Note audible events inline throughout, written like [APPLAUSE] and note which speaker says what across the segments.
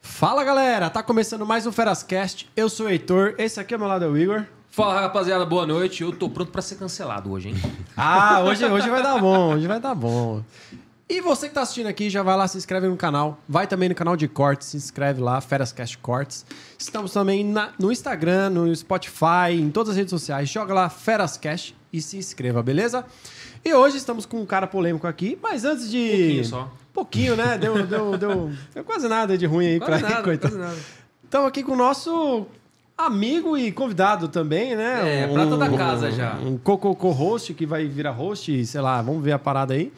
Speaker 1: Fala galera, tá começando mais um Ferascast. Eu sou o Heitor, esse aqui ao meu lado é o Igor.
Speaker 2: Fala rapaziada, boa noite. Eu tô pronto pra ser cancelado hoje, hein?
Speaker 3: [LAUGHS]
Speaker 1: Ah, hoje, hoje vai dar bom, hoje vai dar bom. E você que tá assistindo aqui, já vai lá, se inscreve no canal. Vai também no canal de cortes, se inscreve lá, Ferascast Cortes. Estamos também na- no Instagram, no Spotify, em todas as redes sociais. Joga lá Ferascast e se inscreva, beleza? E hoje estamos com um cara polêmico aqui, mas antes de...
Speaker 2: Pouquinho só.
Speaker 1: Pouquinho, né? Deu, deu, deu, deu quase nada de ruim aí pra ele, coitado.
Speaker 2: nada.
Speaker 1: Estamos Então, aqui com o nosso amigo e convidado também, né?
Speaker 2: É, prata da casa já.
Speaker 3: [LAUGHS]
Speaker 1: Um co-co-host que vai virar host, sei lá, vamos ver a parada aí.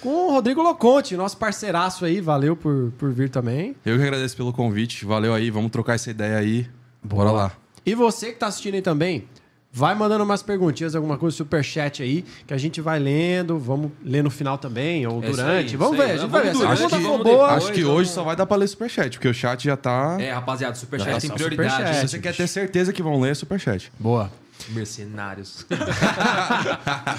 Speaker 1: Com o Rodrigo Loconte, nosso parceiraço aí, valeu por, por vir também.
Speaker 4: Eu que agradeço pelo convite. Valeu aí, vamos trocar essa ideia aí. Bora lá.
Speaker 1: E você que tá assistindo aí também, vai mandando umas perguntinhas, alguma coisa, superchat aí, que a gente vai lendo, vamos ler no final também, ou
Speaker 2: É isso
Speaker 1: durante.
Speaker 2: aí,
Speaker 1: vamos
Speaker 2: isso
Speaker 1: ver,
Speaker 2: aí.
Speaker 1: a gente
Speaker 2: Vamos
Speaker 1: vai ver. Se a
Speaker 2: durante,
Speaker 1: pergunta for
Speaker 2: vamos
Speaker 1: boa,
Speaker 2: depois.
Speaker 4: Acho que hoje só vai dar pra ler superchat, porque o chat já tá.
Speaker 2: É, rapaziada, superchat
Speaker 4: Já
Speaker 3: um
Speaker 2: tem
Speaker 4: tá
Speaker 2: prioridade.
Speaker 1: superchat.
Speaker 4: Se você quer ter certeza que vão ler, é superchat.
Speaker 1: boa.
Speaker 2: Mercenários. [LAUGHS]
Speaker 3: Ah,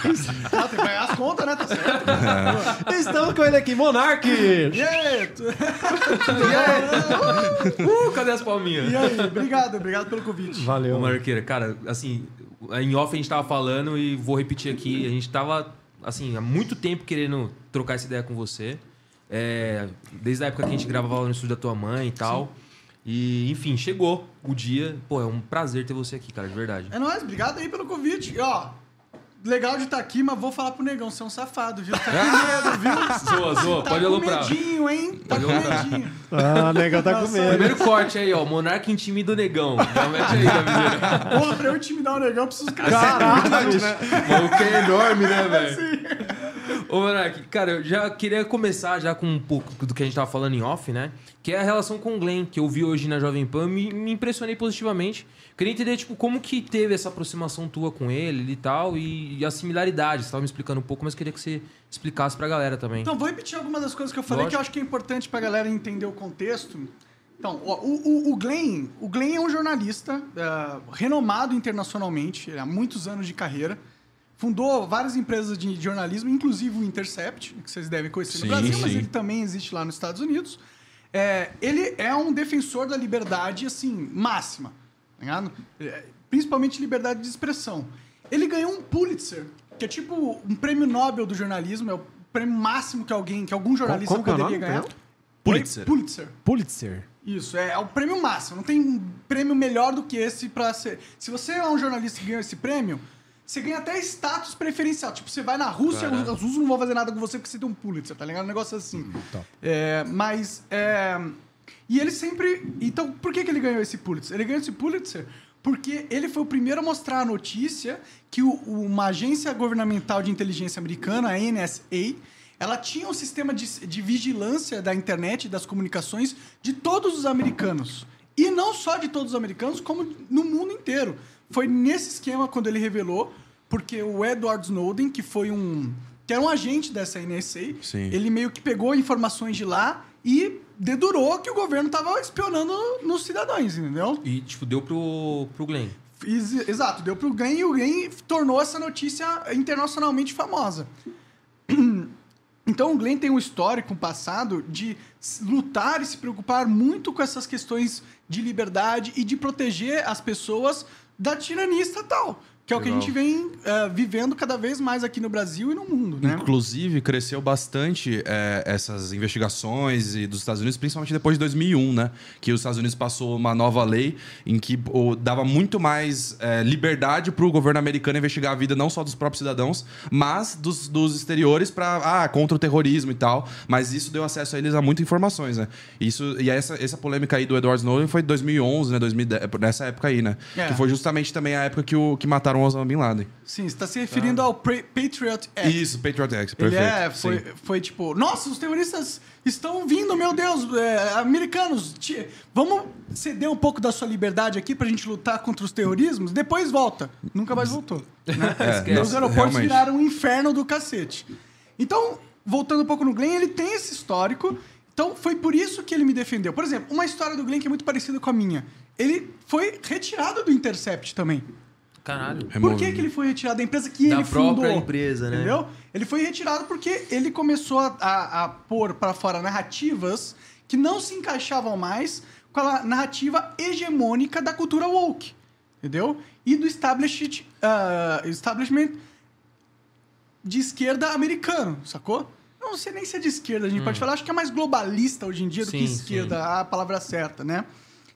Speaker 3: tem que pagar as contas, né? Tá certo.
Speaker 1: Estamos com ele aqui, Monark!
Speaker 2: uh, cadê as palminhas?
Speaker 3: E aí, obrigado, obrigado pelo convite.
Speaker 2: Ô,
Speaker 1: Valeu.
Speaker 2: Marqueira, cara, assim, em off a gente tava falando e vou repetir aqui, a gente tava, assim, há muito tempo querendo trocar essa ideia com você. É, desde a época que a gente gravava no estúdio da tua mãe e tal. E, enfim, chegou o dia. Pô, é um prazer ter você aqui, cara, de verdade.
Speaker 3: É nóis, obrigado aí pelo convite. E, ó, legal de estar aqui, mas vou falar pro negão, você é um safado, viu? Tá com medo, viu?
Speaker 2: Zoa, zoa,
Speaker 3: Tá
Speaker 2: pode
Speaker 3: com
Speaker 2: aloprar.
Speaker 3: medinho, hein? Tá
Speaker 2: Pode
Speaker 3: com
Speaker 2: aloprar.
Speaker 3: medinho.
Speaker 1: Ah, legal, tá com
Speaker 3: Nossa,
Speaker 1: medo.
Speaker 2: Primeiro corte aí, ó. Monarca intimida o negão. é Já mete aí, Gabizeira.
Speaker 3: Porra, pra eu intimidar o negão, eu preciso casar.
Speaker 1: Caralho!
Speaker 2: O maluco é enorme, né, velho? Ô, Monark, cara, eu já queria começar já com um pouco do que a gente tava falando em off, né? Que é a relação com o Glenn, que eu vi hoje na Jovem Pan, me, me impressionei positivamente. Queria entender, tipo, como que teve essa aproximação tua com ele e tal, e, e a similaridade. Você tava me explicando um pouco, mas queria que você explicasse pra galera também.
Speaker 3: Então, vou repetir algumas das coisas que eu falei
Speaker 2: Lógico.
Speaker 3: que eu acho que é importante pra galera entender o contexto. Então, ó, o, o, o Glenn, o Glenn é um jornalista é, renomado internacionalmente, ele é há muitos anos de carreira. Fundou várias empresas de jornalismo, inclusive o Intercept, que vocês devem conhecer
Speaker 4: Sim,
Speaker 3: no Brasil, mas
Speaker 4: sim.
Speaker 3: ele também existe lá nos Estados Unidos. É, ele é um defensor da liberdade, assim, máxima. tá ligado? É, Principalmente liberdade de expressão. Ele ganhou um Pulitzer, que é tipo um prêmio Nobel do jornalismo, é o prêmio máximo que alguém, que algum jornalista
Speaker 1: como que é o
Speaker 3: poderia
Speaker 1: nome?
Speaker 3: ganhar.
Speaker 1: Como
Speaker 4: Pulitzer.
Speaker 3: Pulitzer.
Speaker 1: Pulitzer.
Speaker 3: Isso, é, é o prêmio máximo. Não tem um prêmio melhor do que esse pra ser. Se você é um jornalista que ganhou esse prêmio, você ganha até status preferencial. Tipo, você vai na Rússia, os, os russos não vão fazer nada com você porque você tem um Pulitzer, tá ligado? Um negócio assim. É, mas. é, e ele sempre. Então, por que, que ele ganhou esse Pulitzer? Ele ganhou esse Pulitzer porque ele foi o primeiro a mostrar a notícia que o- uma agência governamental de inteligência americana, a NSA, ela tinha um sistema de, de vigilância da internet e das comunicações de todos os americanos. E não só de todos os americanos, como no mundo inteiro. Foi nesse esquema quando ele revelou, porque o Edward Snowden, que foi um. que era um agente dessa NSA,
Speaker 4: Sim.
Speaker 3: ele meio que pegou informações de lá e dedurou que o governo estava espionando nos cidadãos, entendeu?
Speaker 2: E, tipo, deu pro, pro Glenn.
Speaker 3: Ex- Exato, deu pro Glenn e o Glenn tornou essa notícia internacionalmente famosa. [CLEARS THROAT] Então o Glenn tem um histórico, um passado de s- lutar e se preocupar muito com essas questões de liberdade e de proteger as pessoas da tirania estatal, que é o que a
Speaker 4: Legal.
Speaker 3: gente vem eh, vivendo cada vez mais aqui no Brasil e no mundo, né?
Speaker 4: Inclusive, cresceu bastante é, essas investigações e dos Estados Unidos, principalmente depois de 2001, né? Que os Estados Unidos passou uma nova lei em que pô, dava muito mais é, liberdade para o governo americano investigar a vida não só dos próprios cidadãos, mas dos, dos exteriores para ah, contra o terrorismo e tal. Mas isso deu acesso a eles a muitas informações, né? Isso, e essa, essa polêmica aí do Edward Snowden foi 2011, né? 2010, nessa época aí, né?
Speaker 3: É.
Speaker 4: Que foi justamente também a época que, o, que mataram o Osama Bin Laden.
Speaker 3: Sim, você está se referindo ao Pre- Patriot Act.
Speaker 4: Isso, Patriot Act,
Speaker 3: É. Ele
Speaker 4: perfeito.
Speaker 3: é,
Speaker 4: sim.
Speaker 3: foi, foi tipo, nossa, os terroristas estão vindo, meu Deus, é, americanos, ti- vamos ceder um pouco da sua liberdade aqui pra gente lutar contra os terrorismos? Depois volta. Nunca mais voltou. Né?
Speaker 4: [LAUGHS] É,
Speaker 3: Esquece. Os
Speaker 4: nossa,
Speaker 3: aeroportos
Speaker 4: realmente.
Speaker 3: viraram um inferno do cacete. Então, voltando um pouco no Glenn, ele tem esse histórico, então foi por isso que ele me defendeu. Por exemplo, uma história do Glenn que é muito parecida com a minha. Ele foi retirado do Intercept também.
Speaker 2: Caralho.
Speaker 3: Por que, que ele foi retirado da empresa que
Speaker 2: É Da
Speaker 3: ele fundou?
Speaker 2: própria empresa, né?
Speaker 3: Entendeu? Ele foi retirado porque ele começou a, a- a pôr pra fora narrativas que não se encaixavam mais com a narrativa hegemônica da cultura woke, entendeu? E do establishment, ah, establishment de esquerda americano, sacou? Eu Não sei nem se é de esquerda, a gente pode falar. Acho que é mais globalista hoje em dia do que
Speaker 2: Hum. Sim,
Speaker 3: esquerda, a palavra certa, né?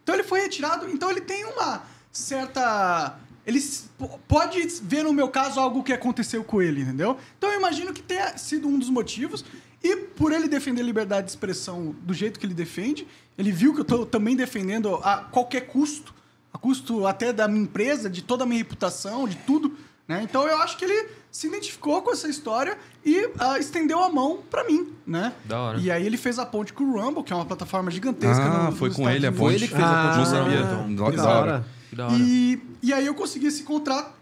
Speaker 3: Então ele foi retirado, então ele tem uma certa. Ele s- p- pode ver, no meu caso, algo que aconteceu com ele, entendeu? Então eu imagino que tenha sido um dos motivos. E por ele defender a liberdade de expressão do jeito que ele defende, ele viu que eu tô também defendendo a qualquer custo, a custo até da minha empresa, de toda a minha reputação, de tudo. Né? Então eu acho que ele se identificou com essa história e ah, estendeu a mão pra mim, né?
Speaker 2: Da hora.
Speaker 3: E aí ele fez a ponte com o Rumble, que é uma plataforma gigantesca.
Speaker 4: Ah,
Speaker 3: no-
Speaker 4: foi
Speaker 3: nos
Speaker 4: com ele a
Speaker 3: Estados
Speaker 4: ponte.
Speaker 3: Unidos.
Speaker 2: ele que fez a ponte.
Speaker 4: Não
Speaker 2: Ah,
Speaker 1: que
Speaker 4: sabia. Da
Speaker 1: da
Speaker 4: hora.
Speaker 1: hora.
Speaker 2: Que da hora.
Speaker 3: E, e aí eu consegui esse contrato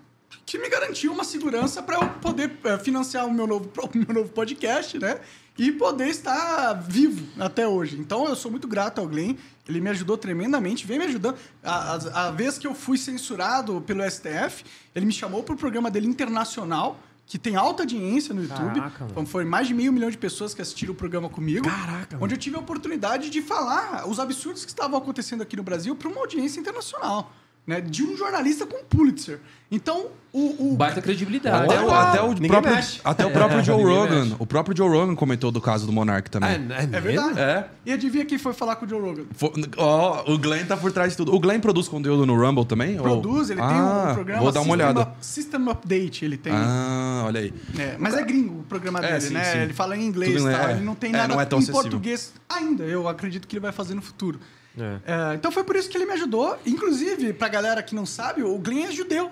Speaker 3: que me garantiu uma segurança para eu poder eh, financiar o meu, novo, [LAUGHS] o meu novo podcast, né? E poder estar vivo até hoje. Então eu sou muito grato ao Glenn. Ele me ajudou tremendamente, vem me ajudando. A, a- a vez que eu fui censurado pelo STF, ele me chamou para o programa dele internacional, que tem alta audiência no YouTube.
Speaker 2: Caraca, mano.
Speaker 3: Então, foi mais de meio milhão de pessoas que assistiram o programa comigo. Caraca! Onde eu tive a oportunidade de falar os absurdos que estavam acontecendo aqui no Brasil para uma audiência internacional. Né, de um jornalista com Pulitzer. Então, o. o-
Speaker 2: Baita credibilidade.
Speaker 4: Até o, até o
Speaker 1: Ninguém
Speaker 4: próprio,
Speaker 1: mexe.
Speaker 4: até o próprio Joe
Speaker 2: Tá É. ninguém
Speaker 4: Rogan.
Speaker 2: mexe.
Speaker 4: O próprio Joe Rogan comentou do caso do Monark também.
Speaker 3: É verdade.
Speaker 4: É.
Speaker 3: E adivinha quem foi falar com o Joe Rogan?
Speaker 4: Fo- Ó, o Glenn tá por trás de tudo. O Glenn produz conteúdo no Rumble também?
Speaker 3: Produz,
Speaker 4: Ou-
Speaker 3: ele
Speaker 4: ah,
Speaker 3: tem um programa.
Speaker 4: Vou dar uma
Speaker 3: System
Speaker 4: olhada.
Speaker 3: Up- System Update ele tem.
Speaker 4: Ah, olha aí.
Speaker 3: É, mas é gringo o programa
Speaker 4: É,
Speaker 3: dele,
Speaker 4: sim,
Speaker 3: né?
Speaker 4: sim.
Speaker 3: Ele fala em inglês
Speaker 4: Tudo em
Speaker 3: e
Speaker 4: inglês,
Speaker 3: tal.
Speaker 4: é.
Speaker 3: Ele não tem
Speaker 4: É,
Speaker 3: nada
Speaker 4: não é tão
Speaker 3: em
Speaker 4: acessível.
Speaker 3: português ainda. Eu acredito que ele vai fazer no futuro.
Speaker 2: É.
Speaker 3: É, então foi por isso que ele me ajudou. Inclusive, pra galera que não sabe, o Glenn é judeu.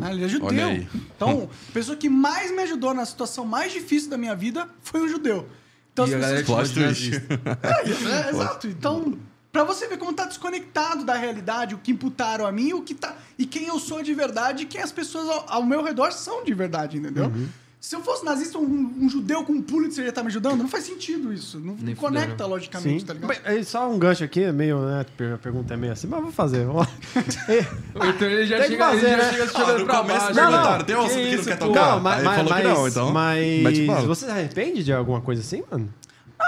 Speaker 3: Ah, Ele é judeu.
Speaker 4: Olha aí.
Speaker 3: Então, a pessoa que mais me ajudou na situação mais difícil da minha vida foi um judeu. Então,
Speaker 2: E
Speaker 3: se
Speaker 2: a galera
Speaker 3: vocês-
Speaker 2: te chama de
Speaker 4: Plot
Speaker 2: nazista.
Speaker 1: [LAUGHS]
Speaker 3: é, exato. Então, pra você ver como tá desconectado da realidade, o que imputaram a mim, o que tá. E quem eu sou de verdade, e quem as pessoas ao, ao meu redor são de verdade, entendeu?
Speaker 1: Uhum.
Speaker 3: Se eu fosse nazista, um, um judeu com um Pulitzer ia estar me ajudando? Não faz sentido isso. Não, não conecta logicamente,
Speaker 1: Sim.
Speaker 3: tá ligado?
Speaker 1: né? Bem, é só um gancho aqui, meio, né? per- A pergunta é meio assim, mas eu vou fazer. Vamos lá.
Speaker 4: [LAUGHS]
Speaker 2: Então ele já
Speaker 1: Tem que
Speaker 2: chega,
Speaker 1: fazer,
Speaker 2: ele já
Speaker 1: né?
Speaker 2: chega se
Speaker 4: Ah,
Speaker 2: jogando
Speaker 4: no
Speaker 2: pra
Speaker 4: começo
Speaker 2: baixo.
Speaker 1: Não, não.
Speaker 4: perguntaram, tem um
Speaker 2: Que
Speaker 4: assunto que ele
Speaker 2: isso,
Speaker 4: quer
Speaker 2: pô.
Speaker 4: tocar?
Speaker 1: Não, mas,
Speaker 4: Aí
Speaker 1: mas,
Speaker 4: falou que
Speaker 1: mas-
Speaker 4: não, então, mete
Speaker 1: Mas
Speaker 4: bala.
Speaker 1: você se arrepende de alguma coisa assim, mano?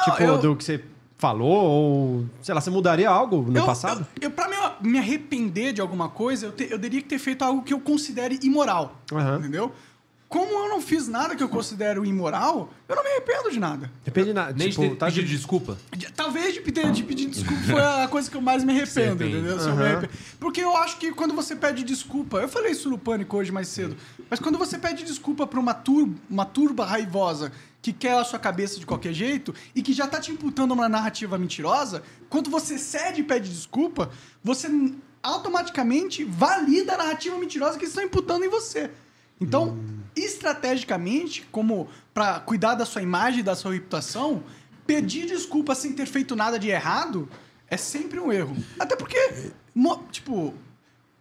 Speaker 1: tipo,
Speaker 3: eu-
Speaker 1: do que você falou, ou sei lá, você mudaria algo no
Speaker 3: eu,
Speaker 1: passado?
Speaker 3: Eu, eu, pra me, me arrepender de alguma coisa, eu, te- eu teria que ter feito algo que eu considere imoral.
Speaker 1: Aham.
Speaker 3: Entendeu? Como eu não fiz nada que eu considero imoral, eu não me arrependo de nada.
Speaker 1: Depende na.
Speaker 2: Nem
Speaker 1: tipo,
Speaker 2: de ter
Speaker 1: tá
Speaker 2: pedido desculpa.
Speaker 3: De- Talvez de pedir, de pedir desculpa foi a coisa que eu mais me arrependo,
Speaker 2: Sim.
Speaker 3: entendeu? Se eu me arrependo. Porque eu acho que quando você pede desculpa, eu falei isso no pânico hoje mais cedo, mas quando você pede desculpa pra uma, tur uma turba raivosa que quer a sua cabeça de qualquer jeito e que já tá te imputando uma narrativa mentirosa, quando você cede e pede desculpa, você n- automaticamente valida a narrativa mentirosa que eles estão imputando em você. Então, estrategicamente, como pra cuidar da sua imagem, da sua reputação, pedir desculpa sem ter feito nada de errado é sempre um erro. Até porque, mo- tipo,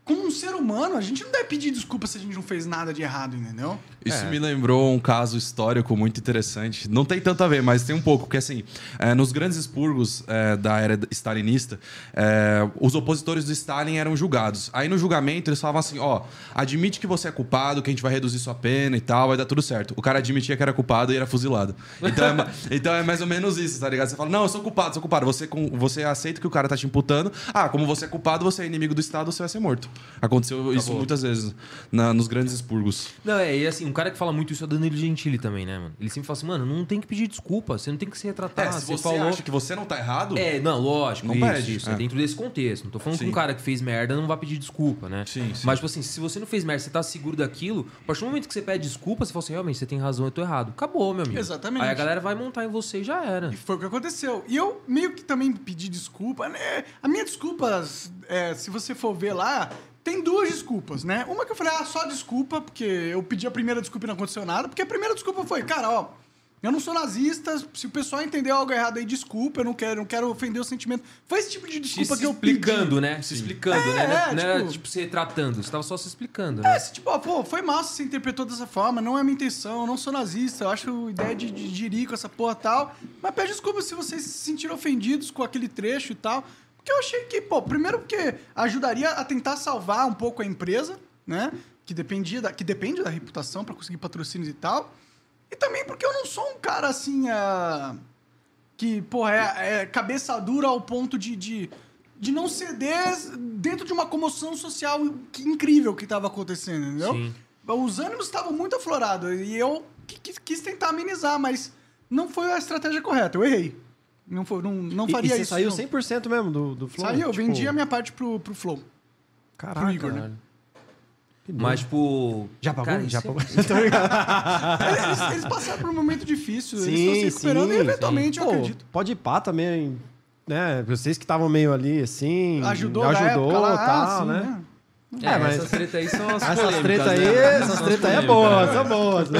Speaker 3: como um ser humano, a gente não deve pedir desculpa se a gente não fez nada de errado, entendeu?
Speaker 4: Isso me lembrou um caso histórico muito interessante. Não tem tanto a ver, mas tem um pouco. Porque, assim, é, nos grandes expurgos é, da era stalinista, é, os opositores do Stalin eram julgados. Aí, no julgamento, eles falavam assim, ó, admite que você é culpado, que a gente vai reduzir sua pena e tal, vai dar tudo certo. O cara admitia que era culpado e era fuzilado. Então, é, ma- [LAUGHS] então é mais ou menos isso, tá ligado? Você fala, não, eu sou culpado, sou culpado. Você, com- você aceita que o cara tá te imputando. Ah, como você é culpado, você é inimigo do Estado, você vai ser morto. Aconteceu isso muitas vezes na- nos grandes expurgos.
Speaker 2: Não, é, e assim, um cara que fala muito isso é o Danilo Gentili também, né, mano? Ele sempre fala assim, mano, não tem que pedir desculpa, você não tem que Tá, se retratar.
Speaker 4: É, se você
Speaker 2: falou.
Speaker 4: acha que você não tá errado,
Speaker 2: É, não, lógico,
Speaker 4: Não
Speaker 2: isso,
Speaker 4: pede,
Speaker 2: isso.
Speaker 4: é.
Speaker 2: É. dentro desse contexto. Não tô falando
Speaker 4: Sim.
Speaker 2: que um cara que fez merda não vai pedir desculpa, né?
Speaker 4: Sim, sim.
Speaker 2: Mas, tipo assim, se você não fez merda, você tá seguro daquilo, a partir do momento que você pede desculpa, você fala assim, realmente, você tem razão, eu tô errado. Acabou, meu amigo.
Speaker 3: Exatamente.
Speaker 2: Aí a galera vai montar em você e já era.
Speaker 3: E foi o que aconteceu. E eu meio que também pedi desculpa, né? A minha desculpa, é, se você for ver lá, tem duas desculpas, né? Uma que eu falei, ah, só desculpa, porque eu pedi a primeira desculpa e não aconteceu nada, porque a primeira desculpa foi, cara, ó, eu não sou nazista, se o pessoal entender algo errado aí, desculpa, eu não quero, não quero ofender o sentimento. Foi esse tipo de desculpa
Speaker 2: se
Speaker 3: que eu pedi.
Speaker 2: explicando, né? Se explicando, né?
Speaker 3: É,
Speaker 2: Não
Speaker 3: é,
Speaker 2: não era,
Speaker 3: tipo-
Speaker 2: tipo, se retratando. Você tava só se explicando,
Speaker 3: É,
Speaker 2: né?
Speaker 3: se tipo, ó, pô, foi mal se você interpretou dessa forma, não é minha intenção, eu não sou nazista, eu acho ideia de, de, de irico, essa porra tal. Mas peço desculpa se vocês se sentiram ofendidos com aquele trecho e tal. Porque eu achei que, pô, primeiro porque ajudaria a tentar salvar um pouco a empresa, né? Que, dependia da, que depende da reputação pra conseguir patrocínios e tal. E também porque eu não sou um cara assim. ah, que, porra, é, é cabeça dura ao ponto de, de de não ceder dentro de uma comoção social que- incrível que estava acontecendo, entendeu?
Speaker 2: Sim.
Speaker 3: Os ânimos estavam muito aflorados e eu qui- qui- quis tentar amenizar, mas não foi a estratégia correta, eu errei. Não, foi, não, não
Speaker 1: E-
Speaker 3: faria
Speaker 1: e você
Speaker 3: isso.
Speaker 1: saiu
Speaker 3: não.
Speaker 1: 100% mesmo do, do Flow?
Speaker 3: Saiu, eu
Speaker 1: Tipo,
Speaker 3: vendi a minha parte pro,
Speaker 1: [LAUGHS]
Speaker 3: pro Flow.
Speaker 1: Caraca,
Speaker 3: pro Igor, né?
Speaker 1: velho. Que doido.
Speaker 2: Mas, tipo.
Speaker 1: Já pagou?
Speaker 2: cara,
Speaker 1: já
Speaker 2: isso é-
Speaker 1: pagou. Tô brincando.
Speaker 3: Eles, eles passaram por um momento difícil, eles
Speaker 1: Sim,
Speaker 3: estão se recuperando
Speaker 1: sim,
Speaker 3: e eventualmente eu
Speaker 1: Pô,
Speaker 3: acredito.
Speaker 1: Pode ir pá também, né? Vocês que estavam meio ali, assim...
Speaker 3: Ajudou, na
Speaker 1: Ajudou,
Speaker 3: época lá,
Speaker 1: tal,
Speaker 3: assim,
Speaker 1: né?
Speaker 2: É,
Speaker 1: [LAUGHS] É, mas-
Speaker 2: Essas tretas aí são as
Speaker 1: Essas
Speaker 2: polêmicas,
Speaker 1: treta aí,
Speaker 2: né?
Speaker 1: essas
Speaker 2: São as
Speaker 1: treta aí é boa,
Speaker 2: polêmicas.
Speaker 1: são boas. [LAUGHS] né?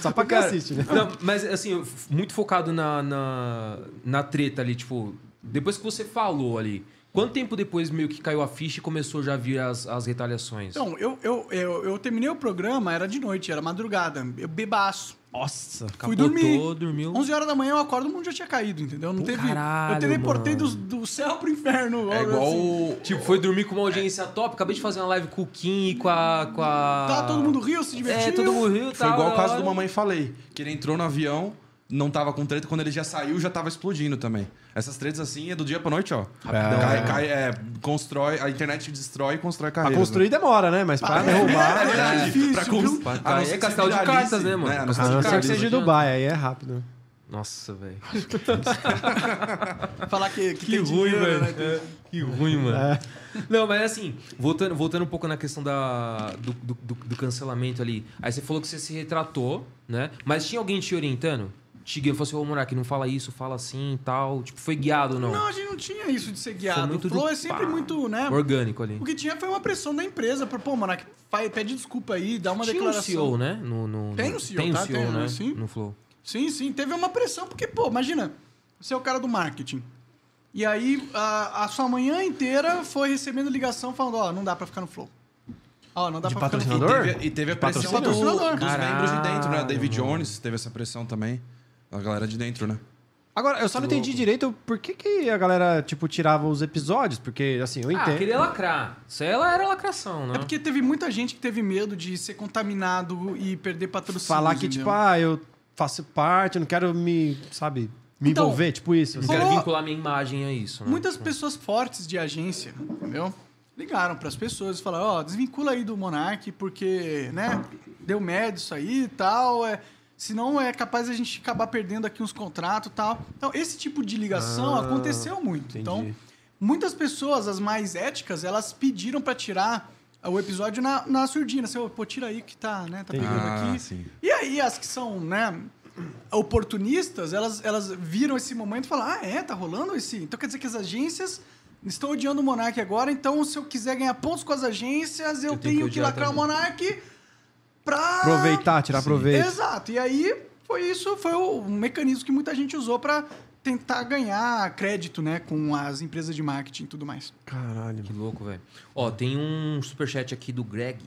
Speaker 1: Só pra quem
Speaker 2: Cara,
Speaker 1: assiste, né?
Speaker 2: não, mas assim, eu f- muito focado na, na, na treta ali, tipo, depois que você falou ali, quanto tempo depois meio que caiu a ficha e começou já a vir as, as retaliações?
Speaker 3: Então, eu, eu, eu, eu terminei o programa, era de noite, era madrugada, eu bebaço.
Speaker 1: Nossa.
Speaker 3: Fui
Speaker 2: Capotou,
Speaker 3: dormir.
Speaker 2: dormiu.
Speaker 3: 11 horas da manhã eu acordo, o mundo já tinha caído, entendeu? Não teve.
Speaker 2: caralho,
Speaker 3: eu teleportei do,
Speaker 2: mano.
Speaker 3: do céu pro inferno.
Speaker 4: É
Speaker 3: algo
Speaker 4: igual.
Speaker 3: assim.
Speaker 4: o-
Speaker 2: Tipo, foi dormir com uma audiência top, acabei de fazer uma live com o Kim e com a. Com a...
Speaker 3: Tá, todo mundo riu, se divertiu.
Speaker 2: É, todo mundo riu,
Speaker 4: Foi
Speaker 2: tal,
Speaker 4: igual o
Speaker 2: da
Speaker 4: caso
Speaker 2: hora.
Speaker 4: do Mamãe Falei, que ele entrou no avião, não tava com treta, quando ele já saiu, já tava explodindo também. Essas tretas assim é do dia pra noite, ó.
Speaker 1: Rapidão,
Speaker 4: Cai-
Speaker 1: né?
Speaker 4: cai- é, constrói, a internet destrói e constrói
Speaker 1: Pra [LAUGHS]
Speaker 4: carreira.
Speaker 1: construir demora, né? Mas
Speaker 2: Ah,
Speaker 1: pra
Speaker 2: [LAUGHS]
Speaker 1: derrubar...
Speaker 3: É, é difícil, viu?
Speaker 2: Aí é castelo de cartas, né, mano?
Speaker 4: A não ser
Speaker 1: A
Speaker 4: que
Speaker 1: não ser que
Speaker 2: Caralho,
Speaker 1: seja
Speaker 2: não
Speaker 1: Dubai, aí é rápido.
Speaker 2: Nossa, velho.
Speaker 3: [LAUGHS] Falar que, que,
Speaker 2: Que
Speaker 3: tem
Speaker 2: ruim,
Speaker 3: dinheiro,
Speaker 2: velho.
Speaker 3: né? Tem-
Speaker 2: É, Que ruim, mano. Não, mas assim, voltando, voltando um pouco na questão da, do, do- do- do cancelamento ali. Aí você falou que você se retratou, né? Mas tinha alguém te orientando? Te guiando, falou assim, ô Monark, não fala isso, fala assim e tal. Tipo, foi guiado ou não?
Speaker 3: Não, a gente não tinha isso de ser
Speaker 2: Foi
Speaker 3: guiado.
Speaker 2: muito
Speaker 3: O Flow
Speaker 2: do-
Speaker 3: é sempre muito, né?
Speaker 2: Orgânico ali.
Speaker 3: O que tinha foi uma pressão da empresa. Pra, Pô, Monark, fa- pede desculpa aí, dá é uma
Speaker 2: tinha um
Speaker 3: declaração.
Speaker 2: CEO, né? No, no,
Speaker 3: Tem
Speaker 2: no-
Speaker 3: um CEO, tá?
Speaker 2: CEO,
Speaker 3: Tem,
Speaker 2: né?
Speaker 3: sim.
Speaker 2: No Flow.
Speaker 3: Sim, sim, teve uma pressão, porque, pô, imagina, você é o cara do marketing. E aí, a, a sua manhã inteira foi recebendo ligação falando, ó, não dá pra ficar no flow. Ó, não dá
Speaker 1: De
Speaker 3: pra ficar no
Speaker 4: E
Speaker 3: flow.
Speaker 1: patrocinador?
Speaker 4: teve, e teve a pressão do, dos
Speaker 3: Patrocinador.
Speaker 4: membros de dentro, né?
Speaker 2: Caralho,
Speaker 4: David
Speaker 2: mano.
Speaker 4: Jones teve essa pressão também. A galera de dentro, né?
Speaker 1: Agora, eu só não entendi direito por que, que a galera, tipo, tirava os episódios, porque, assim, eu
Speaker 2: Ah,
Speaker 1: entendo.
Speaker 2: queria lacrar. Isso aí era lacração, né?
Speaker 3: É porque teve muita gente que teve medo de ser contaminado e perder patrocínio.
Speaker 1: Falar que,
Speaker 3: entendeu?
Speaker 1: tipo, ah, eu faço parte, eu não quero me, sabe, me
Speaker 3: Então,
Speaker 1: envolver, tipo isso.
Speaker 2: Não
Speaker 1: assim.
Speaker 2: quero
Speaker 3: Rolou-
Speaker 2: vincular minha imagem a isso, né?
Speaker 3: Muitas pessoas fortes de agência, entendeu? Ligaram pras pessoas e falaram, ó, desvincula aí do Monark, porque, né, deu merda isso aí e tal, é... Senão é capaz a gente acabar perdendo aqui uns contratos e tal. Então, esse tipo de ligação
Speaker 1: Ah,
Speaker 3: aconteceu muito.
Speaker 1: entendi.
Speaker 3: Então, muitas pessoas, as mais éticas, elas pediram pra tirar o episódio na, na surdina. Assim, "Ô, pô, tira aí que tá, né, tá pegando
Speaker 4: Ah,
Speaker 3: aqui.
Speaker 4: sim.
Speaker 3: E aí, as que são, né, oportunistas, elas, elas viram esse momento e falaram: ah, é, tá rolando esse. Então quer dizer que as agências estão odiando o Monark agora, então se eu quiser ganhar pontos com as agências, eu,
Speaker 2: Eu tenho
Speaker 3: tenho
Speaker 2: que
Speaker 3: que
Speaker 2: odiar
Speaker 3: lacrar o
Speaker 2: também."
Speaker 3: Monark pra.
Speaker 1: Aproveitar, tirar proveito.
Speaker 3: Exato. E aí, foi isso, foi o um mecanismo que muita gente usou pra tentar ganhar crédito, né, com as empresas de marketing e tudo mais.
Speaker 1: Caralho.
Speaker 2: Que louco, velho. Ó, tem um superchat aqui do Greg.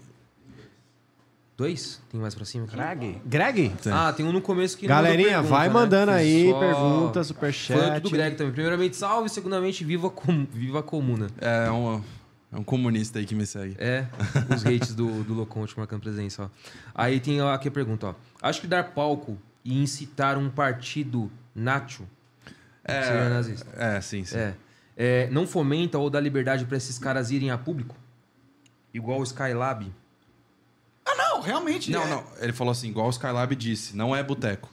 Speaker 2: Dois? Tem mais pra cima aqui? Greg?
Speaker 1: Greg?
Speaker 2: Ah, tem um no começo que... mandou
Speaker 1: Galerinha,
Speaker 2: pergunta,
Speaker 1: vai
Speaker 2: né?
Speaker 1: mandando aí,
Speaker 2: Só-
Speaker 1: pergunta,
Speaker 2: Falando
Speaker 1: superchat.
Speaker 2: do Greg também. Primeiramente, salve. Segundamente, viva, a com... viva a comuna.
Speaker 4: É um, é um comunista aí que me segue.
Speaker 2: É,
Speaker 1: [LAUGHS]
Speaker 2: os hates do, do Loconte marcando presença, ó. Aí tem ó, aqui a pergunta, ó. Acho que dar palco e incitar um partido nacho...
Speaker 4: É.
Speaker 2: Seria nazista.
Speaker 4: É, sim, sim.
Speaker 2: É. É, não fomenta ou dá liberdade pra esses caras irem a público? Igual o Skylab.
Speaker 3: Não, realmente.
Speaker 4: Não,
Speaker 3: é-
Speaker 4: não. Ele falou assim, igual o Skylab disse, não é boteco.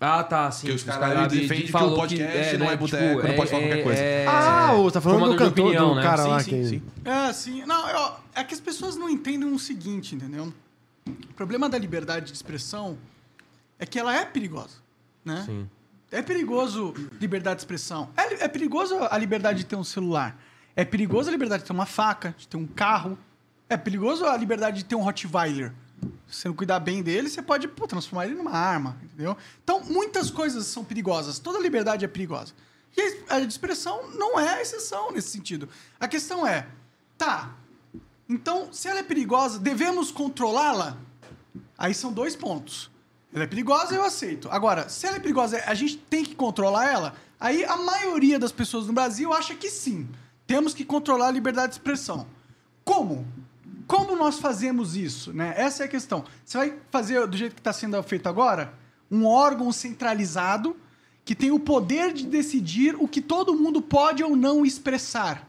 Speaker 2: Ah, tá, sim.
Speaker 4: Porque o Skylab defende que o podcast não é
Speaker 2: tipo,
Speaker 4: boteco, não pode falar qualquer coisa.
Speaker 1: Ah,
Speaker 2: é,
Speaker 1: o- tá falando do
Speaker 2: formador de
Speaker 1: cantor,
Speaker 2: opinião, né?
Speaker 1: do cara
Speaker 2: Sim,
Speaker 1: lá
Speaker 2: sim,
Speaker 1: que...
Speaker 2: sim.
Speaker 3: É, sim. Não, eu- é que as pessoas não entendem o seguinte, entendeu? O problema da liberdade de expressão é que ela é perigosa, né?
Speaker 2: Sim.
Speaker 3: É perigoso liberdade de expressão. É, li- é perigoso a liberdade de ter um celular. É perigoso a liberdade de ter uma faca, de ter um carro. É perigoso a liberdade de ter um Rottweiler. Se você não cuidar bem dele, você pode pô, transformar ele numa arma, entendeu? Então, muitas coisas são perigosas. Toda liberdade é perigosa. E a es- a de expressão não é a exceção nesse sentido. A questão é, tá, então, se ela é perigosa, devemos controlá-la? Aí são dois pontos. Ela é perigosa, eu aceito. Agora, se ela é perigosa, a gente tem que controlar ela? Aí a maioria das pessoas no Brasil acha que sim. Temos que controlar a liberdade de expressão. Como? Como nós fazemos isso? Né? Essa é a tá questão. Você vai fazer do jeito que está sendo feito agora? Um órgão centralizado que tem o poder de decidir o que todo mundo pode ou não expressar.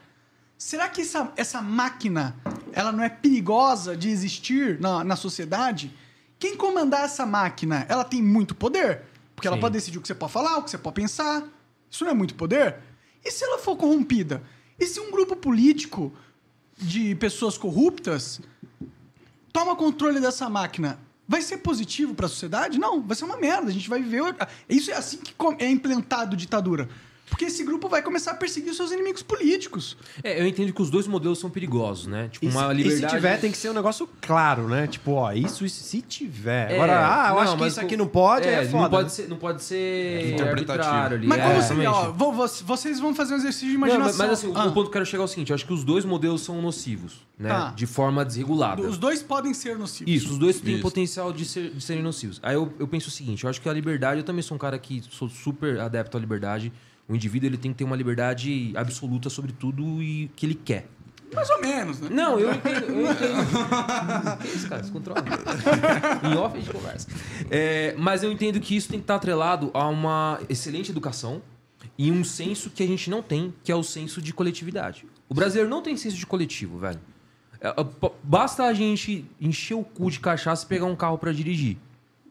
Speaker 3: Será que essa, essa máquina ela não é perigosa de existir na, na sociedade? Quem comandar essa máquina, ela tem muito poder. Porque ela
Speaker 2: Sim.
Speaker 3: pode decidir o que você pode falar, o que você pode pensar. Isso não é muito poder? E se ela for corrompida? E se um grupo político de pessoas corruptas toma controle dessa máquina, vai ser positivo pra sociedade? Não, vai ser uma merda. A gente vai viver. Isso é assim que com- é implantado ditadura. Porque esse grupo vai começar a perseguir os seus inimigos políticos.
Speaker 2: É, eu entendo que os dois modelos são perigosos, né? Tipo,
Speaker 1: E se-
Speaker 2: uma
Speaker 1: e
Speaker 2: liberdade...
Speaker 1: se tiver, tem que ser um negócio claro, né? Tipo, ó, isso, isso se tiver.
Speaker 2: É,
Speaker 1: Agora, ah, eu
Speaker 2: não,
Speaker 1: acho que
Speaker 2: mas
Speaker 1: isso
Speaker 2: com-
Speaker 1: aqui não pode, aí é, foda.
Speaker 2: Não pode ser, não pode
Speaker 4: É
Speaker 2: ser
Speaker 4: Interpretativo.
Speaker 2: arbitrário ali.
Speaker 3: Mas
Speaker 2: é,
Speaker 3: como
Speaker 2: exatamente.
Speaker 3: seria? Ó, vo- vo- vocês vão fazer um exercício de
Speaker 2: Não, mas-
Speaker 3: imaginação.
Speaker 2: mas, assim, o-
Speaker 3: Ah,
Speaker 2: o ponto que eu quero chegar é o seguinte: eu acho que os dois modelos são nocivos, né?
Speaker 3: Tá.
Speaker 2: De forma desregulada.
Speaker 3: Os dois podem ser nocivos.
Speaker 2: Isso, os dois têm
Speaker 4: Isso.
Speaker 2: potencial de, ser- de serem nocivos. Aí eu, eu penso o seguinte, eu acho que a liberdade, eu também sou um cara que sou super adepto à liberdade. O indivíduo ele tem que ter uma liberdade absoluta sobre tudo e que ele quer.
Speaker 3: Mais ou menos, né?
Speaker 2: Não, eu entendo, eu
Speaker 3: [LAUGHS]
Speaker 2: entendo. que isso, cara? Se controla. em off a gente conversa. É, mas eu entendo que isso tem que estar atrelado a uma excelente educação e um senso que a gente não tem, que é o senso de coletividade. O brasileiro não tem senso de coletivo, velho. É, é, p- Basta a gente encher o cu de cachaça e pegar um carro pra dirigir.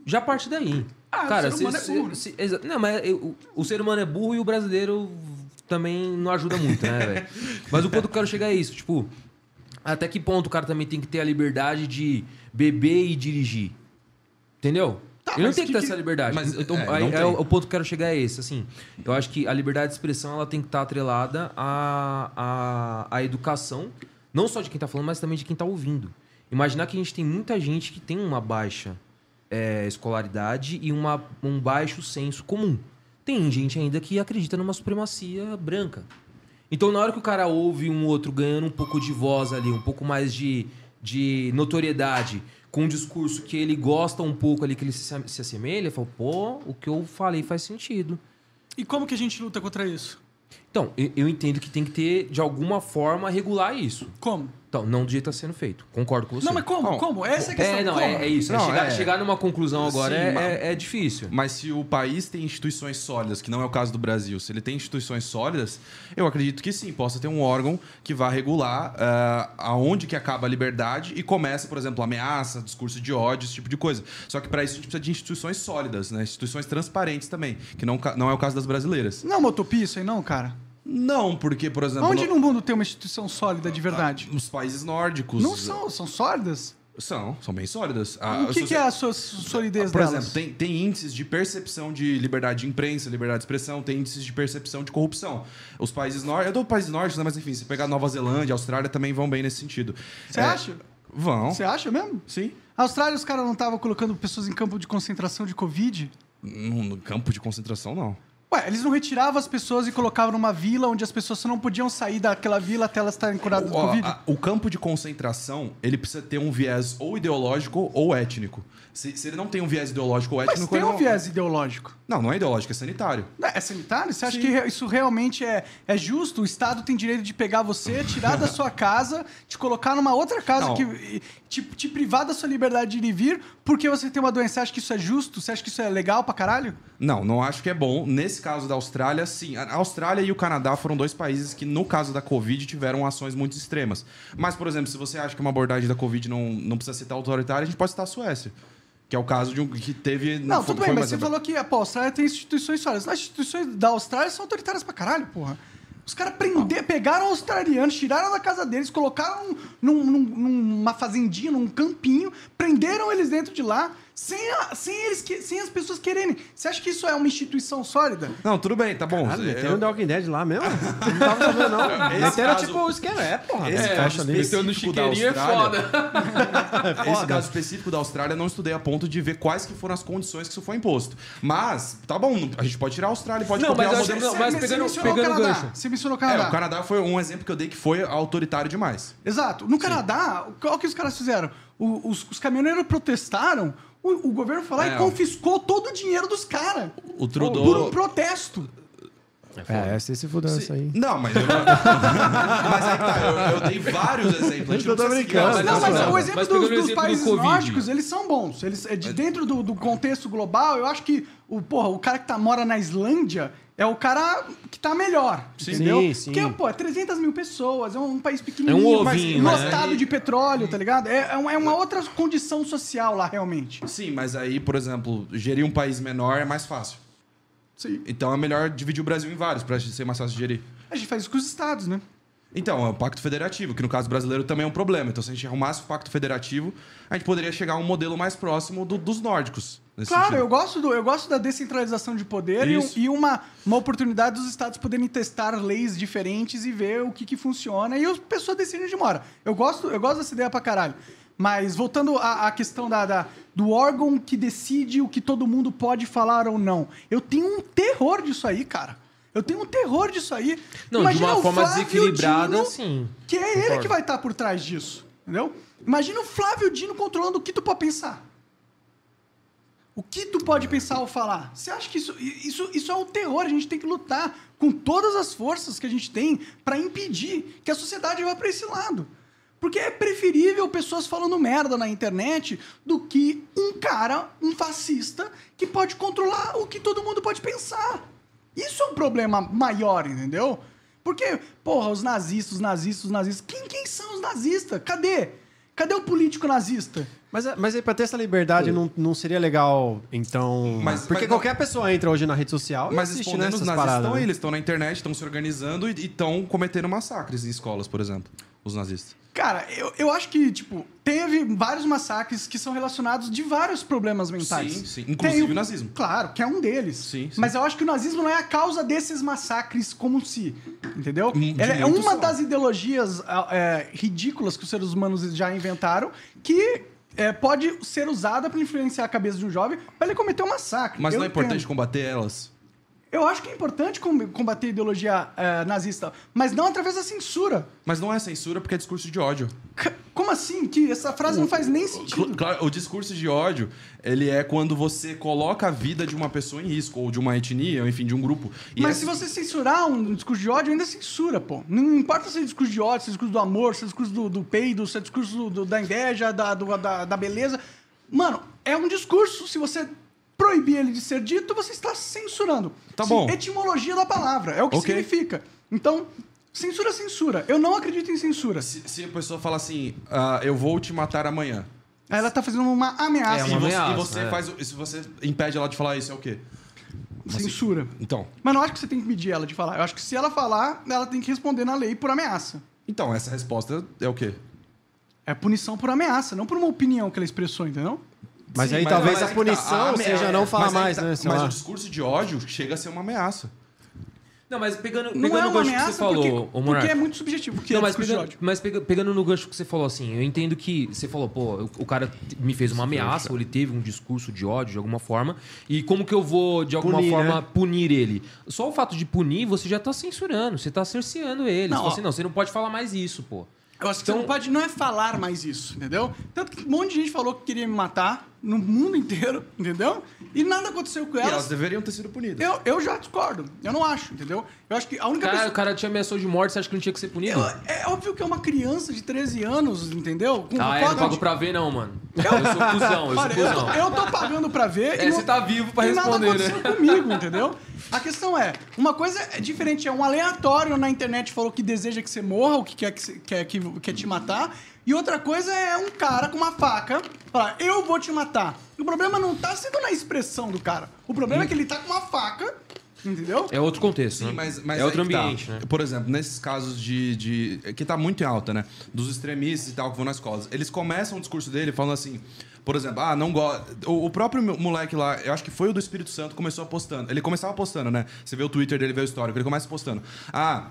Speaker 2: Já parte daí.
Speaker 3: Ah, o
Speaker 2: cara,
Speaker 3: ser humano
Speaker 2: se-
Speaker 3: é burro,
Speaker 2: se- se- exa- não, mas eu- o, o ser humano é burro e o brasileiro também não ajuda muito, né, velho? Mas o ponto que eu quero chegar é isso, tipo, até que ponto o cara também tem que ter a liberdade de beber e dirigir? Entendeu?
Speaker 3: Tá,
Speaker 2: ele não
Speaker 3: mas
Speaker 2: tem que,
Speaker 3: que
Speaker 2: ter
Speaker 3: que-
Speaker 2: essa liberdade.
Speaker 4: Mas,
Speaker 2: Eu tô-
Speaker 4: é,
Speaker 2: aí-
Speaker 4: não
Speaker 2: aí
Speaker 4: tem.
Speaker 2: o, o ponto que eu quero chegar é esse, assim. Eu acho que a liberdade de expressão ela tem que estar atrelada à, à, à educação, não só de quem tá falando, mas também de quem tá ouvindo. Imaginar que a gente tem muita gente que tem uma baixa é, escolaridade e uma, um baixo senso comum. Tem gente ainda que acredita numa supremacia branca. Então, na hora que o cara ouve um outro ganhando um pouco de voz ali, um pouco mais de, de notoriedade, com um discurso que ele gosta um pouco ali, que ele se, se assemelha, ele fala, pô, o que eu falei faz sentido.
Speaker 3: E como que a gente luta contra isso?
Speaker 2: Então, eu, eu entendo que tem que ter, de alguma forma, regular isso.
Speaker 3: Como?
Speaker 2: Então, não do jeito que está sendo feito. Concordo com você.
Speaker 3: Não, mas como?
Speaker 4: Bom,
Speaker 3: como? Essa é a questão.
Speaker 2: É, não,
Speaker 3: como?
Speaker 2: é, é isso. É
Speaker 4: Não,
Speaker 2: chegar,
Speaker 4: é.
Speaker 2: chegar numa conclusão agora
Speaker 4: Sim,
Speaker 2: é,
Speaker 4: mas-
Speaker 2: é- é difícil.
Speaker 4: Mas se o país tem instituições sólidas, que não é o caso do Brasil, se ele tem instituições sólidas, eu acredito que sim, possa ter um órgão que vá regular ah, aonde que acaba a liberdade e começa, por exemplo, ameaça, discurso de ódio, esse tipo de coisa. Só que para isso a gente precisa de instituições sólidas, né? Instituições transparentes também, que não, ca- não é o caso das brasileiras.
Speaker 3: Não é uma utopia isso aí, não, cara?
Speaker 4: Não, porque, por exemplo,
Speaker 3: Onde
Speaker 4: no-
Speaker 3: no mundo tem uma instituição sólida de verdade?
Speaker 4: os países nórdicos
Speaker 3: Não são, são sólidas?
Speaker 4: são, são bem sólidas.
Speaker 2: Ah,
Speaker 4: A-
Speaker 3: o que,
Speaker 4: a-
Speaker 3: que é a sua solidez
Speaker 4: Por
Speaker 3: delas?
Speaker 4: exemplo, tem, tem índices de percepção de liberdade de imprensa, liberdade de expressão, tem índices de percepção de corrupção. Os países nórdicos. Eu dou países nórdicos, né? mas enfim, se pegar Nova Zelândia, Austrália também vão bem nesse sentido.
Speaker 3: Você
Speaker 4: É,
Speaker 3: acha?
Speaker 4: Vão.
Speaker 3: Você acha mesmo?
Speaker 4: Sim.
Speaker 3: A Austrália, os caras não estavam colocando pessoas em campo de concentração de Covid?
Speaker 4: No, no campo de concentração, não.
Speaker 3: Ué, eles não retiravam as pessoas e colocavam numa vila onde as pessoas só não podiam sair daquela vila até elas estarem curadas Tá, do
Speaker 4: Ó,
Speaker 3: Covid?
Speaker 4: a- o campo de concentração, ele precisa ter um viés ou ideológico ou étnico. Se, se ele não tem um viés ideológico ou étnico.
Speaker 3: Mas tem
Speaker 4: ele
Speaker 3: um
Speaker 4: não-
Speaker 3: viés ideológico.
Speaker 4: Não, não é ideológico, é sanitário.
Speaker 3: Não, É sanitário? Você acha que re- isso realmente é, é justo? O Estado tem direito de pegar você, tirar [LAUGHS] da sua casa, te colocar numa outra casa,
Speaker 4: Não.
Speaker 3: que, e- te, te privar da sua liberdade de ir e vir porque você tem uma doença. Você acha que isso é justo? Você acha que isso é legal pra caralho?
Speaker 4: Não, não acho que é bom. Nesse caso da Austrália, sim. A Austrália e o Canadá foram dois países que, no caso da Covid, tiveram ações muito extremas. Mas, por exemplo, se você acha que uma abordagem da Covid não, não precisa citar autoritária, a gente pode citar a Suécia. Que é o caso de um que teve.
Speaker 3: Não,
Speaker 4: foi-
Speaker 3: tudo bem,
Speaker 4: foi
Speaker 3: mas
Speaker 4: mais
Speaker 3: você
Speaker 4: ab-
Speaker 3: falou que pô, a Austrália tem instituições sólidas. As instituições da Austrália são autoritárias pra caralho, porra. Os caras prender, pegaram australianos, tiraram da casa deles, colocaram num- num- numa fazendinha, num campinho, prenderam eles dentro de lá, sem, a- sem, eles, que- sem as pessoas quererem. Você acha que isso é uma instituição sólida?
Speaker 4: Não, tudo bem, tá bom.
Speaker 1: Ah,
Speaker 2: É.
Speaker 3: um
Speaker 1: meteram
Speaker 4: Eu-
Speaker 1: o The Walking Dead lá
Speaker 2: [LAUGHS]
Speaker 1: mesmo? Não tava sabendo, não.
Speaker 4: Esse
Speaker 1: Meteram
Speaker 4: caso-
Speaker 1: tipo o esquema, é, porra.
Speaker 4: Esse caso
Speaker 2: Meteu no
Speaker 4: específico tipo da
Speaker 2: chiqueirinho é
Speaker 4: Austrália.
Speaker 2: foda.
Speaker 3: né?
Speaker 4: Esse caso específico da Austrália eu não estudei a ponto de ver quais que foram as condições que isso foi imposto. Mas, tá bom, a gente pode tirar a Austrália, e pode
Speaker 2: Não,
Speaker 4: copiar
Speaker 2: mas
Speaker 4: o
Speaker 2: eu acho
Speaker 4: modelo.
Speaker 2: que não, mas
Speaker 3: Você
Speaker 2: pegando-
Speaker 3: mencionou
Speaker 2: pegando
Speaker 3: o Canadá.
Speaker 2: gancho.
Speaker 3: Você mencionou o
Speaker 4: É,
Speaker 3: Canadá.
Speaker 4: o Canadá foi um exemplo que eu dei que foi autoritário demais.
Speaker 3: Exato. No Canadá, qual que os caras fizeram? O- os, os caminhoneiros protestaram, o, o governo foi lá
Speaker 4: É,
Speaker 3: e
Speaker 4: ó.
Speaker 3: confiscou todo o dinheiro dos caras.
Speaker 4: O
Speaker 3: Por um
Speaker 4: Trudeau.
Speaker 3: protesto.
Speaker 1: É, você se fudeu isso aí.
Speaker 4: Não, mas eu não... [LAUGHS] Mas aí tá, eu, eu dei vários exemplos. A gente
Speaker 1: Eu tô
Speaker 4: não precisa seguir
Speaker 1: brincando.
Speaker 4: uma-
Speaker 1: Mas
Speaker 3: Não, mas
Speaker 2: não,
Speaker 3: o
Speaker 2: mas
Speaker 3: exemplo
Speaker 2: pegando
Speaker 3: dos,
Speaker 2: o
Speaker 3: dos
Speaker 2: exemplo do
Speaker 3: países
Speaker 2: Covid.
Speaker 3: nórdicos, eles são bons. Eles, é de- dentro do, do contexto global, eu acho que o, porra, o cara que tá, mora na Islândia é o cara que tá melhor, entendeu?
Speaker 1: Sim, sim.
Speaker 3: Porque, pô, é 300 mil pessoas, é um país pequenininho,
Speaker 2: É um
Speaker 3: mas
Speaker 2: ovinho, né?
Speaker 3: lotado de petróleo, tá ligado? É, é um- é uma outra condição social lá, realmente.
Speaker 4: assim, Sim, mas aí, por exemplo, gerir um país menor é mais fácil.
Speaker 3: Sim.
Speaker 4: Então é melhor dividir o Brasil em vários pra ser mais fácil de gerir.
Speaker 3: A gente faz isso com os estados, né?
Speaker 4: Então, é o pacto federativo, que no caso brasileiro também é um problema. Então, se a gente arrumasse o pacto federativo, a gente poderia chegar a um modelo mais próximo do- dos nórdicos. nesse
Speaker 3: Claro,
Speaker 4: sentido.
Speaker 3: eu gosto, do, eu gosto da descentralização de poder e, um-
Speaker 4: Isso.
Speaker 3: e uma, uma oportunidade dos estados poderem testar leis diferentes e ver o que, que funciona e as pessoas decidem onde mora. Eu gosto, eu gosto dessa ideia pra caralho. Mas voltando à, à questão da, da- do órgão que decide o que todo mundo pode falar ou não. Eu tenho um terror disso aí, cara. Eu tenho um terror disso aí.
Speaker 2: Não,
Speaker 3: Imagina
Speaker 2: de uma
Speaker 3: o
Speaker 2: forma
Speaker 3: Flávio
Speaker 2: desequilibrada,
Speaker 3: Dino-
Speaker 2: sim.
Speaker 3: que é ele
Speaker 2: Concordo.
Speaker 3: que vai estar por trás disso, entendeu? Imagina o Flávio Dino controlando o que tu pode pensar. O que tu pode pensar ou falar? Você acha que isso, isso, isso é um terror? A gente tem que lutar com todas as forças que a gente tem para impedir que a sociedade vá para esse lado. Porque é preferível pessoas falando merda na internet do que um cara, um fascista, que pode controlar o que todo mundo pode pensar. Isso é um problema maior, entendeu? Porque, porra, os nazistas, os nazistas, os nazistas. Quem, quem são os nazistas? Cadê? Cadê o político nazista?
Speaker 1: Mas, mas aí, pra ter essa liberdade, não, não seria legal, então.
Speaker 4: Mas-
Speaker 1: porque
Speaker 4: mas não-
Speaker 1: qualquer pessoa entra hoje na rede social e
Speaker 4: Mas
Speaker 1: assiste né,
Speaker 4: respondendo os
Speaker 1: essas
Speaker 4: nazis
Speaker 1: paradas.
Speaker 4: estão aí,
Speaker 1: né?
Speaker 4: eles estão na internet, estão se organizando e estão cometendo massacres em escolas, por exemplo. Os nazistas.
Speaker 3: Cara, eu, eu acho que, tipo, teve vários massacres que são relacionados de vários problemas mentais.
Speaker 4: Sim, sim. Inclusive
Speaker 3: Tem
Speaker 4: o nazismo.
Speaker 3: Claro, que é um deles.
Speaker 4: Sim, sim.
Speaker 3: Mas eu acho que o nazismo não é a causa desses massacres como se, entendeu?
Speaker 4: Hum, de
Speaker 3: Ela é
Speaker 4: muitos
Speaker 3: uma
Speaker 4: são.
Speaker 3: das ideologias ah, é, ridículas que os seres humanos já inventaram que é, pode ser usada para influenciar a cabeça de um jovem para ele cometer um massacre.
Speaker 4: Mas
Speaker 3: Eu
Speaker 4: não é importante
Speaker 3: entendo.
Speaker 4: combater elas?
Speaker 3: Eu acho que é importante com- combater a ideologia eh, nazista, mas não através da censura.
Speaker 4: Mas não é censura porque é discurso de ódio.
Speaker 3: C- Como assim? Que essa frase não faz nem sentido.
Speaker 4: Cl- Claro, o discurso de ódio, ele é quando você coloca a vida de uma pessoa em risco, ou de uma etnia, ou enfim, de um grupo. E
Speaker 3: Mas
Speaker 4: é-
Speaker 3: se você censurar um discurso de ódio, ainda é censura, pô. Não importa se é discurso de ódio, se é discurso do amor, se é discurso do, do peido, se é discurso do- do- da inveja, da, do- da, da beleza. Mano, é um discurso. Se você proibir ele de ser dito, você está censurando.
Speaker 4: Tá
Speaker 3: Sim,
Speaker 4: bom.
Speaker 3: Etimologia da palavra, é o que
Speaker 4: Ok.
Speaker 3: significa. Então, censura, é censura. Eu não acredito em censura.
Speaker 4: Se, se a pessoa fala assim, "Ah, eu vou te matar amanhã.
Speaker 3: Aí Ela tá fazendo uma ameaça.
Speaker 2: É
Speaker 4: e
Speaker 2: uma
Speaker 4: você,
Speaker 2: ameaça,
Speaker 4: e você
Speaker 2: é.
Speaker 4: faz. o- Se você impede ela de falar isso, é o quê? Uma
Speaker 3: Censura.
Speaker 4: cen- Então.
Speaker 3: Mas não acho que você tem que medir ela de falar. Eu acho que se ela falar, ela tem que responder na lei por ameaça.
Speaker 4: Então, essa resposta é o quê?
Speaker 3: É punição por ameaça, não por uma opinião que ela expressou, entendeu?
Speaker 1: Mas
Speaker 4: Sim,
Speaker 1: aí talvez
Speaker 4: mas
Speaker 1: a
Speaker 4: que
Speaker 1: punição
Speaker 4: tá, a
Speaker 1: seja
Speaker 4: amea-
Speaker 1: não falar
Speaker 4: mas aí
Speaker 1: mais,
Speaker 4: tá-
Speaker 1: né? sei
Speaker 4: mas
Speaker 1: lá.
Speaker 4: o discurso de ódio chega a ser uma ameaça.
Speaker 2: Não, mas pegando,
Speaker 3: Não
Speaker 2: pegando
Speaker 3: é
Speaker 2: o
Speaker 3: uma
Speaker 2: gancho que
Speaker 3: ameaça
Speaker 2: você falou,
Speaker 3: porque,
Speaker 2: ô
Speaker 3: porque
Speaker 2: Monark.
Speaker 3: é muito subjetivo. Porque
Speaker 2: Não,
Speaker 3: é
Speaker 2: mas,
Speaker 3: discurso de
Speaker 2: pegando,
Speaker 3: ódio.
Speaker 2: mas pega- pegando no gancho que você falou assim, eu entendo que você falou, pô, o, o cara t- me fez uma
Speaker 3: é.
Speaker 2: ameaça, ou ele teve um discurso de ódio de alguma forma, e como que eu vou, de alguma
Speaker 1: Punir,
Speaker 2: forma,
Speaker 1: né?
Speaker 2: punir ele? Só o fato de punir, você já tá censurando, você tá cerceando ele.
Speaker 3: Não,
Speaker 2: Não,
Speaker 3: ó.
Speaker 2: assim, não, você não pode falar mais isso, pô.
Speaker 3: Eu acho que
Speaker 2: então-
Speaker 3: você não pode, não é falar mais isso, entendeu? Tanto que um monte de gente falou que queria me matar no mundo inteiro, [LAUGHS] entendeu? E nada aconteceu com
Speaker 4: E elas
Speaker 3: elas.
Speaker 4: deveriam ter sido punidas.
Speaker 3: Eu, eu já discordo, eu não acho, entendeu? Eu acho que a única
Speaker 2: Cara,
Speaker 3: pessoa-
Speaker 2: o cara te ameaçou de morte, você acha que não tinha que ser punido?
Speaker 3: Eu- é óbvio que é uma criança de 13 anos, entendeu? Com
Speaker 2: ah, é,
Speaker 3: foto
Speaker 2: não pago
Speaker 3: de-
Speaker 2: pra ver, não, mano. Eu sou cuzão, eu sou
Speaker 3: Olha, eu tô,
Speaker 2: cuzão.
Speaker 3: eu tô pagando pra ver.
Speaker 2: É,
Speaker 3: e
Speaker 2: você tá vivo pra
Speaker 3: e
Speaker 2: responder, né?
Speaker 3: nada aconteceu comigo, entendeu? A questão é, uma coisa é diferente, é um aleatório na internet falou que deseja que você morra, ou que quer, que você- quer, que, quer te matar. E outra coisa é um cara com uma faca falar, eu vou te matar. E o problema não tá sendo na expressão do cara. O problema é que ele tá com uma faca, entendeu?
Speaker 2: É outro contexto, né?
Speaker 4: Sim, mas, mas
Speaker 2: é outro
Speaker 4: aí que tá.
Speaker 2: ambiente,
Speaker 3: Uhum.
Speaker 2: né?
Speaker 4: Por exemplo, nesses casos de, de- que tá muito em alta, né? Dos extremistas e tal que vão nas escolas. Eles começam o discurso dele falando assim, por exemplo, ah, não gosta. O, o próprio meu- moleque lá, eu acho que foi o do Espírito Santo, começou postando. Ele começava postando, né? Você vê o Twitter dele, vê o histórico, ele começa postando. Ah.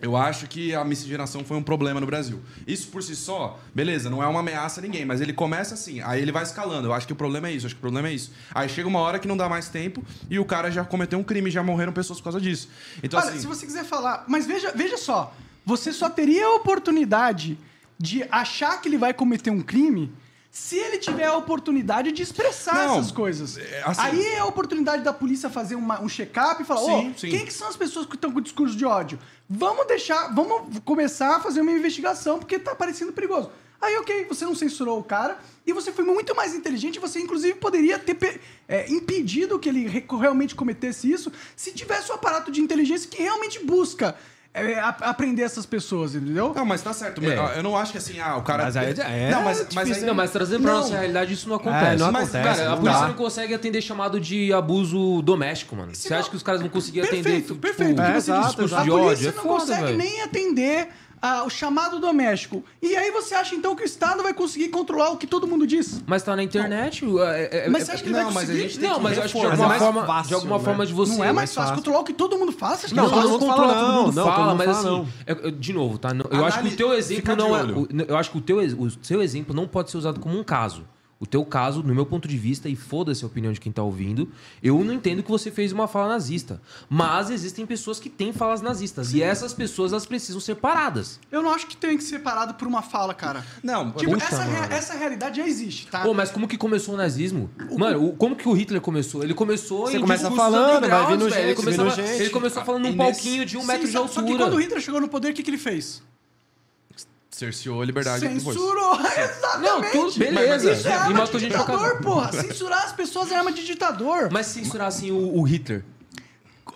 Speaker 4: Eu acho que a miscigenação foi um problema no Brasil. Isso por si só, beleza, não é uma ameaça a ninguém, mas ele começa assim, aí ele vai escalando. Eu acho que o problema é isso, eu acho que o problema é isso. Aí chega uma hora que não dá mais tempo e o cara já cometeu um crime, já morreram pessoas por causa disso. Então,
Speaker 3: Olha,
Speaker 4: assim,
Speaker 3: se você quiser falar. Mas veja, veja só. Você só teria a oportunidade de achar que ele vai cometer um crime se ele tiver a oportunidade de expressar
Speaker 4: Não,
Speaker 3: essas coisas.
Speaker 4: é, assim-
Speaker 3: Aí é a oportunidade da polícia fazer uma- um check-up e falar, ô,
Speaker 4: Sim, sim.
Speaker 3: quem que são as pessoas que estão com discurso de ódio? Vamos deixar, vamos começar a fazer uma investigação, porque tá parecendo perigoso. Aí, ok, você não censurou o cara e você foi muito mais inteligente. Você, inclusive, poderia ter pe- é, impedido que ele re- realmente cometesse isso se tivesse um aparato de inteligência que realmente busca é, a- aprender essas pessoas, entendeu?
Speaker 4: Não, mas tá certo.
Speaker 2: É.
Speaker 4: Eu não acho que assim, ah, o cara.
Speaker 1: Mas aí já é
Speaker 4: não, mas, mas
Speaker 2: Mas,
Speaker 4: aí-
Speaker 2: não, mas trazendo pra
Speaker 4: Não.
Speaker 2: nossa realidade, isso não acontece.
Speaker 1: não
Speaker 2: Mas,
Speaker 1: acontece,
Speaker 2: Cara, a
Speaker 1: não
Speaker 2: polícia
Speaker 1: dá.
Speaker 2: não consegue atender chamado de abuso doméstico, mano. Você
Speaker 3: não-
Speaker 2: acha que os caras vão conseguir atender?
Speaker 3: Perfeito,
Speaker 2: tipo,
Speaker 3: perfeito.
Speaker 1: é,
Speaker 3: Que você diz,
Speaker 1: exato,
Speaker 2: discurso
Speaker 3: a
Speaker 2: de
Speaker 3: polícia
Speaker 2: ódio. É
Speaker 3: não
Speaker 2: foda,
Speaker 3: consegue
Speaker 2: velho.
Speaker 3: nem atender ah, o chamado doméstico. E aí você acha então que o Estado vai conseguir controlar o que todo mundo diz?
Speaker 2: Mas tá na internet. é- é-
Speaker 3: Mas
Speaker 2: é-
Speaker 3: você acha que ele
Speaker 4: Não,
Speaker 3: vai
Speaker 4: mas a
Speaker 3: conseguir?
Speaker 4: gente tem
Speaker 2: Não,
Speaker 4: que
Speaker 2: mas eu acho que de
Speaker 1: Mas
Speaker 4: reforçar.
Speaker 1: é
Speaker 2: alguma,
Speaker 1: mais
Speaker 2: forma,
Speaker 1: fácil,
Speaker 2: de alguma
Speaker 1: né?
Speaker 2: forma de você.
Speaker 3: não é mais fácil
Speaker 1: fácil.
Speaker 3: controlar o que todo mundo fala? Você acha que
Speaker 1: Não,
Speaker 3: é fácil?
Speaker 1: todo mundo fala,
Speaker 2: todo mundo
Speaker 1: não, todo
Speaker 2: fala,
Speaker 1: mundo
Speaker 2: mas
Speaker 1: fala,
Speaker 2: assim,
Speaker 1: não.
Speaker 2: eu- eu- de novo, tá? Não- Eu
Speaker 4: Análise-
Speaker 2: acho que o teu
Speaker 4: fica
Speaker 2: exemplo
Speaker 4: de
Speaker 2: não é.
Speaker 4: olho.
Speaker 2: o- Eu acho que o teu, ex- o seu exemplo não pode ser usado como um caso. O teu caso, no meu ponto de vista, e foda-se a opinião de quem tá ouvindo, eu não entendo que você fez uma fala nazista. Mas existem pessoas que têm falas nazistas. E essas pessoas, elas precisam ser paradas.
Speaker 3: Eu não acho que tem que ser parado por uma fala, cara.
Speaker 4: Não,
Speaker 3: Tipo,
Speaker 2: Puta,
Speaker 3: essa, rea-
Speaker 2: mano.
Speaker 3: essa realidade já existe, tá?
Speaker 2: Pô, mas como que começou o nazismo? Mano, o- como que o Hitler começou? Ele começou
Speaker 1: Você
Speaker 2: em
Speaker 1: começa
Speaker 2: discursos
Speaker 1: falando, vai
Speaker 2: undergrounds,
Speaker 1: vindo
Speaker 2: velho. Ele
Speaker 1: gente, vindo
Speaker 2: começava-
Speaker 1: gente.
Speaker 2: Ele começou falando
Speaker 4: E
Speaker 2: num
Speaker 4: nesse-
Speaker 2: palquinho de um
Speaker 3: Sim,
Speaker 2: metro de
Speaker 3: só-
Speaker 2: altura.
Speaker 3: Só que quando o Hitler chegou no poder, o que, que ele fez?
Speaker 4: cerceou a liberdade depois.
Speaker 3: Censurou, [LAUGHS] exatamente.
Speaker 2: Não, tudo- beleza.
Speaker 3: Isso é
Speaker 2: E
Speaker 3: arma
Speaker 2: matou
Speaker 3: de
Speaker 2: gente pra
Speaker 3: ditador,
Speaker 2: caralho.
Speaker 3: porra. Censurar as pessoas é arma de ditador.
Speaker 2: Mas censurar assim o, o Hitler.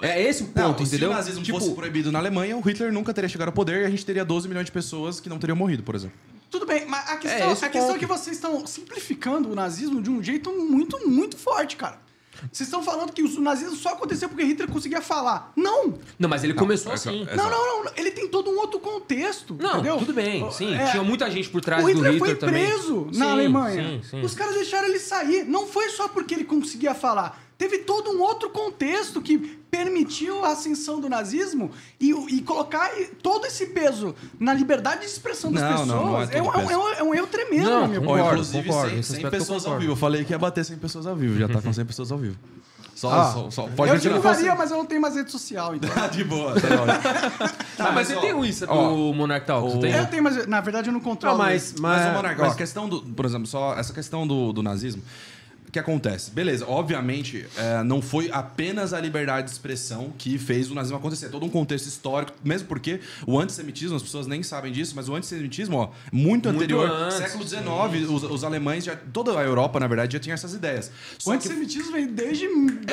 Speaker 2: É esse o ponto,
Speaker 4: Não,
Speaker 2: entendeu? Tipo,
Speaker 4: Se o nazismo fosse proibido na Alemanha, o Hitler nunca teria chegado ao poder e a gente teria 12 milhões de pessoas que não teriam morrido, por exemplo.
Speaker 3: Tudo bem, mas a
Speaker 2: É,
Speaker 3: questão,
Speaker 2: esse
Speaker 3: a questão é
Speaker 2: ponto.
Speaker 3: que vocês estão simplificando o nazismo de um jeito muito, muito forte, cara. Vocês estão falando que o nazismo só aconteceu porque Hitler conseguia falar. Não!
Speaker 2: Não, mas ele começou
Speaker 4: é
Speaker 2: assim.
Speaker 4: só- é-
Speaker 3: Não, não, não. Ele tem todo um outro contexto.
Speaker 2: Não,
Speaker 3: entendeu?
Speaker 2: tudo bem, sim.
Speaker 3: É,
Speaker 2: Tinha muita gente por trás
Speaker 3: o Hitler,
Speaker 2: do Hitler
Speaker 3: foi
Speaker 2: também.
Speaker 3: preso na
Speaker 2: Sim,
Speaker 3: Alemanha.
Speaker 2: Sim, sim.
Speaker 3: Os caras deixaram ele sair. Não foi só porque ele conseguia falar. Teve todo um outro contexto que permitiu a ascensão do nazismo e, e colocar todo esse peso na liberdade de expressão das
Speaker 4: Não,
Speaker 3: pessoas.
Speaker 4: não, não é
Speaker 3: é, um,
Speaker 4: todo
Speaker 3: é um- é um eu tremendo,
Speaker 2: Não,
Speaker 3: na minha
Speaker 2: com-
Speaker 4: Ó,
Speaker 2: Concordo,
Speaker 4: inclusive,
Speaker 2: concordo.
Speaker 4: 100,
Speaker 2: Nesse aspecto eu
Speaker 4: pessoas ao
Speaker 2: concordo.
Speaker 4: vivo. Eu falei que ia bater 100 pessoas ao vivo. Já tá com 100 pessoas ao vivo. Só,
Speaker 1: Ah.
Speaker 4: só, só- Pode
Speaker 3: eu
Speaker 4: [LAUGHS] continuar.
Speaker 3: divulgaria, mas eu não tenho mais rede social, então.
Speaker 4: Tá de boa. tá da hora.
Speaker 2: Ah, mas você tem o Insta do Monark Talks, não tem?
Speaker 3: Eu tenho mais. Na verdade, eu não controlo.
Speaker 1: Não, mas,
Speaker 4: Mas, ô,
Speaker 1: mas,
Speaker 4: Monarca, ó, a questão do. Por exemplo, só essa questão do, do nazismo. O que acontece? Beleza, obviamente, eh, não foi apenas a liberdade de expressão que fez o nazismo acontecer. É Todo um contexto histórico, mesmo porque o antissemitismo, as pessoas nem sabem disso, mas o antissemitismo, ó, muito, anterior,
Speaker 2: antes,
Speaker 4: século XIX, os, os alemães, já, toda a Europa, na verdade, já tinha essas ideias.
Speaker 3: O
Speaker 4: Só que
Speaker 3: antissemitismo vem desde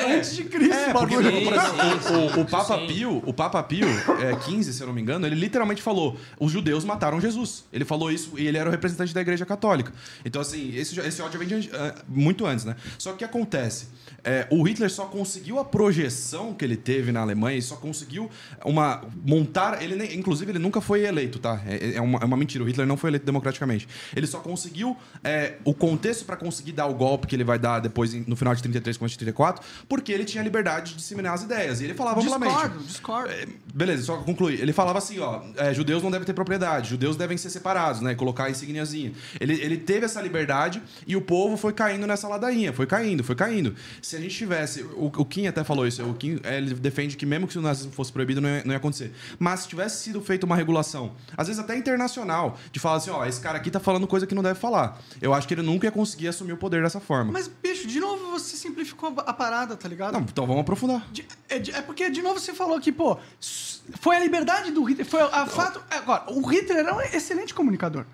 Speaker 3: antes de Cristo.
Speaker 4: é,
Speaker 3: bagulho.
Speaker 4: porque, por exemplo,
Speaker 2: Sim,
Speaker 4: o- o, o Papa
Speaker 2: sim.
Speaker 4: Pio, o Papa Pio é, 15, se eu não me engano, ele literalmente falou: os judeus mataram Jesus. Ele falou isso e ele era o representante da Igreja Católica. Então, assim, esse, esse ódio vem de, an- ah, muito antes, né? Só que o que acontece? É, o Hitler só conseguiu a projeção que ele teve na Alemanha e só conseguiu uma montar. Ele nem- inclusive, ele nunca foi eleito, tá? É, é uma, é uma mentira. O Hitler não foi eleito democraticamente. Ele só conseguiu é, o contexto para conseguir dar o golpe que ele vai dar depois em- no final de 33 contra 34, porque ele tinha liberdade de disseminar as ideias. E ele falava amplamente.
Speaker 3: Discordo, discordo.
Speaker 4: É, Beleza, só concluir. Ele falava assim, ó, é, judeus não devem ter propriedade, judeus devem ser separados, né? Colocar a insigniazinha. Ele, ele teve essa liberdade e o povo foi caindo nessa ladainha, foi caindo, foi caindo. Se a gente tivesse... O, o Kim até falou isso, o Kim é, ele defende que mesmo que o nazismo fosse proibido, não ia, não ia acontecer. Mas se tivesse sido feita uma regulação, às vezes até internacional, de falar assim, ó, esse cara aqui tá falando coisa que não deve falar. Eu acho que ele nunca ia conseguir assumir o poder dessa forma.
Speaker 3: Mas, bicho, de novo você simplificou a a parada, tá ligado?
Speaker 4: Não, então vamos aprofundar.
Speaker 3: De- é, de- é porque, de novo, você falou que, pô, s- foi a liberdade do Hitler. Foi a fato. é, Agora, o Hitler era um excelente comunicador.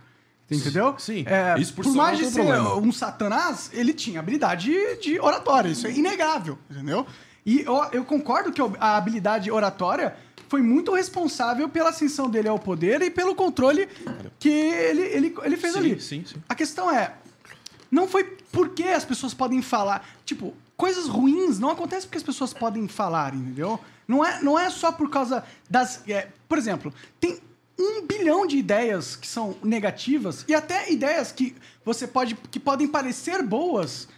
Speaker 3: Entendeu?
Speaker 4: Sim.
Speaker 3: É,
Speaker 4: Isso por
Speaker 3: por,
Speaker 4: si só
Speaker 3: mais
Speaker 4: não
Speaker 3: de ser
Speaker 4: tem problema.
Speaker 3: um satanás, ele tinha habilidade de oratória. Isso é inegável, entendeu? E eu, eu concordo que a habilidade oratória foi muito responsável pela ascensão dele ao poder e pelo controle que ele, ele, ele fez
Speaker 4: Sim,
Speaker 3: ali.
Speaker 4: sim, sim.
Speaker 3: A questão é, não foi porque as pessoas podem falar. Tipo, coisas ruins não acontecem porque as pessoas podem falar, entendeu? Não é, não é só por causa das. é, por exemplo, tem um bilhão de ideias que são negativas e até ideias que você pode. que podem parecer boas,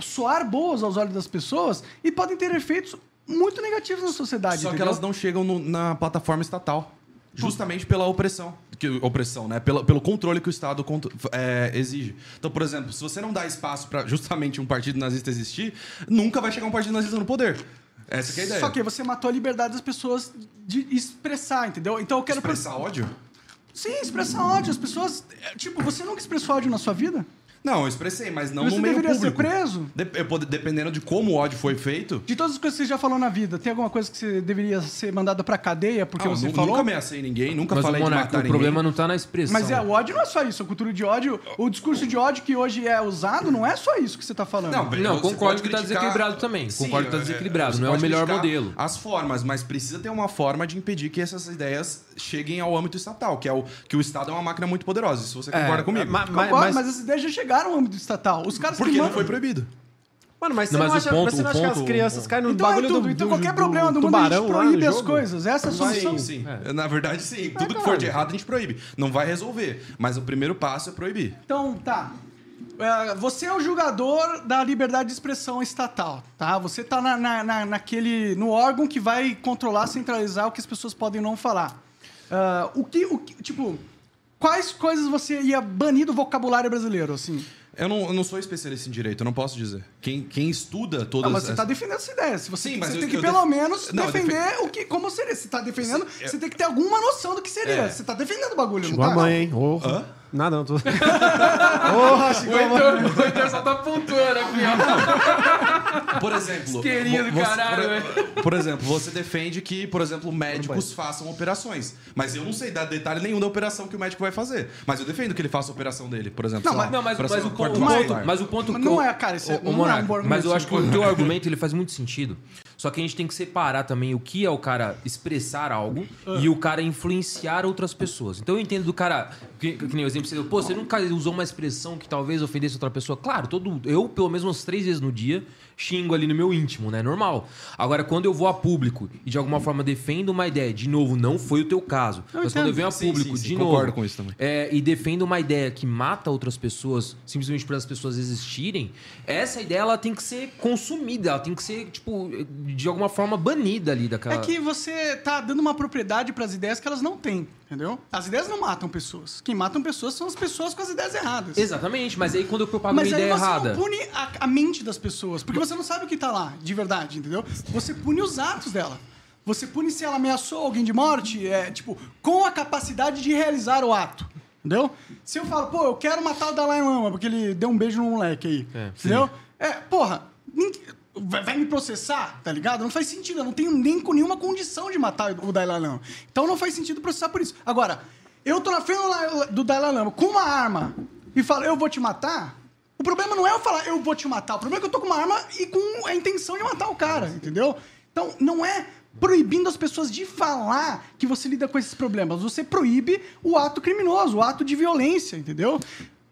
Speaker 3: soar boas aos olhos das pessoas e podem ter efeitos muito negativos na sociedade.
Speaker 4: Só que
Speaker 3: entendeu?
Speaker 4: elas não chegam no- na plataforma estatal. Justamente pela opressão. Que, opressão, né? Pelo, pelo controle que o Estado contro- é, exige. Então, por exemplo, se você não dá espaço pra justamente um partido nazista existir, nunca vai chegar um partido nazista no poder. Essa que é a ideia.
Speaker 3: Só que você matou a liberdade das pessoas de expressar, entendeu? Então eu quero.
Speaker 4: Expressar ódio?
Speaker 3: Sim, expressar ódio. As pessoas. é, Tipo, você nunca expressou ódio na sua vida?
Speaker 4: Não, eu expressei, mas não
Speaker 3: Você
Speaker 4: no meio
Speaker 3: deveria
Speaker 4: público.
Speaker 3: ser preso.
Speaker 4: Dep- eu pod- dependendo de como o ódio foi feito.
Speaker 3: De todas as coisas que você já falou na vida, tem alguma coisa que você deveria ser mandada pra cadeia porque
Speaker 4: Ah,
Speaker 3: você
Speaker 4: nu-
Speaker 3: falou?
Speaker 4: Nunca ameacei ninguém, nunca
Speaker 2: Mas,
Speaker 4: falei
Speaker 2: ô,
Speaker 4: de matar
Speaker 2: Monarca, o
Speaker 4: ninguém.
Speaker 2: problema não tá na expressão.
Speaker 3: Mas é, o ódio não é só isso. A cultura de ódio, o discurso de ódio que hoje é usado, não é só isso que você tá falando.
Speaker 4: Não, bem,
Speaker 2: Não,
Speaker 4: você
Speaker 2: concordo
Speaker 4: pode
Speaker 2: que tá
Speaker 4: criticar-
Speaker 2: desequilibrado também. Concordo que tá
Speaker 4: é,
Speaker 2: desequilibrado,
Speaker 4: você
Speaker 2: não é o
Speaker 4: pode
Speaker 2: melhor
Speaker 4: criticar
Speaker 2: modelo.
Speaker 4: As formas, mas precisa ter uma forma de impedir que essas ideias cheguem ao âmbito estatal, que é o que o Estado é uma máquina muito poderosa. Isso
Speaker 2: É,
Speaker 4: você concorda comigo?
Speaker 1: Ma- ma-
Speaker 3: Concordo, mas,
Speaker 1: É, mas-
Speaker 3: essas ideias já chegaram ao âmbito estatal. Os caras
Speaker 4: Porque
Speaker 3: que
Speaker 4: não
Speaker 3: mandam...
Speaker 4: foi proibido.
Speaker 1: Mano, mas você
Speaker 2: Não,
Speaker 1: não,
Speaker 2: mas o
Speaker 1: acha,
Speaker 2: ponto-
Speaker 1: mas você não
Speaker 2: o
Speaker 1: acha que as
Speaker 2: ponto-
Speaker 1: crianças caem no
Speaker 3: Então é
Speaker 1: bagulho
Speaker 3: tudo.
Speaker 1: do,
Speaker 3: então
Speaker 1: do-
Speaker 3: qualquer
Speaker 1: do
Speaker 3: problema do mundo a gente
Speaker 1: tubarão lá no
Speaker 3: proíbe as
Speaker 1: jogo?
Speaker 3: coisas. Essa é a solução.
Speaker 4: Sim, sim. Na verdade, sim. Tudo que for de errado, a gente proíbe. Não vai resolver. Mas o primeiro passo é proibir.
Speaker 3: Então, tá. É, Você é o julgador da liberdade de expressão estatal, tá? Você tá na, na- na- naquele, no órgão que vai controlar, centralizar o que as pessoas podem não falar. Ah, o, que, o que- tipo, quais coisas você ia banir do vocabulário brasileiro, assim?
Speaker 4: Eu não, eu não sou especialista em direito, eu não posso dizer. Quem, quem estuda
Speaker 2: Ah,
Speaker 4: todas
Speaker 3: Não, mas você
Speaker 4: as-
Speaker 3: tá defendendo essa ideia. Se você,
Speaker 4: Sim, mas
Speaker 3: você
Speaker 4: eu-
Speaker 3: tem que,
Speaker 4: eu
Speaker 3: pelo
Speaker 4: def-
Speaker 3: menos,
Speaker 4: Não, eu
Speaker 3: defender o que, como seria. Se tá defendendo,
Speaker 4: Sim, eu-
Speaker 3: você tem que ter alguma noção do que seria.
Speaker 4: É.
Speaker 3: Você tá defendendo o bagulho,
Speaker 1: Chegou
Speaker 3: não
Speaker 1: a
Speaker 3: tá?
Speaker 1: mãe, hein? Ô,
Speaker 4: Hã?
Speaker 1: Nada, não. Tô... Porra,
Speaker 2: [LAUGHS] O
Speaker 1: chegou a mãe.
Speaker 2: Heitor, o Heitor só tá pontuando aqui, ó.
Speaker 4: Por exemplo.
Speaker 2: Isqueirinho do
Speaker 4: vo- você-
Speaker 2: caralho,
Speaker 4: por- por, exemplo, você defende que, por exemplo, médicos façam operações. Mas eu não sei dar detalhe nenhum da operação que o médico vai fazer. Mas eu defendo que ele faça a operação dele, por exemplo.
Speaker 3: Não,
Speaker 4: sei lá,
Speaker 2: Não, mas, mas,
Speaker 4: operação
Speaker 2: o,
Speaker 4: no
Speaker 2: ponto,
Speaker 4: corte
Speaker 3: mas-
Speaker 4: vascular.
Speaker 2: mas o ponto
Speaker 3: Mas não
Speaker 2: o-
Speaker 3: é, cara, isso é-
Speaker 2: o- o
Speaker 3: não é um
Speaker 2: Monarca,
Speaker 3: bom
Speaker 2: Mas eu
Speaker 3: argumento.
Speaker 2: acho que o teu argumento ele faz muito sentido. Só que a gente tem que separar também o que é o cara expressar algo
Speaker 4: Ah.
Speaker 2: e o cara influenciar outras pessoas. Então eu entendo do cara, que, que nem o exemplo, você deu, pô, você nunca usou uma expressão que talvez ofendesse outra pessoa. Claro, todo eu pelo menos umas três vezes no dia xingo ali no meu íntimo, né? Normal. Agora, quando eu vou a público e de alguma forma defendo uma ideia, de novo, não foi o teu caso. mas quando eu venho a
Speaker 4: Sim,
Speaker 2: público,
Speaker 4: sim, sim,
Speaker 2: de novo.
Speaker 4: concordo com isso também.
Speaker 2: É, e defendo uma ideia que mata outras pessoas simplesmente para as pessoas existirem, essa ideia ela tem que ser consumida, ela tem que ser, tipo, de alguma forma banida ali daquela.
Speaker 3: É que você tá dando uma propriedade pras ideias que elas não têm, entendeu? As ideias não matam pessoas. Quem matam pessoas são as pessoas com as ideias erradas.
Speaker 2: Exatamente, mas aí quando eu propago
Speaker 3: Mas
Speaker 2: uma
Speaker 3: aí
Speaker 2: ideia
Speaker 3: você
Speaker 2: errada.
Speaker 3: não pune a, a mente das pessoas, porque você não sabe o que tá lá, de verdade, entendeu? Você pune os atos dela. Você pune se ela ameaçou alguém de morte, é, tipo, com a capacidade de realizar o ato. Entendeu? Se eu falo, pô, eu quero matar o Dalai Lama, porque ele deu um beijo no moleque aí. entendeu? É, porra, nin- vai vai me processar, tá ligado? Não faz sentido, eu não tenho nem com nenhuma condição de matar o Dalai Lama. Então não faz sentido processar por isso. Agora, eu tô na frente do Lai- do Dalai Lama com uma arma e falo, eu vou te matar, o problema não é eu falar, eu vou te matar. O problema é que eu tô com uma arma e com a intenção de matar o cara, entendeu? Então, não é proibindo as pessoas de falar que você lida com esses problemas. Você proíbe o ato criminoso, o ato de violência, entendeu?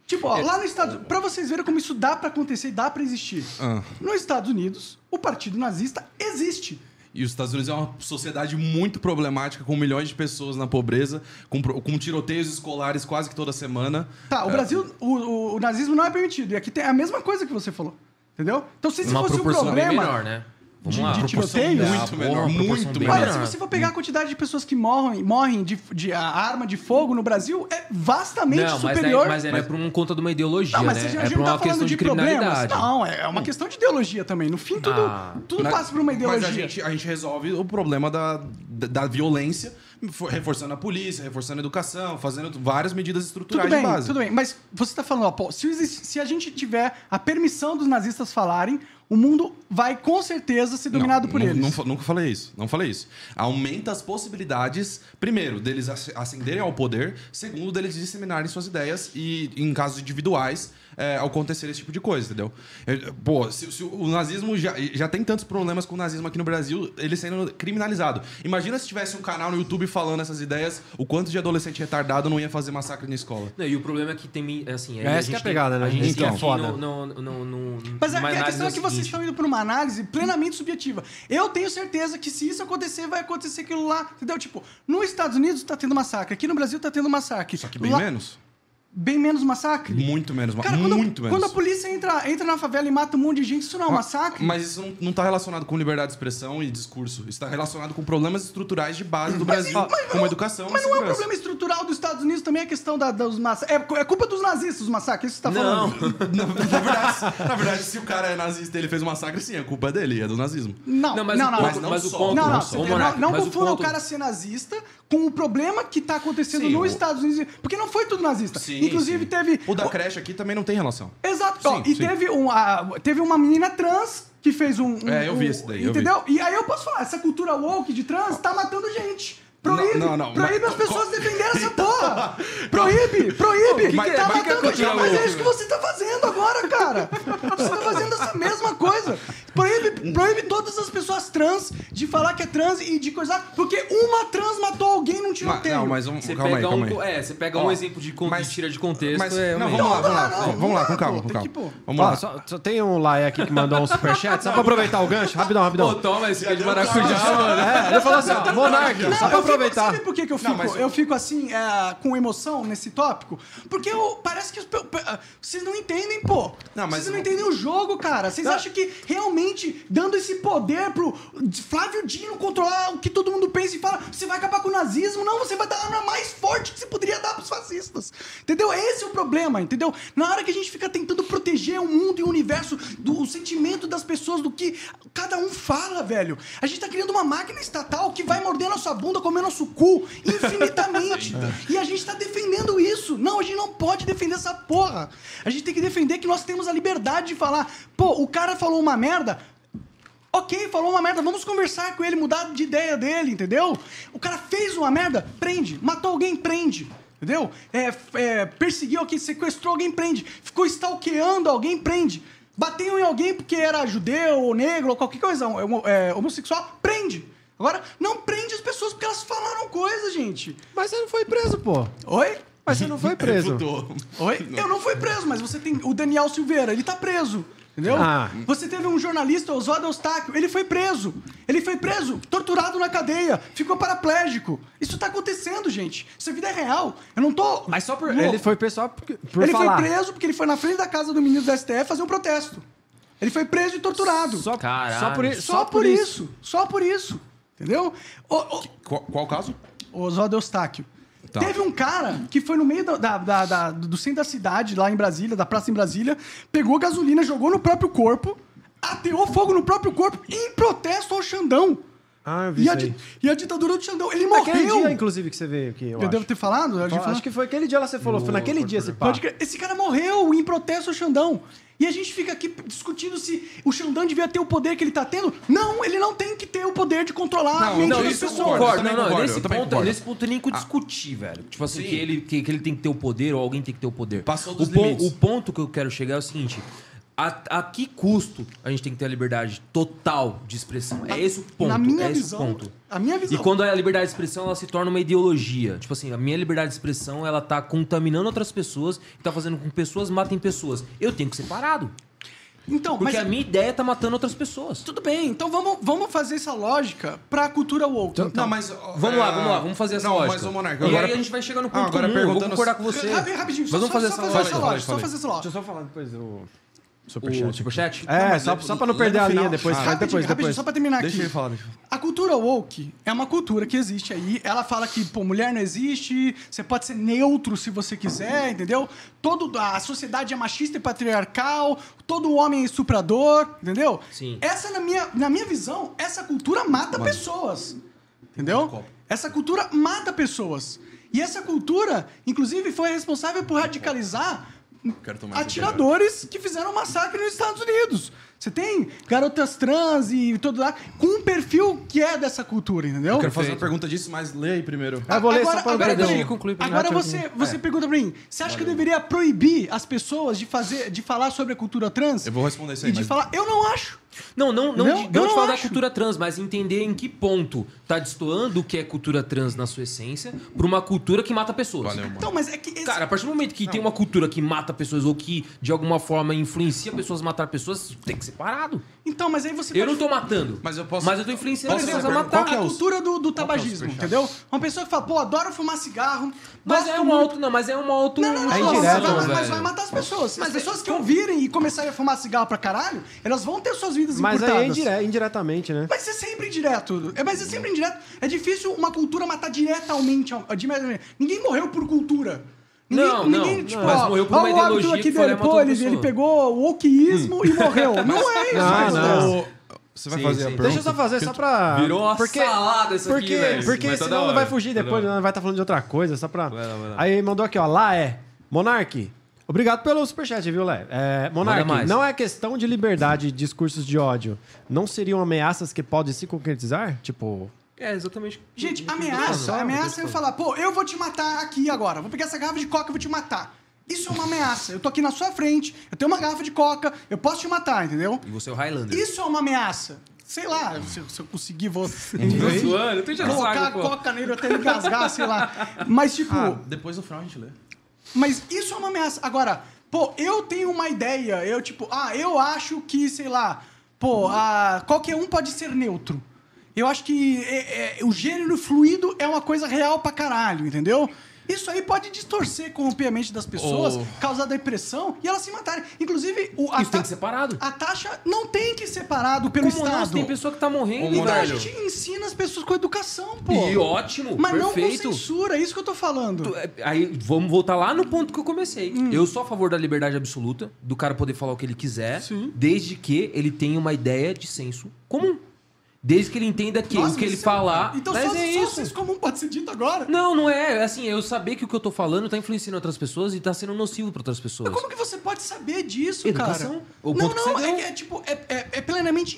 Speaker 3: Tipo, ó, lá nos Estados Unidos, pra vocês verem como isso dá pra acontecer e dá pra existir.
Speaker 4: Ah.
Speaker 3: Nos Estados Unidos, o partido nazista existe.
Speaker 4: E os Estados Unidos é uma sociedade muito problemática, com milhões de pessoas na pobreza, com, pro- com tiroteios escolares quase que toda semana. É,
Speaker 3: Tá, o Brasil, o, o- o nazismo não é permitido. E aqui tem a mesma coisa que você falou, entendeu? Então, se isso
Speaker 2: Uma
Speaker 3: fosse um
Speaker 2: proporção bem
Speaker 3: problema...
Speaker 2: menor, né? Vamos
Speaker 3: de-
Speaker 2: lá.
Speaker 3: de
Speaker 4: Proporção é
Speaker 3: tiroteios?
Speaker 4: Muito
Speaker 2: Ah,
Speaker 4: menor,
Speaker 2: porra, proporção
Speaker 4: muito
Speaker 2: bem
Speaker 4: menor.
Speaker 3: Olha,
Speaker 2: melhor.
Speaker 3: se você for pegar a quantidade de pessoas que morrem, morrem de, de a arma de fogo no Brasil, é vastamente
Speaker 2: Não, mas, aí,
Speaker 3: superior.
Speaker 2: mas aí não é por um conta de uma ideologia,
Speaker 3: Não, mas
Speaker 2: né?
Speaker 3: você já,
Speaker 2: É
Speaker 3: já
Speaker 2: por
Speaker 3: não
Speaker 2: uma
Speaker 3: tá
Speaker 2: questão
Speaker 3: falando
Speaker 2: de
Speaker 3: de problemas.
Speaker 2: criminalidade.
Speaker 3: Não, é uma questão de ideologia também. No fim, tudo,
Speaker 2: Ah.
Speaker 3: tudo
Speaker 4: Mas-
Speaker 3: passa por uma ideologia.
Speaker 4: Mas a gente, a gente resolve o problema da, da, da violência, for- reforçando a polícia, reforçando a educação, fazendo t- várias medidas estruturais
Speaker 3: Tudo bem,
Speaker 4: de base.
Speaker 3: tudo bem. Mas você tá falando, ó, pô, se, existe- se a gente tiver a permissão dos nazistas falarem, o mundo vai com certeza ser dominado
Speaker 4: não,
Speaker 3: por
Speaker 4: não,
Speaker 3: eles.
Speaker 4: não fa- nunca falei isso. Não falei isso. Aumenta as possibilidades, primeiro, deles ac- ascenderem ao poder, segundo, deles disseminarem suas ideias e, em casos individuais, é, acontecer esse tipo de coisa, entendeu? É, pô, se, se o nazismo já, já tem tantos problemas com o nazismo aqui no Brasil, ele sendo criminalizado. Imagina se tivesse um canal no YouTube falando essas ideias, o quanto de adolescente retardado não ia fazer massacre na escola.
Speaker 2: Não, e o problema é que tem. Assim, aí
Speaker 1: Essa
Speaker 2: a
Speaker 1: que
Speaker 2: gente
Speaker 1: é a
Speaker 2: tem-
Speaker 1: pegada, né?
Speaker 2: A gente
Speaker 1: Então.
Speaker 2: tem aqui
Speaker 1: Foda.
Speaker 2: no- no- no- no-
Speaker 3: Mas a,
Speaker 2: numa
Speaker 3: a
Speaker 2: análise
Speaker 3: questão é que vocês
Speaker 2: seguinte.
Speaker 3: estão indo para uma análise plenamente subjetiva. Eu tenho certeza que se isso acontecer, vai acontecer aquilo lá. Entendeu? Tipo, nos Estados Unidos tá tendo massacre, aqui no Brasil tá tendo massacre.
Speaker 4: Só que bem
Speaker 3: Lá-
Speaker 4: menos.
Speaker 3: Bem menos massacre?
Speaker 4: Muito menos.
Speaker 3: Cara, quando,
Speaker 4: muito menos.
Speaker 3: quando a polícia entra, entra na favela e mata um monte de gente, isso não é um
Speaker 4: Ma-
Speaker 3: massacre?
Speaker 4: Mas isso não, não tá relacionado com liberdade de expressão e discurso. Isso tá relacionado com problemas estruturais de base do Brasil, como educação
Speaker 3: Mas
Speaker 4: e
Speaker 3: não é um
Speaker 4: segurança.
Speaker 3: problema estrutural dos Estados Unidos também, é questão da- dos massacres. É, cu- é culpa dos nazistas os massacres, isso que você tá
Speaker 2: Não.
Speaker 4: [LAUGHS]
Speaker 3: falando?
Speaker 4: Na, na verdade, na verdade, se o cara é nazista e ele fez um massacre, sim, a culpa é dele, é do nazismo.
Speaker 3: Não,
Speaker 2: Não, mas
Speaker 3: não,
Speaker 2: o
Speaker 3: não.
Speaker 2: ponto-
Speaker 4: mas não
Speaker 2: mas o
Speaker 4: só.
Speaker 2: ponto-
Speaker 3: Não,
Speaker 4: Não,
Speaker 3: não,
Speaker 4: só.
Speaker 3: você
Speaker 2: Ô,
Speaker 3: tem-
Speaker 2: Monark,
Speaker 3: não, não
Speaker 2: mas
Speaker 3: confunda o,
Speaker 2: ponto-
Speaker 3: cara ser nazista com o problema que tá acontecendo
Speaker 4: Sim,
Speaker 3: nos
Speaker 4: o-
Speaker 3: Estados Unidos. Porque não foi tudo nazista.
Speaker 4: Sim,
Speaker 3: Inclusive
Speaker 4: sim.
Speaker 3: teve.
Speaker 4: O da creche aqui também não tem relação.
Speaker 3: Exato.
Speaker 4: Sim,
Speaker 3: ó, e
Speaker 4: sim.
Speaker 3: teve, um, a- teve uma menina trans que fez um. um-
Speaker 4: É, eu vi
Speaker 3: um-
Speaker 4: esse daí, eu
Speaker 3: Entendeu? E aí eu posso falar, essa cultura woke de trans tá matando gente.
Speaker 4: Não,
Speaker 3: Proíbe,
Speaker 4: não, não,
Speaker 3: proíbe
Speaker 4: mas-
Speaker 3: as pessoas
Speaker 4: [LAUGHS]
Speaker 3: defenderem essa porra! Proíbe, proíbe!
Speaker 4: que que é?
Speaker 3: tá
Speaker 4: Mas que é
Speaker 3: matando gente,
Speaker 4: cultura
Speaker 3: mas é
Speaker 4: woke,
Speaker 3: isso que
Speaker 4: velho?
Speaker 3: você tá fazendo agora, cara! Você tá fazendo essa mesma coisa! Proíbe, proíbe todas as pessoas trans de falar que é trans e de coisar, porque uma trans matou alguém num
Speaker 4: Ma-
Speaker 3: tiroteio!
Speaker 4: não, mas vamos.
Speaker 2: Você
Speaker 4: Calma aí,
Speaker 2: pega,
Speaker 4: calma
Speaker 2: um,
Speaker 4: aí.
Speaker 2: é, você pega um
Speaker 4: Ó,
Speaker 2: exemplo de, con-
Speaker 4: mas-
Speaker 2: de tira de contexto.
Speaker 4: Mas,
Speaker 2: é,
Speaker 4: não,
Speaker 2: realmente.
Speaker 4: vamos lá, vamos lá.
Speaker 3: Não, não, não,
Speaker 4: vamos lá,
Speaker 3: não,
Speaker 4: com calma,
Speaker 3: pô,
Speaker 4: com
Speaker 3: tem
Speaker 4: calma.
Speaker 3: que pôr.
Speaker 4: Vamos
Speaker 1: Ó,
Speaker 4: lá.
Speaker 1: só, só tem um Laia aqui que mandou um superchat, só pra aproveitar o gancho. Rapidão,
Speaker 2: Pô,
Speaker 1: rapidão.
Speaker 2: toma esse que é de maracujá, mano.
Speaker 1: É, ele falou assim, ó, Monark,
Speaker 3: Não,
Speaker 1: só pra
Speaker 3: eu fico- assim, tipo,
Speaker 1: aproveitar.
Speaker 3: sabe por que, que eu fico?
Speaker 4: mas-
Speaker 3: Eu fico assim, é, com emoção nesse tópico? Porque eu- parece que. os pe- pe- ah, Vocês não entendem, pô.
Speaker 4: Não, mas-
Speaker 3: Vocês não entendem o jogo, cara. Vocês acham que realmente dando esse poder pro Flávio Dino controlar o que todo mundo pensa e fala, você vai acabar com o nazismo? Não, você vai dar a arma mais forte que você poderia dar pros fascistas. Entendeu? Esse é o problema, entendeu? Na hora que a gente fica tentando proteger o mundo e o universo do o sentimento das pessoas, do que cada um fala, velho. A gente tá criando uma máquina estatal que vai morder nossa bunda, comer nosso cu infinitamente. e a gente tá defendendo isso. Não, a gente não pode defender essa porra. A gente tem que defender que nós temos a liberdade de falar. Pô, o cara falou uma merda. Ok, falou uma merda, vamos conversar com ele, mudar de ideia dele, entendeu? O cara fez uma merda, prende. Matou alguém, prende. Entendeu? É, f- é, perseguiu alguém, sequestrou alguém, prende. Ficou stalkeando alguém, prende. Bateu em alguém porque era judeu ou negro ou qualquer coisa, homo- é, homossexual, prende. Agora, não prende as pessoas porque elas falaram coisa, gente.
Speaker 1: Mas você não foi preso, pô.
Speaker 3: Oi?
Speaker 1: Mas você não foi preso.
Speaker 4: Mudou.
Speaker 3: Oi? Eu não fui preso, mas você tem o Daniel Silveira, ele tá preso. Entendeu?
Speaker 1: Ah.
Speaker 3: Você teve um jornalista, Oswaldo Eustáquio, ele foi preso. Ele foi preso, torturado na cadeia, ficou paraplégico. Isso tá acontecendo, gente. Isso é vida real. Eu não tô.
Speaker 1: Mas só por.
Speaker 3: louco.
Speaker 1: Ele foi preso só por, por
Speaker 3: Ele
Speaker 1: falar.
Speaker 3: foi preso porque ele foi na frente da casa do ministro do STF fazer um protesto. Ele foi preso e torturado. Só,
Speaker 1: Só,
Speaker 2: Caralho.
Speaker 1: só por, i- só
Speaker 3: por isso. Só por isso. Entendeu? Ô, ô,
Speaker 4: Qual, qual o caso?
Speaker 3: o Oswaldo Eustáquio.
Speaker 4: Tá.
Speaker 3: Teve um cara que foi no meio da- da- da- da- do centro da cidade, lá em Brasília, da praça em Brasília, pegou gasolina, jogou no próprio corpo, ateou fogo no próprio corpo em protesto ao Xandão.
Speaker 1: Ah, eu vi
Speaker 3: E
Speaker 1: isso
Speaker 3: a,
Speaker 1: aí.
Speaker 3: di- e a ditadura do Xandão. Ele
Speaker 1: Aquele
Speaker 3: morreu.
Speaker 1: dia, inclusive, que você veio aqui, eu,
Speaker 3: eu
Speaker 1: acho.
Speaker 3: devo ter falado? Eu
Speaker 1: Fala-
Speaker 3: devia falar.
Speaker 1: Acho que foi aquele dia lá que você falou. Foi naquele dia esse pá.
Speaker 3: Pode crer. Esse cara morreu em protesto ao Xandão. E a gente fica aqui discutindo se o Xandão devia ter o poder que ele tá tendo. Não, ele não tem que ter o poder de controlar a
Speaker 4: Não,
Speaker 3: mente
Speaker 2: Não,
Speaker 3: das
Speaker 2: isso é eu
Speaker 3: pessoas.
Speaker 4: concordo, eu
Speaker 2: concordo.
Speaker 4: também
Speaker 2: Não, não,
Speaker 4: concordo,
Speaker 2: nesse
Speaker 4: eu também
Speaker 2: ponto,
Speaker 4: concordo. Ah.
Speaker 2: nesse ponto eu nem que discutir, velho. Tipo assim, que ele, que, que ele tem que ter o poder ou alguém tem que ter o poder.
Speaker 4: Passou
Speaker 2: o,
Speaker 4: dos
Speaker 2: pon-
Speaker 4: limites.
Speaker 2: o ponto que eu quero chegar é o seguinte. A, a que custo a gente tem que ter a liberdade total de expressão? É esse o ponto.
Speaker 3: Na minha
Speaker 2: é esse o
Speaker 3: visão.
Speaker 2: ponto.
Speaker 3: A minha
Speaker 2: E
Speaker 3: visão.
Speaker 2: quando é a liberdade de expressão ela se torna uma ideologia. Tipo assim, a minha liberdade de expressão ela tá contaminando outras pessoas e tá fazendo com que pessoas matem pessoas. Eu tenho que ser parado.
Speaker 3: Então,
Speaker 2: Porque
Speaker 3: mas
Speaker 2: a minha ideia tá matando outras pessoas.
Speaker 3: Tudo bem, então vamos, vamos fazer essa lógica pra cultura woke. Então,
Speaker 4: mas. é,
Speaker 2: Vamos lá, vamos lá, vamos fazer essa
Speaker 4: não,
Speaker 2: lógica.
Speaker 4: Mas, ô, Monarca,
Speaker 2: e
Speaker 4: agora...
Speaker 2: aí a gente vai chegar no
Speaker 4: Ah,
Speaker 2: ponto
Speaker 4: agora
Speaker 2: comum, eu vou
Speaker 4: perguntando-
Speaker 2: concordar com você.
Speaker 3: Rapi- rapidinho,
Speaker 2: Mas
Speaker 3: só,
Speaker 2: vamos fazer
Speaker 3: só,
Speaker 2: essa
Speaker 3: fazer
Speaker 2: lógica.
Speaker 3: essa
Speaker 4: Falei,
Speaker 3: lógica. Só
Speaker 4: falei.
Speaker 3: fazer
Speaker 1: Deixa
Speaker 3: essa
Speaker 1: eu
Speaker 3: lógica.
Speaker 1: só falar depois do
Speaker 2: O
Speaker 1: superchat.
Speaker 2: superchat?
Speaker 1: É,
Speaker 4: mas
Speaker 1: só,
Speaker 4: lê-
Speaker 1: só pra não
Speaker 4: lê
Speaker 1: perder
Speaker 4: no
Speaker 1: a linha
Speaker 4: final.
Speaker 1: depois.
Speaker 4: Ah,
Speaker 1: faz
Speaker 3: Rapidinho,
Speaker 1: depois,
Speaker 3: rapidinho,
Speaker 1: depois.
Speaker 3: só pra terminar
Speaker 4: Deixa
Speaker 3: aqui.
Speaker 4: ele falar, deixa ele falar.
Speaker 3: A cultura woke é uma cultura que existe aí. Ela fala que, pô, mulher não existe, você pode ser neutro se você quiser, entendeu? Todo, a sociedade é machista e patriarcal, todo homem é estuprador, entendeu?
Speaker 2: Sim.
Speaker 3: Essa, na minha, na minha visão, essa cultura mata pessoas. Entendeu? Essa cultura mata pessoas. E essa cultura, inclusive, foi responsável por radicalizar
Speaker 4: Quero tomar esse
Speaker 3: atiradores que fizeram um massacre nos Estados Unidos. Você tem garotas trans e tudo lá, com um perfil que é dessa cultura, entendeu?
Speaker 4: Eu quero fazer uma pergunta disso, mas lê aí primeiro.
Speaker 1: Ah, vou ler
Speaker 3: agora,
Speaker 1: só pra É.
Speaker 3: agora,
Speaker 1: agora,
Speaker 2: Deixa
Speaker 3: peraí,
Speaker 2: ele concluir primeiro.
Speaker 3: agora você, você pergunta pra mim, você acha que eu deveria proibir as pessoas de fazer, de falar sobre a cultura trans?
Speaker 4: Eu vou responder isso aí,
Speaker 3: E de
Speaker 4: mas-
Speaker 3: falar, eu não acho.
Speaker 2: Não, não, não,
Speaker 3: Não,
Speaker 2: de-
Speaker 3: eu
Speaker 2: não,
Speaker 3: não
Speaker 2: de falar da
Speaker 3: acho.
Speaker 2: cultura trans, mas entender em que ponto tá destoando o que é cultura trans na sua essência pra uma cultura que mata pessoas.
Speaker 4: Valeu, mano.
Speaker 3: Então, mas é que esse-
Speaker 2: Cara, a partir do momento que tem uma cultura que mata pessoas ou que de alguma forma influencia pessoas a matar pessoas, tem que ser parado.
Speaker 3: então, mas aí você
Speaker 2: Eu
Speaker 3: pode
Speaker 2: não tô matando.
Speaker 4: Mas eu posso-
Speaker 2: Mas eu tô influenciando
Speaker 4: Posso
Speaker 2: pessoas a
Speaker 4: fazer uma
Speaker 2: matar.
Speaker 4: pergunta?
Speaker 3: a
Speaker 4: Qual que é o-
Speaker 3: cultura do, do
Speaker 4: que é o
Speaker 3: tabagismo,
Speaker 4: superchat?
Speaker 3: entendeu? Uma pessoa que fala, pô, adoro fumar cigarro.
Speaker 2: Mas
Speaker 3: gosto
Speaker 2: é um
Speaker 3: muito-
Speaker 2: auto. Não, mas é um auto.
Speaker 3: Não, não, não,
Speaker 1: É
Speaker 3: não,
Speaker 1: indireto,
Speaker 3: mas, vai,
Speaker 1: velho.
Speaker 3: mas vai matar as pessoas. As pessoas que ouvirem e começarem a fumar cigarro pra caralho, elas vão ter suas vidas
Speaker 1: Mas aí
Speaker 3: encurtadas.
Speaker 1: é indire- indiretamente, né?
Speaker 3: Mas é sempre indireto. É, mas é sempre indireto. É difícil uma cultura matar diretamente. ao- diretamente. Ninguém morreu por cultura. Ninguém,
Speaker 2: Não,
Speaker 3: ninguém,
Speaker 2: não,
Speaker 3: tipo,
Speaker 2: mas
Speaker 3: ó,
Speaker 2: morreu por uma
Speaker 3: ó, o Abdul
Speaker 2: ideologia
Speaker 3: aqui
Speaker 2: que foi lá
Speaker 3: dele,
Speaker 2: e matou
Speaker 3: pô,
Speaker 2: a
Speaker 3: ele,
Speaker 1: [LAUGHS]
Speaker 2: pessoa.
Speaker 3: ele pegou o wokeísmo e morreu. Não é isso.
Speaker 1: Hum. Não,
Speaker 3: mas-
Speaker 1: não.
Speaker 4: O- Você vai
Speaker 2: Sim,
Speaker 4: fazer
Speaker 2: sim.
Speaker 4: a pergunta?
Speaker 1: Deixa eu só fazer, só pra.
Speaker 2: Virou uma salada isso aqui,
Speaker 1: porque,
Speaker 2: velho.
Speaker 1: Porque
Speaker 2: Mas tá da
Speaker 1: senão
Speaker 2: hora,
Speaker 1: não vai fugir
Speaker 2: tá da
Speaker 1: depois,
Speaker 2: hora.
Speaker 1: não vai estar falando de outra coisa, só pra.
Speaker 2: Vai lá, vai lá.
Speaker 1: Aí mandou aqui, ó. Lá é. Monark, obrigado pelo superchat, viu, Lé? É,
Speaker 2: Manda
Speaker 1: Monark,
Speaker 2: mais.
Speaker 1: não é questão de liberdade e discursos de ódio. Não seriam ameaças que podem se concretizar? Tipo.
Speaker 2: É, exatamente.
Speaker 3: Gente,
Speaker 2: Não, não, não,
Speaker 3: ameaça,
Speaker 2: não, não,
Speaker 3: ameaça é eu
Speaker 2: não,
Speaker 3: falar, pô, eu vou te matar aqui agora. Vou pegar essa garrafa de coca e vou te matar. Isso é uma ameaça. Eu tô aqui na sua frente, eu tenho uma garrafa de coca, eu posso te matar, entendeu?
Speaker 2: E você é o Highlander.
Speaker 3: Isso é uma ameaça. Sei lá, se, se eu conseguir, vou.
Speaker 2: Tô zoando, eu tô enchendo o
Speaker 3: [LAUGHS] Colocar a
Speaker 2: saco, pô.
Speaker 3: coca nele até ele engasgar, sei lá. Mas, tipo,
Speaker 4: depois do final a gente lê.
Speaker 3: mas isso é uma ameaça. Agora, pô, eu tenho uma ideia. Eu, tipo, ah, eu acho que, sei lá, pô, ah, qualquer um pode ser neutro. Eu acho que é, é, o gênero fluido é uma coisa real pra caralho, entendeu? Isso aí pode distorcer, corromper a mente das pessoas,
Speaker 4: Oh.
Speaker 3: causar depressão e elas se matarem. Inclusive, o, a,
Speaker 2: Isso tem que
Speaker 3: ta-
Speaker 2: ser parado.
Speaker 3: a taxa não tem que ser parado pelo
Speaker 2: Como não?
Speaker 3: Estado.
Speaker 2: Se Tem pessoa que tá
Speaker 4: Ô,
Speaker 2: morrendo,
Speaker 3: Então a
Speaker 4: Monark,
Speaker 2: velho.
Speaker 3: gente ensina as pessoas com educação, pô.
Speaker 2: E ótimo,
Speaker 3: Mas
Speaker 2: perfeito.
Speaker 3: não com censura, é isso que eu tô falando.
Speaker 2: Tu- é, Aí vamos voltar lá no ponto que eu comecei.
Speaker 3: Hum.
Speaker 2: Eu sou a favor da liberdade absoluta, do cara poder falar o que ele quiser, desde que ele tenha uma ideia de senso comum. Desde que ele entenda que
Speaker 3: Nossa,
Speaker 2: o que
Speaker 3: mas
Speaker 2: ele
Speaker 3: isso-
Speaker 2: falar.
Speaker 3: Então
Speaker 2: mas
Speaker 3: só,
Speaker 2: é
Speaker 3: só
Speaker 2: isso.
Speaker 3: senso comum pode ser dito agora?
Speaker 2: Não, não é. É Assim, eu saber que o que eu tô falando tá influenciando outras pessoas e tá sendo nocivo pra outras pessoas.
Speaker 3: Mas como que você pode saber disso,
Speaker 2: Educação?
Speaker 3: cara?
Speaker 2: O
Speaker 3: não,
Speaker 2: ponto que
Speaker 3: não,
Speaker 2: você
Speaker 3: é,
Speaker 2: deu.
Speaker 3: é tipo, é, é- é plenamente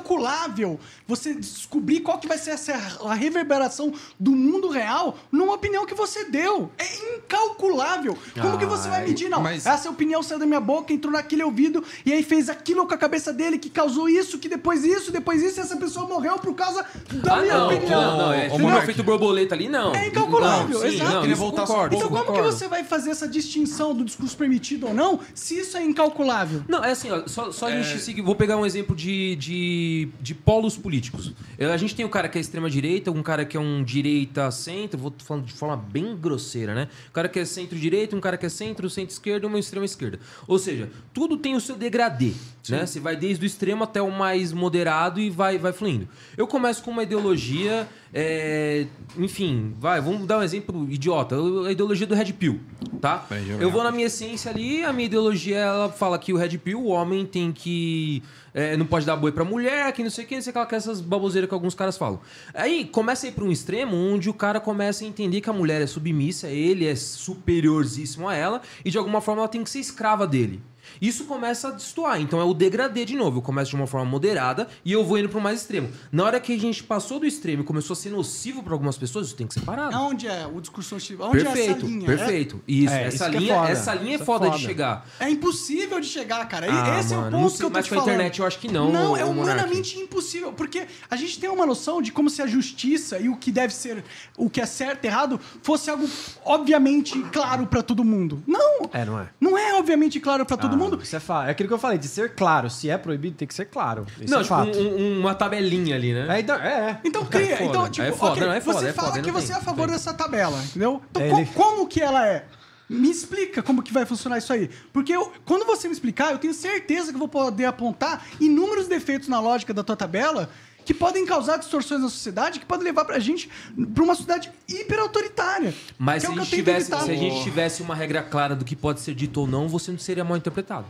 Speaker 3: incalculável você descobrir qual que vai ser essa, a reverberação do mundo real numa opinião que você deu. É incalculável. Como que você vai
Speaker 2: Ai,
Speaker 3: medir? Não,
Speaker 4: mas-
Speaker 3: essa é opinião saiu da minha boca, entrou naquele ouvido e aí fez aquilo com a cabeça dele que causou isso, que depois isso, depois isso, e essa pessoa morreu por causa da
Speaker 2: Ah,
Speaker 3: minha
Speaker 2: não, não,
Speaker 3: opinião.
Speaker 2: não, não. É,
Speaker 4: Ô,
Speaker 2: tipo,
Speaker 4: Monark.
Speaker 2: efeito borboleta ali, não.
Speaker 3: É incalculável,
Speaker 2: Não, sim,
Speaker 3: exato.
Speaker 2: não,
Speaker 3: Queria
Speaker 2: isso
Speaker 4: voltar só um
Speaker 2: concordo,
Speaker 4: pouco.
Speaker 3: Então como que
Speaker 2: concordo.
Speaker 3: você vai fazer essa distinção do discurso permitido ou não se isso é incalculável?
Speaker 2: Não, é assim, ó, só, só a gente seguir. Vou pegar um exemplo de, de, de polos políticos. Eh, A gente tem um cara que é extrema-direita, um cara que é um direita-centro, vou falando de forma bem grosseira, né? Um cara que é centro-direita, um cara que é centro, centro-esquerda e uma extrema-esquerda. Ou seja, tudo tem o seu degradê, né? Você vai desde o extremo até o mais moderado e vai, vai fluindo. Eu começo com uma ideologia, eh, enfim, vai, vamos dar um exemplo idiota. A ideologia do Red Pill, tá?
Speaker 4: Vai, eu-
Speaker 2: Eu vou na minha essência ali, a minha ideologia ela fala que o Red Pill, o homem tem que. é, não pode dar boi pra mulher, que não sei o que, não sei o que, lá, que essas baboseiras que alguns caras falam. Aí começa a ir pra um extremo onde o cara começa a entender que a mulher é submissa, ele é superiorzíssimo a ela, e de alguma forma ela tem que ser escrava dele. Isso começa a destoar, então é o degradê de novo. Eu começo de uma forma moderada e eu vou indo pro mais extremo. Na hora que a gente passou do extremo e começou a ser nocivo pra algumas pessoas, isso tem que ser parado.
Speaker 3: Aonde é o discurso hostil? Aonde é essa
Speaker 2: Perfeito,
Speaker 3: linha?
Speaker 2: perfeito. Isso,
Speaker 1: É,
Speaker 2: essa,
Speaker 1: isso que é
Speaker 2: linha,
Speaker 1: foda.
Speaker 2: essa linha
Speaker 1: Isso
Speaker 2: é
Speaker 1: é
Speaker 2: foda,
Speaker 1: foda.
Speaker 2: de chegar.
Speaker 3: É, é impossível de chegar, cara. E
Speaker 2: Ah,
Speaker 3: esse é o
Speaker 2: mano, não
Speaker 3: ponto
Speaker 2: sei,
Speaker 3: que eu tô
Speaker 2: mas
Speaker 3: te
Speaker 2: com a
Speaker 3: falando.
Speaker 2: internet eu acho que não,
Speaker 3: Não,
Speaker 2: ô,
Speaker 3: é
Speaker 2: Monark.
Speaker 3: humanamente impossível. Porque a gente tem uma noção de como se a justiça e o que deve ser, o que é certo e errado, fosse algo obviamente claro pra todo mundo. Não!
Speaker 1: É, não é?
Speaker 3: Não é obviamente claro pra todo
Speaker 1: Ah,
Speaker 3: mundo.
Speaker 1: Isso é, fa- é aquilo que eu falei, de ser claro. Se é proibido, tem que ser claro. Isso
Speaker 2: não,
Speaker 1: é
Speaker 2: tipo,
Speaker 1: fato.
Speaker 2: um- um- uma tabelinha ali, né?
Speaker 1: É, então, é, é.
Speaker 3: Então
Speaker 2: Cara,
Speaker 3: cria,
Speaker 2: é foda.
Speaker 3: então tipo,
Speaker 2: É foda,
Speaker 3: ok,
Speaker 2: não, é foda,
Speaker 3: você
Speaker 2: é
Speaker 3: fala
Speaker 2: foda,
Speaker 3: que
Speaker 2: não
Speaker 3: você
Speaker 2: tem,
Speaker 3: é a favor
Speaker 2: não tem.
Speaker 3: dessa tabela, entendeu? Então
Speaker 1: É,
Speaker 3: co-
Speaker 1: ele-
Speaker 3: como que ela é? Me explica como que vai funcionar isso aí. Porque eu- quando você me explicar, eu tenho certeza que eu vou poder apontar inúmeros defeitos na lógica da tua tabela que podem causar distorções na sociedade, que podem levar pra gente pra uma sociedade hiperautoritária.
Speaker 2: Mas
Speaker 3: que
Speaker 2: se,
Speaker 3: é
Speaker 2: a
Speaker 3: o que eu
Speaker 2: gente
Speaker 3: tento
Speaker 2: tivesse,
Speaker 3: evitar.
Speaker 2: se a gente tivesse uma regra clara do que pode ser dito ou não, você não seria mal interpretado.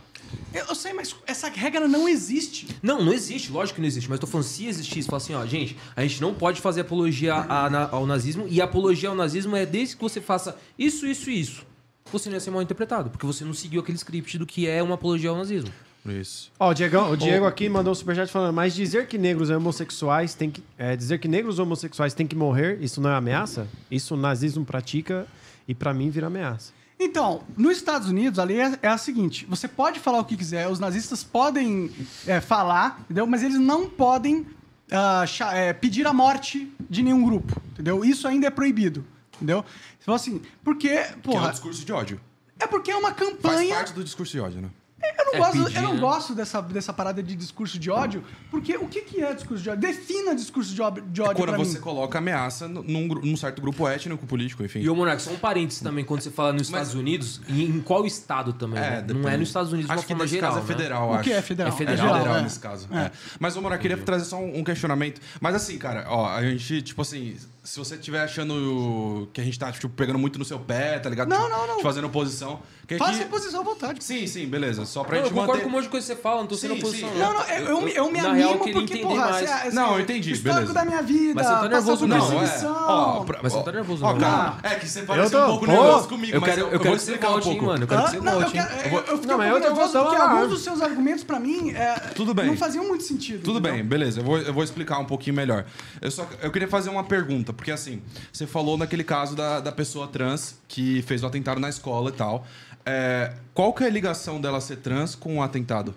Speaker 3: Eu, eu sei, mas essa regra não existe.
Speaker 2: Não, não existe, lógico que não existe, mas tô falando, se existisse, fala assim, ó, gente, a gente não pode fazer apologia a- na- ao nazismo, e apologia ao nazismo é desde que você faça isso, isso e isso. Você não ia ser mal interpretado, porque você não seguiu aquele script do que é uma apologia ao nazismo.
Speaker 4: Isso.
Speaker 1: Ó, o, Diegão- o Diego aqui mandou um superchat falando, mas dizer que negros homossexuais têm que. é, dizer que negros homossexuais têm que morrer, isso não é ameaça? Isso o nazismo pratica e pra mim vira ameaça.
Speaker 3: Então, nos Estados Unidos, a lei é, é a seguinte: você pode falar o que quiser, os nazistas podem é, falar, entendeu? Mas eles não podem ah, cha- é, pedir a morte de nenhum grupo, entendeu? Isso ainda é proibido, entendeu? Então, assim, porque,
Speaker 4: Que é o
Speaker 3: porra,
Speaker 4: discurso de ódio.
Speaker 3: é porque é uma
Speaker 4: Faz
Speaker 3: campanha.
Speaker 4: parte do discurso de ódio, né?
Speaker 3: Eu não
Speaker 2: É
Speaker 3: gosto,
Speaker 2: pedir,
Speaker 3: eu não
Speaker 2: né?
Speaker 3: gosto dessa, dessa parada de discurso de ódio, porque o que, que é discurso de ódio? Defina discurso de, ob- de ódio
Speaker 4: É Quando
Speaker 3: pra
Speaker 4: você
Speaker 3: mim.
Speaker 4: coloca ameaça num, gru- num certo grupo étnico, político, enfim.
Speaker 2: E o Monark, só um parênteses também, quando você fala nos Estados Unidos, em, em qual estado também? né? Não é
Speaker 4: depende.
Speaker 2: nos Estados Unidos de
Speaker 4: acho
Speaker 2: uma forma
Speaker 4: que nesse
Speaker 2: geral.
Speaker 4: caso é
Speaker 2: né?
Speaker 4: federal,
Speaker 3: O que
Speaker 4: acho.
Speaker 3: é federal?
Speaker 2: É
Speaker 4: É
Speaker 2: federal,
Speaker 4: federal,
Speaker 3: é.
Speaker 4: nesse caso.
Speaker 3: É.
Speaker 4: é. Mas, ô, Mora, eu queria trazer só um, um questionamento. Mas assim, cara, ó, a gente, tipo assim, se você estiver achando que a gente tá, tipo, pegando muito no seu pé, tá ligado?
Speaker 3: Não,
Speaker 4: Tipo,
Speaker 3: não, não.
Speaker 4: Te fazendo oposição. Que
Speaker 3: Faça
Speaker 4: aqui-
Speaker 3: a posição à vontade.
Speaker 4: Sim, sim, beleza. Só pra
Speaker 2: Não, eu
Speaker 4: gente
Speaker 2: concordo
Speaker 4: manter...
Speaker 2: com um monte de coisa que você fala, não tô sendo
Speaker 4: Sim,
Speaker 2: oposição.
Speaker 4: sim.
Speaker 3: É. Não, não, eu, eu, me- eu me
Speaker 2: Na
Speaker 3: animo
Speaker 2: real, eu queria
Speaker 3: porque,
Speaker 2: entender
Speaker 3: porra,
Speaker 2: mais.
Speaker 3: assim, assim,
Speaker 4: Não, eu entendi,
Speaker 3: Histórico
Speaker 4: beleza.
Speaker 3: da minha vida.
Speaker 2: Mas você tá nervoso,
Speaker 3: passou por
Speaker 2: não, é.
Speaker 3: perseguição.
Speaker 4: é. Ó, pra-
Speaker 2: Mas você
Speaker 4: ó,
Speaker 2: tá nervoso,
Speaker 4: ó,
Speaker 2: não.
Speaker 4: cara, é que você parece
Speaker 1: tô,
Speaker 4: um pouco
Speaker 1: pô.
Speaker 4: nervoso comigo,
Speaker 2: Eu
Speaker 4: mas
Speaker 2: quero, eu
Speaker 4: eu
Speaker 2: quero
Speaker 4: vou
Speaker 2: que você
Speaker 4: explicar um
Speaker 2: volte, hein,
Speaker 4: pouco.
Speaker 2: mano. Eu quero que
Speaker 3: Hã?
Speaker 2: você
Speaker 3: Não, eu,
Speaker 2: volte, hein.
Speaker 3: quero, eu, eu
Speaker 1: Não,
Speaker 3: fiquei um
Speaker 1: mas eu
Speaker 3: pouco
Speaker 1: tô
Speaker 3: nervoso porque
Speaker 1: voltando lá.
Speaker 3: alguns dos seus argumentos pra mim é,
Speaker 4: Tudo bem.
Speaker 3: não faziam muito sentido.
Speaker 4: Tudo
Speaker 3: entendeu?
Speaker 4: bem, beleza. Eu vou, eu vou explicar um pouquinho melhor. Eu só eu queria fazer uma pergunta, porque assim, você falou naquele caso da, da pessoa trans que fez o atentado na escola e tal. É, qual que é a ligação dela ser trans com o atentado?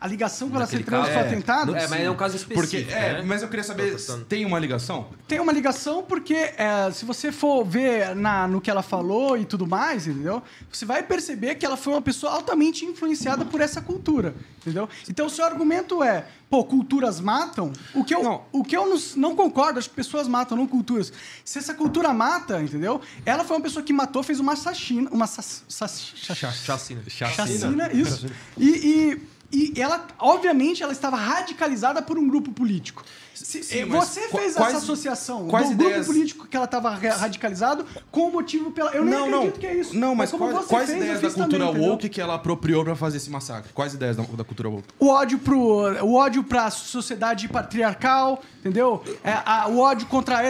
Speaker 3: A ligação com ela ser
Speaker 2: Naquele
Speaker 3: trans
Speaker 2: caso,
Speaker 3: foi
Speaker 2: é.
Speaker 3: atentado?
Speaker 2: É, mas é um caso específico.
Speaker 4: Porque, é,
Speaker 2: né?
Speaker 4: mas eu queria saber, se tem uma ligação?
Speaker 3: Tem uma ligação porque é, se você for ver na, no que ela falou e tudo mais, entendeu? Você vai perceber que ela foi uma pessoa altamente influenciada por essa cultura, entendeu? Então o seu argumento é, pô, culturas matam? O que eu não, o que eu não, não concordo, acho que pessoas matam, não culturas. Se essa cultura mata, entendeu? Ela foi uma pessoa que matou, fez uma assassina, uma assass- assass-
Speaker 2: Chacina.
Speaker 3: Chacina, isso. E, e, e ela, obviamente, ela estava radicalizada por um grupo político. Se-
Speaker 4: Sim,
Speaker 3: eh,
Speaker 4: mas
Speaker 3: você
Speaker 4: qua-
Speaker 3: fez
Speaker 4: quais-
Speaker 3: essa associação
Speaker 4: quais
Speaker 3: do
Speaker 4: ideias-
Speaker 3: grupo político que ela estava ra- radicalizado com o motivo pela. Eu
Speaker 4: não,
Speaker 3: nem
Speaker 4: não.
Speaker 3: acredito que é isso.
Speaker 4: Não, mas,
Speaker 3: como
Speaker 4: quais,
Speaker 3: você
Speaker 4: quais
Speaker 3: fez, eu
Speaker 4: ideias da
Speaker 3: fiz
Speaker 4: cultura
Speaker 3: também, entendeu?
Speaker 4: woke que ela apropriou pra fazer esse massacre? Quais ideias da, da cultura woke?
Speaker 3: O ódio pro. O ódio pra sociedade patriarcal, entendeu? É, a- o ódio contra a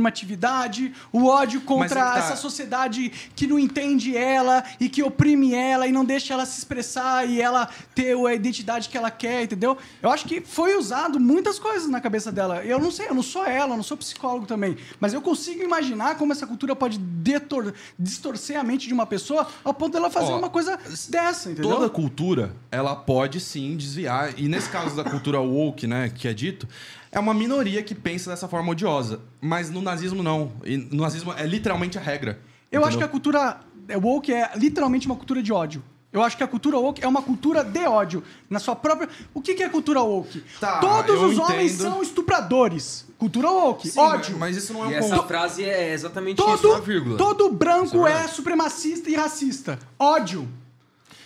Speaker 3: heteronormatividade, o ódio contra
Speaker 4: é que tá.
Speaker 3: essa sociedade que não entende ela e que oprime ela e não deixa ela se expressar e ela ter a identidade que ela quer, entendeu? Eu acho que foi usado muitas coisas na cabeça dela. Eu não sei, eu não sou ela, eu não sou psicólogo também, mas eu consigo imaginar como essa cultura pode detor- distorcer a mente de uma pessoa ao ponto dela fazer
Speaker 4: Ó,
Speaker 3: uma coisa dessa, entendeu?
Speaker 4: Toda cultura, ela pode sim desviar. E nesse caso da cultura woke, né, que é dito, é uma minoria que pensa dessa forma odiosa. Mas no nazismo, não. E no nazismo é literalmente a regra.
Speaker 3: Eu acho que a
Speaker 4: entendeu?
Speaker 3: cultura woke é literalmente uma cultura de ódio. Eu acho que a cultura woke é uma cultura de ódio. Na sua própria. O que que é cultura woke?
Speaker 4: Tá,
Speaker 3: Todos
Speaker 4: eu
Speaker 3: os homens
Speaker 4: entendo.
Speaker 3: são estupradores. Cultura woke.
Speaker 4: Sim,
Speaker 3: ódio.
Speaker 4: Mas isso não é
Speaker 2: E
Speaker 4: um
Speaker 2: essa
Speaker 4: conto.
Speaker 2: frase é exatamente isso, uma
Speaker 3: todo,
Speaker 2: vírgula.
Speaker 3: todo branco é,
Speaker 2: verdade.
Speaker 3: supremacista e racista. Ódio.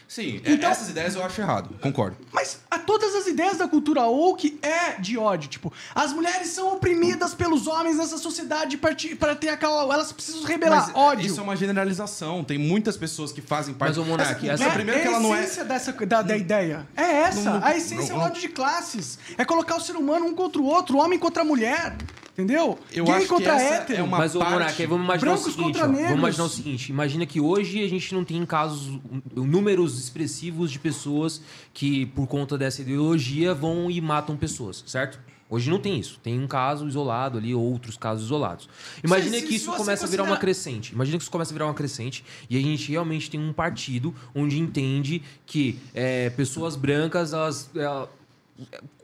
Speaker 4: Sim, é-
Speaker 3: Então-
Speaker 4: essas ideias eu acho errado. Concordo.
Speaker 3: Mas a, todas as ideias da cultura woke é de ódio. Tipo, as mulheres são oprimidas pelos homens nessa sociedade parti- patriarcal. Elas precisam se rebelar.
Speaker 4: Mas
Speaker 3: ódio.
Speaker 4: Isso é uma generalização. Tem muitas pessoas que fazem parte...
Speaker 2: Mas, ô, Monark,
Speaker 4: essa,
Speaker 2: essa-
Speaker 4: primeiro que ela não
Speaker 3: a
Speaker 4: é...
Speaker 3: Né? essência dessa, da, da ideia. É essa.
Speaker 4: Não- não-
Speaker 3: a essência
Speaker 4: não-
Speaker 3: é o ódio de classes. É colocar o ser humano um contra o outro, o homem contra a mulher. Entendeu?
Speaker 4: Eu
Speaker 3: Gay
Speaker 4: acho que
Speaker 3: contra
Speaker 4: essa
Speaker 3: hétero.
Speaker 4: é uma
Speaker 2: Mas, ô,
Speaker 4: parte-
Speaker 2: Monark, aí vamos imaginar
Speaker 3: Brancos
Speaker 2: o seguinte,
Speaker 3: contra
Speaker 2: ó,
Speaker 3: negros.
Speaker 2: vamos imaginar o seguinte, imagina que hoje a gente não tem casos, um- números expressivos de pessoas que, por conta dessa ideologia, vão e matam pessoas, certo? Hoje não tem isso. Tem um caso isolado ali, outros casos isolados. Imagina
Speaker 3: Se- se-
Speaker 2: que
Speaker 3: se
Speaker 2: isso
Speaker 3: você
Speaker 2: começa a virar uma
Speaker 3: considerar-
Speaker 2: crescente. Imagina que isso começa a virar uma crescente e a gente realmente tem um partido onde entende que é, pessoas brancas, elas... ela-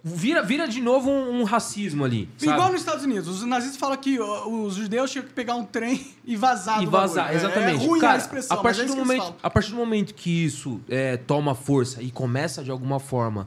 Speaker 2: Vira, vira de novo um, um racismo ali. sabe?
Speaker 3: Igual nos Estados Unidos, os nazistas falam que ó, os judeus tinham que pegar um trem e vazar
Speaker 2: e
Speaker 3: do
Speaker 2: vazar,
Speaker 3: bagulho.
Speaker 2: exatamente.
Speaker 3: É ruim
Speaker 2: Cara,
Speaker 3: a expressão,
Speaker 2: a
Speaker 3: mas
Speaker 2: partir
Speaker 3: é isso
Speaker 2: do
Speaker 3: que eles
Speaker 2: momento,
Speaker 3: falam.
Speaker 2: a partir do momento que isso é, toma força e começa de alguma forma,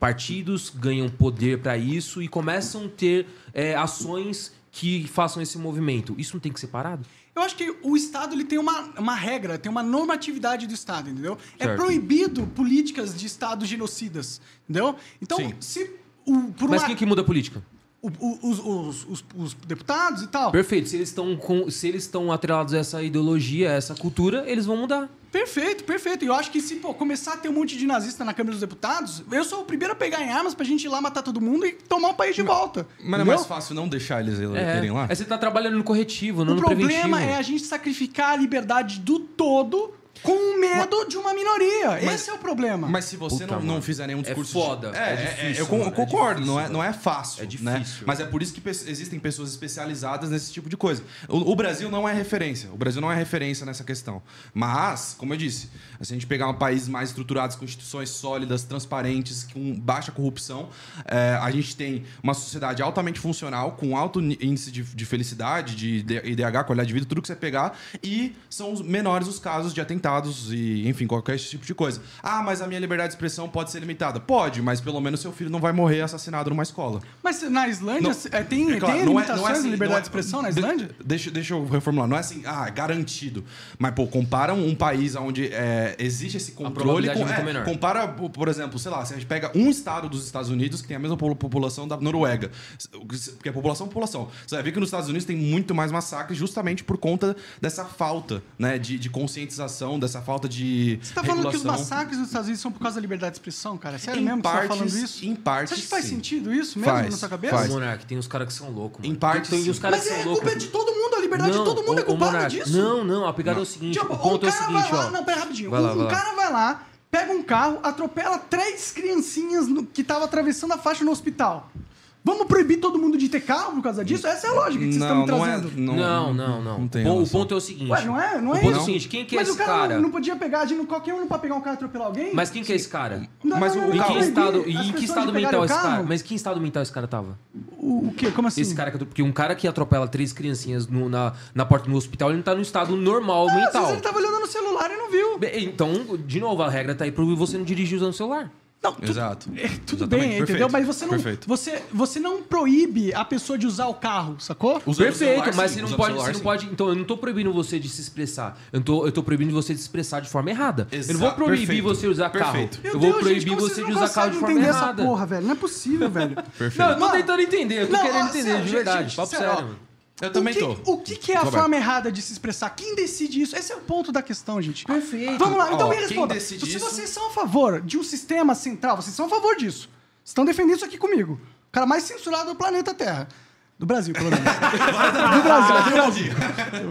Speaker 2: partidos ganham poder pra isso e começam a ter é, ações que façam esse movimento. Isso não tem que ser parado?
Speaker 3: Eu acho que o Estado ele tem uma, uma regra, tem uma normatividade do Estado, entendeu? É
Speaker 2: Certo.
Speaker 3: proibido políticas de Estados genocidas, entendeu? Então,
Speaker 4: Sim.
Speaker 3: se... O, por
Speaker 2: Mas
Speaker 3: uma-
Speaker 2: quem que muda a política?
Speaker 3: o- o- os, os- os- os deputados e tal.
Speaker 2: Perfeito. Se eles estão com- se eles estão atrelados a essa ideologia, a essa cultura, eles vão mudar.
Speaker 3: Perfeito, perfeito. E eu acho que se pô, começar a ter um monte de nazista na Câmara dos Deputados, eu sou o primeiro a pegar em armas pra gente ir lá matar todo mundo e tomar o país de volta.
Speaker 4: Mas é
Speaker 3: entendeu?
Speaker 4: mais fácil não deixar eles
Speaker 2: É.
Speaker 4: irem lá?
Speaker 2: Aí você tá trabalhando no corretivo, não
Speaker 3: o
Speaker 2: no preventivo.
Speaker 3: problema é a gente sacrificar a liberdade do todo com o medo de uma minoria. Esse é o problema.
Speaker 4: Mas se você
Speaker 2: Puta,
Speaker 4: não,
Speaker 2: mano.
Speaker 4: não fizer nenhum discurso.
Speaker 2: foda,
Speaker 4: de-
Speaker 2: é
Speaker 4: É, é,
Speaker 2: difícil,
Speaker 4: é, eu con-
Speaker 2: mano, é
Speaker 4: concordo,
Speaker 2: difícil,
Speaker 4: não, é, não é fácil.
Speaker 2: É
Speaker 4: Né?
Speaker 2: difícil.
Speaker 4: Mas é por isso que pe- existem pessoas especializadas nesse tipo de coisa. O, o Brasil não é referência. O Brasil não é referência nessa questão. Mas, como eu disse, se a gente pegar um país mais estruturado, com instituições sólidas, transparentes, com baixa corrupção, é, a gente tem uma sociedade altamente funcional, com alto ni- índice de, de felicidade, de IDH, qualidade de vida, tudo que você pegar, e são os menores os casos de atentados limitados e, enfim, qualquer tipo de coisa. Ah, mas a minha liberdade de expressão pode ser limitada. Pode, mas pelo menos seu filho não vai morrer assassinado numa escola.
Speaker 3: Mas na Islândia
Speaker 4: Não,
Speaker 3: é, tem,
Speaker 4: é claro,
Speaker 3: tem
Speaker 4: não é- não é
Speaker 3: limitações
Speaker 4: assim,
Speaker 3: de
Speaker 4: não
Speaker 3: liberdade
Speaker 4: é-
Speaker 3: de expressão na
Speaker 4: de-
Speaker 3: Islândia?
Speaker 4: Deixa, deixa eu reformular. Não é assim, ah, garantido. Mas, pô, compara um país onde é, existe esse controle.
Speaker 2: probabilidade é muito menor.
Speaker 4: Compara, po- por exemplo, sei lá, se a gente pega um estado dos Estados Unidos que tem a mesma po- população da Noruega. Porque é população população. Você vai ver que nos Estados Unidos tem muito mais massacres justamente por conta dessa falta né, de, de conscientização, dessa falta de.
Speaker 3: Você tá falando que os
Speaker 4: regulação.
Speaker 3: massacres nos Estados Unidos são por causa da liberdade de expressão, cara? Sério
Speaker 4: Em
Speaker 3: mesmo que
Speaker 4: partes,
Speaker 3: você tá falando isso?
Speaker 4: Em parte,
Speaker 3: Você acha que faz
Speaker 4: sim.
Speaker 3: sentido isso mesmo
Speaker 4: Faz,
Speaker 3: na sua cabeça?
Speaker 4: faz.
Speaker 2: Ô, Monark, tem uns caras que são loucos, mano.
Speaker 4: Em parte,
Speaker 2: Tem
Speaker 4: sim.
Speaker 2: uns caras
Speaker 3: Mas
Speaker 2: que
Speaker 3: é
Speaker 2: são
Speaker 3: culpa
Speaker 2: loucos.
Speaker 3: de todo mundo, a liberdade de todo mundo é
Speaker 2: ô, ô,
Speaker 3: culpada
Speaker 2: Monark,
Speaker 3: disso.
Speaker 2: Não, não, a pegada é o seguinte,
Speaker 3: Tipo,
Speaker 2: o
Speaker 3: um
Speaker 2: ponto é o
Speaker 3: cara
Speaker 2: seguinte,
Speaker 3: vai lá,
Speaker 2: ó.
Speaker 3: não, pera rapidinho.
Speaker 2: Vai lá,
Speaker 3: um
Speaker 2: vai lá.
Speaker 3: cara vai lá, pega um carro, atropela três criancinhas no- que estavam atravessando a faixa no hospital. Vamos proibir todo mundo de ter carro por causa disso? Essa é a lógica que vocês estão me
Speaker 4: Não, não é.
Speaker 3: trazendo.
Speaker 4: Não,
Speaker 2: Não, não, não.
Speaker 4: Não tem.
Speaker 2: Bom, o
Speaker 4: relação.
Speaker 2: ponto é o seguinte.
Speaker 3: Ué, não é? Não
Speaker 2: o
Speaker 3: é
Speaker 2: ponto é o
Speaker 3: isso.
Speaker 2: seguinte, quem que é
Speaker 3: Mas
Speaker 2: esse
Speaker 3: o cara, não-
Speaker 2: cara?
Speaker 3: Não, podia pegar, de- qualquer um não pode pegar um cara e atropelar alguém?
Speaker 2: Mas quem que é esse cara?
Speaker 3: Não,
Speaker 4: Mas
Speaker 3: não,
Speaker 4: o
Speaker 3: não,
Speaker 2: E
Speaker 3: não,
Speaker 2: em que
Speaker 4: Calma.
Speaker 3: proibir
Speaker 2: estado,
Speaker 3: as
Speaker 2: e em
Speaker 3: pessoas
Speaker 2: que
Speaker 3: de
Speaker 2: estado
Speaker 3: pegarem
Speaker 2: mental
Speaker 3: o
Speaker 2: esse cara?
Speaker 3: carro?
Speaker 2: Mas que estado mental esse cara tava?
Speaker 3: O, o quê? Como assim?
Speaker 2: Esse cara que atro- porque um cara que atropela três criancinhas no- na, na porta do hospital, ele não tá no estado normal
Speaker 3: Ah, às vezes
Speaker 2: mental.
Speaker 3: ele tava olhando no celular e não viu.
Speaker 2: Bem, Então, de novo, a regra tá aí pra você não dirigir usando o celular.
Speaker 3: Não, tu-
Speaker 4: Exato.
Speaker 3: É, tudo
Speaker 4: Exatamente,
Speaker 3: bem,
Speaker 4: perfeito,
Speaker 3: entendeu? Mas você não,
Speaker 4: perfeito.
Speaker 3: você, você não proíbe a pessoa de usar o carro, sacou?
Speaker 4: Usando o
Speaker 2: Perfeito,
Speaker 4: celular,
Speaker 2: mas
Speaker 4: sim.
Speaker 2: você não
Speaker 4: Usando o
Speaker 2: pode,
Speaker 4: celular,
Speaker 2: você não
Speaker 4: sim.
Speaker 2: pode. Então, eu não tô proibindo você de se expressar. Eu tô, eu tô proibindo você de se expressar de forma errada. eu não vou
Speaker 4: Exato,
Speaker 2: proibir
Speaker 4: perfeito,
Speaker 2: você usar
Speaker 4: perfeito.
Speaker 2: carro.
Speaker 3: Meu
Speaker 2: eu vou
Speaker 3: Deus,
Speaker 2: proibir
Speaker 3: gente, como vocês
Speaker 2: você de
Speaker 3: não
Speaker 2: usar carro de
Speaker 3: conseguem
Speaker 2: forma
Speaker 3: entender
Speaker 2: errada.
Speaker 3: Essa porra, velho. Não é
Speaker 2: [LAUGHS]
Speaker 3: possível, velho.
Speaker 4: Perfeito.
Speaker 2: Não, eu tô
Speaker 3: Mano,
Speaker 2: tentando entender, eu tô
Speaker 3: não, ó,
Speaker 2: querendo entender,
Speaker 3: sério,
Speaker 2: de
Speaker 3: gente,
Speaker 2: verdade.
Speaker 3: gente,
Speaker 2: papo
Speaker 3: sério,
Speaker 2: sério.
Speaker 3: ó.
Speaker 2: mano.
Speaker 4: Eu também
Speaker 3: o que,
Speaker 4: tô. Então
Speaker 3: O que, que é a
Speaker 4: Roberto.
Speaker 3: forma errada de se expressar? Quem decide isso? Esse é o ponto da questão, gente.
Speaker 2: Perfeito.
Speaker 3: Vamos lá, então
Speaker 4: Ó,
Speaker 3: me
Speaker 4: quem
Speaker 3: responda. Se
Speaker 4: decide isso-
Speaker 3: vocês são a favor de um sistema central, vocês são a favor disso. Vocês estão defendendo isso aqui comigo. O cara mais censurado do planeta Terra. Do Brasil,
Speaker 4: [LAUGHS]
Speaker 3: pelo menos. do Brasil,
Speaker 4: Ah,
Speaker 3: do Brasil.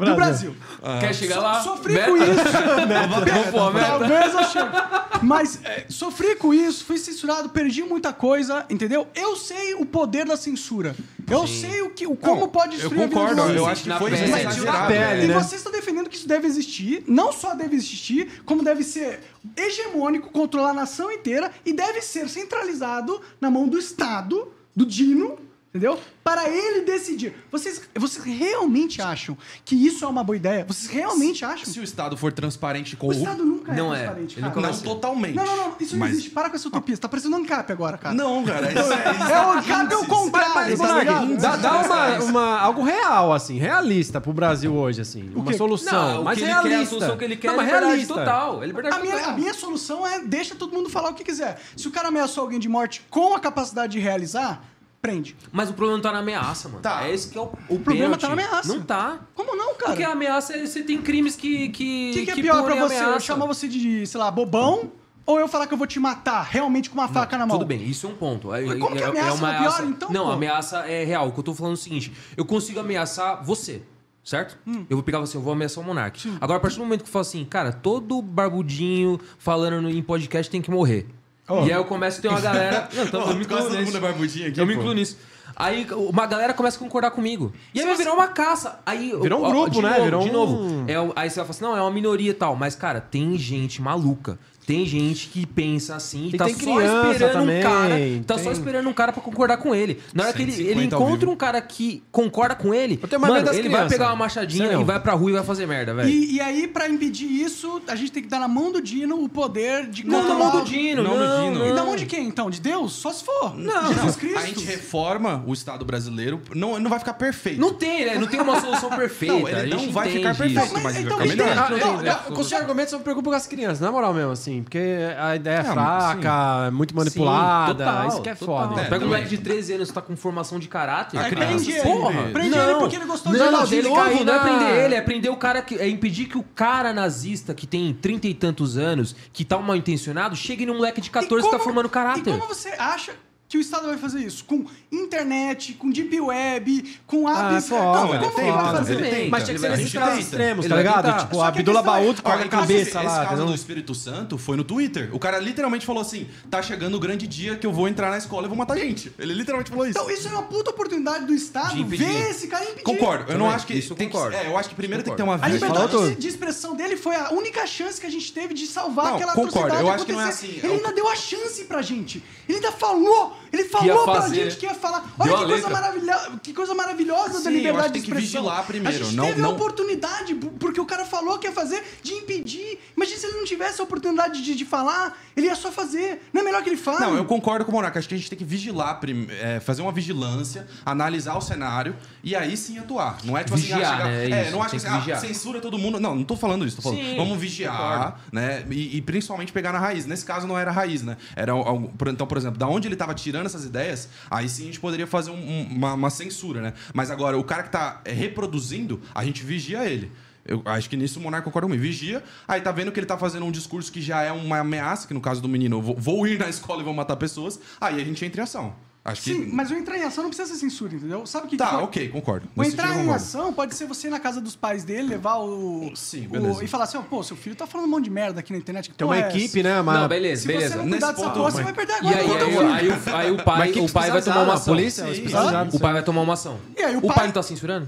Speaker 3: Do Brasil.
Speaker 2: Quer chegar
Speaker 3: So-
Speaker 2: lá?
Speaker 3: Sofri
Speaker 2: Meta?
Speaker 3: com isso. né?
Speaker 2: [LAUGHS] Vamos pôr a meta.
Speaker 3: Talvez eu chegue. Mas é, sofri com isso, fui censurado, perdi muita coisa, entendeu? Eu sei o poder da censura. Eu sei o que, o como
Speaker 4: Não,
Speaker 3: pode
Speaker 4: eu
Speaker 3: destruir a vida
Speaker 4: concordo,
Speaker 3: dos
Speaker 4: eu
Speaker 3: outros.
Speaker 4: acho que
Speaker 2: Na
Speaker 4: foi
Speaker 2: pele.
Speaker 3: Mas na
Speaker 4: exagerado.
Speaker 3: pele,
Speaker 1: pele,
Speaker 3: e
Speaker 1: né?
Speaker 3: vocês estão defendendo que isso deve existir, não só deve existir, como deve ser hegemônico, controlar a nação inteira e deve ser centralizado na mão do Estado, do Dino, entendeu? Para ele decidir. Vocês, vocês realmente acham que isso é uma boa ideia? Vocês realmente acham?
Speaker 4: Se o Estado for transparente com
Speaker 3: O Estado nunca
Speaker 2: Não
Speaker 3: é
Speaker 2: é.
Speaker 3: transparente,
Speaker 2: Ele
Speaker 3: cara.
Speaker 2: nunca
Speaker 4: Não
Speaker 2: vai ser.
Speaker 4: totalmente.
Speaker 3: Não, não, não. Isso não
Speaker 4: assim. Mas-
Speaker 3: existe. Para com essa utopia. Você tá parecendo um ANCAP agora, cara.
Speaker 4: Não, cara. Isso é, isso
Speaker 3: É o ANCAP, é o contrário,
Speaker 1: Mas,
Speaker 3: tá
Speaker 1: Monark,
Speaker 3: ligado?
Speaker 1: dá, dá uma, uma- algo real, assim, realista pro Brasil hoje, assim. uma
Speaker 3: quê?
Speaker 1: solução.
Speaker 2: Não, o
Speaker 1: mas
Speaker 4: é
Speaker 2: que ele
Speaker 1: realista.
Speaker 2: quer, é a solução que ele quer
Speaker 1: não,
Speaker 2: é
Speaker 1: mas
Speaker 2: liberdade
Speaker 1: realista.
Speaker 2: total. É liberdade
Speaker 3: A minha,
Speaker 2: total.
Speaker 3: a minha solução é deixa todo mundo falar o que quiser. Se o cara ameaçou alguém de morte com a capacidade de realizar, prende.
Speaker 2: Mas o problema não tá na ameaça, mano.
Speaker 4: Tá.
Speaker 2: É esse que é o, o
Speaker 3: problema
Speaker 2: pênalti.
Speaker 3: tá na ameaça.
Speaker 2: Não tá.
Speaker 3: Como não, cara?
Speaker 2: Porque a ameaça é você tem crimes que.
Speaker 3: O
Speaker 2: que,
Speaker 3: que, que é
Speaker 2: que
Speaker 3: pior
Speaker 2: punem
Speaker 3: pra você?
Speaker 2: ameaça.
Speaker 3: Eu chamar você de, sei lá, bobão? Ou eu falar que eu vou te matar realmente com uma faca na mão?
Speaker 2: Tudo bem, isso é um ponto. É,
Speaker 3: Mas como que
Speaker 2: é-
Speaker 3: a
Speaker 2: é
Speaker 3: ameaça
Speaker 2: uma
Speaker 3: é pior, então,
Speaker 2: Não,
Speaker 3: pô?
Speaker 2: a ameaça é real. O que eu tô falando é o seguinte: eu consigo ameaçar você, certo?
Speaker 3: Hum.
Speaker 2: Eu vou pegar você, eu vou ameaçar o Monark. Agora, a partir do momento que eu falo assim, cara, todo barbudinho falando no- em podcast tem que morrer. E aí eu começo a ter uma
Speaker 3: [LAUGHS]
Speaker 2: galera. Não, então, eu me incluo
Speaker 4: todo
Speaker 2: nisso.
Speaker 4: mundo é barbudinho aqui.
Speaker 2: Eu me incluo nisso. Aí uma galera começa a concordar comigo. E aí vai virar uma caça. Aí,
Speaker 1: Virou um
Speaker 2: ó, ó,
Speaker 1: grupo,
Speaker 2: de
Speaker 1: né?
Speaker 2: Novo,
Speaker 1: Virou
Speaker 2: de
Speaker 1: um-
Speaker 2: novo. É, o- aí você vai falar assim, não, é uma minoria e tal. Mas, cara, tem gente maluca. Tem gente que pensa assim e
Speaker 1: E
Speaker 2: tá
Speaker 1: tem
Speaker 2: só
Speaker 1: criança
Speaker 2: esperando um
Speaker 1: também,
Speaker 2: cara. Tá só
Speaker 1: tem-
Speaker 2: esperando um cara pra concordar com ele. Na hora que ele, ele
Speaker 4: 150 ao
Speaker 2: encontra
Speaker 4: vivo.
Speaker 2: um cara que concorda com ele,
Speaker 1: Eu tenho mais
Speaker 2: mano,
Speaker 1: medo das
Speaker 2: ele vai
Speaker 1: crianças.
Speaker 2: pegar uma machadinha
Speaker 1: Sério.
Speaker 2: e vai pra rua e vai fazer merda, velho.
Speaker 3: E, e aí, pra impedir isso, a gente tem que dar na mão do Dino o poder de
Speaker 2: Não,
Speaker 3: controlar...
Speaker 2: não do Dino,
Speaker 4: Não do
Speaker 2: não,
Speaker 4: Dino.
Speaker 2: não.
Speaker 3: E da mão de quem, então? De Deus? Só se for.
Speaker 2: Não,
Speaker 3: Jesus Cristo.
Speaker 4: Ah. A gente reforma o Estado brasileiro. Não, não vai ficar perfeito.
Speaker 2: Não tem, né? Não tem uma solução perfeita.
Speaker 4: Não, ele
Speaker 2: A gente
Speaker 4: não vai ficar
Speaker 2: entende
Speaker 4: perfeito,
Speaker 2: isso.
Speaker 4: mas vai
Speaker 3: então
Speaker 4: ficar
Speaker 3: me
Speaker 4: melhor.
Speaker 3: entende,
Speaker 1: Ah,
Speaker 3: não
Speaker 1: não,
Speaker 3: tem-
Speaker 1: não, com esse argumento eu me preocupo com as crianças, na moral mesmo, assim, porque a ideia é
Speaker 4: mas
Speaker 1: fraca, é muito manipulada, isso que é foda.
Speaker 4: É,
Speaker 2: Pega um
Speaker 4: também.
Speaker 2: moleque de 13 anos, tá com formação de caráter.
Speaker 3: Aí
Speaker 2: cara.
Speaker 3: prende ele.
Speaker 2: Porra.
Speaker 4: um-
Speaker 3: Prende
Speaker 2: Não.
Speaker 3: ele porque ele gostou de
Speaker 2: Não, não, de
Speaker 3: gelatina e
Speaker 2: novo,
Speaker 3: caiu
Speaker 1: né?
Speaker 2: não é
Speaker 3: na-
Speaker 2: prender ele, é prender o cara que. É impedir que o cara nazista que tem trinta e tantos anos, que tá um mal intencionado, chegue num moleque de 14 que tá formando
Speaker 3: E
Speaker 2: caráter.
Speaker 3: como você acha que o Estado vai fazer isso? Com internet, com deep web, com
Speaker 1: Ah,
Speaker 3: apps...
Speaker 1: é foda,
Speaker 3: Não,
Speaker 1: ele
Speaker 3: como
Speaker 4: tenta,
Speaker 3: vai fazer?
Speaker 4: ele tenta.
Speaker 1: Mas tinha que ser
Speaker 4: A
Speaker 1: nesses
Speaker 4: gente
Speaker 1: casos
Speaker 4: tenta.
Speaker 1: extremos,
Speaker 2: Ele
Speaker 1: tá
Speaker 2: vai
Speaker 1: ligado?
Speaker 2: tentar.
Speaker 1: Tipo,
Speaker 3: Só
Speaker 1: a
Speaker 3: que a
Speaker 1: Abdullah
Speaker 3: questão é-
Speaker 1: Baúd corta
Speaker 4: Olha,
Speaker 1: a
Speaker 4: inclusive,
Speaker 1: cabeça
Speaker 4: Esse
Speaker 1: lá, tá
Speaker 4: caso do
Speaker 1: entendeu?
Speaker 4: Espírito Santo foi no Twitter. O cara literalmente falou assim: tá chegando o grande dia que eu vou entrar na escola e vou matar gente. Ele literalmente falou isso.
Speaker 3: Então, isso é uma puta oportunidade do Estado
Speaker 2: De impedir.
Speaker 3: ver esse cara e impedir. Tá
Speaker 4: Concordo. Eu não
Speaker 2: Também.
Speaker 4: acho que.
Speaker 2: Isso eu
Speaker 4: tem que-
Speaker 2: concordo.
Speaker 4: é, eu acho que primeiro tem que ter uma
Speaker 3: A
Speaker 4: vida.
Speaker 1: Falou
Speaker 3: liberdade de,
Speaker 1: tudo.
Speaker 3: de expressão dele foi a única chance que a gente teve de salvar
Speaker 4: Não,
Speaker 3: aquela
Speaker 4: concordo.
Speaker 3: atrocidade
Speaker 4: Eu acho que não é
Speaker 3: acontecer.
Speaker 4: assim.
Speaker 3: Ele
Speaker 4: Eu-
Speaker 3: ainda deu a chance pra gente. Ele ainda falou Ele
Speaker 2: ia
Speaker 3: falou pra
Speaker 2: fazer.
Speaker 3: gente que ia falar. Olha
Speaker 2: Deu
Speaker 3: que
Speaker 2: a
Speaker 3: coisa,
Speaker 2: letra.
Speaker 3: maravilha... que coisa maravilhosa
Speaker 4: Sim,
Speaker 3: da
Speaker 4: eu acho
Speaker 3: liberdade
Speaker 4: que
Speaker 3: de
Speaker 4: tem que
Speaker 3: expressão.
Speaker 4: vigilar primeiro,
Speaker 3: A gente
Speaker 4: não-
Speaker 3: teve a
Speaker 4: não-
Speaker 3: oportunidade, por- porque o cara falou que ia fazer, de impedir. Imagina se ele não tivesse a oportunidade de, de falar, ele ia só fazer. Não é melhor que ele fale?
Speaker 4: Não, eu concordo com o Moraca. Acho que a gente tem que vigilar, prim- é, fazer uma vigilância, analisar o cenário e aí sim atuar. Não é tipo assim,
Speaker 2: Vigiar,
Speaker 4: ah,
Speaker 2: né? É
Speaker 4: é,
Speaker 2: isso,
Speaker 4: não acho
Speaker 2: tem
Speaker 4: que,
Speaker 2: que
Speaker 4: ah,
Speaker 2: vigiar.
Speaker 4: censura todo mundo. Não, não tô falando isso. Tô falando,
Speaker 2: Sim,
Speaker 4: vamos vigiar,
Speaker 2: concordo.
Speaker 4: né? E, e principalmente pegar na raiz. Nesse caso não era a raiz, né? Era algo- por- então, por exemplo, da onde ele tava tirando essas ideias, aí sim a gente poderia fazer um- um- uma, uma censura, né? Mas agora, o cara que tá é, reproduzindo, a gente vigia ele. Eu acho que nisso o Monarca concorda comigo. Vigia, aí tá vendo que ele tá fazendo um discurso que já é uma ameaça, que no caso do menino, eu vou, vou ir na [LAUGHS] escola e vou matar pessoas, aí a gente entra em ação. Acho
Speaker 3: Sim,
Speaker 4: que.
Speaker 3: mas o entrar em ação não precisa ser censura, entendeu? Sabe o que que
Speaker 4: Tá,
Speaker 3: foi?
Speaker 4: ok, concordo.
Speaker 3: O
Speaker 4: Nesse
Speaker 3: entrar
Speaker 4: sentido, eu
Speaker 3: em
Speaker 4: concordo.
Speaker 3: ação pode ser você ir na casa dos pais dele, levar o.
Speaker 4: Sim,
Speaker 3: o-
Speaker 4: beleza.
Speaker 3: e falar assim, ó, pô, seu filho tá falando um monte de merda aqui na internet. Que
Speaker 1: Tem uma
Speaker 3: porra é
Speaker 1: equipe,
Speaker 3: essa?
Speaker 1: né? Uma...
Speaker 2: Não, beleza,
Speaker 3: Se você
Speaker 2: beleza.
Speaker 3: não
Speaker 4: Nesse
Speaker 3: cuidar dessa
Speaker 4: ponto,
Speaker 3: porra,
Speaker 4: mas-
Speaker 3: você vai perder
Speaker 2: E
Speaker 3: agora.
Speaker 2: aí,
Speaker 3: com teu
Speaker 2: aí,
Speaker 3: filho.
Speaker 2: aí o- aí o pai, o pai vai tomar uma ação.
Speaker 1: A polícia, os
Speaker 4: Sim.
Speaker 1: especializados.
Speaker 2: O pai vai tomar uma ação.
Speaker 3: E aí, o
Speaker 2: o pai
Speaker 3: pai-
Speaker 2: não tá censurando?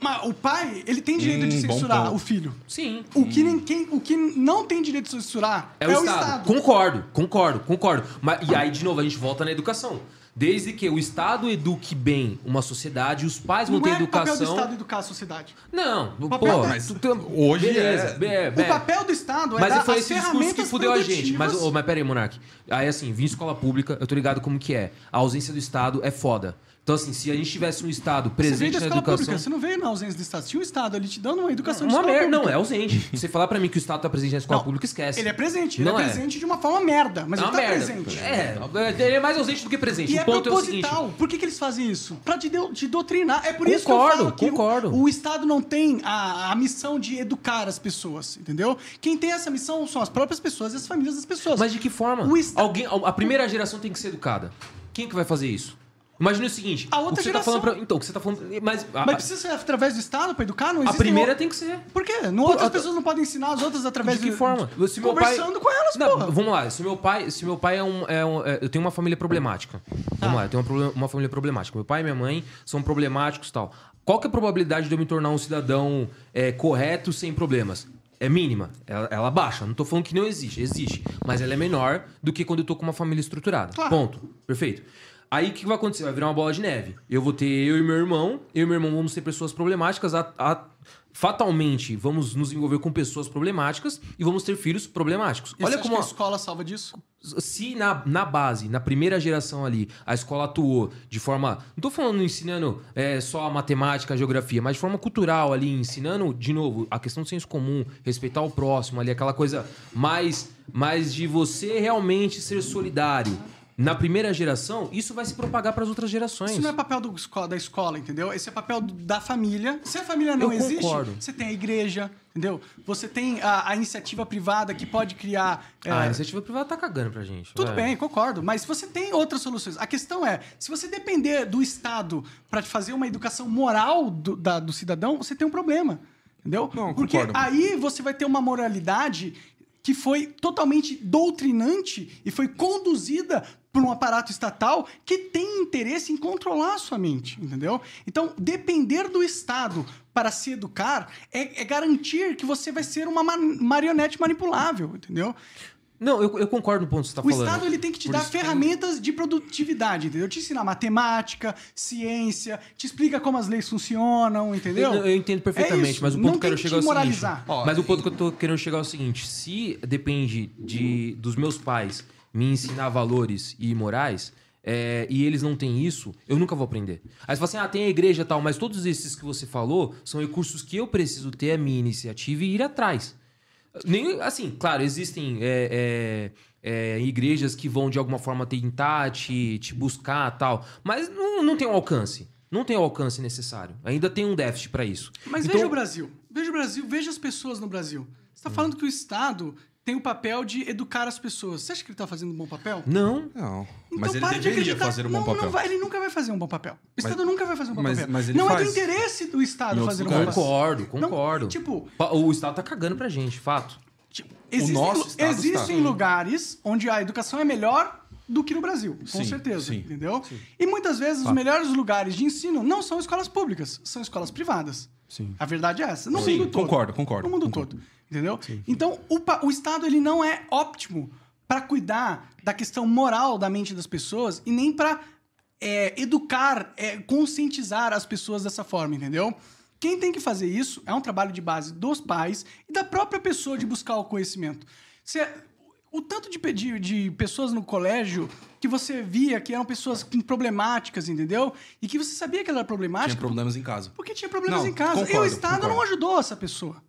Speaker 3: Mas o pai, ele tem direito de
Speaker 4: Hum, bom
Speaker 3: censurar
Speaker 4: ponto.
Speaker 3: o filho.
Speaker 2: Sim.
Speaker 3: O que, nem, quem, o que não tem direito de censurar
Speaker 2: Hum. É o, Estado. Concordo, concordo, concordo. Mas, e aí, de novo, a gente volta na educação. Desde que o Estado eduque bem uma sociedade, os pais vão
Speaker 3: Não
Speaker 2: ter
Speaker 3: é o papel do
Speaker 2: educação.
Speaker 3: Estado educar a sociedade.
Speaker 2: Não,
Speaker 3: papel
Speaker 2: pô,
Speaker 3: do-
Speaker 2: mas tu- tu-
Speaker 4: hoje
Speaker 2: beleza,
Speaker 4: é-
Speaker 2: be-
Speaker 3: O
Speaker 2: be-
Speaker 3: papel do Estado é
Speaker 2: Mas
Speaker 3: dar
Speaker 2: foi
Speaker 3: as
Speaker 2: esse discurso que
Speaker 3: ferramentas
Speaker 2: fudeu a gente. Mas,
Speaker 3: produtivas.
Speaker 2: ô, mas pera aí, Monark. Aí, assim, vim escola pública, eu tô ligado como que é. A ausência do Estado é foda. Então, assim, se a gente tivesse um Estado
Speaker 3: Você veio da
Speaker 2: presente na
Speaker 3: escola
Speaker 2: educação...
Speaker 3: pública, você não veio na ausência do Estado. Tinha o Estado ali te dando uma educação de
Speaker 2: Uma
Speaker 3: escola
Speaker 2: merda, não,
Speaker 3: pública.
Speaker 2: é ausente. Você falar pra mim que o Estado tá presente na escola
Speaker 3: Não,
Speaker 2: pública, esquece.
Speaker 3: Ele é presente, ele
Speaker 2: Não
Speaker 3: é
Speaker 2: é.
Speaker 3: presente de uma forma merda, mas
Speaker 2: é
Speaker 3: ele
Speaker 2: uma
Speaker 3: tá
Speaker 2: merda.
Speaker 3: presente.
Speaker 2: É, ele é mais ausente do que presente.
Speaker 3: E
Speaker 2: o
Speaker 3: é
Speaker 2: ponto é o seguinte...
Speaker 3: proposital. Por que, que eles fazem isso? Pra te, deu- te doutrinar. É por isso que eu
Speaker 2: Concordo,
Speaker 3: falo que o-
Speaker 2: concordo.
Speaker 3: O, Estado não tem a, a missão de educar as pessoas, entendeu? Quem tem essa missão são as próprias pessoas e as famílias das pessoas.
Speaker 2: Mas de que forma?
Speaker 3: O Estado-
Speaker 2: Alguém, a a primeira geração tem que ser educada. Quem que vai fazer isso? Imagina o seguinte.
Speaker 3: A outra
Speaker 2: o que você
Speaker 3: geração.
Speaker 2: Tá falando pra, então, o que você tá falando... Mas, a,
Speaker 3: Mas precisa ser através do Estado pra educar? Não
Speaker 2: a
Speaker 3: existe
Speaker 2: primeira tem que ser.
Speaker 3: Por quê? Não, outras
Speaker 2: a-
Speaker 3: pessoas não podem ensinar as outras através
Speaker 2: De que forma? Se meu pai-
Speaker 3: Conversando com elas,
Speaker 2: Não,
Speaker 3: porra.
Speaker 2: Vamos lá, se meu pai, se meu pai é, um, é um- é- Eu tenho uma família problemática.
Speaker 3: Tá.
Speaker 2: Vamos lá, eu tenho uma, proble- uma família problemática. Meu pai e minha mãe são problemáticos e tal. Qual que é a probabilidade de eu me tornar um cidadão é, correto sem problemas? É mínima, ela, ela baixa. Não tô falando que não existe, existe. Mas ela é menor do que quando eu tô com uma família estruturada.
Speaker 3: Claro.
Speaker 2: Ponto. Perfeito. Aí o que que vai acontecer? Vai virar uma bola de neve. Eu vou ter eu e meu irmão, eu e meu irmão vamos ser pessoas problemáticas, a- a- fatalmente vamos nos envolver com pessoas problemáticas e vamos ter filhos problemáticos.
Speaker 3: E você
Speaker 2: Olha
Speaker 3: acha
Speaker 2: como.
Speaker 3: que
Speaker 2: a-
Speaker 3: a escola salva disso?
Speaker 2: Se na, na base, na primeira geração ali, a escola atuou de forma. Não tô falando ensinando é, só a matemática, a geografia, mas de forma cultural ali, ensinando, de novo, a questão do senso comum, respeitar o próximo ali, aquela coisa mais, mais de você realmente ser solidário. Na primeira geração, isso vai se propagar para as outras gerações.
Speaker 3: Isso não é papel do esco- da escola, entendeu? Esse é papel do- da família. Se a família
Speaker 2: Eu
Speaker 3: não existe,
Speaker 2: concordo.
Speaker 3: você tem a igreja, entendeu? Você tem a, a iniciativa privada que pode criar. é,
Speaker 2: Ah, a iniciativa privada tá cagando pra gente.
Speaker 3: tudo
Speaker 4: né?
Speaker 2: vai.
Speaker 3: bem, concordo. Mas você tem outras soluções. A questão é, se você depender do Estado para fazer uma educação moral do, da- do cidadão, você tem um problema. Entendeu?
Speaker 4: Não,
Speaker 3: Porque
Speaker 4: concordo.
Speaker 3: aí você vai ter uma moralidade que foi totalmente doutrinante e foi conduzida por um aparato estatal que tem interesse em controlar a sua mente, entendeu? Então, depender do Estado para se educar é, é garantir que você vai ser uma ma- marionete manipulável, entendeu?
Speaker 2: Não, eu, eu concordo no ponto que você tá
Speaker 3: O
Speaker 2: falando.
Speaker 3: Estado ele tem que te
Speaker 2: Por
Speaker 3: dar
Speaker 2: isso que-
Speaker 3: ferramentas de produtividade, entendeu? Te ensinar matemática, ciência, te explica como as leis funcionam, entendeu?
Speaker 2: Eu, eu entendo
Speaker 3: É
Speaker 2: perfeitamente,
Speaker 3: isso,
Speaker 2: mas o
Speaker 3: não
Speaker 2: ponto que eu
Speaker 3: tem
Speaker 2: quero chegar é o
Speaker 3: te
Speaker 2: seguinte.
Speaker 3: moralizar.
Speaker 4: Ó,
Speaker 2: mas o
Speaker 4: e-
Speaker 2: ponto que eu tô querendo chegar é o seguinte: se depende de, dos meus pais me ensinar valores e morais. é, e eles não têm isso, eu nunca vou aprender. Aí você fala assim: ah, tem a igreja e tal, mas todos esses que você falou são recursos que eu preciso ter a minha iniciativa e ir atrás. Nem, assim, claro, existem é, é, é, igrejas que vão de alguma forma tentar te, te buscar tal, mas não, não tem um alcance. Não tem o alcance necessário. Ainda tem um déficit pra isso.
Speaker 3: Mas
Speaker 2: Então- Hum.
Speaker 3: veja o Brasil. Veja o Brasil, veja as pessoas no Brasil. Você está falando que o Estado tem o papel de educar as pessoas. Você acha que ele está fazendo um bom papel?
Speaker 2: Não.
Speaker 4: Não.
Speaker 3: Então
Speaker 4: mas ele
Speaker 3: para de
Speaker 4: deveria
Speaker 3: acreditar.
Speaker 4: fazer um
Speaker 3: não,
Speaker 4: bom papel.
Speaker 3: Não vai, ele nunca vai fazer um bom papel. O Estado nunca vai fazer um bom
Speaker 4: mas-
Speaker 3: papel.
Speaker 4: mas ele
Speaker 3: não é
Speaker 4: faz.
Speaker 3: do interesse do Estado
Speaker 4: Em outros
Speaker 3: fazer um bom
Speaker 4: lugares.
Speaker 3: papel.
Speaker 2: Concordo,
Speaker 3: Não,
Speaker 2: concordo.
Speaker 3: tipo,
Speaker 2: O Estado tá cagando pra gente, fato.
Speaker 3: Tipo, existem,
Speaker 4: nosso estado
Speaker 3: existem
Speaker 4: está.
Speaker 3: lugares onde a educação é melhor do que no Brasil, com
Speaker 4: Sim,
Speaker 3: certeza,
Speaker 4: sim.
Speaker 3: entendeu? E muitas vezes os melhores lugares de ensino não são escolas públicas, são escolas privadas.
Speaker 1: Sim.
Speaker 3: A verdade é essa. No
Speaker 4: Sim,
Speaker 3: mundo todo.
Speaker 4: concordo, concordo,
Speaker 3: No mundo
Speaker 4: concordo.
Speaker 3: todo, entendeu? Então, o, pa- o Estado ele não é óptimo pra pra cuidar da questão moral da mente das pessoas e nem pra é, educar, é, conscientizar as pessoas dessa forma, entendeu? Quem tem que fazer isso é um trabalho de base dos pais e da própria pessoa de buscar o conhecimento. Você- o tanto de, pe- de, de pessoas no colégio que você via que eram pessoas com problemáticas, entendeu? E que você sabia que ela era
Speaker 4: Tinha
Speaker 3: problemática
Speaker 4: problemas em casa.
Speaker 3: porque tinha problemas
Speaker 4: Não,
Speaker 3: em casa. e o
Speaker 4: concordo,
Speaker 3: Estado
Speaker 4: concordo.
Speaker 3: não ajudou essa pessoa.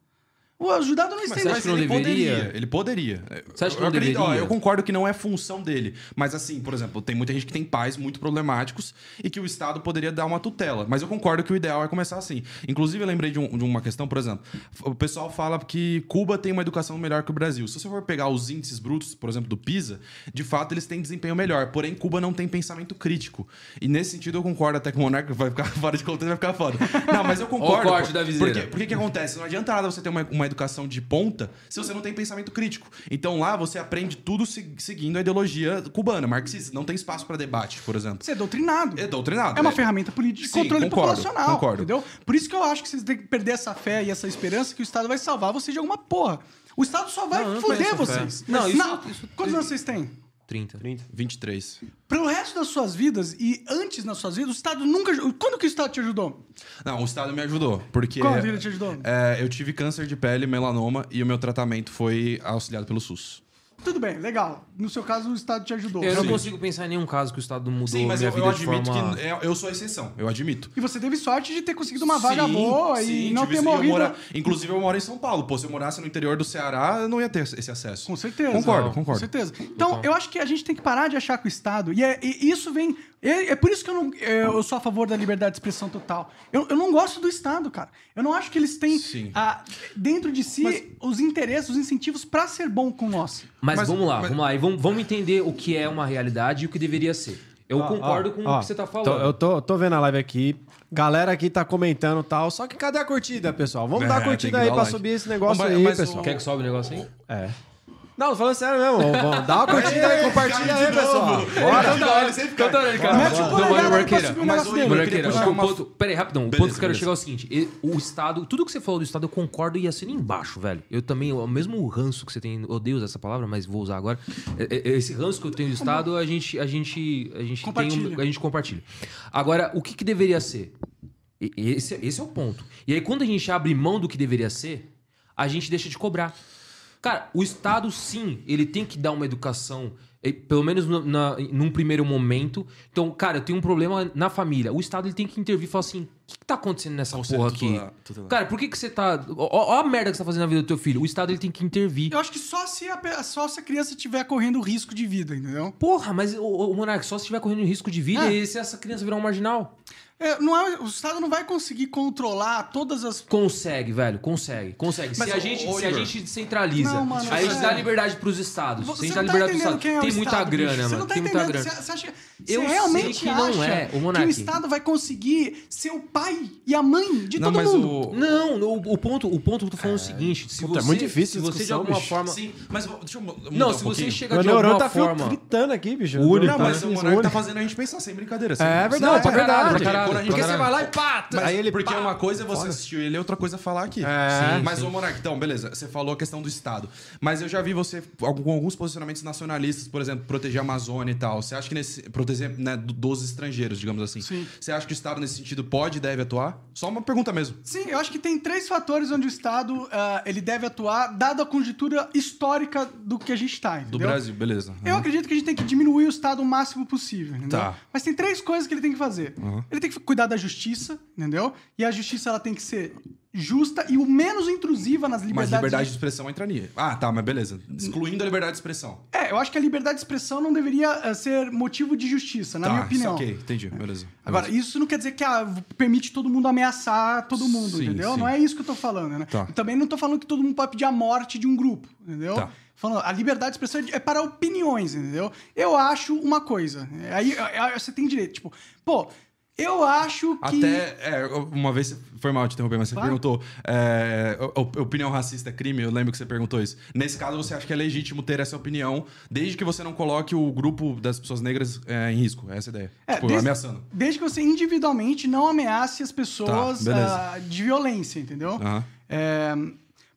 Speaker 3: O ajudado não estendeu.
Speaker 2: acha que não
Speaker 4: ele
Speaker 2: deveria?
Speaker 4: poderia. Ele poderia.
Speaker 2: Você acha que
Speaker 4: eu,
Speaker 2: não
Speaker 4: acredito- ó,
Speaker 2: deveria?
Speaker 4: eu concordo que não é função dele. Mas assim, por exemplo, tem muita gente que tem pais muito problemáticos e que o Estado poderia dar uma tutela. Mas eu concordo que o ideal é começar assim. Inclusive, eu lembrei de, um- de uma questão, por exemplo. O pessoal fala que Cuba tem uma educação melhor que o Brasil. Se você for pegar os índices brutos, por exemplo, do PISA, de fato eles têm desempenho melhor. Porém, Cuba não tem pensamento crítico. E nesse sentido eu concordo até que o Monarca vai ficar [LAUGHS] fora de contexto, vai ficar foda. Não, mas eu concordo.
Speaker 2: corte da viseira.
Speaker 4: porque- porque o que acontece? Não adianta nada você ter uma, uma educação de ponta se você não tem pensamento crítico. Então lá você aprende tudo se- seguindo a ideologia cubana, marxista. Não tem espaço pra debate, por exemplo.
Speaker 3: Você é doutrinado.
Speaker 4: É doutrinado.
Speaker 3: É uma ferramenta política de
Speaker 4: Sim,
Speaker 3: controle
Speaker 4: concordo,
Speaker 3: populacional.
Speaker 4: concordo.
Speaker 3: Entendeu? Por isso que eu acho que vocês têm que perder essa fé e essa esperança que o Estado vai salvar você de alguma porra. O Estado só vai
Speaker 2: Não, eu não
Speaker 3: foder
Speaker 2: tenho essa fé.
Speaker 3: vocês.
Speaker 2: Não, isso- isso-
Speaker 3: Quantos anos vocês têm?
Speaker 2: 30.
Speaker 4: 23.
Speaker 3: Pro resto das suas vidas e antes nas suas vidas, o Estado nunca. aj- Quando que o Estado te ajudou?
Speaker 4: Não, o Estado me ajudou. Porque.
Speaker 3: Qual vida te ajudou?
Speaker 4: é, eu tive câncer de pele, melanoma, e o meu tratamento foi auxiliado pelo SUS.
Speaker 3: Tudo bem, legal. No seu caso, o Estado te ajudou.
Speaker 2: Eu não
Speaker 3: Sim.
Speaker 2: consigo pensar em nenhum caso que o Estado mudou
Speaker 4: Sim, mas
Speaker 2: minha
Speaker 4: eu,
Speaker 2: vida
Speaker 4: eu
Speaker 2: de
Speaker 4: admito
Speaker 2: forma...
Speaker 4: que é, eu sou a exceção, eu admito.
Speaker 3: E você teve sorte de ter conseguido uma vaga
Speaker 4: Sim,
Speaker 3: boa
Speaker 4: sim,
Speaker 3: e não
Speaker 4: tive-
Speaker 3: ter
Speaker 4: eu
Speaker 3: morrido.
Speaker 4: mora- Inclusive, eu moro em São Paulo. Pô, se eu morasse no interior do Ceará, eu não ia ter esse acesso.
Speaker 3: Com certeza.
Speaker 4: Concordo,
Speaker 3: Não, Com
Speaker 4: concordo.
Speaker 3: certeza. Então, eu acho que a gente tem que parar de achar que o Estado. E, é- e isso vem. É, é por isso que eu, não, é, eu sou a favor da liberdade de expressão total. Eu, eu não gosto do Estado, cara. Eu não acho que eles têm
Speaker 4: Sim.
Speaker 3: ah, dentro de si os interesses, os incentivos pra ser bom com nós.
Speaker 2: Mas,
Speaker 4: Mas-
Speaker 2: vamos lá,
Speaker 4: mas-
Speaker 2: vamos lá. E vamos, vamos entender o que é uma realidade e o que deveria ser. Eu
Speaker 1: Ó,
Speaker 2: concordo
Speaker 1: ó,
Speaker 2: com
Speaker 1: ó,
Speaker 2: o que você tá
Speaker 1: tô-
Speaker 2: falando.
Speaker 1: eu tô, tô vendo a live aqui. Galera aqui tá comentando e tal. Só que cadê a curtida, pessoal? Vamos
Speaker 4: É,
Speaker 1: dar a
Speaker 4: tem que
Speaker 1: curtida
Speaker 4: dar
Speaker 1: aí
Speaker 4: o
Speaker 1: pra
Speaker 4: like. um.
Speaker 1: subir esse negócio
Speaker 4: Mas-
Speaker 1: aí,
Speaker 4: mas o-
Speaker 1: pessoal.
Speaker 2: Quer que sobe o negócio aí?
Speaker 1: É. Não, falando sério mesmo. Vamos- Dá uma curtida aí, compartilha aí, pessoal. Bora.
Speaker 2: Toda hora, toda hora,
Speaker 4: Ah,
Speaker 2: cara.
Speaker 3: Mete o
Speaker 2: Não,
Speaker 3: polegar
Speaker 2: olha,
Speaker 3: aí pra
Speaker 2: Marqueira,
Speaker 3: subir o
Speaker 2: mas
Speaker 3: negócio
Speaker 2: o
Speaker 3: dele.
Speaker 2: Marqueira,
Speaker 4: Eu queria
Speaker 2: acho que o
Speaker 4: puxar uma-
Speaker 2: ponto... Peraí, rapidão. O
Speaker 4: Beleza,
Speaker 2: ponto que eu quero
Speaker 4: beleza.
Speaker 2: chegar é o seguinte. e- O Estado... Tudo que você falou do Estado, eu concordo e assino embaixo, velho. Eu também... O mesmo ranço que você tem... Odeio usar essa palavra, mas vou usar agora. É, é, Esse ranço que eu tenho do Estado, a gente... A gente... A gente tem um-
Speaker 3: Compartilha.
Speaker 2: A gente compartilha. Agora, o que que deveria ser? E- Esse, esse é o ponto. E aí, quando a gente abre mão do que deveria ser, a gente deixa de cobrar. Cara, o Estado, sim, ele tem que dar uma educação, eh, pelo menos no- na- num primeiro momento. Então, cara, eu tenho um problema na família. O Estado ele tem que intervir e falar assim: o que, que tá acontecendo nessa
Speaker 4: Conselho
Speaker 2: porra aqui?
Speaker 4: tutelar- tutelar.
Speaker 2: Cara, por que, que você tá. Ó, ó a merda que você tá fazendo na vida do teu filho. O Estado ele tem que intervir.
Speaker 3: Eu acho que só se a, pe- só se a criança estiver correndo risco de vida, entendeu?
Speaker 2: Porra, mas o, o Monark, só se estiver correndo risco de vida
Speaker 3: É.
Speaker 2: e se essa criança virar um marginal.
Speaker 3: É, não é- o Estado não vai conseguir controlar todas as
Speaker 2: Consegue, velho, consegue, consegue.
Speaker 4: Mas,
Speaker 2: se,
Speaker 4: ô,
Speaker 2: a gente,
Speaker 4: ô,
Speaker 2: se a
Speaker 4: Igor.
Speaker 2: gente descentraliza,
Speaker 3: Não, mano,
Speaker 2: a gente
Speaker 3: você-
Speaker 2: dá liberdade pros estados. se a
Speaker 3: Você
Speaker 2: gente
Speaker 3: não
Speaker 2: dá
Speaker 3: tá
Speaker 2: liberdade pro
Speaker 3: entendendo
Speaker 2: estado.
Speaker 3: quem é o
Speaker 2: tem muita
Speaker 3: Estado, bicho.
Speaker 2: grana,
Speaker 3: Você
Speaker 2: mano.
Speaker 3: não tá
Speaker 2: Tem muita
Speaker 3: entendendo.
Speaker 2: grana.
Speaker 3: Você, você acha que,
Speaker 2: Eu
Speaker 3: você
Speaker 2: sei
Speaker 3: realmente
Speaker 2: que não
Speaker 3: acha
Speaker 2: é, ô,
Speaker 3: que o
Speaker 2: Monark.
Speaker 3: Estado vai conseguir ser o pai e a mãe de
Speaker 4: Não,
Speaker 3: todo
Speaker 4: mas
Speaker 3: mundo?
Speaker 4: o.
Speaker 2: Não, no- o, ponto, o ponto que eu tô falando é o seguinte: se
Speaker 1: Puta, é
Speaker 2: você,
Speaker 1: muito difícil
Speaker 2: se
Speaker 1: essa
Speaker 2: você de
Speaker 1: discussão,
Speaker 2: alguma
Speaker 1: bicho.
Speaker 2: forma.
Speaker 4: Sim, mas vou- deixa eu mu- mudar
Speaker 2: Não,
Speaker 4: um
Speaker 2: se você
Speaker 4: pouquil.
Speaker 2: chega
Speaker 1: Meu
Speaker 2: de
Speaker 1: neurônio
Speaker 2: alguma
Speaker 1: tá fil-
Speaker 2: forma.
Speaker 1: fritando aqui, bicho.
Speaker 2: Único,
Speaker 4: Não, mas
Speaker 1: Tá
Speaker 4: o
Speaker 1: fritando,
Speaker 4: Monark tá
Speaker 1: único.
Speaker 4: fazendo a gente pensar sem brincadeira. sem-
Speaker 1: É
Speaker 4: sem-
Speaker 1: verdade,
Speaker 2: pra
Speaker 1: é verdade.
Speaker 2: caralho,
Speaker 4: pra caralho,
Speaker 1: Porque
Speaker 4: pra
Speaker 1: você
Speaker 4: caralho.
Speaker 1: vai lá e pá.
Speaker 4: Mas
Speaker 1: aí ele
Speaker 4: porque
Speaker 1: pá.
Speaker 4: uma coisa é você assistir ele, outra coisa é falar aqui.
Speaker 1: É.
Speaker 4: Mas, ô Monark, então, beleza, você falou a questão do Estado. Mas eu já vi você com alguns posicionamentos nacionalistas, por exemplo, proteger a Amazônia e tal. Você acha que nesse. proteger né, do- dos estrangeiros, digamos assim. Sim. Você acha que o Estado, nesse sentido, pode e deve atuar? Só uma pergunta mesmo.
Speaker 3: Sim, eu acho que tem três fatores onde o Estado ah, ele deve atuar, dada a conjuntura histórica do que a gente está,
Speaker 4: Do
Speaker 3: entendeu?
Speaker 4: Brasil, beleza.
Speaker 3: Eu acredito que a gente tem que diminuir o Estado o máximo possível, entendeu?
Speaker 4: Tá. Uhum.
Speaker 3: Mas tem três coisas que ele tem que fazer. Ele tem que cuidar da justiça, entendeu? E a justiça ela tem que ser justa e o menos intrusiva nas
Speaker 4: Mas
Speaker 3: liberdades
Speaker 4: liberdade de expressão entraria. Ah, tá, mas beleza. Excluindo a liberdade de expressão.
Speaker 3: É, eu acho que a liberdade de expressão não deveria eh, ser motivo de justiça, na
Speaker 4: tá,
Speaker 3: minha opinião. É.
Speaker 4: Ok, entendi. Beleza.
Speaker 3: Agora, isso não quer dizer que ah, permite todo mundo ameaçar todo mundo,
Speaker 4: Sim,
Speaker 3: entendeu?
Speaker 4: sim.
Speaker 3: Não é isso que eu tô falando, né?
Speaker 4: Tá.
Speaker 3: E Também não tô falando que todo mundo pode pedir a morte de um grupo, entendeu?
Speaker 4: Tá.
Speaker 3: Falando, a liberdade de expressão é para opiniões, entendeu? Eu acho uma coisa. né? Aí, aí você tem direito, tipo, pô, eu acho que.
Speaker 4: Até, é, uma vez, foi mal te interromper, mas você
Speaker 3: Vai.
Speaker 4: perguntou, é, o- o- opinião racista é crime? Eu lembro que você perguntou isso. Nesse caso, você acha que é legítimo ter essa opinião, desde que você não coloque o grupo das pessoas negras é, em risco? Essa é a ideia.
Speaker 3: É,
Speaker 4: tipo,
Speaker 3: desde-
Speaker 4: ameaçando.
Speaker 3: Desde que você individualmente não ameace as pessoas
Speaker 4: Tá, beleza.
Speaker 3: ah, de violência, entendeu?
Speaker 4: Aham.
Speaker 3: É,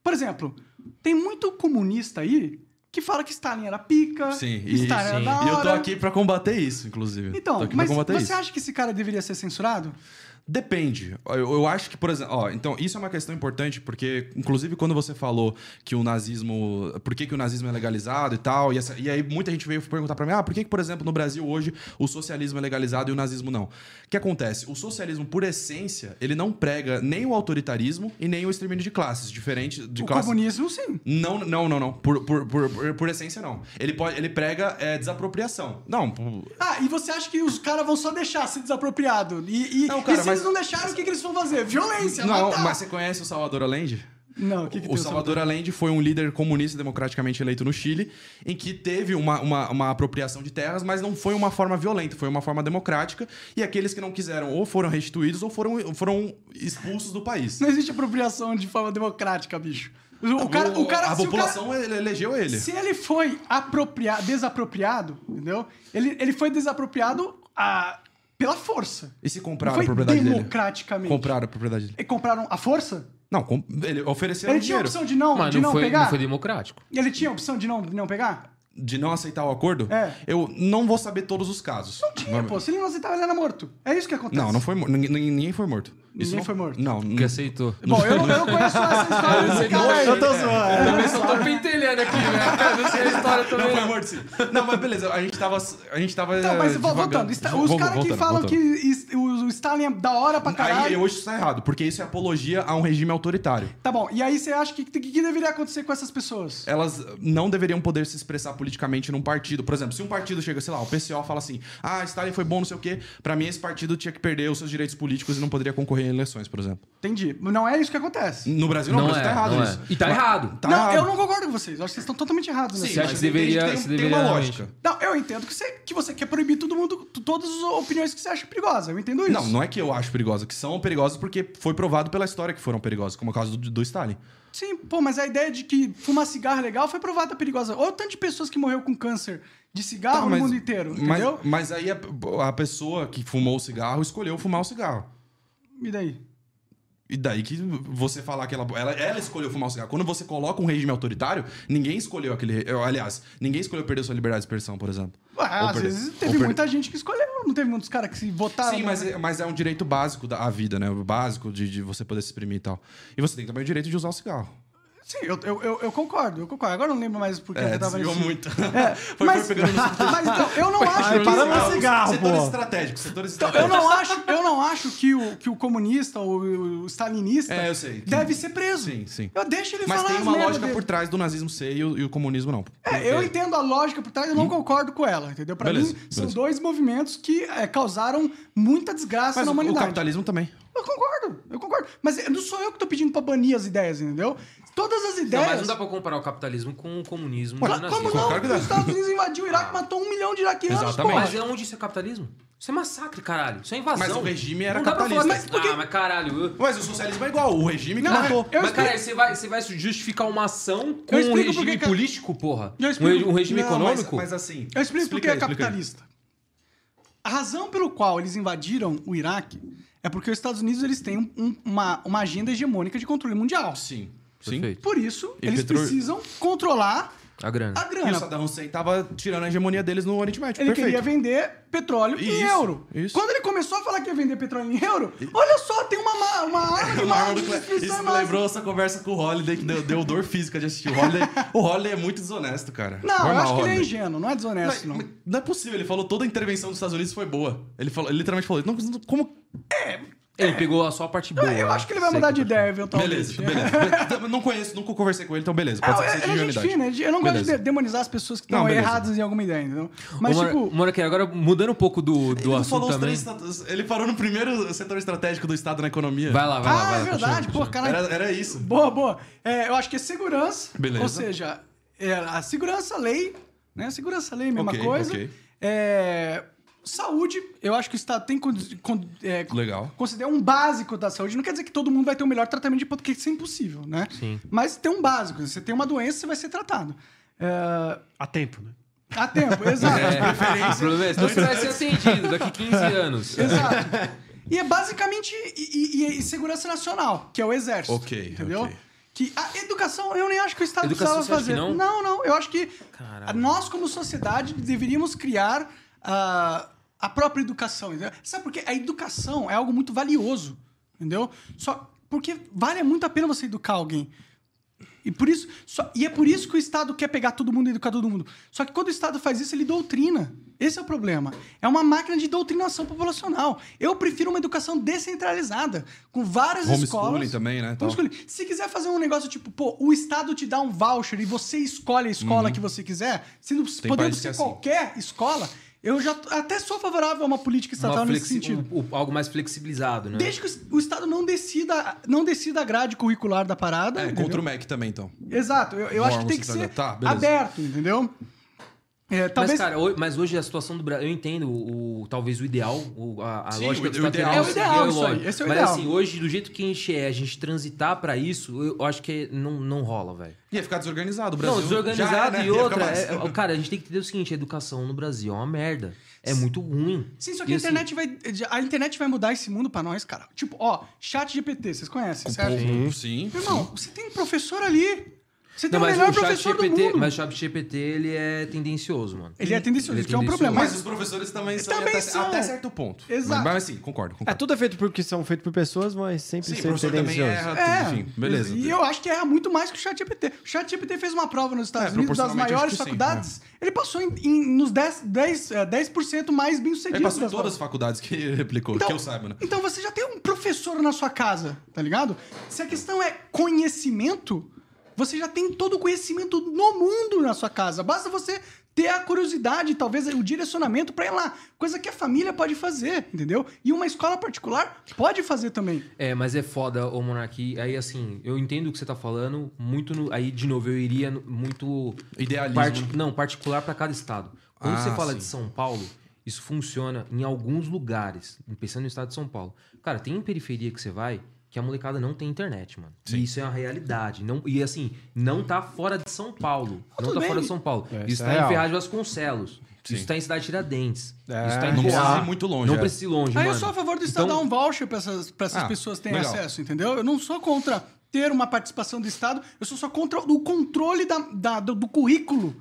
Speaker 3: por exemplo, tem muito comunista aí que fala que Stalin era pica,
Speaker 4: Sim,
Speaker 3: que
Speaker 4: e,
Speaker 3: Stalin era
Speaker 2: sim.
Speaker 3: da
Speaker 4: e eu tô
Speaker 3: hora.
Speaker 4: aqui pra combater isso, inclusive. tô
Speaker 3: Então,
Speaker 4: aqui pra
Speaker 3: mas
Speaker 4: combater
Speaker 3: você
Speaker 4: isso.
Speaker 3: acha que esse cara deveria ser censurado?
Speaker 4: Depende. Eu, eu acho que, por exemplo, ó, então isso é uma questão importante porque, inclusive, quando você falou que o nazismo, por que, que o nazismo é legalizado e tal, e, essa- e aí muita gente veio perguntar pra mim, ah, por que, que, por exemplo, no Brasil hoje o socialismo é legalizado e o nazismo não? O que acontece? O socialismo, por essência, ele não prega nem o autoritarismo e nem o extermínio de classes, diferente de
Speaker 3: o
Speaker 4: classes.
Speaker 3: comunismo, sim.
Speaker 4: Não, não, não, não. Por, por, por, por, por essência, não. Ele, pode, ele prega é, desapropriação. Não, por-
Speaker 3: Ah, e você acha que os caras vão só deixar ser desapropriado? E, e-
Speaker 4: Não, cara,
Speaker 3: e se
Speaker 4: mas-
Speaker 3: eles não deixaram, o que, que eles vão fazer? Violência,
Speaker 4: não,
Speaker 3: matar.
Speaker 4: mas você conhece o Salvador Allende?
Speaker 3: Não, o que, que
Speaker 4: o
Speaker 3: tem
Speaker 4: Salvador Allende foi um líder comunista democraticamente eleito no Chile, em que teve uma, uma, uma apropriação de terras, mas não foi uma forma violenta, foi uma forma democrática, e aqueles que não quiseram ou foram restituídos ou foram, foram expulsos do país.
Speaker 3: Não existe apropriação de forma democrática, bicho. O, o cara, o cara,
Speaker 4: a
Speaker 3: se o cara-
Speaker 4: população ele- elegeu ele.
Speaker 3: se ele foi apropriado, desapropriado, entendeu? Ele, ele foi desapropriado ah, pela força.
Speaker 4: E se
Speaker 3: Não
Speaker 4: compraram a
Speaker 3: foi
Speaker 4: propriedade dele?
Speaker 3: democraticamente.
Speaker 4: Compraram a propriedade dele.
Speaker 3: E compraram a força?
Speaker 4: Não, com- ele ofereceram
Speaker 3: Ele tinha a
Speaker 4: dinheiro.
Speaker 3: opção de não,
Speaker 2: Mas
Speaker 3: de
Speaker 2: não,
Speaker 3: não,
Speaker 2: foi,
Speaker 3: pegar?
Speaker 2: não foi democrático.
Speaker 3: Ele tinha a opção de não, de não pegar?
Speaker 4: De não aceitar o acordo?
Speaker 3: É.
Speaker 4: Eu não vou saber todos os casos. Não
Speaker 3: Tinha, pô. Se ele não aceitava, ele era morto. É isso que acontece.
Speaker 4: Não, não foi morto. Ninguém, ninguém foi morto. Isso
Speaker 3: Ninguém
Speaker 4: não-
Speaker 3: foi morto.
Speaker 4: Não,
Speaker 2: Que
Speaker 4: não.
Speaker 2: aceitou.
Speaker 3: Bom, eu, não- eu não
Speaker 4: [LAUGHS]
Speaker 3: conheço essa história desse cara aí.
Speaker 1: assim,
Speaker 3: Então,
Speaker 1: Eu tô zoando.
Speaker 2: Eu também só tô pentelhando aqui, né? Eu sei a história
Speaker 4: Não
Speaker 2: também.
Speaker 4: foi morto, sim. Não, mas beleza, a gente tava. A gente tava.
Speaker 3: é. Então, mas
Speaker 4: eh,
Speaker 3: vo- voltando,
Speaker 4: divagando.
Speaker 3: esta-
Speaker 4: Vo-
Speaker 3: os
Speaker 4: vamos,
Speaker 3: caras que
Speaker 4: voltando,
Speaker 3: falam
Speaker 4: voltando.
Speaker 3: que is- o o Stalin é da hora pra
Speaker 4: Aí
Speaker 3: caralho.
Speaker 4: eu acho que isso tá errado, porque isso é apologia a um regime autoritário.
Speaker 3: Tá bom, e aí você acha que o que, que deveria acontecer com essas pessoas?
Speaker 4: Elas não deveriam poder se expressar politicamente num partido. Por exemplo, se um partido chega, sei lá, o PCO fala assim: ah, Stalin foi bom, não sei o quê, pra mim esse partido tinha que perder os seus direitos políticos e não poderia concorrer em eleições, por exemplo.
Speaker 3: Entendi. Não é isso que acontece.
Speaker 4: No Brasil não,
Speaker 2: Não,
Speaker 4: mas
Speaker 2: é,
Speaker 4: tá errado
Speaker 2: não
Speaker 4: isso.
Speaker 2: é. E tá
Speaker 4: Mas-
Speaker 2: errado.
Speaker 4: Tá
Speaker 3: não,
Speaker 4: errado.
Speaker 3: eu não concordo com vocês. Eu acho que vocês estão totalmente errados
Speaker 4: Sim,
Speaker 3: nessa.
Speaker 2: Você acha
Speaker 4: mas
Speaker 2: que deveria-
Speaker 4: tem- tem,
Speaker 2: se
Speaker 4: tem
Speaker 2: deveria
Speaker 4: uma
Speaker 2: realmente.
Speaker 4: lógica.
Speaker 3: Não, eu entendo que você, que você quer proibir todo mundo, t- todas as opiniões que você acha perigosa. Eu entendo isso.
Speaker 4: Não, não é que eu acho perigosa, que são perigosas porque foi provado pela história que foram perigosas, como é o caso do, do Stalin.
Speaker 3: Sim, pô, mas a ideia de que fumar cigarro é legal foi provada perigosa. Olha o tanto de pessoas que morreu com câncer de cigarro
Speaker 4: Tá, mas-
Speaker 3: no mundo inteiro,
Speaker 4: mas,
Speaker 3: entendeu?
Speaker 4: mas aí a, a pessoa que fumou o cigarro escolheu fumar o cigarro.
Speaker 3: E daí?
Speaker 4: E daí que você falar que ela, ela, ela escolheu fumar o cigarro. Quando você coloca um regime autoritário, ninguém escolheu aquele. eu, Aliás, ninguém escolheu perder sua liberdade de expressão, por exemplo. Ou
Speaker 3: Ué, às
Speaker 4: perder-
Speaker 3: vezes
Speaker 4: ou
Speaker 3: teve
Speaker 4: perder-
Speaker 3: muita gente que escolheu, não teve muitos caras que se votaram.
Speaker 4: Sim,
Speaker 3: né?
Speaker 4: mas é, mas é um direito básico da a vida, né? O básico de, de você poder se exprimir e tal. E você tem também o direito de usar o cigarro.
Speaker 3: Sim, eu, eu, eu, eu concordo, eu concordo. Agora eu não lembro mais porque
Speaker 4: É,
Speaker 3: eu tava
Speaker 4: desviou
Speaker 3: nesse-
Speaker 4: muito.
Speaker 3: É,
Speaker 4: [LAUGHS] foi
Speaker 3: mas, [LAUGHS]
Speaker 4: pegando no
Speaker 3: mas então, eu não acho
Speaker 1: Ai,
Speaker 3: que
Speaker 1: paramos no cigarro,
Speaker 4: setores
Speaker 1: pô.
Speaker 4: estratégicos, setores
Speaker 3: Então, eu
Speaker 4: estratégicos.
Speaker 3: não acho, eu não acho que o, que o comunista ou o stalinista
Speaker 4: É, eu sei.
Speaker 3: deve ser preso.
Speaker 4: Sim, sim.
Speaker 3: Eu deixo ele
Speaker 4: Mas
Speaker 3: falar
Speaker 4: tem
Speaker 3: as
Speaker 4: uma
Speaker 3: merda
Speaker 4: lógica
Speaker 3: dele.
Speaker 4: por trás do nazismo ser e o, e o comunismo não.
Speaker 3: É, eu entendo a lógica por trás, eu não concordo com ela, entendeu? Pra
Speaker 4: Beleza,
Speaker 3: mim, são
Speaker 4: beleza.
Speaker 3: dois movimentos que é, causaram muita desgraça
Speaker 4: Mas o, o
Speaker 3: na humanidade.
Speaker 4: capitalismo também.
Speaker 3: Eu concordo, eu concordo. Mas eh, não sou eu que tô pedindo pra banir as ideias, entendeu? Todas as
Speaker 2: Não,
Speaker 3: ideias.
Speaker 2: mas não dá pra assim, comparar o capitalismo com o comunismo e o
Speaker 3: Claro,
Speaker 2: nazismo.
Speaker 3: Como não?
Speaker 4: Claro que dá.
Speaker 3: Os Estados Unidos invadiu o Iraque, matou um milhão de iraquianos,
Speaker 4: Exatamente.
Speaker 3: porra.
Speaker 2: Mas é onde isso é capitalismo? Isso é massacre, caralho. Isso é invasão.
Speaker 4: Mas o regime era
Speaker 2: Não dá pra
Speaker 4: capitalista.
Speaker 2: falar, Mas, por quê? ah, mas caralho. eu-
Speaker 4: Mas o socialismo é igual, o regime que
Speaker 3: Não,
Speaker 4: matou.
Speaker 3: eu
Speaker 2: mas,
Speaker 3: explico-
Speaker 2: caralho, você vai, você vai justificar uma ação com um
Speaker 3: explico por
Speaker 2: regime
Speaker 3: que que-
Speaker 2: político, porra?
Speaker 3: Eu
Speaker 2: Um,
Speaker 3: explico-
Speaker 2: re- um regime
Speaker 4: Não, mas-
Speaker 2: econômico?
Speaker 4: Mas, assim.
Speaker 3: Eu explico
Speaker 4: explica
Speaker 3: porque
Speaker 4: aí,
Speaker 3: é
Speaker 4: explica aí.
Speaker 3: capitalista. A razão pelo qual eles invadiram o Iraque é porque os Estados Unidos eles têm um- uma, uma agenda hegemônica de controle mundial.
Speaker 4: Sim. Sim.
Speaker 2: Perfeito.
Speaker 3: Por isso,
Speaker 4: E
Speaker 3: eles
Speaker 4: petróleo-
Speaker 3: precisam controlar
Speaker 2: A grana.
Speaker 3: a
Speaker 4: E o
Speaker 3: grana.
Speaker 4: Saddam Hussein tava tirando a hegemonia deles no Oriente Médio.
Speaker 3: Ele
Speaker 4: Perfeito.
Speaker 3: queria vender petróleo em
Speaker 4: Isso,
Speaker 3: euro.
Speaker 4: isso.
Speaker 3: Quando ele começou a falar que ia vender petróleo em euro, olha só, tem uma, ma-
Speaker 4: [LAUGHS]
Speaker 3: uma arma de
Speaker 4: Uma
Speaker 3: uma
Speaker 4: arma
Speaker 3: de
Speaker 4: nuclear.
Speaker 3: destruição
Speaker 4: Isso
Speaker 3: em
Speaker 4: me
Speaker 3: massa.
Speaker 4: lembrou essa conversa com o Holiday, que deu, deu dor física de assistir o Holiday. o Holiday é muito desonesto, cara.
Speaker 3: Não, eu
Speaker 4: Normal,
Speaker 3: acho que ele é
Speaker 4: Holiday.
Speaker 3: ingênuo, não é desonesto, não.
Speaker 4: Mas- mas não é possível, ele falou toda a intervenção dos Estados Unidos foi boa. Ele, falou, ele literalmente falou: não, como.
Speaker 2: Ele pegou só a parte boa.
Speaker 3: É. Eu
Speaker 2: né?
Speaker 3: acho que ele vai
Speaker 2: Sei
Speaker 3: mudar
Speaker 2: que
Speaker 3: de
Speaker 2: eu tô-
Speaker 3: ideia, eventualmente.
Speaker 4: Beleza,
Speaker 3: É.
Speaker 4: beleza. Be- tá, não conheço, nunca conversei com né? ele, então beleza. Pode ser que
Speaker 3: É,
Speaker 4: seja
Speaker 3: ele
Speaker 4: de
Speaker 3: é gente
Speaker 4: unidade.
Speaker 3: fina, eu não gosto
Speaker 4: Beleza.
Speaker 3: de demonizar as pessoas que
Speaker 4: Não,
Speaker 3: estão
Speaker 4: beleza.
Speaker 3: erradas em alguma ideia, entendeu? Mas,
Speaker 2: Ô, Mora-
Speaker 3: tipo,
Speaker 2: Mora, que agora mudando um pouco do,
Speaker 4: Ele
Speaker 2: do
Speaker 4: não
Speaker 2: assunto
Speaker 4: falou os
Speaker 2: também.
Speaker 4: três estados- Ele parou no primeiro setor estratégico do Estado na economia.
Speaker 2: Vai lá, vai lá.
Speaker 3: ah,
Speaker 2: vai
Speaker 3: é
Speaker 2: lá,
Speaker 3: verdade,
Speaker 2: continua,
Speaker 3: pô,
Speaker 2: continua.
Speaker 3: cara.
Speaker 4: Era, era isso.
Speaker 3: Boa, boa. É, eu acho que é segurança,
Speaker 4: Beleza.
Speaker 3: ou seja, é, a segurança, lei, né? Segurança, lei, mesma
Speaker 4: Ok,
Speaker 3: coisa.
Speaker 4: ok.
Speaker 3: É, saúde, eu acho que o Estado tem que con- é,
Speaker 4: Legal.
Speaker 3: considerar um básico da saúde. Não quer dizer que todo mundo vai ter o melhor tratamento de ponto, porque isso é impossível, né?
Speaker 2: Sim.
Speaker 3: Mas tem um básico, você tem uma doença, você vai ser tratado. É,
Speaker 1: Há tempo, né?
Speaker 3: há tempo, [LAUGHS] exato.
Speaker 2: É, o problema é esse. Você vai ser atendido daqui 15 anos.
Speaker 3: Exato. [LAUGHS] E é basicamente e, e- e- e segurança nacional, que é o exército.
Speaker 4: Ok,
Speaker 3: entendeu?
Speaker 4: ok.
Speaker 3: que a educação, eu nem acho que o Estado
Speaker 2: Educação,
Speaker 3: precisava
Speaker 2: você
Speaker 3: fazer.
Speaker 2: acha que
Speaker 3: não, não, eu acho que
Speaker 2: Caralho.
Speaker 3: nós, como sociedade, deveríamos criar ah, a própria educação. Entendeu? Sabe por quê? A educação é algo muito valioso, entendeu? Só porque vale muito a pena você educar alguém. E, por isso, só- e é por isso que o Estado quer pegar todo mundo e educar todo mundo. Só que quando o Estado faz isso, ele doutrina. Esse é o problema. É uma máquina de doutrinação populacional. Eu prefiro uma educação descentralizada, com várias
Speaker 4: Homeschooling
Speaker 3: escolas.
Speaker 4: também, né, tal.
Speaker 3: Homeschooling. Se quiser fazer um negócio tipo, pô, o Estado te dá um voucher e você escolhe a escola que você quiser, sendo, podendo
Speaker 4: países Uhum. que
Speaker 3: ser
Speaker 4: é assim.
Speaker 3: qualquer escola, eu já t- até sou favorável a uma política estatal
Speaker 2: Uma
Speaker 3: tá nesse
Speaker 2: flexi-
Speaker 3: sentido.
Speaker 2: um- um- algo mais flexibilizado,
Speaker 4: é.
Speaker 2: né?
Speaker 3: Desde que o- o Estado não decida, não decida a grade curricular da parada.
Speaker 4: É,
Speaker 3: entendeu?
Speaker 4: contra o Mac também, então.
Speaker 3: Exato, eu, eu
Speaker 4: Norma
Speaker 3: acho que tem que ser
Speaker 4: cidadã. Tá, beleza.
Speaker 3: aberto, entendeu? É, talvez.
Speaker 2: Mas, cara, ho- mas hoje a situação do Brasil. Eu entendo o, o- talvez o ideal, o- a, a
Speaker 4: Sim,
Speaker 2: lógica
Speaker 4: o-
Speaker 2: do
Speaker 4: o
Speaker 2: Estado Federal
Speaker 4: ideal
Speaker 3: seria- É o ideal isso aí,
Speaker 2: lógico.
Speaker 3: esse é o
Speaker 2: Mas
Speaker 3: ideal.
Speaker 2: assim, hoje, do jeito que a gente é, a gente transitar pra isso, eu eu acho que não, não rola, velho.
Speaker 4: Ia é ficar desorganizado o Brasil.
Speaker 2: Não,
Speaker 4: já é,
Speaker 2: desorganizado
Speaker 4: né?
Speaker 2: e
Speaker 4: Ia ficar
Speaker 2: outra.
Speaker 4: mais-
Speaker 2: é- é- cara, a gente tem que entender o seguinte: a educação no Brasil é uma merda. É muito ruim.
Speaker 3: Sim, só que
Speaker 2: E,
Speaker 3: a
Speaker 2: assim,
Speaker 3: internet, vai, a internet vai mudar esse mundo pra nós, cara. Tipo, ó, chat GPT, vocês conhecem, certo?
Speaker 4: Sim. Um Sim.
Speaker 3: Irmão, você tem um professor ali. Você tem
Speaker 2: não,
Speaker 3: é o
Speaker 2: mas
Speaker 3: melhor
Speaker 2: o chat
Speaker 3: professor do
Speaker 2: GPT,
Speaker 3: mundo.
Speaker 2: mas o chat GPT, ele é tendencioso, mano.
Speaker 3: Ele é tendencioso,
Speaker 2: Ele
Speaker 3: que é um
Speaker 2: tendencioso.
Speaker 3: problema.
Speaker 4: Mas os professores também são.
Speaker 3: Também
Speaker 4: até,
Speaker 3: são.
Speaker 4: até certo ponto.
Speaker 3: Exato.
Speaker 4: Mas, mas sim, concordo.
Speaker 1: É,
Speaker 4: concordo.
Speaker 1: tudo é feito porque são feitos por pessoas, mas sempre
Speaker 4: sim, o
Speaker 1: sendo
Speaker 4: professor também
Speaker 1: tendencioso.
Speaker 4: erra,
Speaker 3: É,
Speaker 4: tudo, enfim. Beleza.
Speaker 3: E eu acho que erra muito mais que o ChatGPT. O ChatGPT fez uma prova nos Estados
Speaker 4: É,
Speaker 3: Unidos das
Speaker 4: proporcionalmente,
Speaker 3: maiores
Speaker 4: acho que sim, é.
Speaker 3: faculdades. Ele passou em, em- nos 10, 10, eh, 10% mais bem
Speaker 4: Ele
Speaker 3: sucedidos.
Speaker 4: passou em todas as faculdades que [LAUGHS] ele replicou, que eu saiba, né?
Speaker 3: Então você já tem um professor na sua casa, tá ligado? Se a questão é conhecimento, você já tem todo o conhecimento no mundo na sua casa. Basta você ter a curiosidade, talvez o direcionamento pra ir lá. Coisa que a família pode fazer, entendeu? E uma escola particular pode fazer também.
Speaker 2: É, mas é foda, ô Monark. Aí, assim, eu entendo o que você tá falando. Muito no- Aí, de novo, eu iria no- muito.
Speaker 4: Idealismo.
Speaker 2: Parti- Não, particular pra cada estado. Quando
Speaker 4: Ah,
Speaker 2: você fala
Speaker 4: sim.
Speaker 2: de São Paulo, isso funciona em alguns lugares. Pensando no estado de São Paulo. Cara, tem periferia que você vai que a molecada não tem internet, mano. E isso é uma realidade. Não... E assim, não tá fora de São Paulo. não
Speaker 3: tudo
Speaker 2: tá
Speaker 3: bem.
Speaker 2: fora de São Paulo.
Speaker 1: É, isso
Speaker 2: isso
Speaker 1: é
Speaker 2: tá em
Speaker 1: real.
Speaker 2: Ferraz de Vasconcelos. Isso tá em Cidade Tiradentes.
Speaker 1: É,
Speaker 2: isso tá em
Speaker 1: não
Speaker 4: precisa
Speaker 2: Poá.
Speaker 4: ir muito longe,
Speaker 2: Não
Speaker 4: é.
Speaker 2: precisa ir longe,
Speaker 3: Aí eu
Speaker 2: mano.
Speaker 3: sou a favor do Estado
Speaker 2: Então-
Speaker 3: dar um voucher pra essas, pra essas
Speaker 4: Ah,
Speaker 3: pessoas terem
Speaker 4: legal.
Speaker 3: acesso, entendeu? Eu não sou contra ter uma participação do Estado, eu sou só contra o controle da, da- do, do currículo.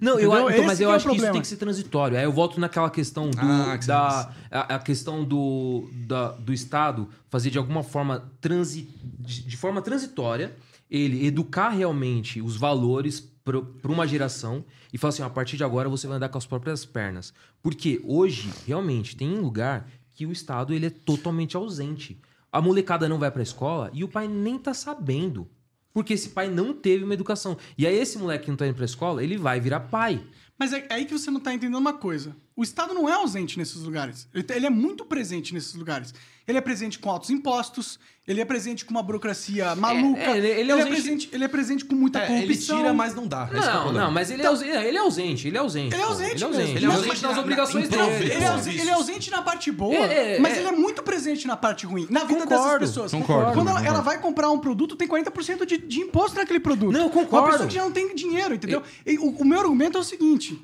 Speaker 2: Não, eu,
Speaker 3: Entendeu?
Speaker 2: então,
Speaker 3: Esse
Speaker 2: mas
Speaker 3: que
Speaker 2: eu
Speaker 3: é o
Speaker 2: acho que isso
Speaker 3: problema.
Speaker 2: tem que ser transitório. Aí eu volto naquela questão do,
Speaker 4: Ah, que
Speaker 2: da a, a questão do, da- do Estado fazer de alguma forma transi, de, de forma transitória ele educar realmente os valores para uma geração e falar assim, ó, a partir de agora você vai andar com as próprias pernas. Porque hoje realmente tem lugar que o Estado ele é totalmente ausente. A molecada não vai pra escola e o pai nem tá sabendo. Porque esse pai não teve uma educação. E aí esse moleque que não tá indo pra escola, ele vai virar pai.
Speaker 3: Mas é, é aí que você não tá entendendo uma coisa. O Estado não é ausente nesses lugares. Ele, tá- ele é muito presente nesses lugares. Ele é presente com altos impostos, ele é presente com uma burocracia maluca.
Speaker 2: é, ele- ele é ausente-
Speaker 3: presente, ele é presente com muita
Speaker 4: É, ele
Speaker 3: corrupção.
Speaker 4: tira, mas não dá. Esse que é o
Speaker 2: Não,
Speaker 4: problema.
Speaker 2: não, mas ele, é ausente, ele é ausente. Ele é ausente.
Speaker 3: Ele é
Speaker 2: pô.
Speaker 3: ausente
Speaker 2: Ele é
Speaker 3: mesmo.
Speaker 2: ausente,
Speaker 3: Ele
Speaker 2: ele
Speaker 3: é
Speaker 2: é
Speaker 3: ausente
Speaker 2: ausente nas
Speaker 4: na-
Speaker 2: obrigações
Speaker 4: em
Speaker 2: dele.
Speaker 4: proveito.
Speaker 3: Ele é,
Speaker 2: pô.
Speaker 4: Bom,
Speaker 3: ausente,
Speaker 4: isso.
Speaker 3: ele é ausente na parte boa,
Speaker 2: É, é,
Speaker 3: mas
Speaker 2: é.
Speaker 3: ele é muito presente na parte ruim, na vida dessas
Speaker 2: Concordo,
Speaker 3: pessoas.
Speaker 4: concordo,
Speaker 3: Quando ela,
Speaker 4: concordo.
Speaker 3: ela vai comprar um produto, tem 40% de, de imposto naquele produto.
Speaker 2: Não, eu concordo.
Speaker 3: Uma pessoa que já não tem dinheiro, entendeu? E o, o meu argumento é o seguinte: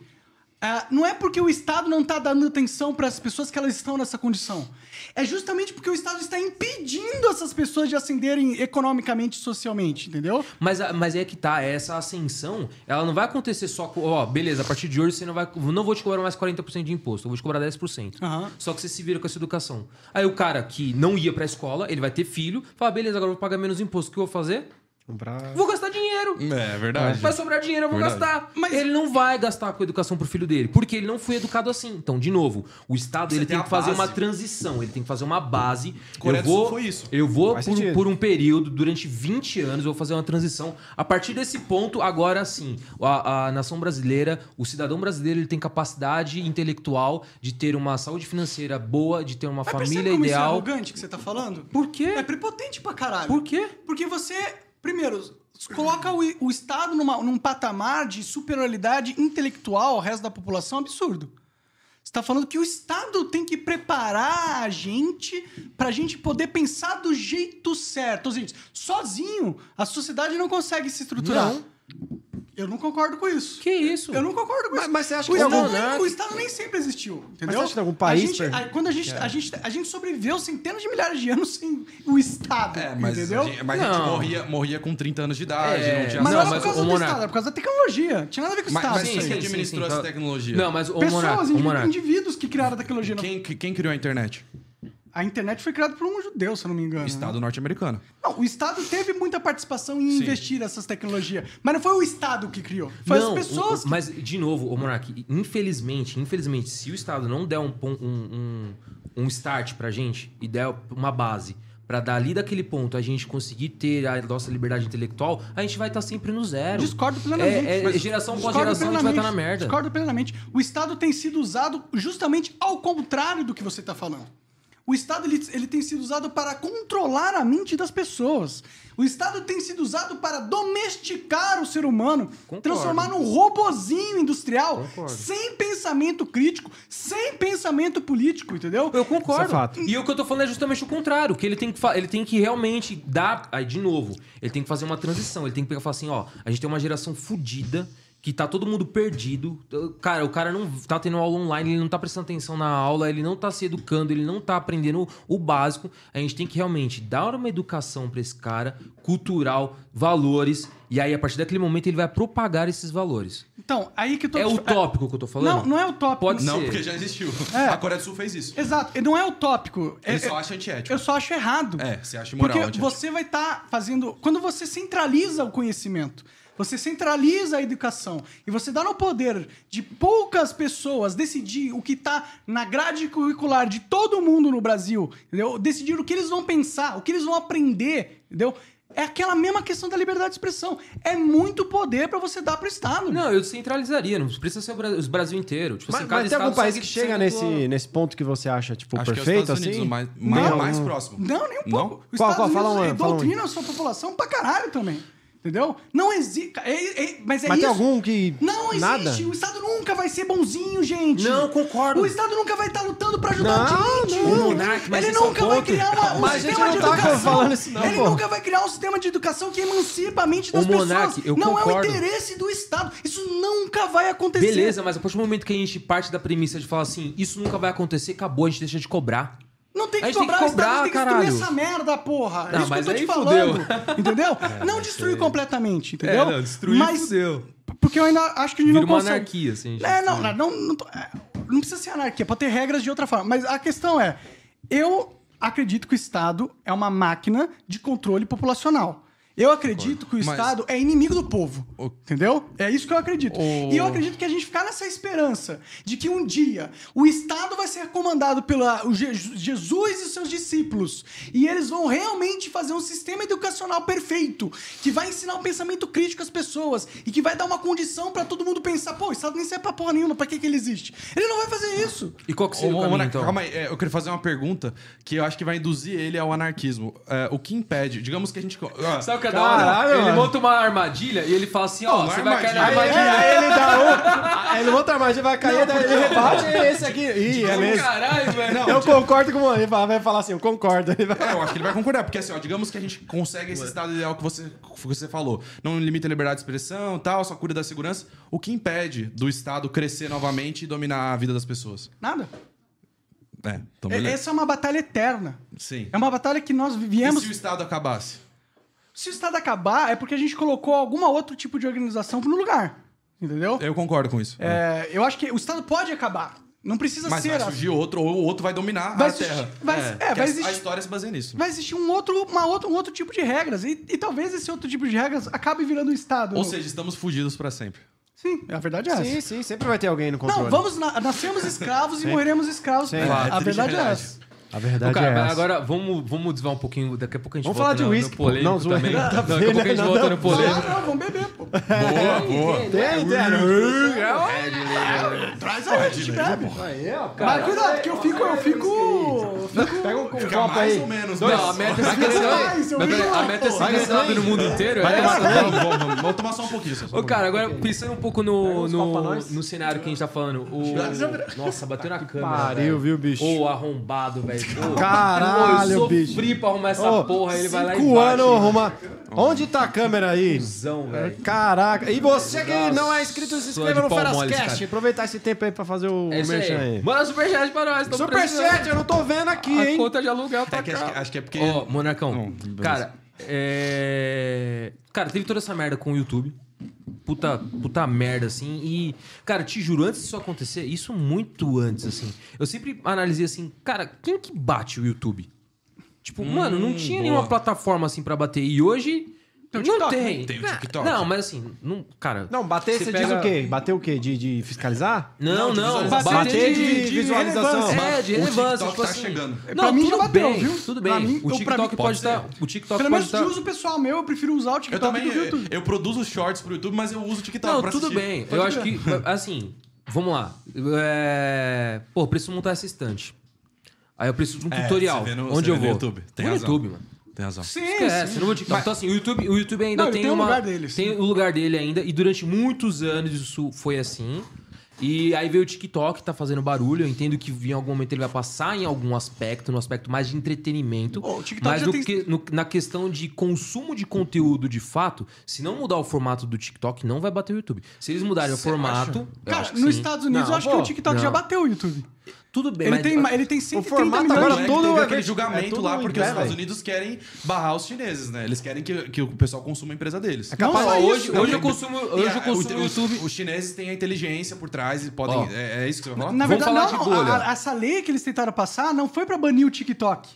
Speaker 3: ah, não é porque o Estado não está dando atenção para as pessoas que elas estão nessa condição. É justamente porque o Estado está impedindo essas pessoas de ascenderem economicamente e socialmente, entendeu?
Speaker 2: Mas, a- mas é que tá, essa ascensão, ela não vai acontecer só com, ó, beleza, a partir de hoje você não vai, não vou te cobrar mais 40% de imposto, eu vou te cobrar 10%.
Speaker 3: Aham.
Speaker 2: Só que você se vira com essa educação. Aí o cara que não ia pra escola, ele vai ter filho, fala, beleza, agora eu vou pagar menos imposto, o que eu vou fazer?
Speaker 1: Comprar-
Speaker 2: Vou gastar dinheiro.
Speaker 4: É verdade.
Speaker 2: Vai sobrar dinheiro, eu vou
Speaker 4: Verdade.
Speaker 2: gastar. Mas ele não vai gastar com a educação pro filho dele, porque ele não foi educado assim. Então, de novo, o Estado
Speaker 4: Você
Speaker 2: ele
Speaker 4: tem
Speaker 2: tem,
Speaker 4: a
Speaker 2: que fazer
Speaker 4: base.
Speaker 2: uma transição, ele tem que fazer uma base.
Speaker 4: Coreia
Speaker 2: eu
Speaker 4: do
Speaker 2: vou,
Speaker 4: Sul foi isso.
Speaker 2: Eu vou
Speaker 1: Faz
Speaker 2: por,
Speaker 1: sentido.
Speaker 2: por um período, durante 20 anos, eu vou fazer uma transição. A partir desse ponto, agora sim, a, a nação brasileira, o cidadão brasileiro, ele tem capacidade intelectual de ter uma saúde financeira boa, de ter uma
Speaker 3: Mas percebe
Speaker 2: família
Speaker 3: como isso é
Speaker 2: ideal.
Speaker 3: arrogante que você tá falando?
Speaker 2: Por
Speaker 3: É
Speaker 2: quê?
Speaker 3: prepotente pra caralho.
Speaker 2: Por quê?
Speaker 3: Porque você, primeiro, coloca o, o Estado numa- num patamar de superioridade intelectual ao resto da população absurdo. Você tá falando que o Estado tem que preparar a gente pra gente poder pensar do jeito certo. Ou seja, sozinho, a sociedade não consegue se estruturar.
Speaker 2: Não.
Speaker 3: Eu não concordo com isso.
Speaker 2: Que isso?
Speaker 3: Eu não concordo com
Speaker 1: Mas-
Speaker 3: isso.
Speaker 1: mas você acha
Speaker 3: o
Speaker 1: que tem
Speaker 3: Estado,
Speaker 1: algum-
Speaker 3: nem, o Estado nem sempre existiu, entendeu?
Speaker 1: você acha que tem algum
Speaker 3: A
Speaker 1: país, É.
Speaker 3: gente-
Speaker 1: per-
Speaker 3: a- quando a gente, a, gente, a gente sobreviveu centenas de milhares de anos sem o Estado,
Speaker 4: É, mas,
Speaker 3: entendeu?
Speaker 4: a gente, mas a gente
Speaker 2: Não.
Speaker 4: morria, morria com 30 anos de idade,
Speaker 2: É,
Speaker 4: não tinha
Speaker 3: Mas
Speaker 2: Não,
Speaker 3: não, era
Speaker 2: mas
Speaker 3: por causa
Speaker 2: o
Speaker 3: do
Speaker 2: Monark-
Speaker 3: Estado, era por causa da tecnologia. Tinha nada a ver com o
Speaker 4: Mas-
Speaker 3: Estado.
Speaker 4: mas
Speaker 3: isso aí.
Speaker 4: quem administrou essa tecnologia?
Speaker 2: Não, mas o Monark,
Speaker 3: Pessoas,
Speaker 2: o
Speaker 3: indiví-
Speaker 2: Monark.
Speaker 3: indivíduos que criaram a tecnologia. Não-
Speaker 4: Quem, quem criou a internet?
Speaker 3: Uhum. A internet foi criada por um judeu, se eu não me engano. né?
Speaker 4: Estado norte-americano.
Speaker 3: Não, o Estado teve muita participação em
Speaker 4: Sim.
Speaker 3: investir nessas tecnologias. Mas não foi o Estado que criou. Foi
Speaker 2: Não,
Speaker 3: as pessoas
Speaker 2: o-
Speaker 3: que.
Speaker 2: o- Mas, de novo, ô Monark, infelizmente, infelizmente, se o Estado não der um, pon- um, um, um start pra gente e der uma base pra dali daquele ponto a gente conseguir ter a nossa liberdade intelectual, a gente vai estar sempre no zero.
Speaker 3: Discordo plenamente.
Speaker 2: É- é
Speaker 3: Mas-
Speaker 2: geração após
Speaker 3: discordo
Speaker 2: geração, a gente vai
Speaker 3: plenamente,
Speaker 2: tá na merda.
Speaker 3: Discordo plenamente. O Estado tem sido usado justamente ao contrário do que você está falando. O Estado ele, ele tem sido usado para controlar a mente das pessoas. O Estado tem sido usado para domesticar o ser humano,
Speaker 2: Concordo.
Speaker 3: transformar num robozinho industrial,
Speaker 2: Concordo.
Speaker 3: sem pensamento crítico, sem pensamento político, entendeu?
Speaker 2: Eu concordo.
Speaker 1: Isso é fato.
Speaker 2: E o que eu tô falando é justamente o contrário, que ele tem que, fa- ele tem que realmente dar. Aí, de novo, ele tem que fazer uma transição. Ele tem que pegar e falar assim: ó, a gente tem uma geração fodida. Que tá todo mundo perdido. Cara, o cara não tá tendo aula online, ele não tá prestando atenção na aula, ele não tá se educando, ele não tá aprendendo o básico. A gente tem que realmente dar uma educação pra esse cara, cultural, valores, e aí a partir daquele momento ele vai propagar esses valores.
Speaker 3: Então, aí que eu tô
Speaker 2: É
Speaker 3: te-
Speaker 2: utópico que eu tô falando?
Speaker 3: Não, não é utópico.
Speaker 2: Pode
Speaker 4: Não,
Speaker 2: ser.
Speaker 4: porque já existiu.
Speaker 3: É.
Speaker 4: A Coreia do Sul fez isso.
Speaker 3: Exato, e não é utópico. É-
Speaker 4: Ele só
Speaker 3: é-
Speaker 4: acha antiético.
Speaker 3: Eu só acho errado.
Speaker 4: É, você acha imoral,
Speaker 3: Porque
Speaker 4: gente.
Speaker 3: você vai estar fazendo. Quando você centraliza o conhecimento, você centraliza a educação e você dá no poder de poucas pessoas decidir o que está na grade curricular de todo mundo no Brasil, entendeu? Decidir o que eles vão pensar, o que eles vão aprender, entendeu? É aquela mesma questão da liberdade de expressão. É muito poder para você dar pro Estado.
Speaker 2: Não, eu centralizaria, não precisa ser o Brasil, o Brasil inteiro. Tipo,
Speaker 1: Mas,
Speaker 2: assim, cada
Speaker 1: mas tem
Speaker 2: estado
Speaker 1: algum país
Speaker 2: segue-
Speaker 1: que chega
Speaker 2: segue a
Speaker 1: nesse,
Speaker 2: sua-
Speaker 1: nesse ponto que você acha, tipo,
Speaker 4: Acho que é os
Speaker 1: perfeito,
Speaker 4: Estados
Speaker 1: assim?
Speaker 4: Unidos o mais,
Speaker 1: Tem
Speaker 4: mais,
Speaker 1: algum-
Speaker 4: mais próximo.
Speaker 3: Não, nem um
Speaker 4: Não?
Speaker 3: pouco. Os
Speaker 1: Qual-
Speaker 3: Estados
Speaker 1: qual? Fala
Speaker 3: Unidos
Speaker 1: um, fala um.
Speaker 3: doutrinam a sua população pra caralho também. Entendeu? Não existe. mas é
Speaker 1: Mas tem
Speaker 3: isso.
Speaker 1: algum que.
Speaker 3: Não existe.
Speaker 1: nada?
Speaker 3: O Estado nunca vai ser bonzinho, gente.
Speaker 2: Não, concordo.
Speaker 3: O Estado nunca vai estar lutando pra ajudar
Speaker 1: Não,
Speaker 3: o gente.
Speaker 1: não.
Speaker 2: O monarca, mas
Speaker 3: Ele
Speaker 2: esse é o
Speaker 3: nunca vai
Speaker 2: ponto.
Speaker 3: criar uma- um
Speaker 1: Mas a gente
Speaker 3: sistema
Speaker 1: não
Speaker 3: de
Speaker 1: tá
Speaker 3: educação.
Speaker 1: falando isso não,
Speaker 3: Ele
Speaker 1: pô.
Speaker 3: nunca vai criar um sistema de educação que emancipa a mente das
Speaker 2: Ô,
Speaker 3: pessoas.
Speaker 2: monarca, eu
Speaker 3: não é o
Speaker 2: concordo.
Speaker 3: interesse do Estado. Isso nunca vai acontecer.
Speaker 2: Beleza, mas a partir do momento que a gente parte da premissa de falar assim, isso nunca vai acontecer, acabou, a gente deixa de cobrar.
Speaker 3: Não tem
Speaker 2: A
Speaker 3: que
Speaker 2: gente tem que
Speaker 3: cobrar, o
Speaker 2: cobrar,
Speaker 3: Estado tem que destruir
Speaker 2: caralho.
Speaker 3: essa merda, porra.
Speaker 2: Não,
Speaker 3: é isso que eu
Speaker 2: mas
Speaker 3: tô te
Speaker 2: aí É,
Speaker 3: falando.
Speaker 2: [LAUGHS]
Speaker 3: Entendeu? não destruir completamente, entendeu? mas Porque eu ainda acho que a gente
Speaker 2: Vira
Speaker 3: não
Speaker 2: uma
Speaker 3: consegue.
Speaker 2: anarquia, assim. gente.
Speaker 3: É, não, não, não, não, tô- é, não precisa ser anarquia, pode ter regras de outra forma. Mas a questão é, eu acredito que o Estado é uma máquina de controle populacional. Eu acredito que o
Speaker 4: Mas-
Speaker 3: Estado é inimigo do povo. Entendeu? É isso que eu acredito.
Speaker 4: O-
Speaker 3: E eu acredito que a gente ficar nessa esperança de que um dia o Estado vai ser comandado pelo Jesus e seus discípulos. E eles vão realmente fazer um sistema educacional perfeito, que vai ensinar o pensamento crítico às pessoas e que vai dar uma condição pra todo mundo pensar: pô, o Estado nem serve pra porra nenhuma, pra que, que ele existe? Ele não vai fazer isso.
Speaker 2: E qual que
Speaker 4: Ô,
Speaker 2: seria o
Speaker 4: ô,
Speaker 2: caminho,
Speaker 4: Monark,
Speaker 2: então?
Speaker 4: Calma aí, é, eu queria fazer uma pergunta que eu acho que vai induzir ele ao anarquismo. É, o que impede? Digamos que a gente. co- ah,
Speaker 2: Sabe o que é da hora?
Speaker 1: Caralho,
Speaker 2: Ele
Speaker 1: mano.
Speaker 2: monta uma armadilha e ele fala assim, ó,
Speaker 4: Não,
Speaker 2: você
Speaker 4: não é
Speaker 2: vai cair na
Speaker 1: Aí,
Speaker 2: armadilha.
Speaker 1: é, aí ele
Speaker 4: [LAUGHS]
Speaker 1: dá um. Aí ele monta a armadilha, vai cair, daí ele rebate e esse aqui. Ih,
Speaker 4: Tipo,
Speaker 1: é mesmo.
Speaker 2: Caralho, velho.
Speaker 1: eu concordo com o Ele fala- vai falar assim, eu concordo. Ele vai-
Speaker 4: É, eu acho que ele vai concordar, porque assim, ó, digamos que a gente consegue esse estado ideal que você, que você falou. Não limita a liberdade de expressão e tal, só cuida da segurança. O que impede do Estado crescer novamente e dominar a vida das pessoas?
Speaker 3: Nada.
Speaker 4: É, então
Speaker 3: E-
Speaker 4: beleza.
Speaker 3: Essa é uma batalha eterna.
Speaker 4: Sim.
Speaker 3: É uma batalha que nós
Speaker 4: E
Speaker 3: viemos.
Speaker 4: se o Estado acabasse?
Speaker 3: Se o Estado acabar, é porque a gente colocou alguma outro tipo de organização no lugar. Entendeu?
Speaker 4: Eu concordo com isso.
Speaker 3: É, eu acho que o Estado pode acabar. Não precisa
Speaker 4: Mas
Speaker 3: ser. assim.
Speaker 4: vai
Speaker 3: a-
Speaker 4: surgir outro, ou o outro vai dominar
Speaker 3: Vai
Speaker 4: a
Speaker 3: existir-
Speaker 4: Terra.
Speaker 3: vai- é, vai
Speaker 4: Que a-
Speaker 3: existir-
Speaker 4: A história se baseia nisso.
Speaker 3: Vai existir um outro, uma outra, um outro tipo de regras. E, e talvez esse outro tipo de regras acabe virando o Estado.
Speaker 4: Ou
Speaker 3: Não-
Speaker 4: seja, estamos fugidos pra
Speaker 3: [LAUGHS]
Speaker 4: sempre.
Speaker 3: Sim, a verdade é
Speaker 1: Sim,
Speaker 3: essa.
Speaker 1: sim, sempre vai ter alguém no controle.
Speaker 3: Não, vamos. na- nascemos escravos e morreremos escravos.
Speaker 1: Sim.
Speaker 3: A,
Speaker 4: Claro,
Speaker 3: a
Speaker 4: triste
Speaker 3: verdade é
Speaker 4: realidade.
Speaker 3: essa.
Speaker 1: A verdade
Speaker 2: Cara,
Speaker 1: é
Speaker 2: mas
Speaker 1: essa.
Speaker 2: agora vamos, vamos desviar um pouquinho. Daqui a pouco a gente
Speaker 1: Vamos
Speaker 2: volta
Speaker 1: falar de
Speaker 2: no- no
Speaker 1: uísque, pô.
Speaker 2: polêmico
Speaker 1: Não, zoeira. [LAUGHS]
Speaker 2: também.
Speaker 1: Nada a
Speaker 2: Daqui a
Speaker 1: ver,
Speaker 2: pouco a gente
Speaker 1: né?
Speaker 2: volta
Speaker 1: Não.
Speaker 2: no
Speaker 3: Ah,
Speaker 2: polêmico.
Speaker 3: não, vamos beber, pô.
Speaker 4: Boa, boa.
Speaker 1: Tem, tem.
Speaker 3: Traz aí, a gente bebe.
Speaker 1: Aí, ó,
Speaker 3: Mas
Speaker 1: cara.
Speaker 3: cuidado, porque eu fico. Eu fico.
Speaker 1: Pega um
Speaker 4: Fica
Speaker 1: copo
Speaker 4: mais
Speaker 1: aí.
Speaker 4: ou menos, né?
Speaker 2: Não, a meta é ser
Speaker 3: mais, eu
Speaker 2: cancelada.
Speaker 3: vejo
Speaker 2: A
Speaker 3: mais,
Speaker 2: meta é ser
Speaker 1: pô.
Speaker 2: cancelada no mundo inteiro.
Speaker 4: Vai
Speaker 2: é
Speaker 4: tomar-
Speaker 2: essa.
Speaker 4: vamos, vamos, vamos. Vou tomar só um pouquinho. Só um
Speaker 2: Ô,
Speaker 4: pouquinho.
Speaker 2: cara, agora pensando um pouco no,
Speaker 1: uns copos pra
Speaker 2: no,
Speaker 1: nós.
Speaker 2: no cenário que a gente tá falando. O... Nossa, bateu na câmera.
Speaker 1: Pariu,
Speaker 2: velho.
Speaker 1: viu, bicho?
Speaker 2: Ô, arrombado, velho. Ô,
Speaker 1: Caralho,
Speaker 2: eu sofri
Speaker 1: bicho.
Speaker 2: pra arrumar essa
Speaker 1: Ô,
Speaker 2: porra, ele vai lá Hum. e
Speaker 1: Cinco
Speaker 2: bate.
Speaker 1: anos arruma. Onde tá a câmera aí?
Speaker 2: Cusão, velho.
Speaker 1: Caraca. E você que não é inscrito, se
Speaker 2: Sou
Speaker 1: inscreva no
Speaker 2: de pau mole,
Speaker 1: Ferascast.
Speaker 2: cara.
Speaker 1: Aproveitar esse tempo aí pra fazer o
Speaker 2: É isso aí.
Speaker 1: merchan aí.
Speaker 2: Manda superchat pra nós. tamo precisando.
Speaker 1: Superchat, eu não tô vendo aqui,
Speaker 2: A
Speaker 1: hein?
Speaker 2: conta de aluguel tá
Speaker 4: É que acho que- acho que é porque-
Speaker 2: Ó, Monarcão,
Speaker 4: Hum, beleza.
Speaker 2: cara, é... Cara, teve toda essa merda com o YouTube. Puta, puta merda, assim. E, cara, te juro, antes disso acontecer, isso muito antes, assim. Eu sempre analisei assim, cara, quem que bate o YouTube? Tipo, mano, não tinha nenhuma plataforma assim pra bater. E hoje.
Speaker 3: Tem o
Speaker 2: não
Speaker 3: TikTok,
Speaker 2: tem.
Speaker 4: Tem o
Speaker 2: Não,
Speaker 4: TikTok.
Speaker 2: Não, mas assim, não, cara.
Speaker 1: Não, bater, você, diz
Speaker 2: pega-
Speaker 1: o quê? Bater o quê? De, de fiscalizar?
Speaker 2: Não, não.
Speaker 1: Bater,
Speaker 2: bater
Speaker 1: de,
Speaker 2: de-
Speaker 1: visualização.
Speaker 4: relevância.
Speaker 2: É, de relevância.
Speaker 4: TikTok
Speaker 2: tipo
Speaker 4: tá
Speaker 2: assim.
Speaker 4: chegando.
Speaker 3: É, Pra mim já bateu,
Speaker 2: bem,
Speaker 3: viu?
Speaker 2: Tudo
Speaker 3: Pra
Speaker 2: bem.
Speaker 3: mim-
Speaker 2: o
Speaker 3: eu- pra
Speaker 2: TikTok
Speaker 3: mim-
Speaker 2: pode
Speaker 4: pode
Speaker 2: estar. O Tiktok pode tá
Speaker 3: Pelo menos
Speaker 2: estar.
Speaker 3: de uso pessoal meu, eu prefiro usar o
Speaker 4: Eu
Speaker 3: TikTok
Speaker 4: também,
Speaker 3: do que o
Speaker 4: eu,
Speaker 3: YouTube.
Speaker 4: eu produzo shorts pro YouTube, mas eu uso o TikTok
Speaker 2: Não,
Speaker 4: tá pra
Speaker 2: tudo
Speaker 4: assistir.
Speaker 2: bem. Eu acho que, assim, vamos lá. É... Pô, eu preciso montar essa estante. Aí eu preciso de um
Speaker 4: É,
Speaker 2: tutorial.
Speaker 4: você vê no-
Speaker 2: Onde
Speaker 4: você
Speaker 2: eu
Speaker 4: vê no
Speaker 2: vou?
Speaker 4: YouTube. Tem
Speaker 2: no
Speaker 4: razão.
Speaker 2: YouTube, mano.
Speaker 4: Tem razão.
Speaker 3: Sim,
Speaker 2: Esquece,
Speaker 3: sim.
Speaker 2: não vou te... Então, assim, o YouTube, o YouTube ainda
Speaker 3: Não, ele
Speaker 2: tem,
Speaker 3: tem o
Speaker 2: uma...
Speaker 3: lugar dele, sim.
Speaker 2: Tem o lugar dele ainda. E durante muitos anos isso foi assim. E aí veio o TikTok, tá fazendo barulho. Eu entendo que em algum momento ele vai passar em algum aspecto, no aspecto mais de entretenimento.
Speaker 3: Ô, o TikTok
Speaker 2: mas
Speaker 3: já
Speaker 2: no
Speaker 3: tem-
Speaker 2: que- no- na questão de consumo de conteúdo de fato, se não mudar o formato do TikTok, não vai bater o YouTube. Se eles mudarem o formato. eu
Speaker 3: Cara,
Speaker 2: acho que
Speaker 3: nos
Speaker 2: sim.
Speaker 3: Estados Unidos
Speaker 1: Não,
Speaker 3: eu acho
Speaker 1: pô,
Speaker 3: que o TikTok
Speaker 2: não.
Speaker 3: já bateu o YouTube.
Speaker 2: Tudo bem,
Speaker 3: Ele
Speaker 2: mas-
Speaker 3: tem, ma- ele tem
Speaker 1: O
Speaker 3: 130
Speaker 1: formato
Speaker 3: milhões
Speaker 1: agora
Speaker 4: Tanto é
Speaker 3: de-
Speaker 4: que
Speaker 1: todo
Speaker 4: teve
Speaker 1: é
Speaker 4: aquele
Speaker 1: verde- é
Speaker 4: julgamento
Speaker 1: todo
Speaker 4: lá,
Speaker 1: um
Speaker 4: porque
Speaker 1: inglês,
Speaker 4: os Estados
Speaker 1: velho.
Speaker 4: Unidos querem barrar os chineses, né? Eles querem que, que o pessoal consuma a empresa deles.
Speaker 1: É capaz-
Speaker 3: Não,
Speaker 2: Ó,
Speaker 3: só
Speaker 2: hoje,
Speaker 3: isso.
Speaker 2: hoje eu
Speaker 4: Também-
Speaker 2: consumo, hoje eu
Speaker 4: E,
Speaker 2: consumo
Speaker 4: o-
Speaker 2: o
Speaker 4: os-
Speaker 2: YouTube.
Speaker 4: Os chineses têm a inteligência por trás e podem...
Speaker 2: Ó.
Speaker 4: É, é isso que você vai falar?
Speaker 3: Na
Speaker 2: Ah, Vamos
Speaker 3: verdade,
Speaker 2: falar
Speaker 3: não,
Speaker 2: de bolha.
Speaker 3: a- a- essa lei que eles tentaram passar não foi pra banir o TikTok.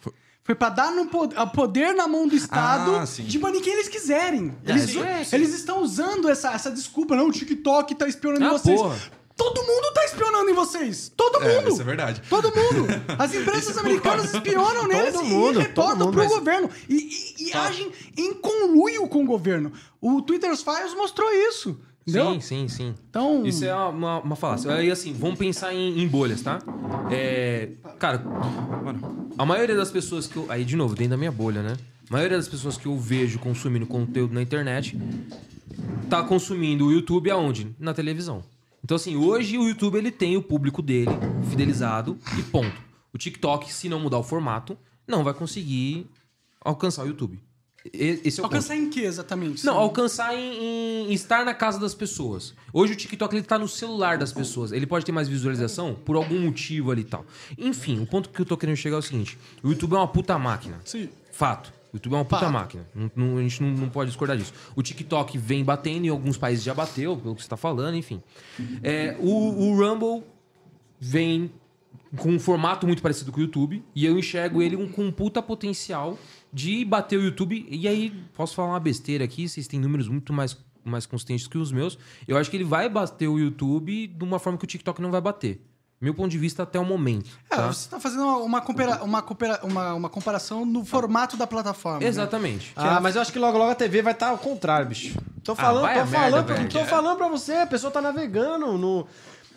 Speaker 3: Foi pra dar no po- a poder na mão do Estado
Speaker 4: Ah, sim.
Speaker 3: de banir quem eles quiserem. Eles,
Speaker 2: isso é, sim.
Speaker 3: eles estão usando essa, essa desculpa, não, o TikTok tá espionando
Speaker 2: Ah,
Speaker 3: em vocês.
Speaker 2: porra.
Speaker 3: Todo mundo tá espionando em vocês. Todo
Speaker 4: É,
Speaker 3: mundo.
Speaker 4: isso é verdade.
Speaker 2: [LAUGHS]
Speaker 3: Todo mundo. As empresas
Speaker 2: é
Speaker 3: americanas espionam neles
Speaker 1: Todo
Speaker 3: e
Speaker 1: mundo, todo
Speaker 3: reportam
Speaker 1: mundo,
Speaker 3: pro
Speaker 1: mas-
Speaker 3: governo. E, e- e
Speaker 2: Ah.
Speaker 3: agem em conluio com o governo. O Twitter's Files mostrou isso. Entendeu?
Speaker 2: Sim, sim, sim.
Speaker 3: Então-
Speaker 2: Isso é uma, uma, uma falácia. Aí, assim, vamos pensar em, em bolhas, tá? É, cara, a maioria das pessoas que eu. Aí, de novo, dentro da minha bolha, né? A maioria das pessoas que eu vejo consumindo conteúdo na internet tá consumindo o YouTube aonde? Na televisão. Então, assim, hoje o YouTube ele tem o público dele fidelizado e ponto. O TikTok, se não mudar o formato, não vai conseguir alcançar o YouTube. E- Esse é o ponto.
Speaker 3: Alcançar em que exatamente?
Speaker 2: Não,
Speaker 3: Sim.
Speaker 2: alcançar em, em estar na casa das pessoas. Hoje o TikTok ele tá no celular das pessoas. Ele pode ter mais visualização por algum motivo ali e tal. Enfim, o ponto que eu tô querendo chegar é o seguinte: o YouTube é uma puta máquina.
Speaker 3: Sim.
Speaker 2: Fato. O YouTube é uma puta
Speaker 3: Fato.
Speaker 2: máquina. Não- não- a gente não, não pode discordar disso. O TikTok vem batendo, em alguns países já bateu, pelo que você tá falando, enfim. É, o, o Rumble vem com um formato muito parecido com o YouTube e eu enxergo ele um- com um puta potencial de bater o YouTube. E aí, posso falar uma besteira aqui, vocês têm números muito mais, mais consistentes que os meus. Eu acho que ele vai bater o YouTube de uma forma que o TikTok não vai bater. Meu ponto de vista até o momento.
Speaker 3: É,
Speaker 2: tá? Uhum.
Speaker 3: você tá fazendo uma, uma, compara- uma, compara- uma- uma comparação no formato da plataforma. né?
Speaker 2: Exatamente.
Speaker 1: Ah, mas eu acho que logo logo a TV vai estar ao contrário, bicho. Tô falando,
Speaker 2: Ah, vai
Speaker 1: tô
Speaker 2: a merda,
Speaker 1: falando,
Speaker 2: velho.
Speaker 1: tô falando pra você, a pessoa tá navegando no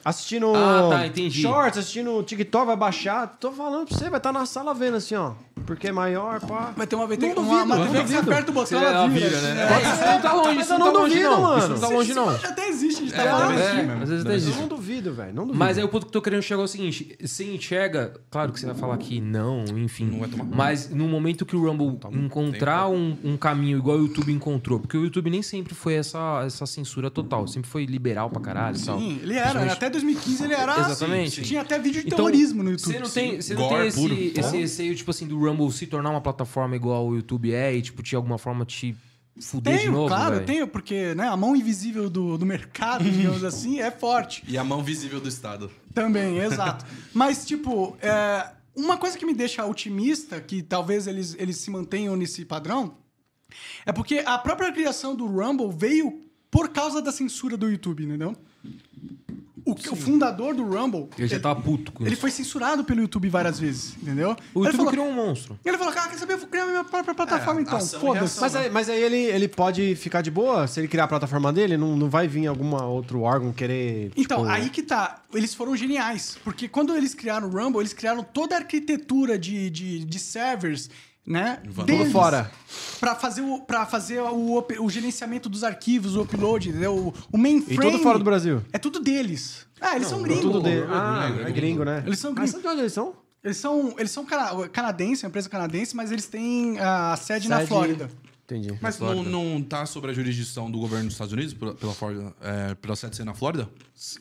Speaker 1: assistindo
Speaker 2: Ah, tá, entendi.
Speaker 1: shorts, assistindo TikTok, vai baixar. Tô falando pra você, vai estar na sala vendo assim, ó. Porque é maior, pá.
Speaker 3: Vai ter uma, vai ter
Speaker 1: Não
Speaker 3: uma, uma
Speaker 1: duvido,
Speaker 3: TV que
Speaker 1: não
Speaker 3: você
Speaker 1: duvido.
Speaker 3: aperta o botão,
Speaker 2: Você-
Speaker 3: ela
Speaker 2: ela
Speaker 3: vira.
Speaker 2: vira, né?
Speaker 3: É,
Speaker 2: É, isso não tá longe,
Speaker 1: mas
Speaker 2: isso
Speaker 1: eu
Speaker 2: não
Speaker 1: não
Speaker 2: tá longe,
Speaker 1: duvido,
Speaker 2: não.
Speaker 1: mano.
Speaker 2: Isso não tá longe, não.
Speaker 3: Já até existe, a gente tá
Speaker 4: É,
Speaker 3: falando.
Speaker 4: deve
Speaker 2: É,
Speaker 4: mesmo,
Speaker 2: às vezes
Speaker 4: deve
Speaker 2: até
Speaker 1: Eu
Speaker 2: existe.
Speaker 1: não duvido, velho, não duvido.
Speaker 2: Mas aí o ponto que eu tô querendo chegar é o seguinte: você enxerga, claro que você vai falar que não, enfim.
Speaker 4: Não vai tomar.
Speaker 2: Mas no momento que o Rumble encontrar um, um caminho igual o YouTube encontrou, porque o YouTube nem sempre foi essa, essa censura total, sempre foi liberal pra caralho. e tal.
Speaker 3: Sim, ele era.
Speaker 2: Principalmente-
Speaker 3: Até 2015 ele era. assim.
Speaker 2: Exatamente.
Speaker 3: Tinha até vídeo de
Speaker 2: Então,
Speaker 3: terrorismo no YouTube.
Speaker 2: Você não tem, você não
Speaker 4: Gore
Speaker 2: tem
Speaker 4: puro.
Speaker 2: esse, esse receio, tipo assim, do Rumble se tornar uma plataforma igual o YouTube é e, tipo, de alguma forma te fuder de
Speaker 3: Tenho,
Speaker 2: novo?
Speaker 3: claro,
Speaker 2: velho?
Speaker 3: tenho, porque né, a mão invisível do, do mercado, digamos assim, é forte.
Speaker 4: E a mão visível do Estado.
Speaker 3: Também, exato. Mas, tipo, é, uma coisa que me deixa otimista, que talvez eles, eles se mantenham nesse padrão, é porque a própria criação do Rumble veio por causa da censura do YouTube, entendeu? O, que- o fundador do Rumble,
Speaker 2: Eu já tá-
Speaker 3: ele,
Speaker 2: tava puto com
Speaker 3: ele
Speaker 2: isso.
Speaker 3: foi censurado pelo YouTube várias vezes, entendeu?
Speaker 2: O
Speaker 3: ele
Speaker 2: YouTube
Speaker 3: falou,
Speaker 2: criou um monstro.
Speaker 3: ele falou, cara, quer saber? Eu vou criar minha própria plataforma
Speaker 4: É,
Speaker 3: então,
Speaker 4: ação e
Speaker 3: foda-se.
Speaker 4: reação,
Speaker 1: Mas
Speaker 4: né?
Speaker 1: aí, mas aí ele, ele pode ficar de boa? Se ele criar a plataforma dele, não, não vai vir algum outro órgão querer.
Speaker 3: Então,
Speaker 1: tipo,
Speaker 3: aí que tá. Eles foram geniais. Porque quando eles criaram o Rumble, eles criaram toda a arquitetura de, de, de servers, né?
Speaker 4: Vamos
Speaker 3: deles,
Speaker 1: fora.
Speaker 3: Pra fazer, o, pra fazer o, op- o gerenciamento dos arquivos, o upload, entendeu? O, o mainframe.
Speaker 1: E tudo fora do Brasil. é
Speaker 3: É tudo deles. Ah, eles são gringos.
Speaker 1: Tudo dele.
Speaker 4: gringo,
Speaker 1: Ah,
Speaker 4: gringo,
Speaker 1: é gringo, né?
Speaker 3: Eles são
Speaker 1: Mas
Speaker 3: gringos.
Speaker 1: sabe de onde eles são?
Speaker 3: Eles são, eles são cana canadenses, é uma empresa canadense, mas eles têm a sede, na
Speaker 1: Sede-
Speaker 3: Flórida.
Speaker 1: Entendi.
Speaker 4: Mas não, não tá sobre a jurisdição do governo dos Estados Unidos pela, pela, Flórida- é, pela 7C na Flórida?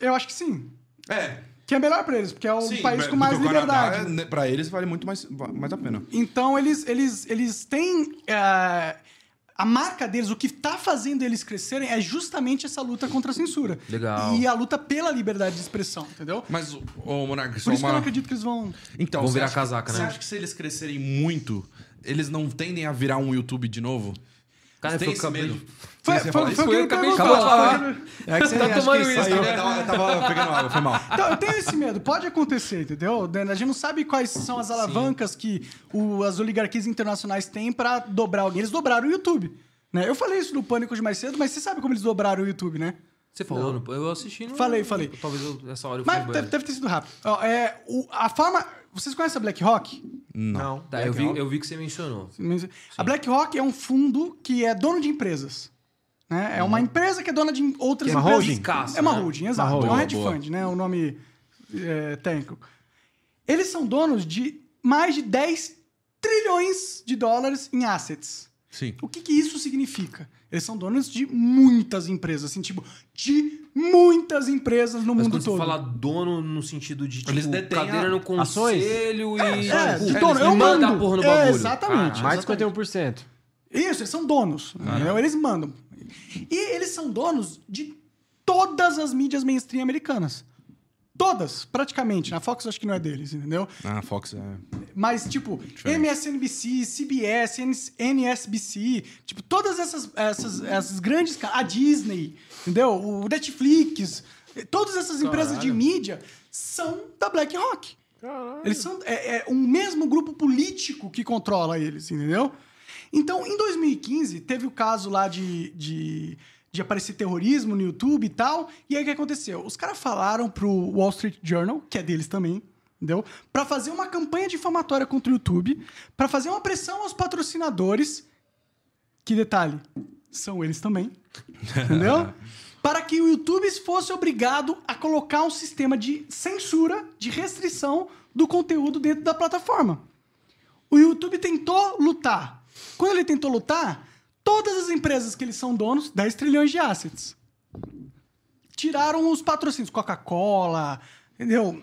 Speaker 3: Eu acho que sim.
Speaker 4: É.
Speaker 3: Que é melhor pra eles, porque é o
Speaker 4: sim,
Speaker 3: país
Speaker 4: mas-
Speaker 3: com mais
Speaker 4: porque o Canadá,
Speaker 3: liberdade.
Speaker 4: né, pra eles vale muito mais, va- mais a pena.
Speaker 3: Então eles, eles, eles têm. é, a marca deles, o que tá fazendo eles crescerem é justamente essa luta contra a censura.
Speaker 2: Legal.
Speaker 3: E a luta pela liberdade de expressão, entendeu?
Speaker 4: Mas, ô, ô Monark, só
Speaker 3: Por isso que eu
Speaker 4: uma...
Speaker 3: não acredito que eles vão.
Speaker 4: Então,
Speaker 2: Vão
Speaker 4: você
Speaker 2: virar
Speaker 4: acha-
Speaker 2: casaca, né?
Speaker 4: Você acha que se eles crescerem muito, eles não tendem a virar um YouTube de novo?
Speaker 2: Cara,
Speaker 4: Tem
Speaker 2: eu
Speaker 4: esse
Speaker 2: acabei
Speaker 4: medo?
Speaker 2: de-
Speaker 3: Foi,
Speaker 4: Você
Speaker 3: foi,
Speaker 4: ia
Speaker 3: foi
Speaker 4: falar
Speaker 3: o
Speaker 2: isso?
Speaker 3: que
Speaker 2: Eu
Speaker 3: ele
Speaker 2: acabei de
Speaker 3: perguntou.
Speaker 2: falar.
Speaker 3: Foi o que ele-
Speaker 1: É que você
Speaker 2: Tá
Speaker 1: acha
Speaker 2: tomando
Speaker 1: que
Speaker 2: isso,
Speaker 1: saiu-
Speaker 4: Eu tava, eu tava pegando água, foi mal.
Speaker 3: Então, eu tenho esse medo. Pode acontecer, entendeu? A gente não sabe quais são as alavancas que o- as oligarquias internacionais têm pra dobrar alguém. Eles dobraram o YouTube. Né? Eu falei isso no Pânico de mais cedo, mas você sabe como eles dobraram o YouTube, né?
Speaker 2: Você falou, no- eu assisti no...
Speaker 3: Falei, falei.
Speaker 2: Talvez eu, essa hora eu fui
Speaker 3: Mas
Speaker 2: no
Speaker 3: deve,
Speaker 2: banheiro.
Speaker 3: deve ter sido rápido. Ó, é, o- a forma... Vocês conhecem a BlackRock?
Speaker 1: Não.
Speaker 2: Tá, eu vi, eu vi que você mencionou.
Speaker 3: A BlackRock é um fundo que é dono de empresas. Né? É uma empresa que é dona de outras
Speaker 1: Que é uma
Speaker 3: empresas.
Speaker 1: holding.
Speaker 3: É uma
Speaker 2: Né?
Speaker 3: holding, exato.
Speaker 1: holding.
Speaker 3: É um hedge
Speaker 4: Boa,
Speaker 3: fund, né? O nome é, técnico. Eles são donos de mais de 10 trilhões de dólares em assets.
Speaker 4: Sim.
Speaker 3: O que, que isso significa? Eles são donos de muitas empresas, assim, tipo, de muitas empresas no
Speaker 2: Mas
Speaker 3: mundo
Speaker 2: quando
Speaker 3: todo.
Speaker 2: você fala dono no sentido de, tipo,
Speaker 4: Eles detêm
Speaker 2: cadeira
Speaker 4: a-
Speaker 2: no conselho e...
Speaker 3: É,
Speaker 2: tipo,
Speaker 3: de dono,
Speaker 2: eles
Speaker 3: eu
Speaker 2: mandam
Speaker 3: mando.
Speaker 2: a porra no
Speaker 3: É,
Speaker 2: bagulho. Ah,
Speaker 3: exatamente.
Speaker 2: Caralho.
Speaker 1: Mais de 51%.
Speaker 3: Isso, eles são donos. Entendeu? Eles mandam. E eles são donos de todas as mídias mainstream americanas. Todas, praticamente. Na Fox eu acho que não é deles, entendeu?
Speaker 4: Ah, Fox é...
Speaker 3: Mas, tipo, MSNBC, CBS, NS NSBC, tipo, todas essas, essas, essas grandes. ca- A Disney, entendeu? O Netflix, todas essas empresas de mídia são da BlackRock. Eles são é, é, um mesmo grupo político que controla eles, entendeu? Então, em 2015, teve o caso lá de, de, de aparecer terrorismo no YouTube e tal. E aí o que aconteceu? Os caras falaram pro Wall Street Journal, que é deles também, entendeu? Pra fazer uma campanha difamatória contra o YouTube, pra fazer uma pressão aos patrocinadores. Que detalhe, são eles também. Entendeu? Para que o YouTube fosse obrigado a colocar um sistema de censura, de restrição do conteúdo dentro da plataforma. O YouTube tentou lutar. Quando ele tentou lutar, todas as empresas que eles são donos, 10 trilhões de assets. Tiraram os patrocínios, Coca-Cola, entendeu?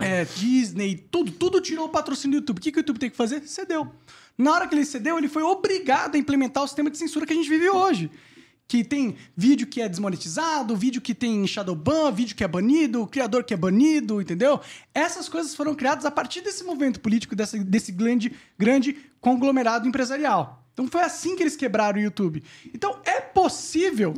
Speaker 3: É, Disney, tudo, tudo tirou o patrocínio do YouTube. O que, que o YouTube tem que fazer? Cedeu. Na hora que ele cedeu, ele foi obrigado a implementar o sistema de censura que a gente vive hoje. Que tem vídeo que é desmonetizado, vídeo que tem shadowban, vídeo que é banido, criador que é banido, entendeu? Essas coisas foram criadas a partir desse movimento político, dessa- desse grande, grande conglomerado empresarial. Então foi assim que eles quebraram o YouTube. Então é possível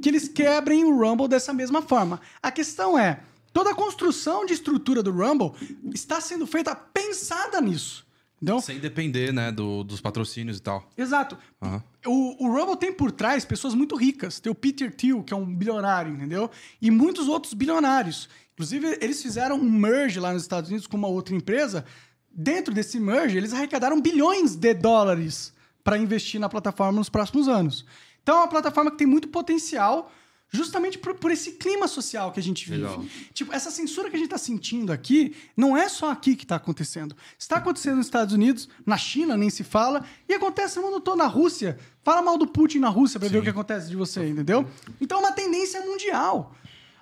Speaker 3: que eles quebrem o Rumble dessa mesma forma. A questão é, toda a construção de estrutura do Rumble está sendo feita pensada nisso. Então,
Speaker 4: Sem depender, né, do- dos patrocínios e tal.
Speaker 3: Exato.
Speaker 4: Aham.
Speaker 3: O, o Rumble tem por trás pessoas muito ricas. Tem o Peter Thiel, que é um bilionário, entendeu? E muitos outros bilionários. Inclusive, eles fizeram um merge lá nos Estados Unidos com uma outra empresa. Dentro desse merge, eles arrecadaram bilhões de dólares para investir na plataforma nos próximos anos. Então, é uma plataforma que tem muito potencial justamente por, por esse clima social que a gente vive.
Speaker 2: Legal.
Speaker 3: Tipo, essa censura que a gente está sentindo aqui, não é só aqui que está acontecendo. Está acontecendo nos Estados Unidos, na China nem se fala, e acontece no mundo todo, na Rússia. Fala mal do Putin na Rússia para ver o que acontece de você, entendeu? Então é uma tendência mundial.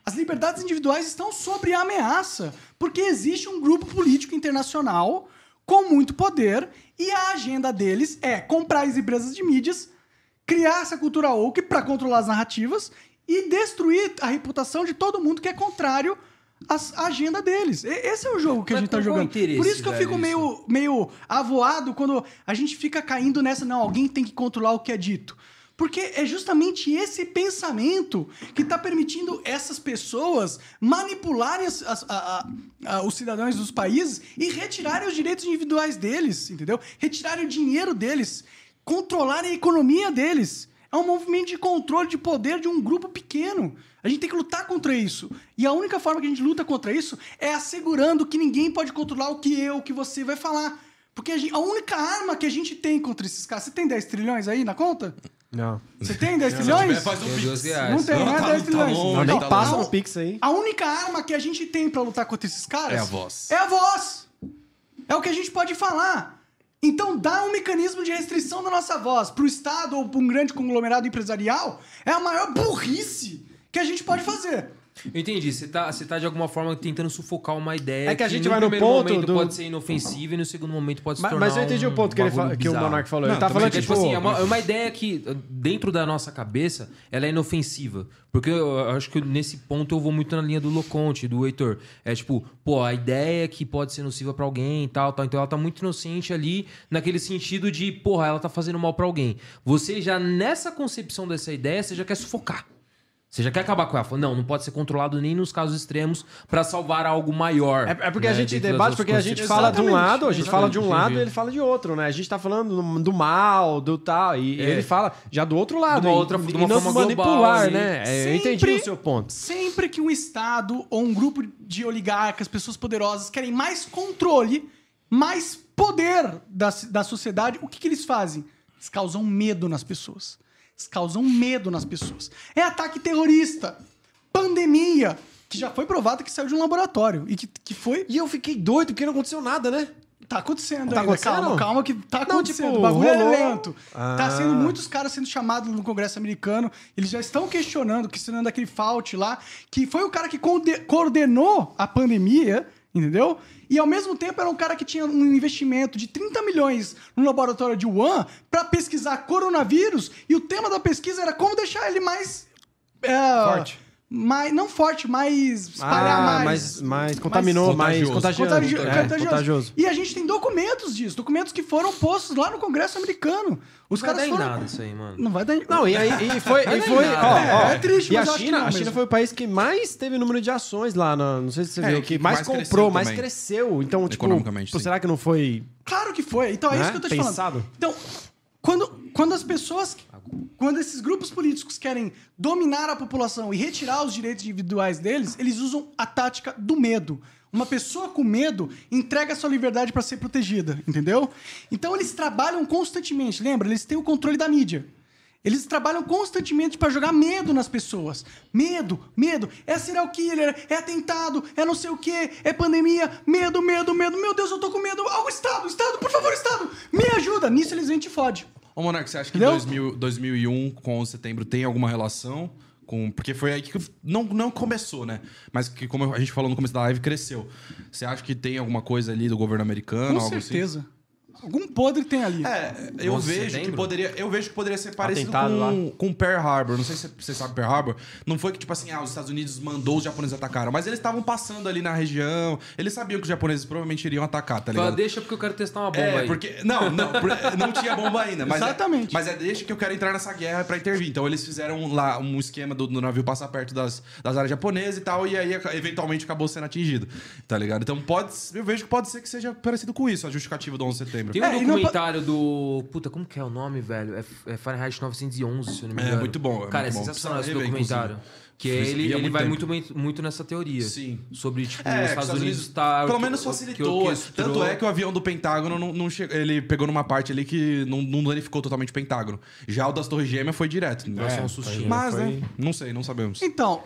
Speaker 3: As liberdades individuais estão sob ameaça, porque existe um grupo político internacional com muito poder e a agenda deles é comprar as empresas de mídias criar essa cultura woke para controlar as narrativas e destruir a reputação de todo mundo que é contrário às- à agenda deles. E- Esse é o jogo que
Speaker 2: Mas
Speaker 3: a gente tá
Speaker 2: qual- qual
Speaker 3: jogando.
Speaker 2: o interesse,
Speaker 3: Por isso que eu
Speaker 2: velho,
Speaker 3: fico meio, meio avoado quando a gente fica caindo nessa, não, alguém tem que controlar o que é dito. Porque é justamente esse pensamento que está permitindo essas pessoas manipularem as- as- a- a- a- os cidadãos dos países e retirarem os direitos individuais deles, entendeu? Retirarem o dinheiro deles controlarem a economia deles. É um movimento de controle de poder de um grupo pequeno. A gente tem que lutar contra isso. E a única forma que a gente luta contra isso é assegurando que ninguém pode controlar o que eu, o que você vai falar. Porque a, gente- a única arma que a gente tem contra esses caras. Você tem 10 trilhões aí na conta?
Speaker 1: Não.
Speaker 3: Você tem 10 trilhões?
Speaker 4: faz
Speaker 2: Tem
Speaker 4: um
Speaker 2: dois
Speaker 4: pix.
Speaker 2: reais.
Speaker 3: Não tem,
Speaker 4: Não,
Speaker 3: não é
Speaker 4: tá-
Speaker 3: 10
Speaker 4: tá
Speaker 3: trilhões.
Speaker 4: longe,
Speaker 1: Não, nem
Speaker 2: então
Speaker 4: tá
Speaker 1: passa
Speaker 3: a-
Speaker 1: no Pix aí.
Speaker 3: A única arma que a gente tem pra lutar contra esses caras
Speaker 4: É a voz.
Speaker 3: É a voz. É o que a gente pode falar. Então dá um mecanismo de restrição da nossa voz pro Estado ou pra um grande conglomerado empresarial é a maior burrice que a gente pode fazer.
Speaker 2: Eu entendi. Você tá, você tá de alguma forma tentando sufocar uma ideia.
Speaker 1: É que a gente
Speaker 2: no
Speaker 1: vai no
Speaker 2: primeiro
Speaker 1: ponto
Speaker 2: momento
Speaker 1: do-
Speaker 2: pode ser inofensiva e no segundo momento pode se
Speaker 1: Mas,
Speaker 2: tornar.
Speaker 1: mas eu entendi
Speaker 2: um
Speaker 1: o ponto que, ele
Speaker 2: bagulho
Speaker 1: fa- que o
Speaker 2: bizarro.
Speaker 1: Monark falou. ele
Speaker 4: Não,
Speaker 1: tá
Speaker 4: também
Speaker 1: falando,
Speaker 2: Porque,
Speaker 1: tipo,
Speaker 2: tipo, assim, é uma, é uma ideia que dentro da nossa cabeça ela é inofensiva. Porque eu acho que nesse ponto eu vou muito na linha do Loconte, do Heitor. É tipo, pô, a ideia que pode ser nociva pra alguém e tal, tal. Então ela tá muito inocente ali, naquele sentido de, porra, ela tá fazendo mal pra alguém. Você já, nessa concepção dessa ideia, você já quer sufocar. Você já quer acabar com ela. Fala, Não, não pode ser controlado nem nos casos extremos pra salvar algo maior.
Speaker 1: É, é porque a
Speaker 2: né,
Speaker 1: gente
Speaker 2: dentro das
Speaker 1: debate,
Speaker 2: outras
Speaker 1: porque a gente
Speaker 2: concepções.
Speaker 1: fala de um lado, a gente
Speaker 2: Exatamente,
Speaker 1: fala de um lado e
Speaker 2: entendi.
Speaker 1: ele fala de outro, né? A gente tá falando do mal, do tal, e
Speaker 2: É.
Speaker 1: ele fala já do outro lado.
Speaker 2: De uma
Speaker 1: e-
Speaker 2: outra-
Speaker 1: e
Speaker 2: de uma
Speaker 1: não
Speaker 2: forma global,
Speaker 1: manipular,
Speaker 2: assim.
Speaker 1: né? É, Eu entendi
Speaker 3: Sempre-
Speaker 1: o seu ponto.
Speaker 3: Sempre que um Estado ou um grupo de oligarcas, pessoas poderosas, querem mais controle, mais poder da, da sociedade, o que, que eles fazem? Eles causam medo nas pessoas. Eles causam medo nas pessoas. É ataque terrorista, pandemia, que já foi provado que saiu de um laboratório e que, que foi.
Speaker 1: E eu fiquei doido porque não aconteceu nada, né?
Speaker 3: Tá acontecendo
Speaker 1: Tá
Speaker 3: ainda.
Speaker 1: acontecendo?
Speaker 3: Calma, calma que tá
Speaker 1: Não,
Speaker 3: acontecendo.
Speaker 1: tipo,
Speaker 3: o bagulho
Speaker 1: rolou.
Speaker 3: é lento.
Speaker 1: Ah.
Speaker 3: Tá sendo muitos caras sendo chamados no Congresso americano. Eles já estão questionando, questionando aquele Fauci lá, que foi o cara que conde- coordenou a pandemia, entendeu? E ao mesmo tempo era um cara que tinha um investimento de 30 milhões no laboratório de Wuhan pra pesquisar coronavírus e o tema da pesquisa era como deixar ele mais é,
Speaker 1: Forte.
Speaker 3: Mais, não forte, mais espalhar
Speaker 1: Ah,
Speaker 3: mais.
Speaker 1: mas, mas contaminou, mais contagiando.
Speaker 4: contagioso.
Speaker 3: Contagi-
Speaker 1: É,
Speaker 3: contagioso.
Speaker 1: contagioso.
Speaker 3: E a gente tem documentos disso, documentos que foram postos lá no Congresso americano. Os
Speaker 2: Não vai
Speaker 3: caras
Speaker 2: dar em
Speaker 3: foram.
Speaker 2: nada isso aí, mano.
Speaker 3: Não vai dar em...
Speaker 1: Não, e, aí- e foi. E foi
Speaker 2: nada.
Speaker 1: ó, ó,
Speaker 3: É, é triste,
Speaker 1: e
Speaker 3: mas
Speaker 1: a
Speaker 3: eu acho que
Speaker 1: China,
Speaker 3: não
Speaker 1: a China
Speaker 3: mesmo.
Speaker 1: foi o país que mais teve número de ações lá. na- não sei se você
Speaker 4: É,
Speaker 1: viu,
Speaker 4: e
Speaker 1: que,
Speaker 4: que
Speaker 1: mais,
Speaker 4: mais cresceu
Speaker 1: comprou, mais
Speaker 4: também.
Speaker 1: cresceu. Então, tipo,
Speaker 4: Economicamente,
Speaker 1: pô,
Speaker 4: sim.
Speaker 1: será que não foi.
Speaker 3: Claro que foi. Então é
Speaker 1: Né?
Speaker 3: isso que eu tô te
Speaker 1: Pensado.
Speaker 3: falando. Então, quando, quando as pessoas. Quando esses grupos políticos querem dominar a população e retirar os direitos individuais deles, eles usam a tática do medo. Uma pessoa com medo entrega a sua liberdade pra ser protegida, entendeu? Então eles trabalham constantemente, lembra? Eles têm o controle da mídia. Eles trabalham constantemente pra jogar medo nas pessoas. Medo, medo. É serial killer, é atentado, é não sei o quê, é pandemia. Medo, medo, medo. Meu Deus, eu tô com medo. Ah, o Estado, Estado, por favor, Estado, me ajuda. Nisso eles vêm e te fode.
Speaker 4: Ô, Monark, você acha que
Speaker 3: Entendeu?
Speaker 4: 2000, 2001 com o setembro tem alguma relação? Com, porque foi aí que não, não começou, né? Mas que, como a gente falou no começo da live, cresceu. Você acha que tem alguma coisa ali do governo americano?
Speaker 3: Com
Speaker 4: algo
Speaker 3: certeza. Algum podre tem ali.
Speaker 4: Assim? É, eu
Speaker 2: 11 de
Speaker 4: vejo, que
Speaker 2: setembro?
Speaker 4: poderia, eu vejo que poderia ser parecido
Speaker 1: Atentado
Speaker 4: com, com Pearl Harbor. Não sei se você sabe Pearl Harbor. Não foi que, tipo assim, ah, os Estados Unidos mandou os japoneses atacaram. Mas eles estavam passando ali na região. Eles sabiam que os japoneses provavelmente iriam atacar, tá
Speaker 2: Fala,
Speaker 4: ligado?
Speaker 2: deixa porque eu quero testar uma bomba
Speaker 4: É,
Speaker 2: aí.
Speaker 4: porque. Não, não, por- eh, não tinha bomba ainda. Mas
Speaker 3: Exatamente.
Speaker 4: É, mas é desde que eu quero entrar nessa guerra pra intervir. Então eles fizeram lá um esquema do, do navio passar perto das, das áreas japonesas e tal, e aí aca- eventualmente acabou sendo atingido. Tá ligado? Então pode. Eu vejo que pode ser que seja parecido com isso, a justificativa do 11 de setembro.
Speaker 2: Tem um
Speaker 3: É, e não
Speaker 2: documentário do. Puta, como que é o nome, velho? É, é Fahrenheit 911, se eu não me
Speaker 4: É,
Speaker 2: engano.
Speaker 4: muito bom, é
Speaker 2: Cara,
Speaker 4: muito
Speaker 2: é
Speaker 4: bom.
Speaker 2: sensacional esse
Speaker 4: Precisa rever,
Speaker 2: documentário. Que é
Speaker 4: Fiz-
Speaker 2: ele,
Speaker 4: vi há
Speaker 2: ele
Speaker 4: muito
Speaker 2: vai
Speaker 4: tempo.
Speaker 2: muito, bem- muito nessa teoria.
Speaker 4: Sim.
Speaker 2: Sobre, tipo,
Speaker 4: É,
Speaker 2: os
Speaker 4: que
Speaker 2: Estados Unidos tá.
Speaker 4: pelo
Speaker 2: que-
Speaker 4: menos
Speaker 2: que
Speaker 4: facilitou.
Speaker 2: orquestrou.
Speaker 4: Tanto é que o avião do Pentágono não, não che- ele pegou numa parte ali que não, não danificou totalmente o Pentágono. Já o das Torres Gêmeas foi direto.
Speaker 2: Deu só um
Speaker 4: É,
Speaker 2: sustinho.
Speaker 4: Mas,
Speaker 1: Foi-
Speaker 4: né? Não sei, não sabemos.
Speaker 3: Então,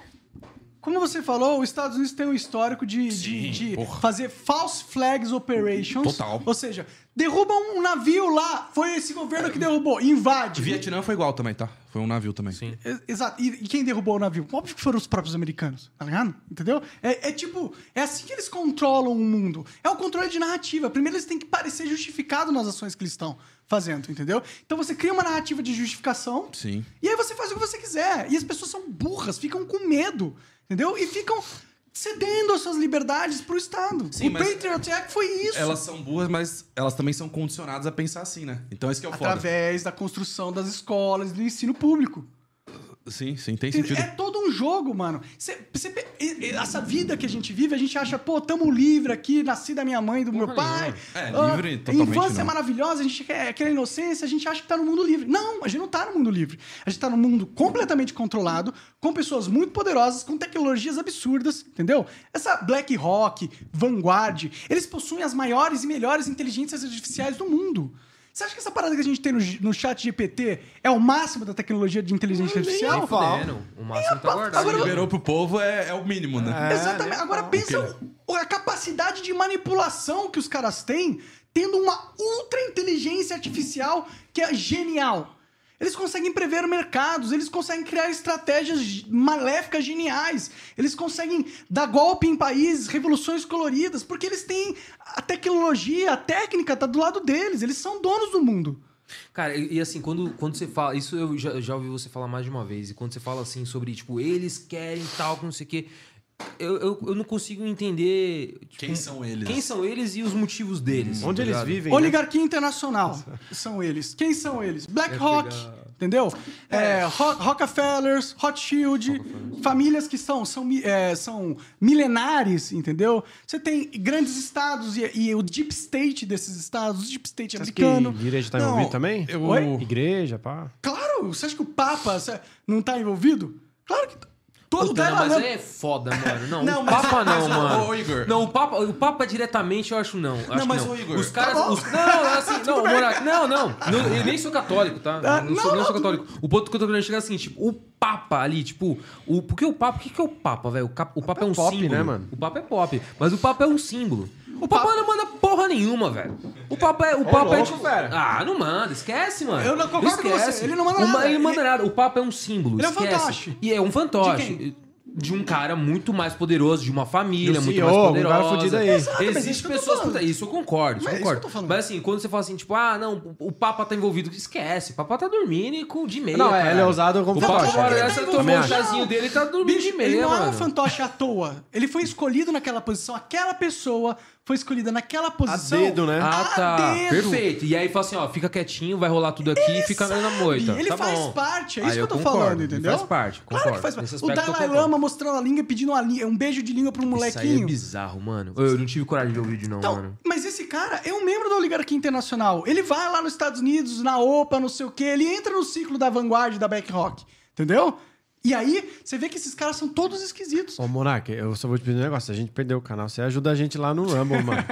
Speaker 3: como você falou, os Estados Unidos tem um histórico de, de- de
Speaker 4: porra.
Speaker 3: fazer false flags operations.
Speaker 4: Total.
Speaker 3: Ou seja, derruba um navio lá, foi esse governo que derrubou, invade.
Speaker 4: Vietnã foi igual também, tá? Foi um navio também.
Speaker 2: Sim.
Speaker 3: Ex- Exato. E, e quem derrubou o navio? Óbvio que foram os próprios americanos, tá ligado? Entendeu? É, é tipo, é assim que eles controlam o mundo. É o controle de narrativa. Primeiro eles têm que parecer justificado nas ações que eles estão fazendo, entendeu? Então você cria uma narrativa de justificação.
Speaker 4: Sim.
Speaker 3: E aí você faz o que você quiser. E as pessoas são burras, ficam com medo, entendeu? E ficam cedendo as suas liberdades pro Estado.
Speaker 4: Sim,
Speaker 3: o
Speaker 4: mas-
Speaker 3: Patriot Act foi isso.
Speaker 4: Elas são burras, mas elas também são condicionadas a pensar assim, né? Então esse que é o foda.
Speaker 3: Através da construção das escolas, do ensino público.
Speaker 4: Sim, sim, tem
Speaker 3: Entende?
Speaker 4: sentido.
Speaker 3: É todo um jogo, mano. Cê- cê pe- e- e- essa vida que a gente vive, a gente acha, pô, tamo livre aqui, nasci da minha mãe, do meu pai.
Speaker 4: É,
Speaker 3: Ah,
Speaker 4: livre totalmente
Speaker 3: Infância
Speaker 4: não.
Speaker 3: é maravilhosa, a gente quer aquela inocência, a gente acha que tá no mundo livre. Não, a gente não tá no mundo livre. A gente tá num mundo completamente controlado, com pessoas muito poderosas, com tecnologias absurdas, entendeu? Essa BlackRock, Vanguard, eles possuem as maiores e melhores inteligências artificiais do mundo. Você acha que essa parada que a gente tem no, no chat GPT é o máximo da tecnologia de inteligência
Speaker 4: é
Speaker 3: artificial?
Speaker 2: Nem fudendo. O máximo tá guardado.
Speaker 3: agora-
Speaker 4: Liberou pro povo é, é o mínimo, né?
Speaker 3: Exatamente. Agora pensa
Speaker 4: Ok.
Speaker 3: o- a capacidade de manipulação que os caras têm tendo uma ultra inteligência artificial que é genial. Eles conseguem prever mercados, eles conseguem criar estratégias maléficas geniais, eles conseguem dar golpe em países, revoluções coloridas, porque eles têm a tecnologia, a técnica tá do lado deles, eles são donos do mundo.
Speaker 2: Cara, e, e assim, quando, quando você fala. Isso eu já, já ouvi você falar mais de uma vez. E quando você fala assim sobre, tipo, eles querem tal, não sei o quê. Eu, eu, eu não consigo entender. tipo,
Speaker 4: Quem são eles?
Speaker 2: Quem são eles e os motivos deles.
Speaker 1: Onde
Speaker 2: tá
Speaker 1: eles
Speaker 2: ligado?
Speaker 1: vivem? né?
Speaker 3: Oligarquia internacional são eles. Quem são eles? BlackRock, entendeu? É, Ro- Rockefellers, Rothschild, famílias que são, são, mi- é, são milenares, entendeu? Você tem grandes estados e, e o deep state desses estados, o deep state
Speaker 1: Você acha
Speaker 3: americano.
Speaker 1: que igreja tá
Speaker 4: Não,
Speaker 1: envolvida também?
Speaker 4: eu-
Speaker 1: Oi? Igreja, pá.
Speaker 3: Claro, você acha que o Papa cê- não está envolvido? Claro que t- todo
Speaker 2: Puta, não,
Speaker 3: Dalai
Speaker 2: mas
Speaker 3: Lama...
Speaker 2: aí é foda, mano. Não,
Speaker 3: Não,
Speaker 2: o
Speaker 3: mas-
Speaker 2: Papa não,
Speaker 4: mas, ô,
Speaker 2: mano.
Speaker 4: ô, Igor.
Speaker 2: Não, o Papa, o Papa diretamente eu acho não. Acho
Speaker 4: mas,
Speaker 2: que não.
Speaker 4: ô, Igor,
Speaker 2: Os
Speaker 4: tá
Speaker 2: caras.
Speaker 3: bom.
Speaker 2: os- não, não, é assim, não, Monark, não, não, não, Eu nem sou católico, tá?
Speaker 3: Ah,
Speaker 2: não, sou,
Speaker 3: não,
Speaker 2: não sou
Speaker 3: não.
Speaker 2: católico. O ponto que eu tô querendo chegar é assim, tipo, o Papa ali, tipo, o, porque o Papa, o que, que é o Papa, velho? O, cap- o Papa é um
Speaker 1: pop,
Speaker 2: símbolo.
Speaker 1: né, mano?
Speaker 2: O Papa é pop, mas o Papa é um símbolo. O Papa não manda porra nenhuma, velho. O Papa é. O Papa é
Speaker 1: louco,
Speaker 2: tipo.
Speaker 1: fera.
Speaker 2: Ah, não manda, esquece, mano.
Speaker 3: Eu não concordo com você,
Speaker 2: esquece.
Speaker 3: ele não manda
Speaker 2: O ma-
Speaker 3: nada.
Speaker 2: Ele não manda
Speaker 3: Ele-
Speaker 2: nada. O Papa é um símbolo.
Speaker 3: Ele é um
Speaker 2: esquece.
Speaker 3: fantoche.
Speaker 2: E é um fantoche.
Speaker 3: De
Speaker 2: De um cara muito mais poderoso, de uma família
Speaker 1: Do
Speaker 2: muito
Speaker 1: CEO,
Speaker 2: mais
Speaker 1: um
Speaker 2: poderosa.
Speaker 1: cara fudido aí.
Speaker 3: Exato, mas
Speaker 2: Existem
Speaker 3: isso que eu tô
Speaker 2: pessoas.
Speaker 3: falando.
Speaker 2: puta, Isso eu concordo, isso
Speaker 3: Mas
Speaker 2: eu
Speaker 3: é isso
Speaker 2: concordo.
Speaker 3: que eu tô falando.
Speaker 2: Mas assim, quando você fala assim, tipo, ah, não, o Papa tá envolvido, esquece. O Papa tá dormindo com de meia.
Speaker 1: Não, é,
Speaker 2: cara.
Speaker 1: ele é usado como
Speaker 2: O Papa
Speaker 1: fantoche.
Speaker 2: agora,
Speaker 3: Ele tá
Speaker 2: essa
Speaker 3: envolvido.
Speaker 2: tomou o
Speaker 3: Também acho.
Speaker 2: chazinho dele e tá dormindo de
Speaker 3: Bicho, ele
Speaker 2: meia,
Speaker 3: não é um
Speaker 2: mano.
Speaker 3: fantoche à toa. Ele foi escolhido naquela posição. Aquela pessoa foi escolhida naquela
Speaker 1: A
Speaker 3: posição.
Speaker 1: dedo, né?
Speaker 2: Ah, tá.
Speaker 3: dedo.
Speaker 2: Perfeito. E aí fala assim, ó, fica quietinho, vai rolar tudo aqui e fica na moita.
Speaker 3: Ele
Speaker 2: Tá
Speaker 3: faz
Speaker 2: bom.
Speaker 3: parte, é isso
Speaker 2: Aí
Speaker 3: que eu tô
Speaker 2: concordo,
Speaker 3: falando,
Speaker 2: ele
Speaker 3: entendeu?
Speaker 2: Faz parte, concordo.
Speaker 3: Claro que faz
Speaker 2: Nesse
Speaker 3: parte. O
Speaker 2: aspecto eu
Speaker 3: Dalai
Speaker 2: concordo.
Speaker 3: Lama mostrando a língua e pedindo uma li- um beijo de língua pra um
Speaker 2: Isso aí é
Speaker 3: molequinho.
Speaker 2: bizarro, mano. Eu não tive coragem de ver o vídeo, não,
Speaker 3: Então,
Speaker 2: mano.
Speaker 3: mas esse cara é um membro da oligarquia internacional. Ele vai lá nos Estados Unidos, na OPA, não sei o quê, ele entra no ciclo da vanguarda e da BlackRock, entendeu? E aí, você vê que esses caras são todos esquisitos.
Speaker 1: Ô, Monark, eu só vou te pedir um negócio. Se a gente perdeu o canal, você ajuda a gente lá no Rumble,
Speaker 4: [LAUGHS]
Speaker 1: mano.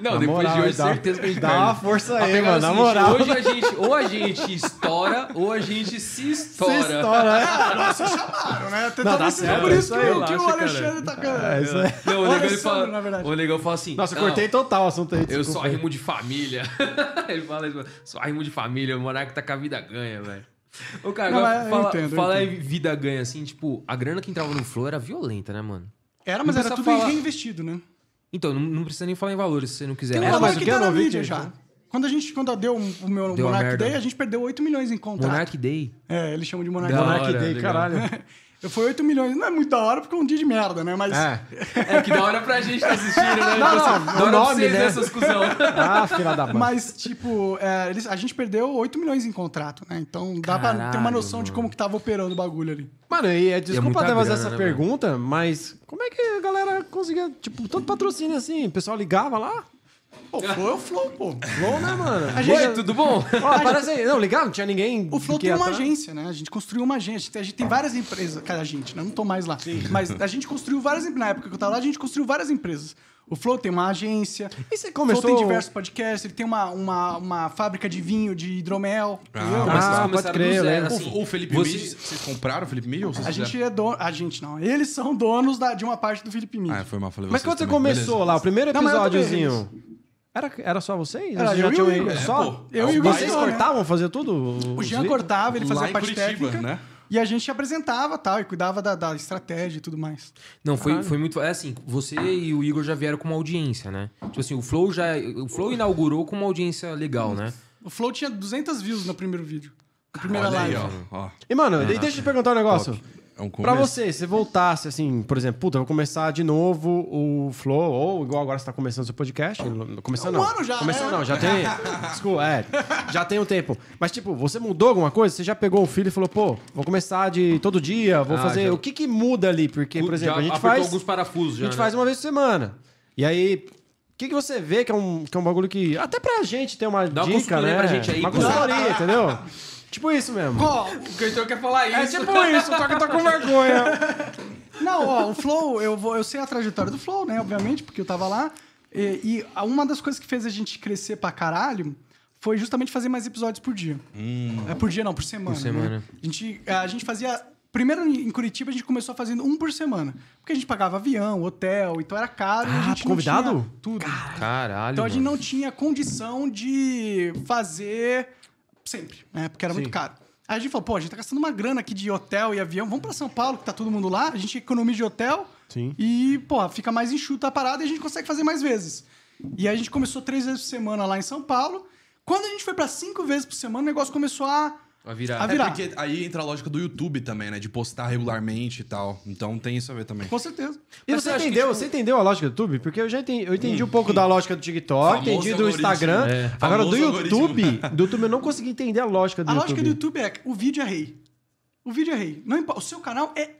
Speaker 2: Não,
Speaker 1: Na moral, dá- dá
Speaker 2: perde.
Speaker 1: uma força
Speaker 2: A
Speaker 4: Tá
Speaker 1: aí,
Speaker 2: pegada
Speaker 1: mano,
Speaker 2: é o
Speaker 1: na
Speaker 4: assim,
Speaker 1: [LAUGHS] moral.
Speaker 2: seguinte, Hoje a gente, ou a gente estoura, ou a gente se estoura.
Speaker 1: Se estoura, né?
Speaker 4: [LAUGHS]
Speaker 3: Nossa, chamaram, né?
Speaker 1: Não, dá
Speaker 3: Talvez seja
Speaker 1: certo,
Speaker 3: por isso que,
Speaker 1: isso aí,
Speaker 3: o- que o
Speaker 2: relaxa,
Speaker 3: Alexandre tá
Speaker 1: É,
Speaker 3: cantando.
Speaker 1: isso aí.
Speaker 2: Não, o
Speaker 3: Olha
Speaker 2: negão, ele
Speaker 3: só,
Speaker 2: fala,
Speaker 3: na verdade.
Speaker 2: o negão fala assim...
Speaker 1: Nossa, eu
Speaker 2: "Não,
Speaker 1: cortei total o assunto aí.
Speaker 2: Eu
Speaker 1: desculpa.
Speaker 2: só rimo de família. [LAUGHS] ele fala isso, só rimo de família, o monarca tá com a vida ganha, velho. O cara,
Speaker 3: Não,
Speaker 2: agora
Speaker 3: mas eu
Speaker 2: fala,
Speaker 3: entendo, eu
Speaker 2: fala em vida ganha, assim, tipo, a grana que entrava no Flow era violenta, né, mano?
Speaker 3: Era, mas
Speaker 2: Não
Speaker 3: era
Speaker 2: precisa
Speaker 3: tudo
Speaker 2: falar.
Speaker 3: reinvestido, né?
Speaker 2: Então, não, não precisa nem falar em valores se você não quiser. É
Speaker 3: Tem um
Speaker 2: Era-
Speaker 1: É, mas
Speaker 3: valor
Speaker 1: o
Speaker 3: que
Speaker 1: que
Speaker 3: tá
Speaker 1: eu
Speaker 3: na
Speaker 1: não vi
Speaker 3: mídia
Speaker 1: que-
Speaker 3: já. Quando a gente, quando eu dei o, o meu
Speaker 2: Deu uma
Speaker 3: Monark
Speaker 2: merda.
Speaker 3: Day, a gente perdeu 8 milhões em
Speaker 1: tá.
Speaker 3: contrato.
Speaker 2: Monark Day.
Speaker 3: É, eles chamam de Monark
Speaker 2: Da
Speaker 3: Day.
Speaker 1: Monark
Speaker 2: hora,
Speaker 1: Day,
Speaker 2: legal.
Speaker 1: caralho. [LAUGHS]
Speaker 3: Foi 8 milhões. Não é muito da hora, porque é um dia de merda, né? Mas...
Speaker 1: É.
Speaker 2: É que da hora pra gente tá assistindo, né?
Speaker 1: Não, não,
Speaker 2: Você- da
Speaker 1: o
Speaker 2: hora pra
Speaker 1: nome,
Speaker 2: vocês,
Speaker 1: né?
Speaker 2: né, seus
Speaker 1: [LAUGHS]
Speaker 2: cuzão.
Speaker 1: Ah, filha da mãe.
Speaker 3: Mas, tipo, é, eles- a gente perdeu 8 milhões em contrato, né? Então dá pra
Speaker 2: Caralho,
Speaker 3: ter uma noção de
Speaker 2: mano.
Speaker 3: como que tava operando o bagulho ali.
Speaker 1: Mano, e é desculpa
Speaker 2: muita
Speaker 1: até fazer
Speaker 2: grana,
Speaker 1: essa
Speaker 2: né, mano?
Speaker 1: pergunta, mas como é que a galera conseguia, tipo, todo patrocínio assim? O pessoal ligava lá? [LAUGHS]
Speaker 3: Pô, o Flow é o Flow, pô.
Speaker 1: Flow, né,
Speaker 3: [LAUGHS]
Speaker 1: mano?
Speaker 3: A gente-
Speaker 2: Oi, tudo bom?
Speaker 1: Ó, parece aí. Não, ligava, não tinha ninguém.
Speaker 3: O Flow
Speaker 1: que
Speaker 3: tem
Speaker 4: é
Speaker 3: uma
Speaker 1: atrás.
Speaker 3: agência, né? A gente construiu uma agência. A gente
Speaker 4: Ah.
Speaker 3: tem várias empresas. Cara, a gente, né? Eu não tô mais lá. Mas a gente construiu várias empresas. Na época que eu tava lá, a gente construiu várias empresas. O Flow tem uma agência.
Speaker 1: E você
Speaker 3: O Flow
Speaker 1: começou...
Speaker 3: tem diversos podcasts. Ele tem uma, uma, uma fábrica de vinho, de hidromel.
Speaker 4: Ah,
Speaker 3: entendeu?
Speaker 1: Ah, mas-
Speaker 2: Vocês
Speaker 1: pode
Speaker 2: começaram
Speaker 1: crer,
Speaker 2: do
Speaker 1: eu
Speaker 2: zero,
Speaker 1: lembro.
Speaker 2: assim.
Speaker 4: o, o Felipe
Speaker 2: Vocês-
Speaker 4: Mid, vocês compraram o Felipe Mid ou vocês
Speaker 3: A
Speaker 4: fizeram?
Speaker 3: gente é dono... A gente não. Eles são donos da- de uma parte do Felipe Mini.
Speaker 4: Ah, foi mal, falei
Speaker 1: Mas
Speaker 4: vocês
Speaker 1: quando é você
Speaker 4: também,
Speaker 1: começou
Speaker 4: beleza.
Speaker 1: lá, o primeiro
Speaker 3: Não, mas eu também,
Speaker 1: episódiozinho... Era, era só vocês?
Speaker 3: Era
Speaker 1: Vocês
Speaker 3: eu e o
Speaker 1: tinham-
Speaker 3: Igor.
Speaker 1: Só?
Speaker 4: É, pô.
Speaker 3: Eu e o
Speaker 1: Vocês
Speaker 3: Igor, né?
Speaker 1: cortavam, faziam tudo?
Speaker 3: O
Speaker 1: Os
Speaker 3: Jean
Speaker 1: vídeos?
Speaker 3: cortava, ele fazia
Speaker 4: Lá
Speaker 3: a
Speaker 4: em
Speaker 3: parte
Speaker 4: Curitiba,
Speaker 3: técnica.
Speaker 4: né?
Speaker 3: E a gente apresentava tal, e cuidava da, da estratégia e tudo mais.
Speaker 2: Não, foi, foi muito. É assim, você e o Igor já vieram com uma audiência, né? Tipo assim, o Flow já. O Flow inaugurou com uma audiência legal, né?
Speaker 3: O Flow tinha 200 views no primeiro vídeo. Na primeira
Speaker 4: Olha aí,
Speaker 3: live.
Speaker 4: ó, ó.
Speaker 1: E, mano, e deixa eu te perguntar um negócio.
Speaker 4: É um
Speaker 1: Pra
Speaker 4: começo.
Speaker 1: você, se voltasse assim, por exemplo, puta, eu vou começar de novo o Flow, ou igual agora você tá começando seu podcast. não- Começando
Speaker 3: Um
Speaker 1: não.
Speaker 3: ano já,
Speaker 1: começando
Speaker 3: né?
Speaker 1: não, já
Speaker 3: [LAUGHS]
Speaker 1: tem. Desculpa, é. Já tem um tempo. Mas, tipo, você mudou alguma coisa? Você já pegou o filho e falou, pô, vou começar de todo dia, vou
Speaker 2: Ah,
Speaker 1: fazer.
Speaker 2: já-
Speaker 1: O que que muda ali? Porque, por exemplo,
Speaker 2: já
Speaker 1: a gente
Speaker 2: apertou
Speaker 1: faz.
Speaker 2: alguns parafusos
Speaker 1: a
Speaker 2: já.
Speaker 1: gente
Speaker 2: né?
Speaker 1: faz uma vez por semana. E aí. O que, que você vê que é, um, que é um bagulho que. Até pra gente ter uma
Speaker 2: Dá uma
Speaker 1: dica,
Speaker 2: consultoria
Speaker 1: né?
Speaker 2: pra gente aí,
Speaker 1: uma
Speaker 2: pô.
Speaker 1: consultoria, entendeu? Tipo isso mesmo.
Speaker 3: Ó,
Speaker 2: O cantor quer falar isso.
Speaker 1: É tipo isso, só que eu tô com vergonha.
Speaker 3: não, ó, o Flow, eu, vou, eu sei a trajetória do Flow, né? Obviamente, porque eu tava lá. E, e a- uma das coisas que fez a gente crescer pra caralho foi justamente fazer mais episódios Hum. por dia. É por dia não, por semana.
Speaker 2: Por semana.
Speaker 3: né? A, gente, a gente fazia Primeiro em Curitiba a gente começou fazendo um por semana. Porque a gente pagava avião, hotel, então era caro. e a
Speaker 5: Ah,
Speaker 3: gente não
Speaker 5: convidado?
Speaker 3: tinha tudo.
Speaker 2: Caralho.
Speaker 3: então a gente
Speaker 2: mano.
Speaker 3: não tinha condição de fazer sempre, né? Porque era muito caro. Aí a gente falou, pô, a gente tá gastando uma grana aqui de hotel e avião, vamos pra São Paulo, que tá todo mundo lá, a gente economiza de hotel
Speaker 5: Sim.
Speaker 3: e, pô, fica mais enxuta a parada e a gente consegue fazer mais vezes. E aí a gente começou três vezes por semana lá em São Paulo. Quando a gente foi pra cinco vezes por semana, o negócio começou a.
Speaker 2: [LAUGHS] Vai virar.
Speaker 3: a
Speaker 2: É
Speaker 4: É
Speaker 3: virar.
Speaker 4: porque aí entra a lógica do YouTube também, né? De postar regularmente e tal. Então tem isso a ver também.
Speaker 3: Com certeza.
Speaker 5: E
Speaker 2: Mas
Speaker 5: você
Speaker 2: eu acho que,
Speaker 5: entendeu,
Speaker 2: tipo-
Speaker 3: é um
Speaker 5: você entendeu a lógica do YouTube? Porque eu já entendi, eu entendi um pouco da lógica do TikTok,
Speaker 4: Famoso
Speaker 5: entendi do
Speaker 4: algoritmo.
Speaker 5: Instagram.
Speaker 2: É.
Speaker 5: Agora, do
Speaker 4: Famoso
Speaker 5: YouTube,
Speaker 4: algoritmo.
Speaker 5: do YouTube eu não consegui entender a lógica do
Speaker 3: A
Speaker 5: YouTube.
Speaker 3: lógica do YouTube é que o vídeo é rei. O vídeo é rei. Não importa. O seu canal é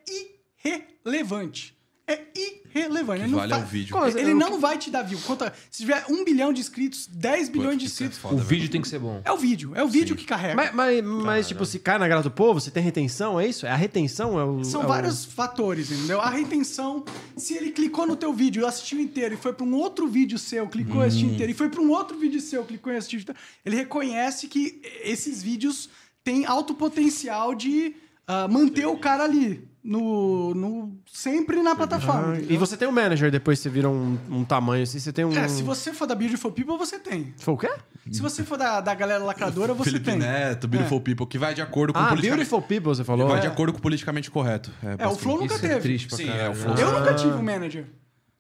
Speaker 3: irrelevante. É irrelevante. Ele não
Speaker 4: vale é
Speaker 3: fa-
Speaker 4: o vídeo.
Speaker 5: Como assim?
Speaker 3: Ele não vai te dar view. Conta- se tiver um bilhão de inscritos, 10 bilhões de
Speaker 4: Isso é
Speaker 3: inscritos.
Speaker 4: foda,
Speaker 2: O
Speaker 4: velho.
Speaker 2: vídeo tem que ser bom.
Speaker 3: É o vídeo. É o vídeo que carrega.
Speaker 5: Mas, mas- mas, tipo, se cai na graça do povo, você tem retenção, é isso? É a retenção? É o,
Speaker 3: São
Speaker 1: Ah,
Speaker 5: é o-
Speaker 3: vários fatores, entendeu? A retenção, se ele clicou no teu vídeo, assistiu inteiro e foi pra um outro vídeo seu, clicou e assistiu inteiro, e foi pra um outro vídeo seu, clicou e assistiu inteiro, ele reconhece que esses vídeos têm alto potencial de ah, manter o cara ali, no, no, sempre na plataforma.
Speaker 5: Ah,
Speaker 3: entendeu?
Speaker 5: e você tem um manager depois que você vira um, um tamanho assim, você tem um.
Speaker 3: É, se você for da Beautiful People, você tem.
Speaker 5: Foi o quê?
Speaker 3: Se você for da, da galera lacradora, você
Speaker 4: Felipe
Speaker 3: tem.
Speaker 4: Neto, Beautiful People, que vai de acordo com o
Speaker 5: Ah,
Speaker 4: politicamente-
Speaker 5: Beautiful People, você falou. É.
Speaker 4: Vai
Speaker 1: é.
Speaker 4: de acordo com o politicamente correto.
Speaker 3: É, o Flow nunca
Speaker 2: Isso é
Speaker 3: teve.
Speaker 2: triste pra
Speaker 4: Sim,
Speaker 2: caralho.
Speaker 4: é, o Flow-
Speaker 3: Eu nunca tive um manager.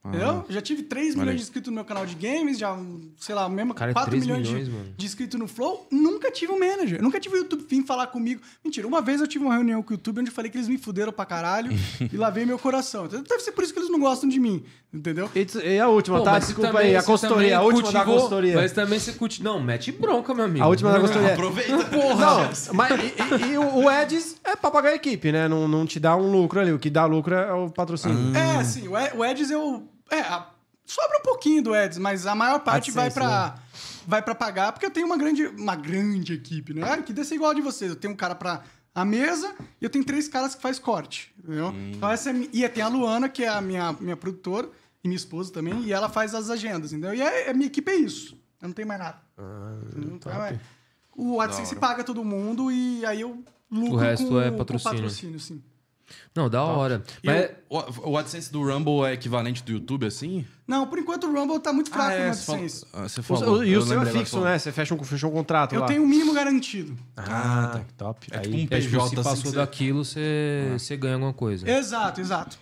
Speaker 2: Ah.
Speaker 3: Entendeu? Já tive 3
Speaker 4: Olha aí.
Speaker 3: milhões de inscritos no meu canal de games, já, sei lá, mesmo
Speaker 2: Cara, é
Speaker 3: 4
Speaker 2: 3
Speaker 3: milhões,
Speaker 2: milhões,
Speaker 3: de,
Speaker 2: mano.
Speaker 3: de inscritos no Flow. Nunca tive um manager. Nunca tive o YouTube vir falar comigo. Mentira, uma vez eu tive uma reunião com o YouTube onde eu falei que eles me fuderam
Speaker 2: [LAUGHS]
Speaker 3: pra caralho e lavei meu coração. Então, Deve ser por isso que eles não gostam de mim, entendeu?
Speaker 5: E tu- E a última,
Speaker 2: Pô,
Speaker 5: tá?
Speaker 2: mas
Speaker 5: Desculpa
Speaker 2: também-
Speaker 5: aí, a
Speaker 2: você
Speaker 5: consultoria, a
Speaker 2: também
Speaker 5: última da
Speaker 2: cultivou-
Speaker 5: consultoria.
Speaker 2: Mas também você cultiva. Não, mete bronca, meu amigo.
Speaker 5: A última da consultoria.
Speaker 4: É. Aproveita.
Speaker 5: Não, mas e, e- e o o Eds é pra pagar a equipe, né? Não, não te dá um lucro ali. O que dá lucro é o patrocínio.
Speaker 2: Hum.
Speaker 3: É, assim, o Ed- o Eds eu. É, a- sobra um pouquinho do Eds, mas a maior parte vai
Speaker 5: AdSense,
Speaker 2: né?
Speaker 3: pra. Vai para pagar, porque eu tenho uma grande, uma grande equipe, né? Ah, que deve ser igual a de vocês. Eu tenho um cara pra a mesa e eu tenho três caras que faz corte, entendeu?
Speaker 2: Hum.
Speaker 3: Então essa é, mi- e tem a Luana, que é a minha, minha produtora, e minha esposa também, e ela faz as agendas, entendeu? E a, a minha equipe é isso. Eu não tenho mais nada.
Speaker 2: Ah,
Speaker 3: Entendeu? Então, é- o AdSense paga todo mundo e aí eu lucro
Speaker 2: O resto
Speaker 3: com,
Speaker 2: é
Speaker 3: com
Speaker 2: patrocínio.
Speaker 3: patrocínio, sim.
Speaker 2: Não, da hora.
Speaker 4: E um
Speaker 2: Mas é,
Speaker 4: o, o AdSense do Rumble é equivalente do YouTube, assim?
Speaker 3: Não, por enquanto o Rumble tá muito fraco
Speaker 2: é,
Speaker 3: no
Speaker 4: você falou.
Speaker 3: AdSense.
Speaker 4: Ah, você
Speaker 5: O-
Speaker 4: falou.
Speaker 5: o- e
Speaker 4: Eu
Speaker 5: o seu é
Speaker 4: lembrei agora
Speaker 5: fixo,
Speaker 4: que
Speaker 5: né? Você fecha um, fechou um
Speaker 2: Tá
Speaker 5: contrato
Speaker 3: Eu
Speaker 5: lá.
Speaker 3: tenho o mínimo garantido.
Speaker 5: Ah, tá, que top.
Speaker 4: É
Speaker 5: Aí-
Speaker 4: tipo um
Speaker 2: é, tipo,
Speaker 4: PJ,
Speaker 2: se
Speaker 4: assim,
Speaker 2: passou
Speaker 4: que você-
Speaker 2: daquilo, você, você ganha alguma coisa.
Speaker 3: Exato, exato.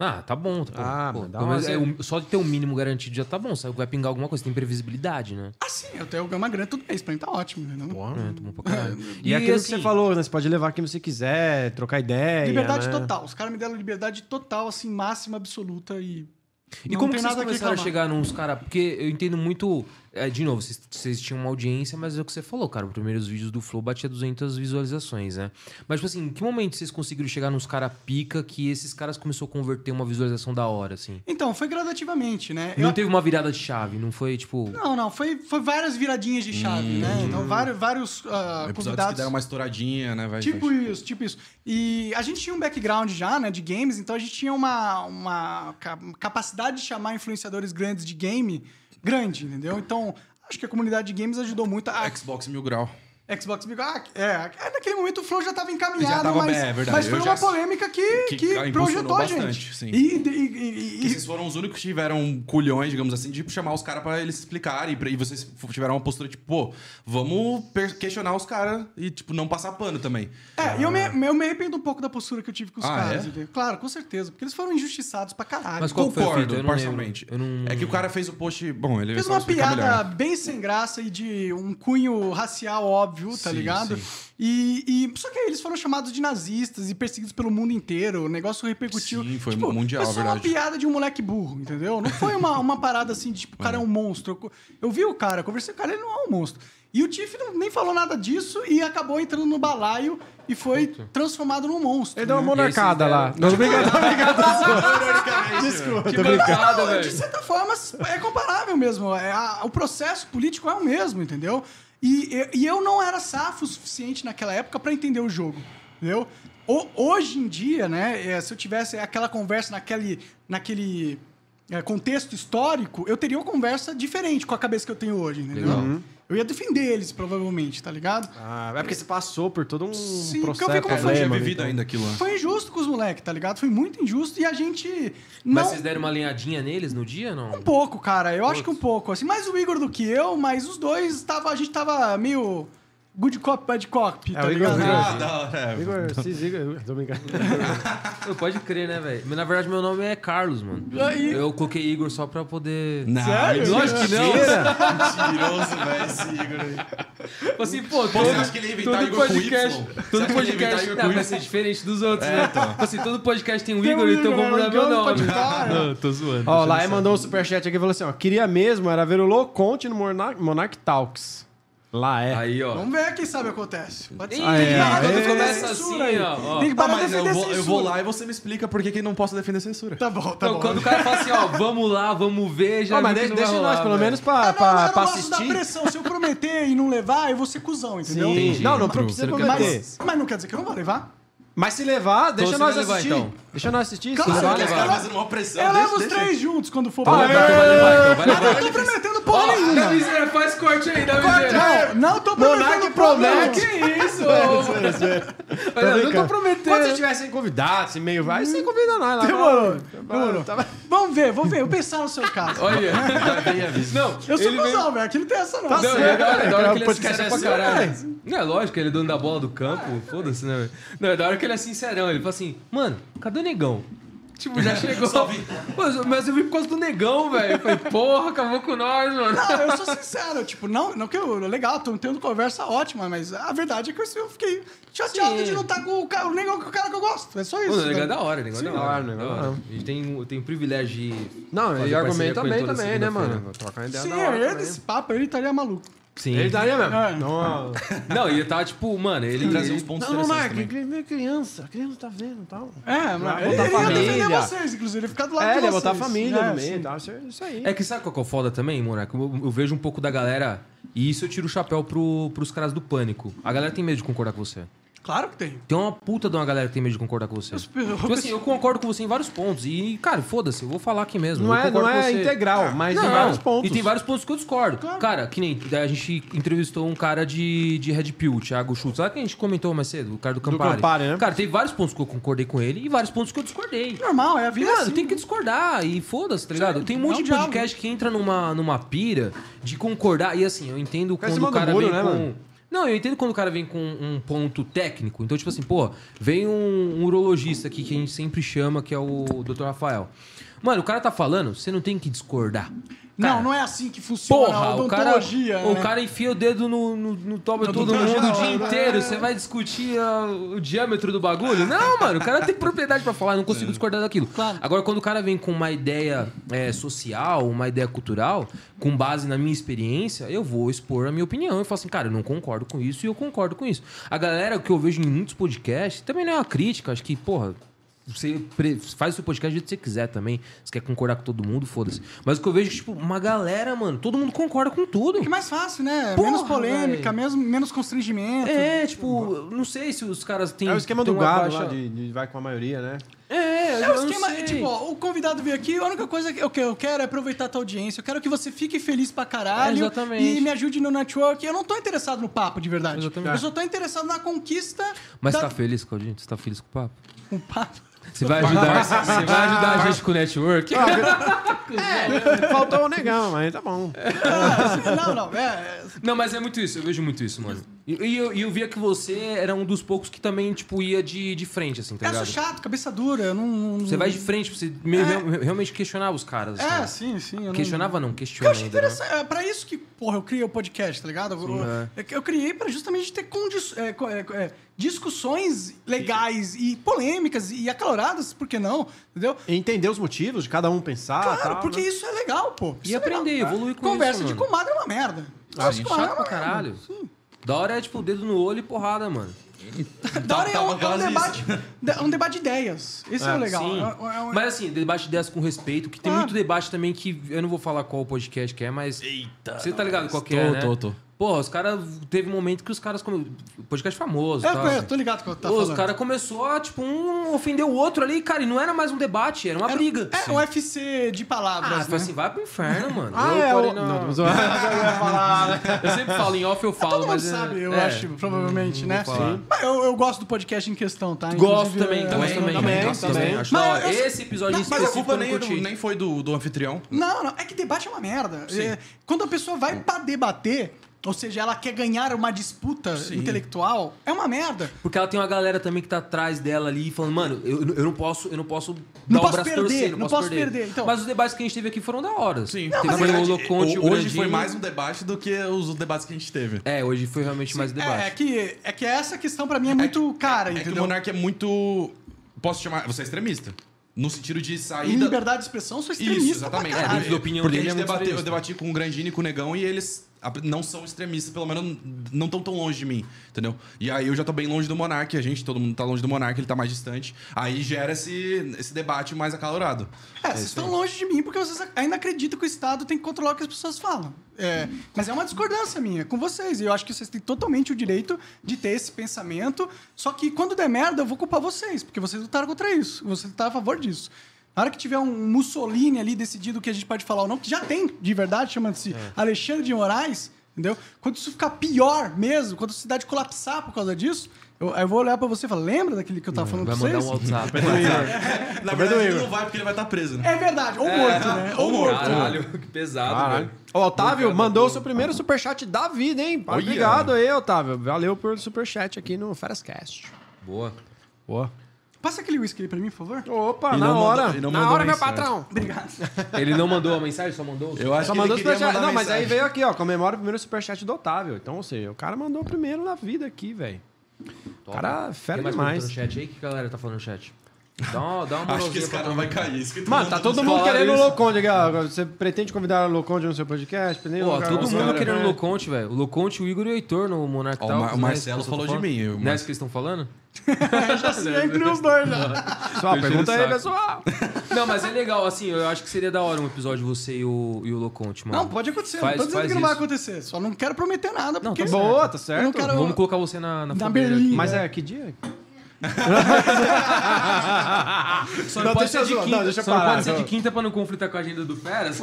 Speaker 2: Ah, tá bom. Tá
Speaker 5: Ah,
Speaker 2: bom. Pô,
Speaker 5: mas dá
Speaker 2: pelo menos
Speaker 5: uma-
Speaker 2: é o- só de ter o mínimo garantido já tá bom. Sabe que vai pingar alguma coisa. Tem previsibilidade, né?
Speaker 3: Assim, eu tenho uma grana todo mês, pra mim tá ótimo, entendeu?
Speaker 2: É, tomou pra caralho.
Speaker 5: E, aquilo
Speaker 2: assim,
Speaker 5: que você falou, né? Você pode levar quem você quiser, trocar
Speaker 1: É,
Speaker 5: ideia.
Speaker 3: Liberdade
Speaker 5: né?
Speaker 3: total. Os caras me deram liberdade total, assim, máxima, absoluta e.
Speaker 2: E
Speaker 3: não
Speaker 2: como que
Speaker 3: tem
Speaker 2: vocês
Speaker 3: nada que
Speaker 2: começaram a
Speaker 3: reclamar.
Speaker 2: chegar nos caras? Porque eu entendo muito... é, de novo, vocês, vocês tinham uma audiência, mas é o que você falou, cara. Os primeiros vídeos do Flow batia 200 visualizações, né? Mas, tipo assim, em que momento vocês conseguiram chegar nos caras pica que esses caras começou a converter uma visualização da hora, assim?
Speaker 3: Então, foi gradativamente, né?
Speaker 2: Não
Speaker 3: Eu-
Speaker 2: teve uma virada de chave, não foi, tipo...
Speaker 3: Não, não, foi, foi várias viradinhas de chave,
Speaker 2: Hum.
Speaker 3: né? Então, vários, vários ah,
Speaker 4: Episódios que
Speaker 3: convidados.
Speaker 4: deram uma estouradinha, né? Vai,
Speaker 3: Tipo
Speaker 4: vai.
Speaker 3: isso, tipo isso. E a gente tinha um background já, né, de games, então a gente tinha uma, uma ca- capacidade de chamar influenciadores grandes de game grande, entendeu? Então, acho que a comunidade de games ajudou muito. A
Speaker 4: Xbox Mil Grau.
Speaker 3: Xbox Big Ah, é, é, naquele momento o Flow já estava encaminhado,
Speaker 4: Já tava
Speaker 3: mas,
Speaker 4: bem, é verdade.
Speaker 3: mas foi
Speaker 4: Eu
Speaker 3: uma
Speaker 4: já-
Speaker 3: polêmica que, que,
Speaker 4: que impulsionou
Speaker 3: projetou a gente.
Speaker 4: bastante, sim.
Speaker 3: E, e- e- e-
Speaker 4: Que vocês foram os únicos que tiveram culhões, digamos assim, de chamar os caras pra eles se explicarem. pra- E vocês f- tiveram uma postura tipo, pô, vamos per- questionar os caras e, tipo, não passar pano também.
Speaker 3: é, e eu, me, eu me arrependo um pouco da postura que eu tive com os
Speaker 4: Ah,
Speaker 3: caras.
Speaker 4: é?
Speaker 3: entendeu? Claro, com certeza, porque eles foram injustiçados pra caralho.
Speaker 2: Mas qual- foi a fita?
Speaker 4: Concordo,
Speaker 2: Eu não
Speaker 4: parcialmente.
Speaker 2: lembro. Eu não-
Speaker 4: É que o cara fez o post. Bom, ele
Speaker 3: Fez
Speaker 4: sabe
Speaker 3: uma
Speaker 4: explicar
Speaker 3: piada
Speaker 4: melhor.
Speaker 3: bem sem graça e de um cunho racial óbvio, tá
Speaker 4: Sim,
Speaker 3: ligado?
Speaker 4: sim.
Speaker 3: E, e- só que aí eles foram chamados de nazistas e perseguidos pelo mundo inteiro. O negócio repercutiu. Tipo,
Speaker 4: Sim, foi mundial,
Speaker 3: Foi só uma
Speaker 4: verdade.
Speaker 3: piada de um moleque burro, entendeu? Não foi uma, uma parada assim de tipo, o cara é um monstro. Eu, co- eu vi o cara, eu conversei com o cara, ele não é um monstro. E o Tiff não- nem falou nada disso e acabou entrando no balaio e foi transformado num monstro.
Speaker 5: Ele deu uma
Speaker 3: né?
Speaker 5: monarcada
Speaker 2: Esses
Speaker 5: lá.
Speaker 2: deram-
Speaker 5: Não, tô brincando, tô brincando.
Speaker 4: [LAUGHS] né?
Speaker 5: Desculpa, tô brincando.
Speaker 2: Nada,
Speaker 3: de
Speaker 2: velho.
Speaker 3: certa forma, é comparável mesmo. É a- o processo político é o mesmo, entendeu? E, e- e eu não era safo o suficiente naquela época pra entender o jogo, entendeu? Ho- hoje em dia, né, é, se eu tivesse aquela conversa naquele, naquele é, contexto histórico, eu teria uma conversa diferente com a cabeça que eu tenho hoje, entendeu?
Speaker 2: Legal.
Speaker 3: Eu ia defender eles, provavelmente, tá ligado?
Speaker 5: Ah, é porque você passou por todo um
Speaker 3: Sim,
Speaker 5: processo.
Speaker 3: porque eu fico
Speaker 4: É, não
Speaker 5: problema,
Speaker 4: tinha
Speaker 3: Lembra,
Speaker 4: vivido
Speaker 5: então.
Speaker 4: ainda aquilo lá.
Speaker 3: Foi injusto com os moleques, tá ligado? Foi muito injusto e a gente não
Speaker 2: Mas vocês deram uma alinhadinha neles no dia, não?
Speaker 3: um pouco, cara. Eu acho que um pouco, assim, mais o Igor do que eu, mas os dois tava, a gente tava meio good cop bad cop, tá
Speaker 5: o Igor-
Speaker 3: ligado?
Speaker 5: o Igor-
Speaker 4: Ah, da hora. é.
Speaker 5: Igor, Cis, Igor. Tô [LAUGHS] brincando.
Speaker 2: Eu, pode crer, né, velho? Mas, Na verdade, meu nome é Carlos, mano.
Speaker 3: Aí-
Speaker 2: Eu coloquei Igor só pra poder.
Speaker 4: Não,
Speaker 3: Sério?
Speaker 4: mentira.
Speaker 2: Lógico que não.
Speaker 4: Mentiroso, velho, esse Igor aí.
Speaker 2: Tipo assim, pô, todo,
Speaker 4: você acha que ele ia inventar
Speaker 2: todo
Speaker 4: Igor com
Speaker 2: podcast.
Speaker 4: Y? Você acha
Speaker 2: Todo
Speaker 4: que ele ia inventar
Speaker 2: podcast. Não,
Speaker 4: Igor com É, então.
Speaker 2: vai ser diferente dos outros, né? Tipo assim, todo podcast tem o Igor,
Speaker 3: Igor,
Speaker 2: então
Speaker 3: né?
Speaker 2: vamos mudar meu
Speaker 3: Igor no
Speaker 2: nome.
Speaker 3: podcast.
Speaker 2: Não, tô zoando.
Speaker 5: Ó, Laé mandou um superchat aqui e falou assim: ó, queria mesmo era ver o Loconte no Monarch, Monarch Talks. é. Laé.
Speaker 2: Aí, ó.
Speaker 3: Vamos ver quem sabe o que acontece. Pode ser.
Speaker 2: Ih, tem que parar quando
Speaker 3: Tem que defender
Speaker 2: começa
Speaker 3: censura
Speaker 2: assim,
Speaker 3: aí.
Speaker 2: ó, ó.
Speaker 3: Tem que
Speaker 4: Tá,
Speaker 3: parar de
Speaker 4: mas eu
Speaker 3: defender
Speaker 4: vou, eu vou
Speaker 3: censura.
Speaker 4: lá e você me explica por que que não posso defender censura.
Speaker 3: Tá bom, tá
Speaker 2: Então,
Speaker 3: bom.
Speaker 2: quando o cara fala assim, ó, vamos lá, vamos ver, já.
Speaker 5: Ó, mas
Speaker 2: viu
Speaker 5: de-
Speaker 2: que não vai
Speaker 5: deixa nós,
Speaker 2: rolar,
Speaker 5: pelo
Speaker 2: velho.
Speaker 5: menos,
Speaker 3: Ah,
Speaker 5: pra, pra,
Speaker 3: não, não, eu
Speaker 5: pra
Speaker 3: não gosto da
Speaker 5: assistir.
Speaker 3: pressão. Se eu prometer e não levar, eu vou ser cuzão, entendeu?
Speaker 5: Sim.
Speaker 2: Entendi.
Speaker 5: Não, não
Speaker 2: True.
Speaker 5: precisa
Speaker 2: Você não quer
Speaker 5: prometer.
Speaker 2: mais.
Speaker 5: Mas,
Speaker 3: Mas não quer dizer que eu não vou levar?
Speaker 5: se levar, deixa
Speaker 2: você
Speaker 5: nós
Speaker 2: vai levar,
Speaker 5: assistir.
Speaker 2: então.
Speaker 5: Deixa nós assistir.
Speaker 3: Claro,
Speaker 5: se levar,
Speaker 3: quer
Speaker 5: levar.
Speaker 3: levar.
Speaker 4: fazendo uma pressão.
Speaker 3: Eu
Speaker 4: deixa-
Speaker 3: levo é os
Speaker 4: deixa-
Speaker 3: três juntos quando for
Speaker 2: Então
Speaker 3: pra
Speaker 2: vai levar, então vai
Speaker 3: Mas
Speaker 2: levar.
Speaker 3: não tô prometendo porra nenhuma.
Speaker 2: Davizeira, faz corte aí, um Davizeira.
Speaker 3: Não, não tô
Speaker 5: Monarque
Speaker 3: prometendo porra nenhuma.
Speaker 5: promete.
Speaker 2: Que isso? ô? Olha, eu não tô
Speaker 5: brincando. Quando vocês
Speaker 2: prometendo.
Speaker 5: tivessem convidado, esse meio vai, você convida nós lá.
Speaker 3: Demorou,
Speaker 5: Demorou.
Speaker 3: Vamos ver, vamos ver. Eu pensar no seu caso.
Speaker 2: Olha. Não,
Speaker 3: Eu sou
Speaker 2: ele veio-
Speaker 3: cuzão, velho. Aqui não tem essa, não.
Speaker 5: Tá
Speaker 2: Não,
Speaker 5: certo.
Speaker 2: e é da hora, é da hora
Speaker 5: cara,
Speaker 2: que ele é
Speaker 5: podcast
Speaker 2: sincero
Speaker 5: é
Speaker 2: pra
Speaker 5: assim,
Speaker 2: caralho. Não, é lógico, ele é dono da bola do campo, foda-se, né, velho? Não, é da hora que ele é sincerão, ele fala assim, mano, cadê o negão? Tipo, [LAUGHS] já chegou. mas, mas eu vim por causa do negão, velho. Eu falei, porra, acabou com nós, mano. [LAUGHS]
Speaker 3: Não, eu sou sincero, tipo, não, não que eu. Legal, tô tendo conversa ótima, mas a verdade é que eu fiquei chateado
Speaker 2: Sim.
Speaker 3: de não estar com o, cara, o negão que o cara que eu gosto. É só isso.
Speaker 2: Mano, o negão é
Speaker 3: velho.
Speaker 2: da hora, o negão é da
Speaker 5: Sim,
Speaker 2: hora. da
Speaker 5: da hora,
Speaker 2: hora.
Speaker 5: da hora.
Speaker 2: A gente tem, tem o privilégio de.
Speaker 5: Não, e
Speaker 2: fazer parceria
Speaker 5: argumenta
Speaker 2: com ele
Speaker 5: bem
Speaker 2: toda
Speaker 5: também, né,
Speaker 2: segunda-feira.
Speaker 5: mano? Trocar
Speaker 1: é
Speaker 5: ideia
Speaker 3: Sim,
Speaker 5: da hora
Speaker 3: eu ia
Speaker 5: também.
Speaker 3: desse papo, ele estaria maluco.
Speaker 2: Sim.
Speaker 5: Ele daria mesmo.
Speaker 3: É.
Speaker 5: Não,
Speaker 2: [LAUGHS] Não, e ele tá, tipo, mano, ele.
Speaker 4: Trazer uns
Speaker 2: ele...
Speaker 4: pontos
Speaker 5: não, não,
Speaker 4: interessantes
Speaker 5: Marco,
Speaker 4: também.
Speaker 5: criança. A criança tá vendo e tal.
Speaker 3: É,
Speaker 5: botar
Speaker 3: mas ele, ele ia
Speaker 5: família.
Speaker 3: defender vocês, inclusive. Ele ia ficar do lado
Speaker 5: É,
Speaker 3: de
Speaker 5: ele ia
Speaker 3: vocês.
Speaker 5: botar a família
Speaker 3: É,
Speaker 5: no meio
Speaker 3: sim.
Speaker 5: e tal. Isso, isso aí.
Speaker 2: É que sabe qual que é o foda também, Monarca? Eu, eu vejo um pouco da galera. E isso eu tiro o chapéu pro, pros caras do pânico. A galera tem medo de concordar com você.
Speaker 3: Claro que tem.
Speaker 2: Tem uma puta de uma galera que tem medo de concordar com você. Tipo assim, eu concordo com você em vários pontos. E, cara, foda-se, eu vou falar aqui mesmo.
Speaker 5: não
Speaker 2: eu
Speaker 5: é, não
Speaker 2: concordo com
Speaker 5: é
Speaker 2: você.
Speaker 5: integral, mas
Speaker 2: Não,
Speaker 5: tem vários pontos.
Speaker 2: E tem vários pontos que eu discordo. Cara, que nem daí a gente entrevistou um cara de, de Red Pill, o Thiago Schultz. Sabe que a gente comentou mais cedo? O cara do Campari.
Speaker 5: Campari, né?
Speaker 2: Cara, tem vários pontos que eu concordei com ele e vários pontos que eu discordei.
Speaker 3: Normal, é a vida.
Speaker 2: Mano,
Speaker 3: assim.
Speaker 2: tem que discordar e foda-se, tá ligado? Tem um monte
Speaker 3: é um
Speaker 2: de podcast que entra numa, numa pira de concordar. E assim, eu entendo
Speaker 5: Fica em
Speaker 2: quando o
Speaker 5: cima do
Speaker 2: cara
Speaker 5: muro,
Speaker 2: vem
Speaker 5: né,
Speaker 2: com.
Speaker 5: mano?
Speaker 2: Não, eu entendo quando o cara vem com um ponto técnico. Então, tipo assim, pô, vem um, um urologista aqui que a gente sempre chama, que é o Dr. Rafael. Mano, o cara tá falando, você não tem que discordar. Cara,
Speaker 3: Não, não é assim que funciona a
Speaker 2: Porra, o cara,
Speaker 3: odontologia.
Speaker 2: o
Speaker 3: né?
Speaker 2: cara enfia o dedo no, no, no toba de
Speaker 3: No
Speaker 2: todo
Speaker 3: odontologia
Speaker 2: mundo o
Speaker 3: né? da
Speaker 2: dia
Speaker 3: hora.
Speaker 2: inteiro. Você vai discutir ah, o diâmetro do bagulho? Não, mano, o cara tem propriedade pra falar, eu não
Speaker 3: É.
Speaker 2: consigo discordar daquilo. Agora, quando o cara vem com uma ideia é, social, uma ideia cultural, com base na minha experiência, eu vou expor a minha opinião. Eu falo assim, cara, eu não concordo com isso e eu concordo com isso. A galera que eu vejo em muitos podcasts, também não é uma crítica, acho que, porra, você pre- faz o seu podcast do jeito que você quiser também. Você quer concordar com todo mundo, foda-se. Mas o que eu vejo, é que, tipo, uma galera, mano, todo mundo concorda com tudo.
Speaker 3: Que mais fácil, né?
Speaker 2: Porra,
Speaker 3: menos polêmica,
Speaker 2: velho.
Speaker 3: mesmo, menos constrangimento.
Speaker 2: É, tipo, eu não sei se os caras têm.
Speaker 5: É o esquema
Speaker 2: têm
Speaker 5: do
Speaker 2: uma
Speaker 5: gado
Speaker 2: baixa-
Speaker 5: lá, de, de vai com a maioria, né?
Speaker 2: É,
Speaker 3: É
Speaker 2: eu
Speaker 3: o esquema,
Speaker 2: não sei.
Speaker 3: tipo, ó, o convidado veio aqui, a única coisa que eu que eu quero é aproveitar a tua audiência, eu quero que você fique feliz pra caralho
Speaker 2: É, exatamente.
Speaker 3: e me ajude no network. Eu não tô interessado no papo, de verdade.
Speaker 2: Exatamente.
Speaker 3: Eu só tô interessado na conquista
Speaker 2: Mas
Speaker 3: da...
Speaker 2: tá feliz, Claudinho? Você tá feliz com o papo?
Speaker 3: com o papo.
Speaker 2: Você vai ajudar, você vai ajudar a gente com o network?
Speaker 5: Faltou
Speaker 1: um
Speaker 5: o negão, mas tá bom.
Speaker 3: não, não, é...
Speaker 2: [LAUGHS]
Speaker 3: [LAUGHS]
Speaker 2: Não, mas é muito isso, eu vejo muito isso, mano. E, e eu, e eu via que você era um dos poucos que também, tipo, ia de, de frente, assim, tá
Speaker 3: Eu sou
Speaker 2: ligado?
Speaker 3: chato, cabeça dura, eu não... não-
Speaker 2: Você vai de frente, pra você meio real- realmente questionava os caras. assim,
Speaker 3: É,
Speaker 2: né?
Speaker 3: sim, sim. eu não-
Speaker 2: Questionava não,
Speaker 3: Porque eu
Speaker 2: questiona
Speaker 3: achei
Speaker 2: ainda, né?
Speaker 3: interessante. É pra isso que, porra, eu criei o podcast, tá ligado? Eu- eu, eu criei pra justamente ter condi- é, co- é, co- é, discussões legais e polêmicas e acaloradas, por que não? Entendeu?
Speaker 5: Entender os motivos de cada um
Speaker 1: Ah,
Speaker 5: pensar.
Speaker 3: Claro,
Speaker 5: tal,
Speaker 3: porque
Speaker 5: né?
Speaker 3: isso é legal, pô.
Speaker 2: E
Speaker 3: Isso é
Speaker 2: aprender,
Speaker 3: legal, cara.
Speaker 2: evoluir com
Speaker 3: Conversa
Speaker 2: isso,
Speaker 3: de
Speaker 2: mano.
Speaker 3: comadre é uma merda. Conversa de
Speaker 2: Ah, Sim,
Speaker 3: comadre é
Speaker 2: chato pra
Speaker 3: merda.
Speaker 2: caralho. Da hora é, tipo, o dedo no olho e porrada, mano.
Speaker 3: Da hora é
Speaker 4: Tava
Speaker 3: um, é um
Speaker 4: quase
Speaker 3: debate, de- é um debate de ideias. Isso é, o legal.
Speaker 2: Sim.
Speaker 3: É- é- é- Ah.
Speaker 2: Mas assim, debate dessas com respeito, que tem
Speaker 3: Claro.
Speaker 2: muito debate também que eu não vou falar qual podcast que é, mas. Eita! Você tá ligado qual que é?
Speaker 4: Tô,
Speaker 2: né?
Speaker 4: tô, tô.
Speaker 2: Porra, os caras. Teve um momento que os caras. Come... Podcast famoso.
Speaker 3: é, Eu
Speaker 2: tal. assim.
Speaker 3: conheço, tô ligado com o que tá
Speaker 2: Pô,
Speaker 3: falando.
Speaker 2: os caras começou a, tipo, um ofender o outro ali, cara, e não era mais um debate, era uma
Speaker 3: Era-
Speaker 2: briga.
Speaker 3: É, o UFC de
Speaker 2: Ah,
Speaker 3: palavras,
Speaker 2: você
Speaker 3: né?
Speaker 2: fala assim, vai pro inferno, mano.
Speaker 1: Ah,
Speaker 2: eu,
Speaker 1: é,
Speaker 2: parei
Speaker 1: o...
Speaker 2: na-
Speaker 1: Não, tô
Speaker 3: [LAUGHS]
Speaker 1: zoando. Eu ia falar, né?
Speaker 2: eu sempre falo, em off eu falo,
Speaker 3: Todo mundo
Speaker 2: mas. é-
Speaker 3: sabe, eu
Speaker 2: é.
Speaker 3: acho, provavelmente, né?
Speaker 2: falar.
Speaker 3: Sim. Mas eu, eu gosto do podcast em questão, tá?
Speaker 2: Gosto
Speaker 3: Inclusive,
Speaker 2: também,
Speaker 3: é-
Speaker 2: gosto também,
Speaker 1: também,
Speaker 2: gosto
Speaker 1: também.
Speaker 2: também. Acho
Speaker 3: Mas
Speaker 2: da hora.
Speaker 3: eu-
Speaker 2: esse episódio em
Speaker 4: Mas a
Speaker 2: específico
Speaker 4: culpa
Speaker 2: eu não
Speaker 4: nem,
Speaker 2: curti.
Speaker 4: nem foi do, do anfitrião.
Speaker 3: Não, não, é que debate é uma merda. É, quando a pessoa vai pra debater, ou seja, ela quer ganhar uma disputa intelectual, é uma merda.
Speaker 2: Porque ela tem uma galera também que tá atrás dela ali, falando, mano, eu, eu não posso, eu não posso dar
Speaker 3: Não
Speaker 2: o
Speaker 3: posso
Speaker 2: braço a
Speaker 3: perder,
Speaker 2: torcer, não,
Speaker 3: não
Speaker 2: posso
Speaker 3: posso perder, então.
Speaker 2: Mas os debates que a gente teve aqui foram da hora. Sim,
Speaker 4: Não,
Speaker 2: teve
Speaker 4: mas é
Speaker 2: o
Speaker 4: verdade,
Speaker 2: Loconte, o
Speaker 4: ho- hoje foi
Speaker 2: Grandinho.
Speaker 4: mais um debate do que os debates que a gente teve.
Speaker 2: É, hoje foi realmente mais debate.
Speaker 3: É, é que, é que essa questão pra mim é muito cara,
Speaker 4: É que o
Speaker 3: entendeu?
Speaker 4: Monark é muito. Posso chamar. Você é extremista. No sentido de
Speaker 3: Em
Speaker 4: sair da.
Speaker 3: liberdade de expressão, eu sou extremista.
Speaker 4: Isso, exatamente.
Speaker 3: pra
Speaker 2: É,
Speaker 3: caralho.
Speaker 2: dentro da opinião
Speaker 4: Porque
Speaker 2: dele
Speaker 4: a
Speaker 2: é
Speaker 4: gente
Speaker 2: muito
Speaker 4: debateu, eu
Speaker 2: extremista.
Speaker 4: debati com o Grandini e com o Negão e eles a- não são extremistas, pelo menos não estão tão longe de mim, entendeu? E aí eu já tô bem longe do Monark, a gente, todo mundo tá longe do Monark, ele tá mais distante. Aí gera esse, esse debate mais acalorado.
Speaker 3: É, vocês estão longe de mim porque vocês ainda acreditam que o Estado tem que controlar o que as pessoas falam. É, mas é uma discordância minha com vocês. E eu acho que vocês têm totalmente o direito de ter esse pensamento. Só que quando der merda, eu vou culpar vocês, porque vocês lutaram contra isso. Vocês lutaram a favor disso. Na hora que tiver um Mussolini ali decidido o que a gente pode falar ou não, que já tem de verdade, chama-se
Speaker 2: É.
Speaker 3: Alexandre de Moraes, entendeu? Quando isso ficar pior mesmo, quando a sociedade colapsar por causa disso, eu, eu vou olhar pra você e falar: lembra daquele que eu tava falando pra
Speaker 2: Vai mandar
Speaker 3: vocês?
Speaker 2: um
Speaker 4: [LAUGHS]
Speaker 2: WhatsApp.
Speaker 4: Na verdade, ele não vai porque ele vai estar preso, né?
Speaker 3: É verdade, ou morto, né? Ou morto.
Speaker 2: Caralho, que pesado,
Speaker 1: Caralho.
Speaker 2: velho.
Speaker 1: Ô, Otávio, mandou o seu primeiro superchat da vida, hein? Obrigado aí, Otávio. Valeu pelo superchat aqui no Ferascast.
Speaker 2: Boa.
Speaker 1: Boa.
Speaker 3: Passa aquele whisky ali pra mim, por favor.
Speaker 1: Opa,
Speaker 4: E
Speaker 1: na
Speaker 4: não mandou-
Speaker 1: hora.
Speaker 4: e não
Speaker 1: na
Speaker 4: mandou
Speaker 1: hora, meu
Speaker 4: mensagem.
Speaker 1: patrão.
Speaker 2: [LAUGHS]
Speaker 3: Obrigado.
Speaker 2: Ele não mandou a mensagem, só mandou o
Speaker 4: Eu acho
Speaker 1: Só
Speaker 4: que
Speaker 1: mandou
Speaker 4: ele
Speaker 1: o
Speaker 4: queria
Speaker 1: superchat.
Speaker 4: mandar
Speaker 1: Não, mas aí
Speaker 4: mensagem.
Speaker 1: veio aqui, ó. Comemora o primeiro superchat do Otávio. Então, ou seja, o cara mandou o primeiro na vida aqui, velho. O cara é fera
Speaker 2: Tem mais pergunta
Speaker 1: demais.
Speaker 2: no chat aí? O que a galera tá falando no chat? Dá uma, dá uma
Speaker 4: [LAUGHS] Acho que esse cara não vai cair. isso que eu tô
Speaker 1: Mano, tá
Speaker 4: falando.
Speaker 1: todo mundo
Speaker 2: Falaram
Speaker 1: querendo o
Speaker 2: isso.
Speaker 1: Loconde aqui, ó. Você pretende convidar o Loconde no seu podcast? Pretende
Speaker 2: Pô,
Speaker 1: colocar
Speaker 2: todo
Speaker 1: os
Speaker 2: mundo
Speaker 1: caras,
Speaker 2: querendo o
Speaker 1: né?
Speaker 2: Loconte, velho. O Loconte, o Igor e o Heitor no Monarca
Speaker 4: Ó, o
Speaker 2: Talks,
Speaker 4: Mar- o
Speaker 2: né?
Speaker 4: Marcelo
Speaker 2: Isso que eu tô
Speaker 4: falou de
Speaker 2: falando.
Speaker 4: mim, eu-
Speaker 2: Não é isso que eles estão
Speaker 4: [LAUGHS]
Speaker 2: falando?
Speaker 3: [LAUGHS] Já sei né? entre os dois já.
Speaker 1: Pessoal,
Speaker 2: Deixa
Speaker 1: pergunta
Speaker 2: ele
Speaker 1: aí, pessoal.
Speaker 2: saco. Não, mas é legal, assim, eu acho que seria da hora um episódio você e o, e o Loconte, mano.
Speaker 3: Não, pode acontecer.
Speaker 2: Faz-
Speaker 3: não tô dizendo
Speaker 2: faz
Speaker 3: que não vai
Speaker 2: isso.
Speaker 3: acontecer. Só não quero prometer nada,
Speaker 2: Não,
Speaker 3: porque...
Speaker 2: tá
Speaker 1: Boa, tá
Speaker 3: Eu
Speaker 1: certo.
Speaker 3: não quero...
Speaker 2: Vamos colocar você na, na
Speaker 3: Na
Speaker 2: fogueira.
Speaker 3: Berlim.
Speaker 1: Mas é, que dia?
Speaker 2: Só
Speaker 1: Não,
Speaker 2: não, pode
Speaker 1: deixa
Speaker 2: ser de
Speaker 1: eu zoar.
Speaker 2: quinta,
Speaker 1: Não, deixa eu
Speaker 2: só não
Speaker 1: parar,
Speaker 2: pode ser
Speaker 1: não.
Speaker 2: de quinta pra não conflitar com a agenda do Feras.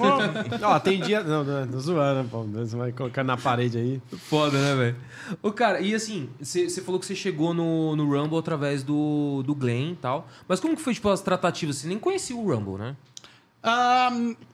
Speaker 1: Ó, tem dia. Não, não, tô zoando, pô. Você vai colocar na parede aí.
Speaker 2: [LAUGHS] Foda, né, velho? Ô, cara, e assim, você falou que você chegou no, no Rumble através do, do Glenn e tal. Mas como que foi, tipo, as tratativas? Você nem conhecia o Rumble, né?
Speaker 3: Ah,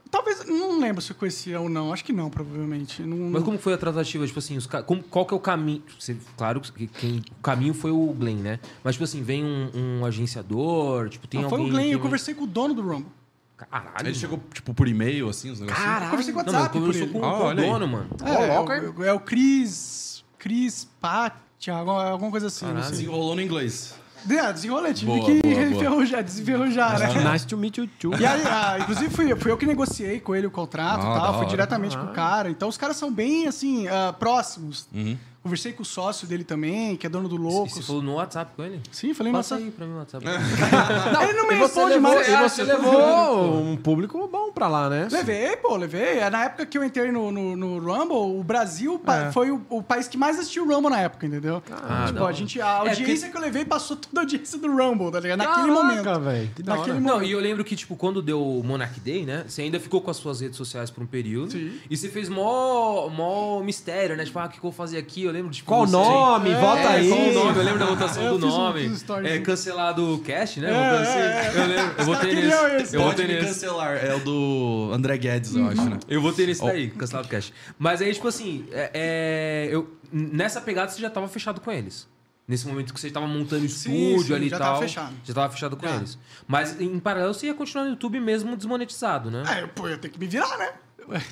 Speaker 3: talvez... Não lembro se eu conhecia ou não. Acho que não, provavelmente. Não,
Speaker 2: Mas como foi a tratativa? Tipo assim, os ca- como- qual que é o caminho? Você- claro que quem, o caminho foi o Glenn, né? Mas, tipo assim, vem um, um agenciador, tipo, tem
Speaker 3: não, Ah, foi
Speaker 2: alguém...
Speaker 3: o Glenn.
Speaker 2: tem
Speaker 3: Eu
Speaker 2: um-
Speaker 3: conversei com o dono do Rumble.
Speaker 2: Caralho,
Speaker 4: Ele chegou, tipo, por e-mail, assim, os negócios.
Speaker 3: Eu conversei com o
Speaker 2: Não,
Speaker 3: WhatsApp
Speaker 2: mas conversou
Speaker 3: por
Speaker 2: com,
Speaker 3: ele.
Speaker 2: com
Speaker 4: Ah,
Speaker 2: o
Speaker 4: olha aí.
Speaker 2: dono, mano.
Speaker 3: É, é, o- é o Chris... Chris Patia, alguma alguma coisa assim. Não sei.
Speaker 4: Desenrolou no inglês.
Speaker 3: É, Desenrola, tive
Speaker 4: Boa,
Speaker 3: que
Speaker 4: boa, boa.
Speaker 3: [LAUGHS] enferrujar, desenferrujar, né?
Speaker 1: É. Nice to meet you too.
Speaker 3: E aí, ah, inclusive, fui, fui eu que negociei com ele o contrato
Speaker 4: Ah,
Speaker 3: e
Speaker 4: da
Speaker 3: tal. Fui
Speaker 4: hora.
Speaker 3: diretamente com o cara. Então, os caras são bem, assim, ah, próximos.
Speaker 2: Uhum.
Speaker 3: Conversei com o sócio dele também, que é dono do
Speaker 2: E
Speaker 3: Loucos.
Speaker 2: você falou no WhatsApp com ele?
Speaker 3: Sim, falei,
Speaker 2: Passa
Speaker 3: nossa...
Speaker 2: aí pra mim o WhatsApp.
Speaker 3: É, ele não me
Speaker 1: E você,
Speaker 3: responde
Speaker 1: levou,
Speaker 3: mais.
Speaker 1: e
Speaker 3: Ah,
Speaker 1: você levou um público bom pra lá, né?
Speaker 3: Levei, pô, levei. É, Na época que eu entrei no, no, no Rumble, o Brasil pa-
Speaker 1: É.
Speaker 3: foi o, o país que mais assistiu o Rumble na época, entendeu?
Speaker 2: Ah,
Speaker 3: tipo,
Speaker 2: da
Speaker 3: a,
Speaker 2: hora.
Speaker 3: gente, a
Speaker 2: É,
Speaker 3: audiência que eu levei passou toda a audiência do Rumble, tá ligado? Naquele
Speaker 1: Caraca,
Speaker 3: momento.
Speaker 1: velho. Que da hora.
Speaker 3: Naquele
Speaker 2: Não, e eu lembro que, tipo, quando deu o Monarch Day, né? Você ainda ficou com as suas redes sociais por um período.
Speaker 3: Sim.
Speaker 2: E você fez mó, mó mistério, né? Tipo, ah, o que, que eu vou fazer aqui? Eu lembro de. Tipo,
Speaker 1: Qual o
Speaker 2: você-
Speaker 1: nome? Vota
Speaker 2: É,
Speaker 1: aí.
Speaker 2: Qual o nome? Eu lembro da votação
Speaker 3: Eu
Speaker 2: do
Speaker 3: fiz um-
Speaker 2: nome.
Speaker 3: fiz um story,
Speaker 2: é,
Speaker 3: sim.
Speaker 2: cancelado o cast, né?
Speaker 3: É,
Speaker 2: Votando
Speaker 3: é,
Speaker 2: assim.
Speaker 3: é.
Speaker 2: Eu lembro. Eu votei
Speaker 3: Os caras
Speaker 2: nesse.
Speaker 3: queriam né? esse.
Speaker 2: Eu
Speaker 4: Pode
Speaker 2: votei
Speaker 4: me
Speaker 2: nesse.
Speaker 4: cancelar. É o do André Guedes, eu acho, né?
Speaker 2: Eu votei nesse daí, cancelado o cast. Mas aí, tipo assim, é, é, eu, nessa pegada você já tava fechado com eles. Nesse momento que você tava montando o estúdio
Speaker 3: sim,
Speaker 2: ali e
Speaker 3: já
Speaker 2: tal.
Speaker 3: tava fechado.
Speaker 2: Já tava fechado com
Speaker 3: Já.
Speaker 2: eles. Mas em paralelo você ia continuar no YouTube mesmo desmonetizado,
Speaker 3: [LAUGHS]
Speaker 2: né?
Speaker 3: É, eu- pô, eu tenho que me virar, né?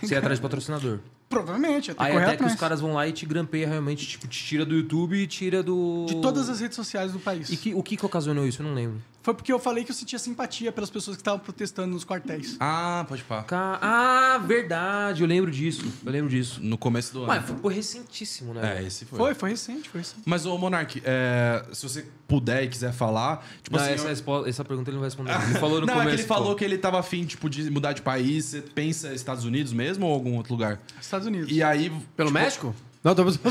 Speaker 2: Você ia atrás de patrocinador.
Speaker 3: Provavelmente, eu tenho
Speaker 2: Aí
Speaker 3: que correr
Speaker 2: até que os
Speaker 3: atrás.
Speaker 2: caras vão lá e te grampeia realmente, tipo, te tira do YouTube e tira do.
Speaker 3: De todas as redes sociais do país.
Speaker 2: E que- o que que ocasionou isso? Eu não lembro.
Speaker 3: Foi porque eu falei que eu sentia simpatia pelas pessoas que estavam protestando nos quartéis.
Speaker 4: Ah, pode pá.
Speaker 2: Ca- Ah, verdade, eu lembro disso. Eu lembro disso.
Speaker 4: No começo do ano.
Speaker 2: Mas foi- foi recentíssimo, né?
Speaker 4: É, esse foi.
Speaker 3: Foi, foi recente, foi recente.
Speaker 4: Mas, ô Monark, é, se você puder e quiser falar, tipo
Speaker 2: Não,
Speaker 4: assim.
Speaker 2: essa,
Speaker 4: eu-
Speaker 2: respo- essa pergunta ele não vai responder. [LAUGHS] Ele falou no
Speaker 4: não,
Speaker 2: começo.
Speaker 4: é que ele
Speaker 2: pô.
Speaker 4: falou que ele tava afim, tipo, de mudar de país. Você pensa Estados Unidos mesmo ou algum outro lugar?
Speaker 3: Estados Unidos.
Speaker 4: E aí.
Speaker 1: Pelo
Speaker 4: tipo,
Speaker 1: México? Não, tô zoando.
Speaker 3: [LAUGHS]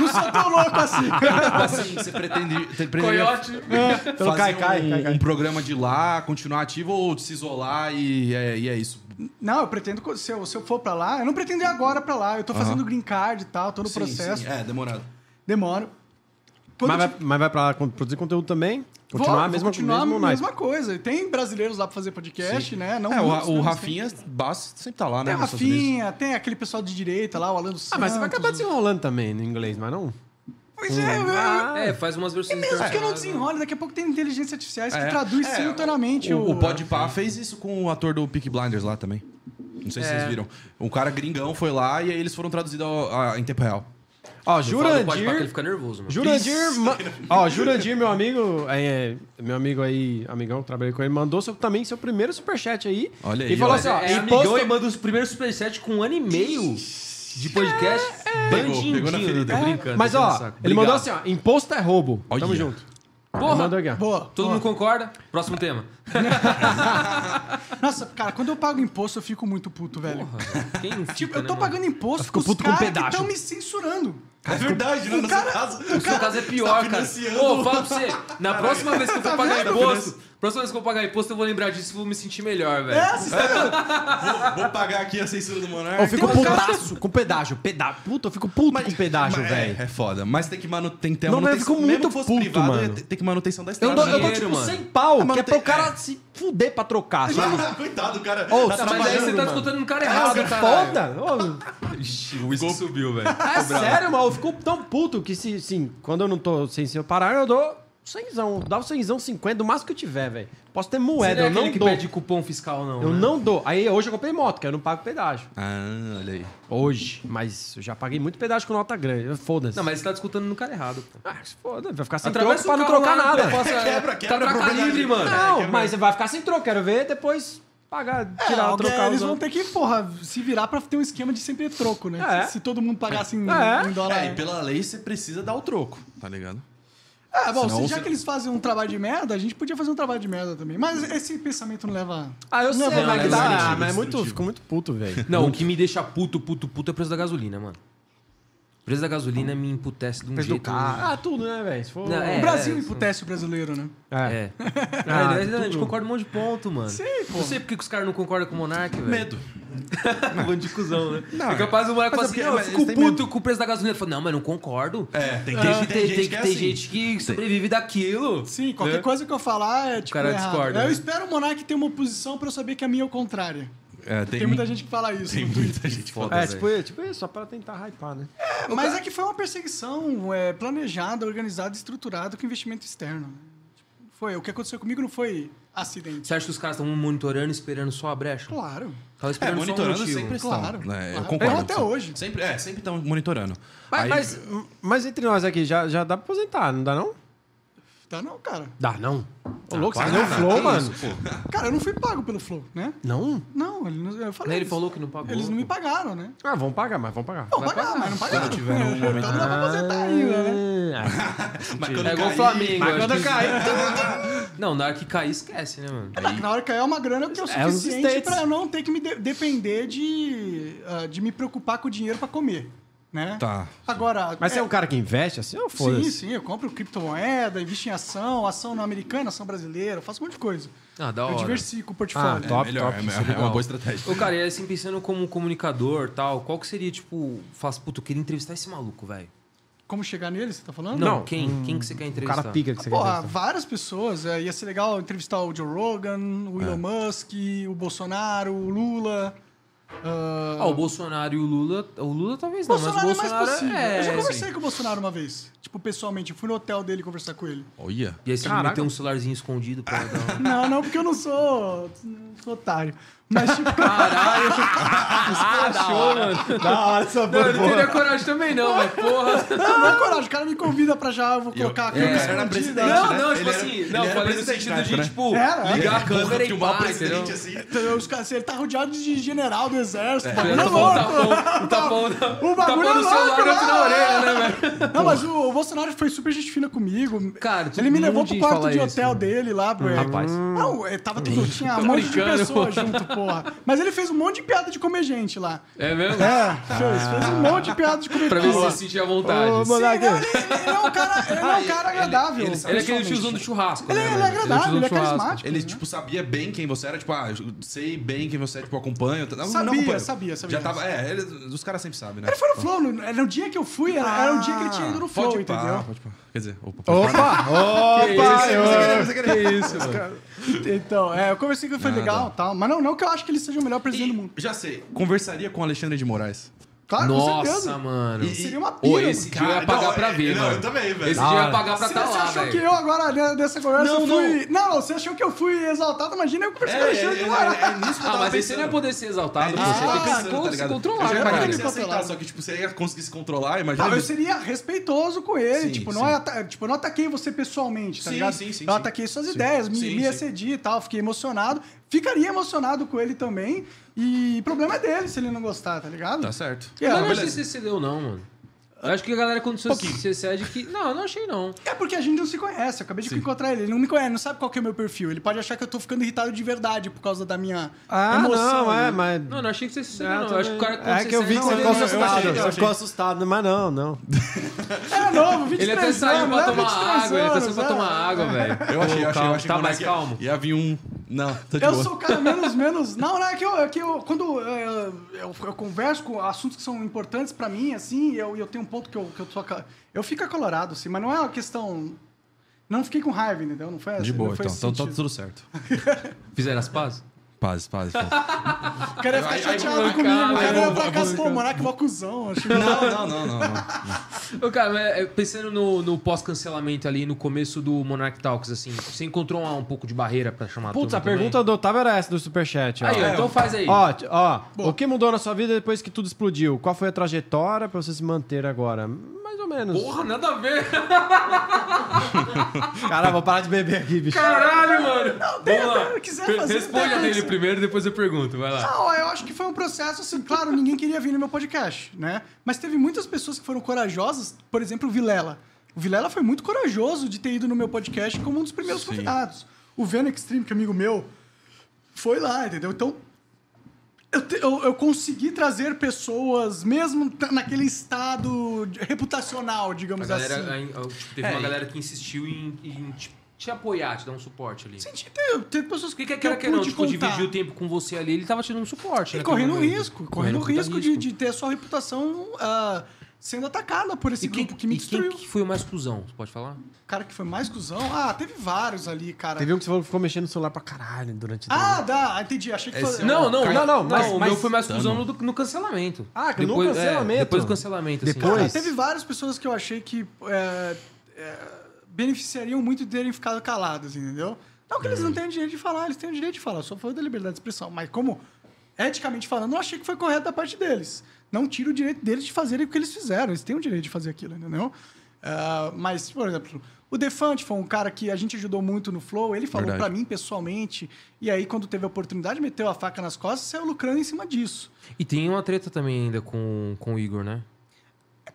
Speaker 3: Não sou tão louco assim.
Speaker 4: assim, você pretende, você pretende
Speaker 2: Coiote.
Speaker 1: Pelo
Speaker 4: fazer
Speaker 1: cai, cai,
Speaker 4: um,
Speaker 1: cai, cai.
Speaker 4: um programa de lá, continuar ativo ou se isolar e é, e é isso?
Speaker 3: Não, eu pretendo, co- se eu, se eu for pra lá, eu não pretendo ir agora pra lá. Eu tô fazendo green card e tal, todo o
Speaker 4: Sim,
Speaker 3: processo.
Speaker 4: sim, é, demorado.
Speaker 3: Demoro. Quando
Speaker 1: Mas
Speaker 3: eu
Speaker 1: vai, mas vai pra lá con- produzir conteúdo também? Continuar
Speaker 3: Vou-
Speaker 1: a mesma,
Speaker 3: vou continuar
Speaker 1: mesmo
Speaker 3: a
Speaker 1: naipe.
Speaker 3: mesma coisa. E Tem brasileiros lá pra fazer podcast, né? Não
Speaker 4: é, o, Ra-
Speaker 3: muitos,
Speaker 4: o
Speaker 3: né?
Speaker 4: Rafinha Bass sempre tá lá,
Speaker 3: Tem
Speaker 4: né?
Speaker 3: o
Speaker 4: nos Estados Unidos.
Speaker 3: Rafinha, tem aquele pessoal de direita lá, o Alan dos
Speaker 1: Ah, mas você vai
Speaker 3: Santos,
Speaker 1: acabar
Speaker 3: o-
Speaker 1: desenrolando também no inglês, mas não?
Speaker 4: né?
Speaker 1: Ah.
Speaker 3: Pois é, eu-
Speaker 4: Ah,
Speaker 3: eu-
Speaker 2: É, faz umas versões
Speaker 3: mesmo que eu não
Speaker 2: internacionais, né?
Speaker 3: desenrole, daqui a pouco tem inteligência artificiais que
Speaker 4: É.
Speaker 3: traduz
Speaker 4: É,
Speaker 3: simultaneamente
Speaker 4: O,
Speaker 3: o...
Speaker 4: o Podpah fez isso com o ator do Peak Blinders lá também. Não sei se vocês viram. Um cara gringão foi lá e aí eles foram traduzidos ao- a- em tempo real.
Speaker 1: Ó,
Speaker 2: Eu falo do Podpah que Ele
Speaker 1: Jurandir.
Speaker 2: fica nervoso, mano.
Speaker 1: Jurandir, ma- [LAUGHS] ó, Jurandir, meu amigo, é, é, meu amigo aí, amigão, que trabalhei com ele, mandou seu- também seu primeiro superchat aí.
Speaker 4: Olha
Speaker 1: E
Speaker 4: aí,
Speaker 1: falou
Speaker 4: ó.
Speaker 1: assim, ó,
Speaker 2: É, é
Speaker 1: imposto-
Speaker 2: amigão e manda os primeiros superchat com um ano e meio de podcast.
Speaker 4: Pegou, pegou na
Speaker 2: Bandidinho,
Speaker 4: ferida.
Speaker 2: tô brincando.
Speaker 1: Mas
Speaker 4: tá
Speaker 2: tô
Speaker 1: ó,
Speaker 2: pensando.
Speaker 1: ele mandou
Speaker 2: Obrigado.
Speaker 1: assim, ó, imposto é roubo.
Speaker 4: Olha.
Speaker 1: Tamo junto.
Speaker 2: Porra.
Speaker 1: Ele mandou aqui, ó.
Speaker 3: Boa.
Speaker 2: Todo mundo concorda? Próximo tema.
Speaker 3: Nossa, cara, quando eu pago imposto, eu fico muito puto, velho.
Speaker 2: Porra, velho. quem não fica,
Speaker 3: Tipo, eu
Speaker 2: né,
Speaker 3: tô
Speaker 2: mano?
Speaker 3: pagando imposto com os
Speaker 1: puto com
Speaker 3: caras que
Speaker 1: pedágio.
Speaker 3: estão me censurando.
Speaker 4: É verdade, né? No
Speaker 3: cara-
Speaker 4: caso.
Speaker 2: O seu caso é pior, cara.
Speaker 4: financiando.
Speaker 2: Ô, fala pra você. Na próxima vez que eu for pagar
Speaker 3: vendo?
Speaker 2: imposto, próxima vez que eu pagar imposto, eu vou lembrar disso e vou me sentir melhor, velho.
Speaker 3: É, vocês estão-
Speaker 4: Vou, vou pagar aqui a censura do Monarca.
Speaker 1: Eu fico
Speaker 3: Tem um cara-
Speaker 1: putaço com pedágio. Peda... Puta, eu fico puto com pedágio,
Speaker 4: Mas-
Speaker 1: velho.
Speaker 4: É, é foda. Mas tem que, manu... tem que ter a
Speaker 1: Não, mas eu
Speaker 4: manutenção.
Speaker 1: fico muito
Speaker 4: Mesmo que fosse
Speaker 1: puto,
Speaker 4: privado,
Speaker 1: mano.
Speaker 4: é- tem que ter manutenção da
Speaker 1: Eu
Speaker 4: estrada.
Speaker 1: dou, eu dou
Speaker 4: [LAUGHS]
Speaker 2: Dinheiro,
Speaker 1: tipo
Speaker 2: mano.
Speaker 1: 100 pau,
Speaker 4: Mas
Speaker 1: que é
Speaker 4: não
Speaker 1: pra o
Speaker 4: tem-
Speaker 1: cara
Speaker 4: é.
Speaker 1: se fuder pra trocar, sabe?
Speaker 4: Ah, Coitado, o cara.
Speaker 1: Ô, tá,
Speaker 4: tá
Speaker 2: Mas aí
Speaker 4: trabalhando.
Speaker 2: você tá escutando no cara errado,
Speaker 4: é
Speaker 1: Caralho,
Speaker 2: cara.
Speaker 1: é foda! Ô,
Speaker 2: Ixi, o whisky subiu, velho.
Speaker 1: É sério, mano. Eu fico tão puto que, se, sim, quando eu não tô sem se eu parar, eu dou cenzão. Dá o cenzão 50, do máximo que eu tiver, velho. Posso ter
Speaker 2: Você
Speaker 1: moeda,
Speaker 2: não é
Speaker 1: eu não
Speaker 2: aquele que
Speaker 1: dou.
Speaker 2: pede cupom fiscal, não.
Speaker 1: Eu
Speaker 2: né?
Speaker 1: não dou. Aí hoje eu comprei moto, que eu não pago pedágio.
Speaker 4: Ah, olha aí.
Speaker 1: Hoje. Mas eu já paguei muito pedágio com nota grande. Foda-se.
Speaker 2: Não, mas você tá escutando no cara errado. pô.
Speaker 1: Ah, se foda, vai ficar sem
Speaker 2: Atravessa
Speaker 1: troco pra
Speaker 2: o
Speaker 1: não trocar
Speaker 2: carro lá,
Speaker 1: nada.
Speaker 2: eu faço a-
Speaker 4: Quebra, quebra,
Speaker 2: Tá troca
Speaker 4: propriedade.
Speaker 2: livre, mano.
Speaker 1: Não, mas vai ficar sem troco. Quero ver depois pagar,
Speaker 3: É,
Speaker 1: tirar,
Speaker 3: alguém-
Speaker 1: trocar
Speaker 3: eles
Speaker 1: os
Speaker 3: vão
Speaker 1: outros.
Speaker 3: ter que, porra, se virar pra ter um esquema de sempre ter troco, né?
Speaker 1: É.
Speaker 3: Se, se todo mundo pagasse em,
Speaker 1: É.
Speaker 3: em dólar.
Speaker 4: É, e pela lei você precisa dar o troco, tá ligado?
Speaker 3: É, bom,
Speaker 4: Senão
Speaker 3: se, já
Speaker 4: você-
Speaker 3: que eles fazem um trabalho de merda, a gente podia fazer um trabalho de merda também. Mas esse pensamento não leva.
Speaker 1: Ah, eu sei,
Speaker 3: Não,
Speaker 1: mas
Speaker 2: não,
Speaker 1: que
Speaker 2: é
Speaker 1: dá-
Speaker 4: destrutivo,
Speaker 1: ah, mas é muito,
Speaker 4: destrutivo.
Speaker 1: fico muito puto, velho.
Speaker 2: Não, o que me deixa puto, puto, puto é o preço da gasolina, mano. O preço da gasolina me emputece de um
Speaker 1: Preço do
Speaker 2: jeito...
Speaker 1: carro. Ah, tudo, né, velho? Se for...
Speaker 2: Não, é.
Speaker 3: o Brasil
Speaker 2: isso.
Speaker 3: emputece o brasileiro, né?
Speaker 1: É.
Speaker 2: É.
Speaker 1: Ah,
Speaker 2: Ah, ele- a gente
Speaker 1: tudo.
Speaker 2: concorda um monte de ponto, mano.
Speaker 3: Sim, pô.
Speaker 2: Não sei por que que os caras não concordam com o Monark, velho.
Speaker 4: Medo.
Speaker 2: Um bando de cuzão, né?
Speaker 4: Não,
Speaker 2: é capaz do Monark falar
Speaker 4: mas é
Speaker 2: assim,
Speaker 4: porque-
Speaker 2: não, eu
Speaker 4: mas
Speaker 2: fico
Speaker 4: eles têm
Speaker 2: puto com o preço da gasolina. Ele fala, não, mas não concordo.
Speaker 4: É,
Speaker 1: Ah,
Speaker 2: Tem,
Speaker 4: tem, tem,
Speaker 2: tem, tem,
Speaker 4: gente que
Speaker 2: que,
Speaker 4: é
Speaker 2: tem
Speaker 4: assim.
Speaker 2: gente que sobrevive daquilo.
Speaker 3: Sim, qualquer
Speaker 2: Né?
Speaker 3: coisa que eu falar é tipo.
Speaker 2: cara
Speaker 3: errado.
Speaker 2: discorda,
Speaker 3: Eu
Speaker 2: né?
Speaker 3: espero o Monark ter uma posição pra eu saber que a minha é o contrário.
Speaker 4: É,
Speaker 3: Tem,
Speaker 4: tem,
Speaker 3: muita gente que fala isso.
Speaker 4: Tem
Speaker 3: no Twitter.
Speaker 4: muita gente
Speaker 2: Foda.
Speaker 4: foda.
Speaker 1: É,
Speaker 2: velho.
Speaker 1: tipo, é, tipo isso, só pra tentar hypar, né?
Speaker 3: É, mas é que foi uma perseguição é, planejada, organizada, estruturada com investimento externo. Tipo, Foi. O que aconteceu comigo não foi acidente.
Speaker 2: Você acha que os caras estão monitorando, esperando só a brecha?
Speaker 3: Claro.
Speaker 2: Tava
Speaker 4: É,
Speaker 2: esperando só um
Speaker 4: monitorando
Speaker 2: motivo.
Speaker 4: sempre estão.
Speaker 3: Claro.
Speaker 4: né? Eu
Speaker 3: claro.
Speaker 4: concordo.
Speaker 3: Então, até hoje.
Speaker 4: Sempre, é, sempre estão monitorando.
Speaker 1: Mas,
Speaker 4: Aí-
Speaker 1: mas, mas entre nós aqui, já, já dá pra aposentar, não dá não?
Speaker 3: Tá não, cara.
Speaker 1: Dá não. Ô, louco, você
Speaker 4: tá, Para,
Speaker 1: ganhou o
Speaker 4: cara,
Speaker 1: flow,
Speaker 4: que
Speaker 1: mano.
Speaker 4: isso, pô.
Speaker 3: Cara, eu não fui pago pelo Flow, né?
Speaker 1: Não?
Speaker 3: Não, ele não, eu falei.
Speaker 2: Ele
Speaker 3: isso.
Speaker 2: falou que não pagou.
Speaker 3: Eles não me pagaram, né?
Speaker 1: Ah, vamos pagar, mas vamos pagar.
Speaker 3: Vão pagar, mas não pagaram.
Speaker 4: Quando tiver um momento-
Speaker 3: Então não dá pra aposentar ainda, né?
Speaker 1: Ah,
Speaker 4: Mas
Speaker 2: É
Speaker 4: quando
Speaker 2: igual o
Speaker 4: cair-
Speaker 2: Flamengo.
Speaker 1: mas
Speaker 2: eu
Speaker 1: quando
Speaker 2: acho que-
Speaker 1: cair,
Speaker 2: Não, na hora que cair, esquece, né, mano?
Speaker 3: Tá, Na- Na hora que cair uma grana que é o
Speaker 1: É, os
Speaker 3: suficiente
Speaker 1: States.
Speaker 3: pra eu não ter que me de- depender de, ah, de me preocupar com o dinheiro pra comer, né?
Speaker 4: Tá.
Speaker 3: Agora...
Speaker 1: Mas você é um cara que investe assim ou
Speaker 3: Sim,
Speaker 1: foda-se?
Speaker 3: sim, eu compro criptomoeda, invisto em ação, ação não americana, ação brasileira, eu faço um monte de coisa.
Speaker 2: Ah, da
Speaker 3: Eu
Speaker 2: hora.
Speaker 3: diversifico o portfôlio.
Speaker 1: Ah,
Speaker 4: É
Speaker 1: Top,
Speaker 4: melhor,
Speaker 1: top,
Speaker 4: é-
Speaker 1: isso
Speaker 4: é, uma
Speaker 2: legal.
Speaker 4: boa estratégia.
Speaker 2: Ô, cara, e assim, pensando como comunicador tal, qual que seria, tipo, faz, puta, eu queria entrevistar esse maluco, velho.
Speaker 3: Como chegar nele, você tá falando?
Speaker 2: Não, Um quem? Quem que você quer
Speaker 1: O
Speaker 2: entrevistar?
Speaker 1: cara pica que você
Speaker 3: Porra,
Speaker 1: quer ver.
Speaker 3: várias pessoas. é, ia ser legal entrevistar o Joe Rogan, o
Speaker 1: É.
Speaker 3: Elon Musk, o Bolsonaro, o Lula. ah,
Speaker 2: Ah, o Bolsonaro e o Lula. O Lula talvez não, mas
Speaker 3: Bolsonaro
Speaker 2: o
Speaker 3: é mais
Speaker 2: Bolsonaro
Speaker 3: possível.
Speaker 2: é.
Speaker 3: eu já
Speaker 2: sim.
Speaker 3: conversei com o Bolsonaro uma vez. Tipo, pessoalmente, eu fui no hotel dele conversar com ele.
Speaker 4: Olha.
Speaker 2: E aí você
Speaker 1: Caraca.
Speaker 2: meteu um celularzinho escondido pra dar um- uma-
Speaker 3: Não, não, porque eu não sou, não sou otário. Mas, tipo,
Speaker 2: Caralho! [LAUGHS] ah, da hora.
Speaker 1: Da hora Ah, essa
Speaker 2: Não, eu não teria coragem também, não, mas porra.
Speaker 3: [LAUGHS] não é coragem. O cara me convida pra já, eu vou colocar
Speaker 2: É,
Speaker 4: E o
Speaker 3: a câmera
Speaker 4: cara era
Speaker 3: escondida.
Speaker 4: presidente,
Speaker 2: Não,
Speaker 4: né?
Speaker 2: não, tipo
Speaker 4: Ele era-
Speaker 2: assim,
Speaker 4: ele
Speaker 2: não,
Speaker 4: era
Speaker 2: falei no
Speaker 4: presidente
Speaker 2: sentido
Speaker 4: na
Speaker 2: de,
Speaker 4: época, né?
Speaker 2: tipo,
Speaker 3: Era,
Speaker 2: ligar a
Speaker 3: é
Speaker 2: câmera e
Speaker 4: Filmar o
Speaker 2: pá, entendeu?
Speaker 4: presidente assim.
Speaker 3: Então, os caras- ele tá rodeado de general do exército. [LAUGHS]
Speaker 2: Eu
Speaker 3: bagulho
Speaker 2: ia
Speaker 3: é
Speaker 2: tomar um
Speaker 3: louco.
Speaker 2: tapão, um tapão,
Speaker 3: O
Speaker 2: um
Speaker 3: bagulho é
Speaker 2: tapão no celular
Speaker 3: louco,
Speaker 2: e outro
Speaker 3: né?
Speaker 2: na orelha, né, velho?
Speaker 3: Não, mas o, o Bolsonaro foi super gente fina comigo.
Speaker 2: Cara, todo
Speaker 3: ele me levou
Speaker 2: mundo
Speaker 3: pro quarto
Speaker 2: fala
Speaker 3: de
Speaker 2: isso,
Speaker 3: hotel
Speaker 2: mano.
Speaker 3: dele lá, bro.
Speaker 2: rapaz. Hum. [LAUGHS]
Speaker 3: Não, é, tava tudo, tinha um monte de
Speaker 2: brincando,
Speaker 3: pessoa
Speaker 2: pô.
Speaker 3: junto, pô. porra. Mas ele fez um monte de piada de comer gente lá.
Speaker 2: É mesmo?
Speaker 3: É, fez, fez um monte de piada de comer
Speaker 2: Pra você
Speaker 3: pessoa.
Speaker 2: se sentir à vontade.
Speaker 5: Ô,
Speaker 3: Sim, não,
Speaker 5: moleque.
Speaker 3: ele, ele é um cara, ele é um cara agradável.
Speaker 4: ele sabe
Speaker 2: Ele é aquele
Speaker 3: pessoalmente.
Speaker 2: tiozão do churrasco,
Speaker 3: Ele
Speaker 2: né?
Speaker 3: é- ele
Speaker 2: mano?
Speaker 3: é
Speaker 2: tiozão
Speaker 3: agradável,
Speaker 2: do
Speaker 3: ele é
Speaker 2: churrasco.
Speaker 3: carismático.
Speaker 4: Ele, tipo, sabia bem quem você era, tipo, ah, eu sei bem quem você é, tipo, acompanho. Não, não
Speaker 3: Sabia,
Speaker 4: acompanho.
Speaker 3: sabia, sabia.
Speaker 4: Já tava, é, ele- os caras sempre sabem, né?
Speaker 3: Ele foi no Flow, no, era o dia que eu fui, era, era o dia que ele tinha ido
Speaker 2: Ah,
Speaker 3: no Flow,
Speaker 4: pode pá,
Speaker 3: entendeu?
Speaker 4: Pode pá. Quer dizer, opa, pode pá.
Speaker 5: Opa! Opa!
Speaker 2: Que isso, mano?
Speaker 3: Então, é, eu conversei com ele, foi
Speaker 4: Nada.
Speaker 3: legal e tal. Mas não, não que eu acho que ele seja o melhor presidente do mundo.
Speaker 4: Já sei, conversaria com o Alexandre de Moraes.
Speaker 3: Claro, com certeza.
Speaker 2: Nossa, mano.
Speaker 4: E-
Speaker 3: Seria uma pira,
Speaker 2: Ô,
Speaker 3: mano.
Speaker 2: esse dia eu ia pagar
Speaker 4: Não,
Speaker 2: pra
Speaker 4: é-
Speaker 2: ver,
Speaker 4: não,
Speaker 2: mano.
Speaker 4: eu também, velho.
Speaker 2: Esse
Speaker 4: Da
Speaker 2: dia eu ia
Speaker 5: hora.
Speaker 2: pagar pra
Speaker 3: Se
Speaker 2: tá
Speaker 3: você
Speaker 2: lá,
Speaker 3: achou
Speaker 2: velho.
Speaker 3: que eu agora, né, dessa conversa,
Speaker 4: Não,
Speaker 3: eu fui... Não. você achou que eu fui exaltado, imagina eu
Speaker 4: É,
Speaker 3: conversando
Speaker 4: é,
Speaker 3: com
Speaker 4: é,
Speaker 3: o
Speaker 4: é,
Speaker 3: Alexandre de Moraes.
Speaker 4: é nisso que eu
Speaker 2: Ah,
Speaker 4: tava
Speaker 2: mas aí você
Speaker 4: pensando.
Speaker 2: não ia poder ser exaltado,
Speaker 4: É
Speaker 2: pô.
Speaker 3: Ah,
Speaker 4: isso
Speaker 2: você
Speaker 4: que
Speaker 2: tem
Speaker 4: eu tava
Speaker 2: que
Speaker 4: pensando,
Speaker 2: se,
Speaker 4: tá
Speaker 2: se
Speaker 4: ligado?
Speaker 2: controlar,
Speaker 4: Eu
Speaker 2: né,
Speaker 4: já imaginei que
Speaker 2: cara?
Speaker 4: você ia aceitar, só que, tipo, você ia conseguir se controlar, imagina.
Speaker 3: Ah, eu seria respeitoso com ele.
Speaker 4: Sim,
Speaker 3: tipo,
Speaker 4: sim.
Speaker 3: não é ata- tipo, eu não ataquei você pessoalmente, tá
Speaker 4: Sim,
Speaker 3: ligado?
Speaker 4: sim, sim,
Speaker 3: Eu
Speaker 4: sim.
Speaker 3: ataquei suas
Speaker 4: Sim.
Speaker 3: ideias, me,
Speaker 4: Sim,
Speaker 3: me
Speaker 4: sim.
Speaker 3: excedi e tal, fiquei emocionado. Ficaria emocionado com ele também. E o problema é dele se ele não gostar, tá ligado?
Speaker 4: Tá certo.
Speaker 3: Yeah,
Speaker 2: eu não
Speaker 3: beleza.
Speaker 2: achei que você cedeu, não, mano. Eu acho que a galera, quando você você cede, que. Não, eu não achei, não.
Speaker 3: É porque a gente não se conhece. Eu acabei de encontrar ele. Ele não me conhece, não sabe qual que é o meu perfil. Ele pode achar que eu tô ficando irritado de verdade por causa da minha
Speaker 5: Ah,
Speaker 3: emoção.
Speaker 5: não, é,
Speaker 3: né?
Speaker 5: mas...
Speaker 2: Não, eu não achei que você se cedeu,
Speaker 5: Ah,
Speaker 2: não.
Speaker 5: tudo
Speaker 2: Eu acho que o
Speaker 5: bem.
Speaker 2: cara. né? quando
Speaker 5: é que eu vi que
Speaker 2: cede,
Speaker 5: você
Speaker 2: ele-
Speaker 5: ficou
Speaker 3: não, eu
Speaker 5: assustado.
Speaker 3: achei, eu
Speaker 5: Você
Speaker 3: achei.
Speaker 5: ficou assustado, mas não, não.
Speaker 3: Era novo, 23
Speaker 2: Ele até saiu
Speaker 3: anos,
Speaker 2: pra
Speaker 3: né?
Speaker 2: tomar
Speaker 3: 23
Speaker 2: água, ele até saiu
Speaker 3: anos,
Speaker 2: pra
Speaker 3: é.
Speaker 2: tomar água, velho.
Speaker 4: Eu achei, eu achei, eu achei.
Speaker 2: Tá
Speaker 4: que
Speaker 2: mais
Speaker 4: o moleque ia-
Speaker 2: calmo.
Speaker 4: Ia vir um... Não, tá de
Speaker 3: Eu
Speaker 4: boa.
Speaker 3: sou o cara menos, menos. Não, não, é que eu, é que eu quando é, eu, eu converso com assuntos que são importantes pra mim, assim, eu, eu tenho um ponto que eu, que eu tô. aca- Eu fico acalorado, assim, mas não é uma questão. Não fiquei com raiva, entendeu? Não foi assim.
Speaker 4: De boa,
Speaker 3: não foi
Speaker 4: então.
Speaker 3: esse
Speaker 4: Então tá
Speaker 3: sentido.
Speaker 4: tudo certo.
Speaker 2: Fizeram as pazes?
Speaker 4: Paz, paz, paz.
Speaker 3: O cara ia
Speaker 4: Aí-
Speaker 3: ficar
Speaker 4: aí
Speaker 3: chateado
Speaker 2: vamos
Speaker 3: comigo.
Speaker 2: lá,
Speaker 3: O cara
Speaker 2: aí
Speaker 3: ia
Speaker 2: vamos-
Speaker 3: pra casa,
Speaker 2: vamos-
Speaker 3: pô, mano, que mó cuzão.
Speaker 2: [LAUGHS]
Speaker 3: acho que-
Speaker 4: [LAUGHS] Não, não, não, não. não.
Speaker 2: Ô, cara, mas, é, pensando no, no pós-cancelamento ali, no começo do Monarch Talks, assim, você encontrou uma- um pouco de barreira pra chamar
Speaker 5: Putz,
Speaker 2: turma
Speaker 5: a pergunta do Otávio era essa, do Superchat. ó.
Speaker 2: também? Aí, ó, então faz aí.
Speaker 5: Ó, t- ó, o que mudou na sua vida depois que tudo explodiu? Qual foi a trajetória pra você se manter agora? Mais ou menos.
Speaker 2: Porra, nada a ver.
Speaker 5: Cara, vou parar de beber aqui, bicho.
Speaker 2: Caralho, mano.
Speaker 3: tem
Speaker 2: Vamos
Speaker 3: até-
Speaker 2: lá.
Speaker 3: quiser
Speaker 2: Pe-
Speaker 3: fazer,
Speaker 2: Responde
Speaker 3: tem
Speaker 2: a dele
Speaker 3: condição.
Speaker 2: primeiro, depois eu pergunto. Vai lá.
Speaker 3: Não, eu acho que foi um processo, assim, claro, ninguém queria vir no meu podcast, né? Mas teve muitas pessoas que foram corajosas, por exemplo, o Vilela. O Vilela foi muito corajoso de ter ido no meu podcast como um dos primeiros convidados. O Venom Extreme, que é amigo meu, foi lá, entendeu? Então, eu, te- eu- eu consegui trazer pessoas, mesmo t- naquele estado de- reputacional,
Speaker 2: A
Speaker 3: digamos
Speaker 2: galera,
Speaker 3: assim.
Speaker 2: aí, ó, tipo, teve uma galera que insistiu em, em te, te apoiar, te dar um suporte ali. Sim.
Speaker 3: Senti, teve, teve pessoas
Speaker 2: O que, que é
Speaker 3: eu
Speaker 2: aquela que não?
Speaker 3: pude
Speaker 2: Tipo,
Speaker 3: contar.
Speaker 2: dividir o tempo com você ali, ele tava te dando um suporte.
Speaker 3: E
Speaker 2: né,
Speaker 3: correndo
Speaker 2: naquele momento.
Speaker 3: risco, correndo
Speaker 2: puta
Speaker 3: risco de, de ter a sua reputação ah, sendo atacada por esse
Speaker 2: E quem,
Speaker 3: grupo que me
Speaker 2: e quem
Speaker 3: destruiu.
Speaker 2: que foi o mais cuzão? Você pode falar?
Speaker 3: O cara que foi mais cuzão. Ah, teve vários ali, cara.
Speaker 5: Teve um que você falou que ficou mexendo no celular pra caralho durante...
Speaker 3: Ah, dá, entendi. Achei que foi.
Speaker 2: Não, não,
Speaker 5: Cara,
Speaker 2: não, não,
Speaker 5: não, mas-
Speaker 2: o
Speaker 5: mas-
Speaker 2: meu foi mais cuzão no, do- no cancelamento.
Speaker 5: Ah, que no
Speaker 2: Depois- é,
Speaker 5: cancelamento.
Speaker 2: depois do cancelamento, assim.
Speaker 5: Depois?
Speaker 3: Cara, teve várias pessoas que eu achei que é, é, beneficiariam muito de terem ficado caladas, entendeu? Não que eles não tenham direito de falar, eles têm o direito de falar, só foi da liberdade de expressão. Mas como, eticamente falando, eu achei que foi correto da parte deles. Não tira o direito deles de fazerem o que eles fizeram, eles têm o direito de fazer aquilo, entendeu? Ah, mas, por exemplo, o Defante foi um cara que a gente ajudou muito no Flow, ele falou
Speaker 4: Verdade.
Speaker 3: pra mim pessoalmente, e aí quando teve a oportunidade, meteu a faca nas costas e saiu lucrando em cima disso.
Speaker 2: Ah, E tem uma treta também ainda com, com o Igor, né?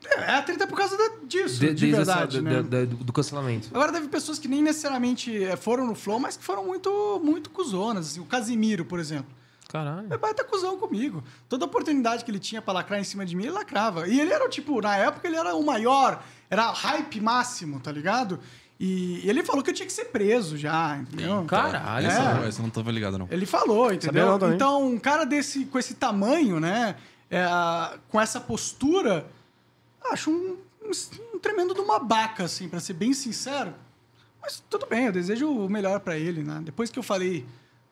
Speaker 3: É, é a treta por causa da- disso, de,
Speaker 2: desde essa-
Speaker 3: verdade,
Speaker 2: da-
Speaker 3: né?
Speaker 2: da- da- do cancelamento.
Speaker 3: Agora teve pessoas que nem necessariamente eh, foram no Flow, mas que foram muito, muito cuzonas. assim. o Casimiro, por exemplo.
Speaker 2: Caralho.
Speaker 3: É baita cuzão comigo. Toda oportunidade que ele tinha pra lacrar em cima de mim, ele lacrava. E ele era, tipo, na época ele era o maior, era hype máximo, tá ligado? E ele falou que eu tinha que ser preso já, entendeu?
Speaker 2: Caralho,
Speaker 4: Essa,
Speaker 2: mano.
Speaker 4: não, essa eu não tava ligado, não.
Speaker 3: Ele falou, entendeu?
Speaker 5: não também.
Speaker 3: então, um cara desse, com esse tamanho, né? é, com essa postura, acho um, um, um tremendo de uma baca, assim, pra ser bem sincero. Mas tudo bem, eu desejo o melhor pra ele, né? Depois que eu falei,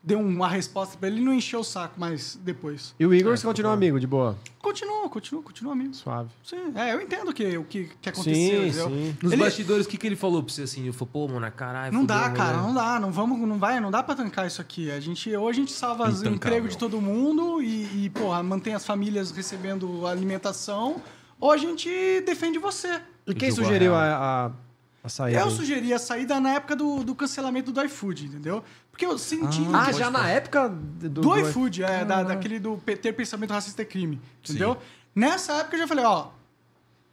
Speaker 3: dei um, uma resposta pra ele, ele não encheu o saco mais depois.
Speaker 5: E o Igor, você continua amigo, de boa.
Speaker 3: Continua, continua, continua, amigo.
Speaker 5: É, Suave.
Speaker 3: Sim, é, eu entendo que, o que, que aconteceu,
Speaker 5: Sim,
Speaker 3: entendeu?
Speaker 5: sim.
Speaker 2: Nos
Speaker 3: Ele-
Speaker 2: bastidores, o que, que ele falou pra você assim? Ele falou, pô, mano, caralho.
Speaker 3: Não
Speaker 2: É, fudeu, né?
Speaker 3: dá,
Speaker 2: mano.
Speaker 3: cara, não dá, não vamos, não vai, não dá pra tancar isso aqui. A gente, ou a gente salva os
Speaker 4: Intancável.
Speaker 3: empregos de todo mundo e, e, porra, mantém as famílias recebendo alimentação, ou a gente defende você.
Speaker 5: E quem
Speaker 2: Jogou
Speaker 5: sugeriu
Speaker 2: a
Speaker 5: a, a, a saída?
Speaker 3: Eu
Speaker 5: aí?
Speaker 3: sugeri a saída na época do, do cancelamento do iFood, entendeu? Porque eu senti
Speaker 5: Ah, já na época do,
Speaker 3: do iFood, é, da, daquele do pe- ter pensamento racista é crime, entendeu? Nessa época eu já falei, ó,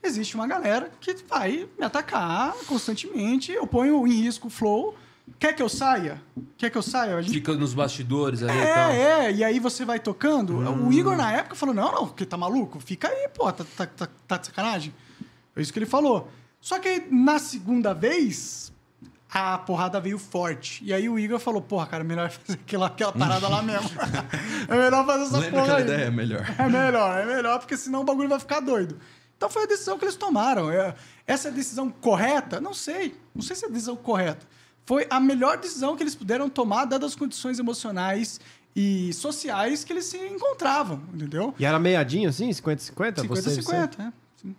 Speaker 3: existe uma galera que vai me atacar constantemente, eu ponho em risco o flow, Quer que eu saia? Quer que eu saia? A gente
Speaker 2: Fica nos bastidores ali e tal.
Speaker 3: É, é, e aí você vai tocando. O Igor, na época, falou: não, não, porque tá maluco? Fica aí, pô, tá, tá, tá, tá de sacanagem. É isso que ele falou. Só que aí, na segunda vez, a porrada veio forte. E aí o Igor falou: porra, cara, melhor [LAUGHS] fazer aquela, aquela parada
Speaker 4: [LAUGHS]
Speaker 3: lá mesmo. é melhor fazer essa
Speaker 4: Lembra
Speaker 3: porra
Speaker 4: aquela
Speaker 3: aí.
Speaker 4: ideia? É melhor.
Speaker 3: É melhor, é melhor, porque senão o bagulho vai ficar doido. Então foi a decisão que eles tomaram. É- Essa é a decisão correta? Não sei. Não sei se é a decisão correta. Foi a melhor decisão que eles puderam tomar, dadas as condições emocionais e sociais que eles se encontravam, entendeu?
Speaker 5: E era meiadinho assim, 50-50? 50 50
Speaker 3: 50-50, né? Sim.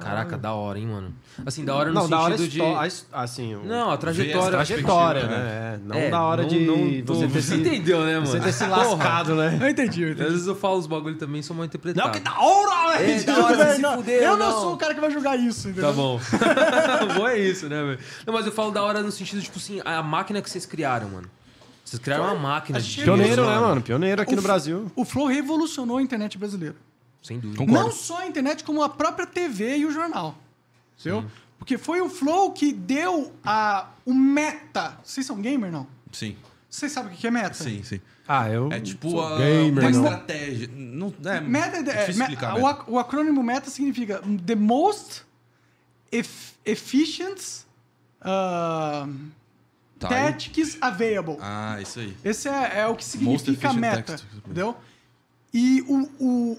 Speaker 2: Caraca, da hora, hein, mano? Assim, da hora no
Speaker 5: Não, da hora é
Speaker 2: sentido de...
Speaker 5: histó- a his- assim, o-
Speaker 2: Não, a trajetória.
Speaker 4: Ver
Speaker 5: a
Speaker 4: as
Speaker 5: trajetória,
Speaker 4: perspectiva,
Speaker 5: né? É, não
Speaker 2: É,
Speaker 5: da hora
Speaker 2: não-
Speaker 5: de
Speaker 2: não tô-
Speaker 5: você ter [LAUGHS]
Speaker 2: Você
Speaker 5: se,
Speaker 2: entendeu, né, mano?
Speaker 5: você ter se lascado, né? Tá.
Speaker 3: Eu entendi, eu
Speaker 2: Às
Speaker 3: entendi.
Speaker 2: vezes eu falo os bagulho também, sou mal interpretado.
Speaker 5: Não, que da hora, velho!
Speaker 2: É, da hora você se
Speaker 3: Não, assim,
Speaker 2: fuder,
Speaker 3: eu não sou o cara que vai julgar isso, entendeu?
Speaker 2: Tá bom. bom [LAUGHS] é isso, né, velho? Não, mas eu falo da hora no sentido, tipo assim, a máquina que vocês criaram, mano. Vocês criaram uma máquina.
Speaker 3: a
Speaker 2: de
Speaker 3: gente-
Speaker 5: Pioneiro,
Speaker 2: discos,
Speaker 5: né, mano? Pioneiro aqui
Speaker 3: O
Speaker 5: no
Speaker 3: Fl-
Speaker 5: Brasil.
Speaker 3: O Flow revolucionou a internet brasileira.
Speaker 2: Sem dúvida.
Speaker 4: Concordo.
Speaker 3: Não só a internet, como a própria TV e o jornal. Entendeu? Porque foi o Flow que deu a, o meta. Vocês são gamer, não?
Speaker 4: Sim,
Speaker 3: Vocês sabem o que é meta?
Speaker 4: sim, sim.
Speaker 5: Ah, eu.
Speaker 4: É tipo a,
Speaker 5: gamer,
Speaker 4: uma
Speaker 5: não.
Speaker 4: estratégia. Não, é,
Speaker 3: Meta é,
Speaker 4: difícil
Speaker 3: é, me-
Speaker 4: explicar.
Speaker 3: o,
Speaker 4: meta.
Speaker 3: ac- o acrônimo meta significa the most ef- efficient ah,
Speaker 4: Tá aí.
Speaker 3: tactics available.
Speaker 4: Ah, isso aí.
Speaker 3: Esse é, é o que
Speaker 4: Most
Speaker 3: significa
Speaker 4: efficient
Speaker 3: meta,
Speaker 4: tactics.
Speaker 3: entendeu? E o... o,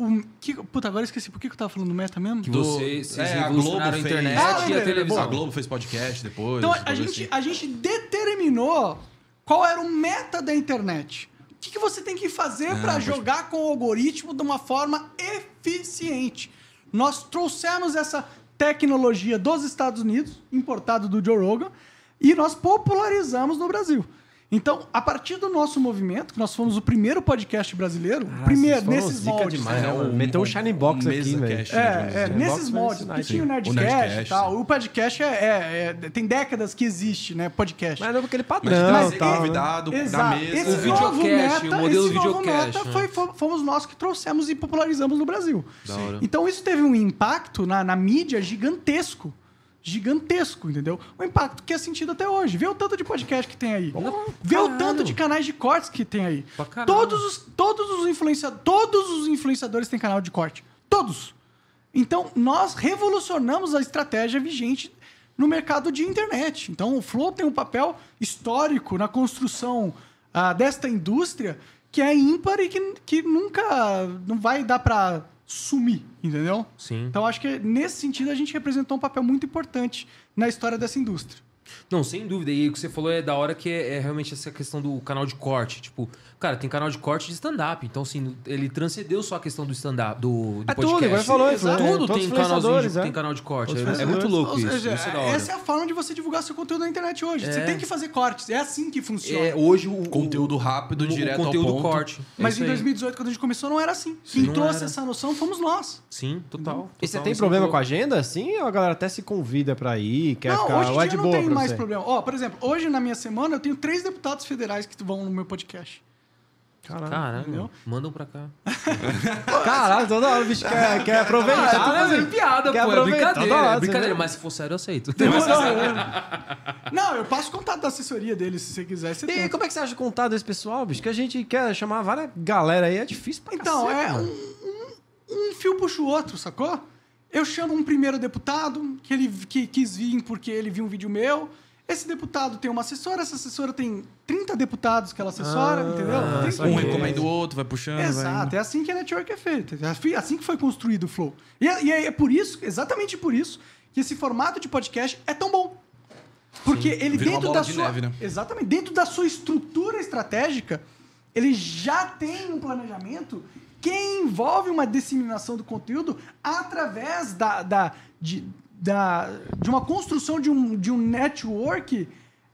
Speaker 3: o que, puta, agora eu esqueci. Por que que eu tava falando meta mesmo?
Speaker 2: Que vocês,
Speaker 4: Do-
Speaker 2: vocês
Speaker 4: é, a
Speaker 2: revolucionaram
Speaker 4: Globo
Speaker 2: a
Speaker 4: fez-
Speaker 2: internet
Speaker 3: Ah,
Speaker 2: e
Speaker 5: é,
Speaker 3: lembrei,
Speaker 2: a televisão.
Speaker 4: A Globo fez podcast depois.
Speaker 3: Então,
Speaker 4: esse
Speaker 3: a
Speaker 4: bagulho
Speaker 3: gente,
Speaker 4: assim.
Speaker 3: a gente determinou qual era o meta da internet. O que, que você tem que fazer pra para
Speaker 4: Ah, pode-
Speaker 3: jogar com o algoritmo de uma forma eficiente? Nós trouxemos essa tecnologia dos Estados Unidos, importado do Joe Rogan, e nós popularizamos no Brasil. Então, a partir do nosso movimento, que nós fomos o primeiro podcast brasileiro,
Speaker 4: Ah,
Speaker 3: primeiro,
Speaker 5: vocês foram
Speaker 3: nesses
Speaker 5: zica
Speaker 3: moldes.
Speaker 5: demais, né? Meteu um Shining Box aqui,
Speaker 4: mesa
Speaker 5: velho.
Speaker 4: cast, né, digamos
Speaker 3: É, é,
Speaker 4: assim.
Speaker 3: nesses
Speaker 5: Xbox
Speaker 3: modos,
Speaker 5: Night.
Speaker 3: porque tinha o
Speaker 4: Sim.
Speaker 3: Nerdcast,
Speaker 4: O Nerdcast,
Speaker 3: e tal.
Speaker 4: sim.
Speaker 3: O podcast é, é- é- Tem décadas que existe, né? Podcast.
Speaker 5: Mas não aquele
Speaker 4: Mas de
Speaker 5: padrão.
Speaker 4: trazer
Speaker 5: tal, né?
Speaker 4: convidado da
Speaker 3: Exato.
Speaker 4: mesa.
Speaker 3: Esse
Speaker 2: O
Speaker 3: novo
Speaker 2: videocast,
Speaker 3: meta,
Speaker 2: o modelo
Speaker 3: esse novo
Speaker 2: videocast,
Speaker 3: meta
Speaker 2: né?
Speaker 3: foi, fo- fomos nós que trouxemos e popularizamos no Brasil.
Speaker 2: Da hora.
Speaker 3: Então isso teve um impacto na, na mídia gigantesco. Gigantesco, entendeu? Um impacto que é sentido até hoje. Vê o tanto de podcast que tem aí. Vê o tanto de canais de cortes que tem aí.
Speaker 2: Pra caralho.
Speaker 3: Todos os, todos, os influencia- todos os influenciadores têm canal de corte. Todos. Então, nós revolucionamos a estratégia vigente no mercado de internet. Então, o Flow tem um papel histórico na construção ah, desta indústria que é ímpar e que, que nunca não vai dar para sumir, entendeu?
Speaker 2: Sim.
Speaker 3: Então, acho que nesse sentido a gente representou um papel muito importante na história dessa indústria.
Speaker 2: Não, sem dúvida. E o que você falou é da hora que é, é realmente essa questão do canal de corte. Tipo, cara, tem canal de corte de stand-up. Então, assim, ele transcedeu só a questão do stand-up, do, do
Speaker 5: É tudo,
Speaker 2: podcast.
Speaker 5: igual ele falou,
Speaker 2: Exato.
Speaker 5: influ-
Speaker 2: tudo
Speaker 5: todos
Speaker 2: tem,
Speaker 5: os
Speaker 2: canalzinho,
Speaker 5: influenciadores,
Speaker 2: de-
Speaker 5: é.
Speaker 2: tem canal de corte.
Speaker 5: Todos
Speaker 2: É,
Speaker 5: os
Speaker 2: é muito louco
Speaker 3: Ou
Speaker 2: isso.
Speaker 3: seja,
Speaker 2: isso é da hora.
Speaker 3: essa é a forma de você divulgar seu conteúdo na internet hoje. Você
Speaker 2: É.
Speaker 3: tem que fazer cortes. É assim que funciona.
Speaker 2: É, hoje o...
Speaker 4: Conteúdo rápido,
Speaker 2: o-
Speaker 4: direto
Speaker 2: o conteúdo
Speaker 4: ao ponto.
Speaker 2: corte. É
Speaker 3: Mas
Speaker 2: isso
Speaker 3: em
Speaker 2: aí.
Speaker 3: 2018, quando a gente começou, não era assim.
Speaker 2: Sim,
Speaker 3: Quem
Speaker 2: não
Speaker 3: trouxe
Speaker 2: era.
Speaker 3: essa noção fomos nós.
Speaker 2: Sim, total.
Speaker 5: E você
Speaker 2: total,
Speaker 5: tem
Speaker 2: isso
Speaker 5: problema
Speaker 2: é
Speaker 5: com a agenda? Sim, ou a galera até se convida pra ir, quer
Speaker 3: não,
Speaker 5: ficar.
Speaker 3: hoje
Speaker 5: ou
Speaker 3: em
Speaker 5: é
Speaker 3: dia
Speaker 5: de
Speaker 3: não
Speaker 5: boa
Speaker 3: tem
Speaker 5: pra
Speaker 3: mais
Speaker 5: você?
Speaker 3: problema. Ó, por exemplo, hoje na minha semana eu tenho três deputados federais que vão no meu podcast.
Speaker 5: Caralho.
Speaker 3: [LAUGHS]
Speaker 2: Caralho, mandam pra cá.
Speaker 5: Caralho, toda hora o bicho quer, quer aproveitar.
Speaker 2: eu tô
Speaker 5: né,
Speaker 2: fazendo
Speaker 5: velho?
Speaker 2: piada,
Speaker 5: Quer
Speaker 2: pô. É
Speaker 5: aproveitar,
Speaker 2: brincadeira,
Speaker 5: toda hora,
Speaker 1: tá
Speaker 2: é
Speaker 5: você
Speaker 2: brincadeira.
Speaker 5: vê.
Speaker 2: Mas se for sério, eu aceito.
Speaker 3: Não, eu passo o contato da assessoria deles, se você quiser. Você
Speaker 5: E
Speaker 3: tenta.
Speaker 5: como é que você acha o contato desse pessoal, bicho? Que a gente quer chamar várias galera aí, é difícil pra
Speaker 3: Então,
Speaker 5: caceta,
Speaker 3: é
Speaker 5: mano.
Speaker 3: um, um- um fio puxa o outro, sacou? Eu chamo um primeiro deputado, que ele que quis vir porque ele viu um vídeo meu. Esse deputado tem uma assessora, essa assessora tem 30 deputados que ela assessora, entendeu? Tem
Speaker 5: só
Speaker 4: Um
Speaker 5: Sim.
Speaker 4: recomenda o outro, vai puxando.
Speaker 3: Exato, é assim que a network é feita. É fi- assim que foi construído o Flow. E é, e é- é por isso, exatamente por isso, que esse formato de podcast é tão bom. Porque ele
Speaker 4: vira uma
Speaker 3: dentro
Speaker 4: bola
Speaker 3: da
Speaker 4: de
Speaker 3: sua.
Speaker 4: neve, né?
Speaker 3: Exatamente, dentro da sua estrutura estratégica, ele já tem um planejamento que envolve uma disseminação do conteúdo através da, da, de, da, de uma construção de um, de um network.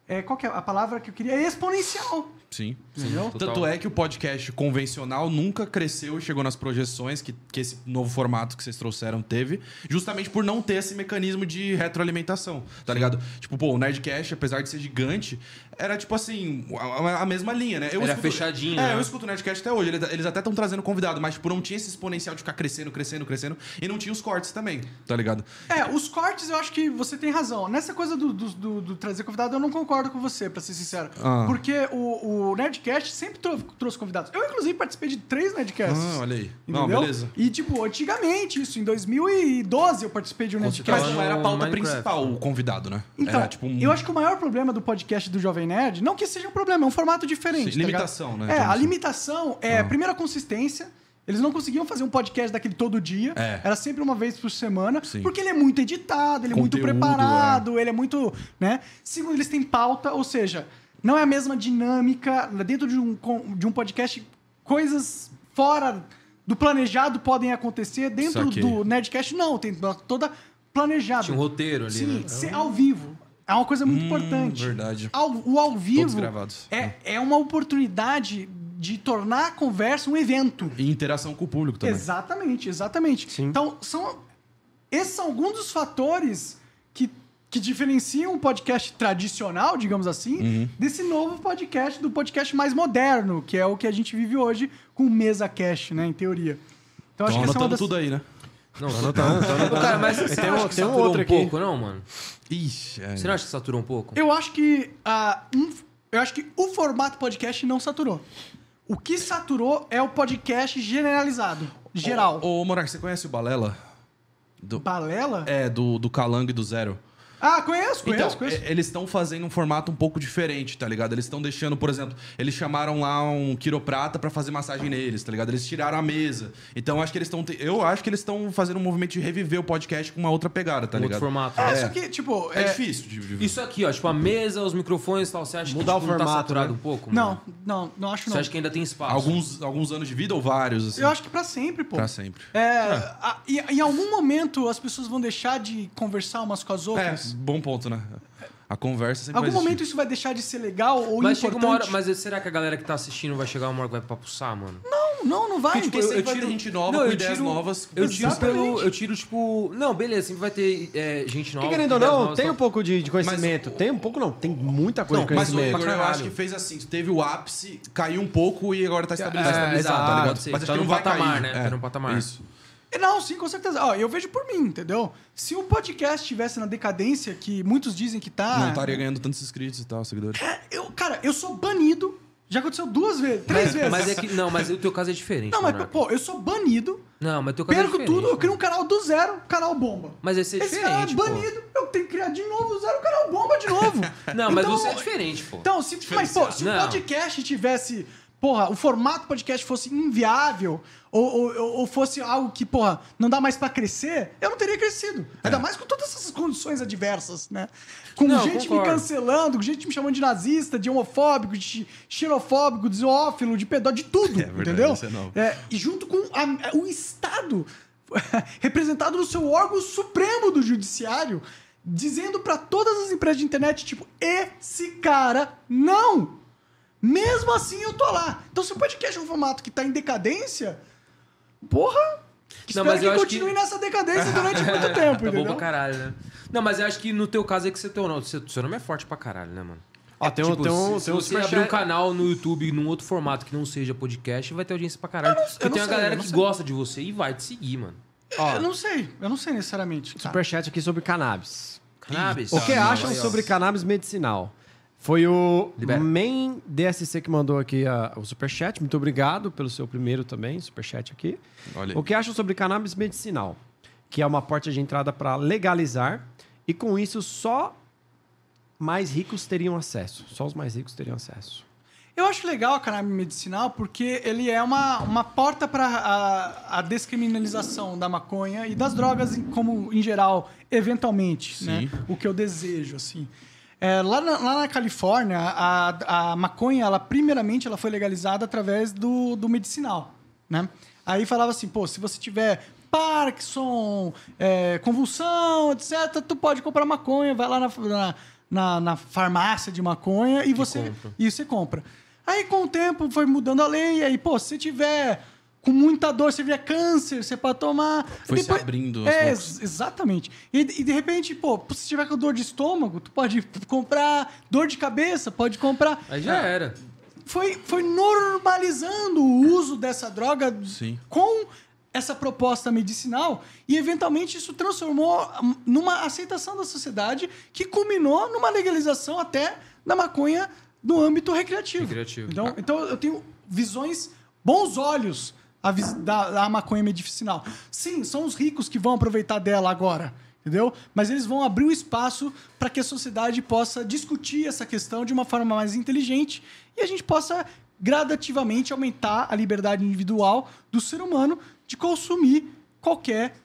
Speaker 3: É, qual que é a palavra que eu queria? É exponencial.
Speaker 4: vai. Sim.
Speaker 3: Entendeu?
Speaker 4: Tanto é que o podcast convencional nunca cresceu e chegou nas projeções que, que esse novo formato que vocês trouxeram teve, justamente por não ter esse mecanismo de retroalimentação, tá ligado? Tipo, pô, o Nerdcast, apesar de ser gigante, era tipo assim, a, a mesma linha, né? Eu
Speaker 2: Era fechadinho,
Speaker 4: É,
Speaker 2: né?
Speaker 4: eu escuto o Nerdcast até hoje. Eles, eles até estão trazendo convidado, mas tipo, não tinha esse exponencial de ficar crescendo, crescendo, crescendo. E não tinha os cortes também, tá ligado?
Speaker 3: É, os cortes eu acho que você tem razão. Nessa coisa do, do- do- do trazer convidado, eu não concordo com você, pra ser sincero.
Speaker 4: Ah.
Speaker 3: Porque o, o Nerdcast sempre trou- trouxe convidados. Eu, inclusive, participei de três Nerdcasts.
Speaker 4: Ah, olha aí.
Speaker 3: Entendeu?
Speaker 4: Não, beleza.
Speaker 3: E, tipo, antigamente, isso, em 2012, eu participei de um
Speaker 4: Mas
Speaker 3: Nerdcast.
Speaker 2: tava
Speaker 4: não era a
Speaker 2: no
Speaker 4: pauta
Speaker 2: Minecraft.
Speaker 4: principal, o convidado, né?
Speaker 3: Então,
Speaker 4: era, tipo, um-
Speaker 3: eu acho que o maior problema do podcast do Jovem Nerd, não que seja um problema, é um formato diferente.
Speaker 4: Sim,
Speaker 3: tá
Speaker 4: limitação,
Speaker 3: ligado?
Speaker 4: né,
Speaker 3: É,
Speaker 4: digamos
Speaker 3: a
Speaker 4: assim.
Speaker 3: limitação é, primeiro, a consistência. Eles não conseguiam fazer um podcast daquele todo dia.
Speaker 4: É.
Speaker 3: Era sempre uma vez por semana.
Speaker 4: Sim.
Speaker 3: Porque ele é muito editado, ele é muito
Speaker 4: Conteúdo,
Speaker 3: preparado, ele é muito. né? Segundo, eles têm pauta, ou seja, não é a mesma dinâmica. Dentro de um, con- de um podcast, coisas fora do planejado podem acontecer. Dentro
Speaker 4: Saquei.
Speaker 3: do Nerdcast, não. Tem toda planejada.
Speaker 2: Tinha um roteiro ali,
Speaker 3: Sim,
Speaker 2: né?
Speaker 3: ser ao vivo. É uma coisa muito
Speaker 4: Hum,
Speaker 3: importante.
Speaker 4: verdade.
Speaker 3: Ao- o ao vivo
Speaker 4: gravados.
Speaker 3: é, é uma oportunidade de tornar a conversa um evento.
Speaker 4: E interação com o público também.
Speaker 3: Exatamente, exatamente. Então, são, esses são alguns dos fatores que, que diferenciam o podcast tradicional, digamos assim,
Speaker 4: Uhum.
Speaker 3: desse novo podcast, do podcast mais moderno, que é o que a gente vive hoje com o mesa cash, né, em teoria. Então,
Speaker 4: Então
Speaker 3: acho que essa é uma
Speaker 4: anotando
Speaker 3: das...
Speaker 4: tudo aí, né?
Speaker 2: Não, não Cara, mas você
Speaker 1: Tem
Speaker 2: acha
Speaker 1: um-
Speaker 2: que
Speaker 1: tem um
Speaker 2: saturou
Speaker 1: outro
Speaker 2: um
Speaker 1: aqui.
Speaker 2: pouco, não, mano?
Speaker 4: Ixi, é.
Speaker 2: Você não acha que saturou um pouco?
Speaker 3: Eu acho que ah, um- eu acho que o formato podcast não saturou. O que saturou é o podcast generalizado, é geral.
Speaker 4: Ô, ô Monark, você conhece o Balela? Do...
Speaker 3: Balela?
Speaker 4: É, do, do Calango e do Zero.
Speaker 3: Ah, conheço, conheço,
Speaker 4: Então,
Speaker 3: conheço.
Speaker 4: é- eles estão fazendo um formato um pouco diferente, tá ligado? Eles estão deixando, por exemplo, eles chamaram lá um quiroprata pra fazer massagem neles, tá ligado? Eles tiraram a mesa. Então, acho que eles estão. te- Eu acho que eles estão fazendo um movimento de reviver o podcast com uma outra pegada, tá
Speaker 2: Um outro
Speaker 4: ligado?
Speaker 2: formato.
Speaker 3: É,
Speaker 2: né?
Speaker 3: só que, tipo.
Speaker 4: É,
Speaker 3: é-
Speaker 4: difícil de, de-
Speaker 2: Isso aqui, ó, tipo a mesa, os microfones e tal, você acha
Speaker 1: Mudar
Speaker 2: que
Speaker 1: o
Speaker 2: tipo, não tá
Speaker 1: formato,
Speaker 2: saturado
Speaker 1: né?
Speaker 2: um pouco?
Speaker 3: Não,
Speaker 2: mano?
Speaker 3: não, não acho não.
Speaker 2: Você acha que ainda tem espaço?
Speaker 4: alguns, alguns anos de vida ou vários, assim.
Speaker 3: é Eu acho que pra sempre, pô.
Speaker 4: Pra sempre.
Speaker 3: É, a- e- em algum momento as pessoas vão deixar de conversar umas com as
Speaker 4: É, assim
Speaker 3: outras.
Speaker 4: bom ponto, né? A conversa
Speaker 3: Em
Speaker 4: sempre
Speaker 3: algum
Speaker 4: vai existir.
Speaker 3: momento isso vai deixar de ser legal ou
Speaker 2: Mas chega
Speaker 3: importante.
Speaker 2: uma hora. Mas será que a galera que tá assistindo vai chegar uma hora que vai papuçar, mano?
Speaker 3: Não, não, não vai.
Speaker 4: Porque, tipo, sempre vai ter gente nova com ideias novas.
Speaker 2: Eu tiro,
Speaker 3: Exatamente.
Speaker 2: pelo, eu tiro, tipo. Não, beleza, sempre vai ter é, gente nova.
Speaker 1: Porque, querendo ou
Speaker 2: ideias
Speaker 1: não,
Speaker 2: novas,
Speaker 1: tem
Speaker 2: tal.
Speaker 1: um pouco de, de conhecimento.
Speaker 4: Mas o-
Speaker 1: Tem um pouco, não. Tem muita coisa
Speaker 4: Não,
Speaker 1: de
Speaker 4: mas o
Speaker 1: conhecimento.
Speaker 4: Igor, eu acho que fez assim, teve o ápice, caiu um pouco e agora tá estabilizado,
Speaker 2: É,
Speaker 4: estabilizado,
Speaker 2: exato,
Speaker 4: tá ligado?
Speaker 2: sim,
Speaker 4: mas acho
Speaker 2: tá
Speaker 4: que
Speaker 2: num
Speaker 4: não vai
Speaker 2: patamar,
Speaker 4: cair.
Speaker 2: né? Tá num patamar.
Speaker 4: Isso.
Speaker 3: É, Não, sim, com certeza. Ó, eu vejo por mim, entendeu? Se o podcast estivesse na decadência, que muitos dizem que tá. é,
Speaker 4: Não estaria ganhando tantos inscritos e tal, seguidores.
Speaker 3: Eu, cara, eu sou banido. Já aconteceu duas vezes, três vezes.
Speaker 2: Mas é que. Não, mas o teu caso é diferente.
Speaker 3: Não, mas,
Speaker 2: Monarca.
Speaker 3: pô, eu sou banido,
Speaker 2: Não, mas o teu caso é
Speaker 3: perco
Speaker 2: diferente.
Speaker 3: tudo, eu
Speaker 2: mano.
Speaker 3: crio um canal do zero, canal bomba.
Speaker 2: Mas esse é
Speaker 3: Esse canal é
Speaker 2: diferente. pô.
Speaker 3: banido, eu tenho que criar de novo, zero canal bomba de novo.
Speaker 2: [LAUGHS] Não, mas
Speaker 3: Então,
Speaker 2: você é diferente, pô.
Speaker 3: Então, se, mas, pô, se o
Speaker 2: Não.
Speaker 3: podcast tivesse. Porra, o formato podcast fosse inviável ou, ou- ou- ou fosse algo que, porra, não dá mais pra crescer, eu não teria crescido. Ainda mais com todas essas condições adversas, né? Com
Speaker 2: É. Não,
Speaker 3: gente me
Speaker 2: concordo.
Speaker 3: cancelando, com gente me chamando de nazista, de homofóbico, de xenofóbico, de zoófilo, de pedó, de tudo,
Speaker 4: verdade,
Speaker 3: entendeu?
Speaker 4: isso [LAUGHS] é novo.
Speaker 3: É, e junto com a- o Estado, [LAUGHS] representado no seu órgão supremo do judiciário, dizendo pra todas as empresas de internet, tipo, esse cara não! Mesmo assim eu tô lá. Então se o podcast é um formato que tá em decadência, porra, espero
Speaker 2: mas
Speaker 3: que
Speaker 2: eu acho
Speaker 3: continue
Speaker 2: que-
Speaker 3: nessa decadência durante muito
Speaker 2: [LAUGHS]
Speaker 3: tempo,
Speaker 2: Tá bom pra
Speaker 3: entendeu?
Speaker 2: caralho, né? Não, mas eu acho que no teu caso é que você tem um nome. Seu seu nome é forte pra caralho, né, mano?
Speaker 1: Ó, tem um-
Speaker 2: Tipo,
Speaker 1: tem um-
Speaker 2: se,
Speaker 1: tem
Speaker 2: se
Speaker 1: um
Speaker 2: você
Speaker 1: superchat-
Speaker 2: abrir um canal no YouTube num outro formato que não seja podcast, vai ter audiência pra caralho.
Speaker 3: não- eu
Speaker 2: Porque
Speaker 3: não
Speaker 2: tem uma
Speaker 3: sei, eu
Speaker 2: galera
Speaker 3: não
Speaker 2: que
Speaker 3: sei.
Speaker 2: gosta de você e vai te seguir, mano.
Speaker 3: Eu não sei, eu não sei necessariamente. cara.
Speaker 1: Superchat aqui sobre cannabis.
Speaker 2: Cannabis.
Speaker 1: O que
Speaker 4: Ah,
Speaker 1: acham
Speaker 4: nossa.
Speaker 1: sobre cannabis medicinal? Foi o
Speaker 2: Libera.
Speaker 1: Main DSC que mandou aqui a- o superchat. Muito obrigado pelo seu primeiro também, superchat aqui.
Speaker 4: Olha aí.
Speaker 1: O que acham sobre cannabis medicinal? Que é uma porta de entrada para legalizar e com isso só mais ricos teriam acesso. Só os mais ricos teriam acesso.
Speaker 3: Eu acho legal a cannabis medicinal porque ele é uma, uma porta para a, a descriminalização da maconha e das drogas em- como em geral, eventualmente, né? O que eu desejo, assim. É, lá, na, lá na Califórnia, a, a maconha, ela primeiramente, ela foi legalizada através do, do medicinal, né? Aí falava assim, pô, se você tiver Parkinson, é, convulsão, etc., tu pode comprar maconha, vai lá na, na, na- na farmácia de maconha e você...
Speaker 2: compra.
Speaker 3: E você compra. Aí, com o tempo, foi mudando a lei. Aí, pô, se você tiver com muita dor, você via câncer, você para tomar.
Speaker 4: Foi se abrindo aos
Speaker 3: É,
Speaker 4: poucos.
Speaker 3: ex- exatamente. E, e de repente, pô, se tiver com dor de estômago, tu pode comprar. Dor de cabeça, pode comprar. Ah,
Speaker 2: Aí já
Speaker 4: É.
Speaker 2: é. era.
Speaker 3: Foi, foi normalizando o uso dessa droga
Speaker 4: Sim.
Speaker 3: com essa proposta medicinal e eventualmente isso transformou hum, numa aceitação da sociedade que culminou numa legalização até da maconha no âmbito recreativo.
Speaker 2: Recreativo.
Speaker 3: Então, então eu tenho visões, bons olhos a vis- da, da maconha medicinal. Sim, são os ricos que vão aproveitar dela agora. Entendeu? Mas eles vão abrir o espaço para que a sociedade possa discutir essa questão de uma forma mais inteligente e a gente possa gradativamente aumentar a liberdade individual do ser humano de consumir qualquer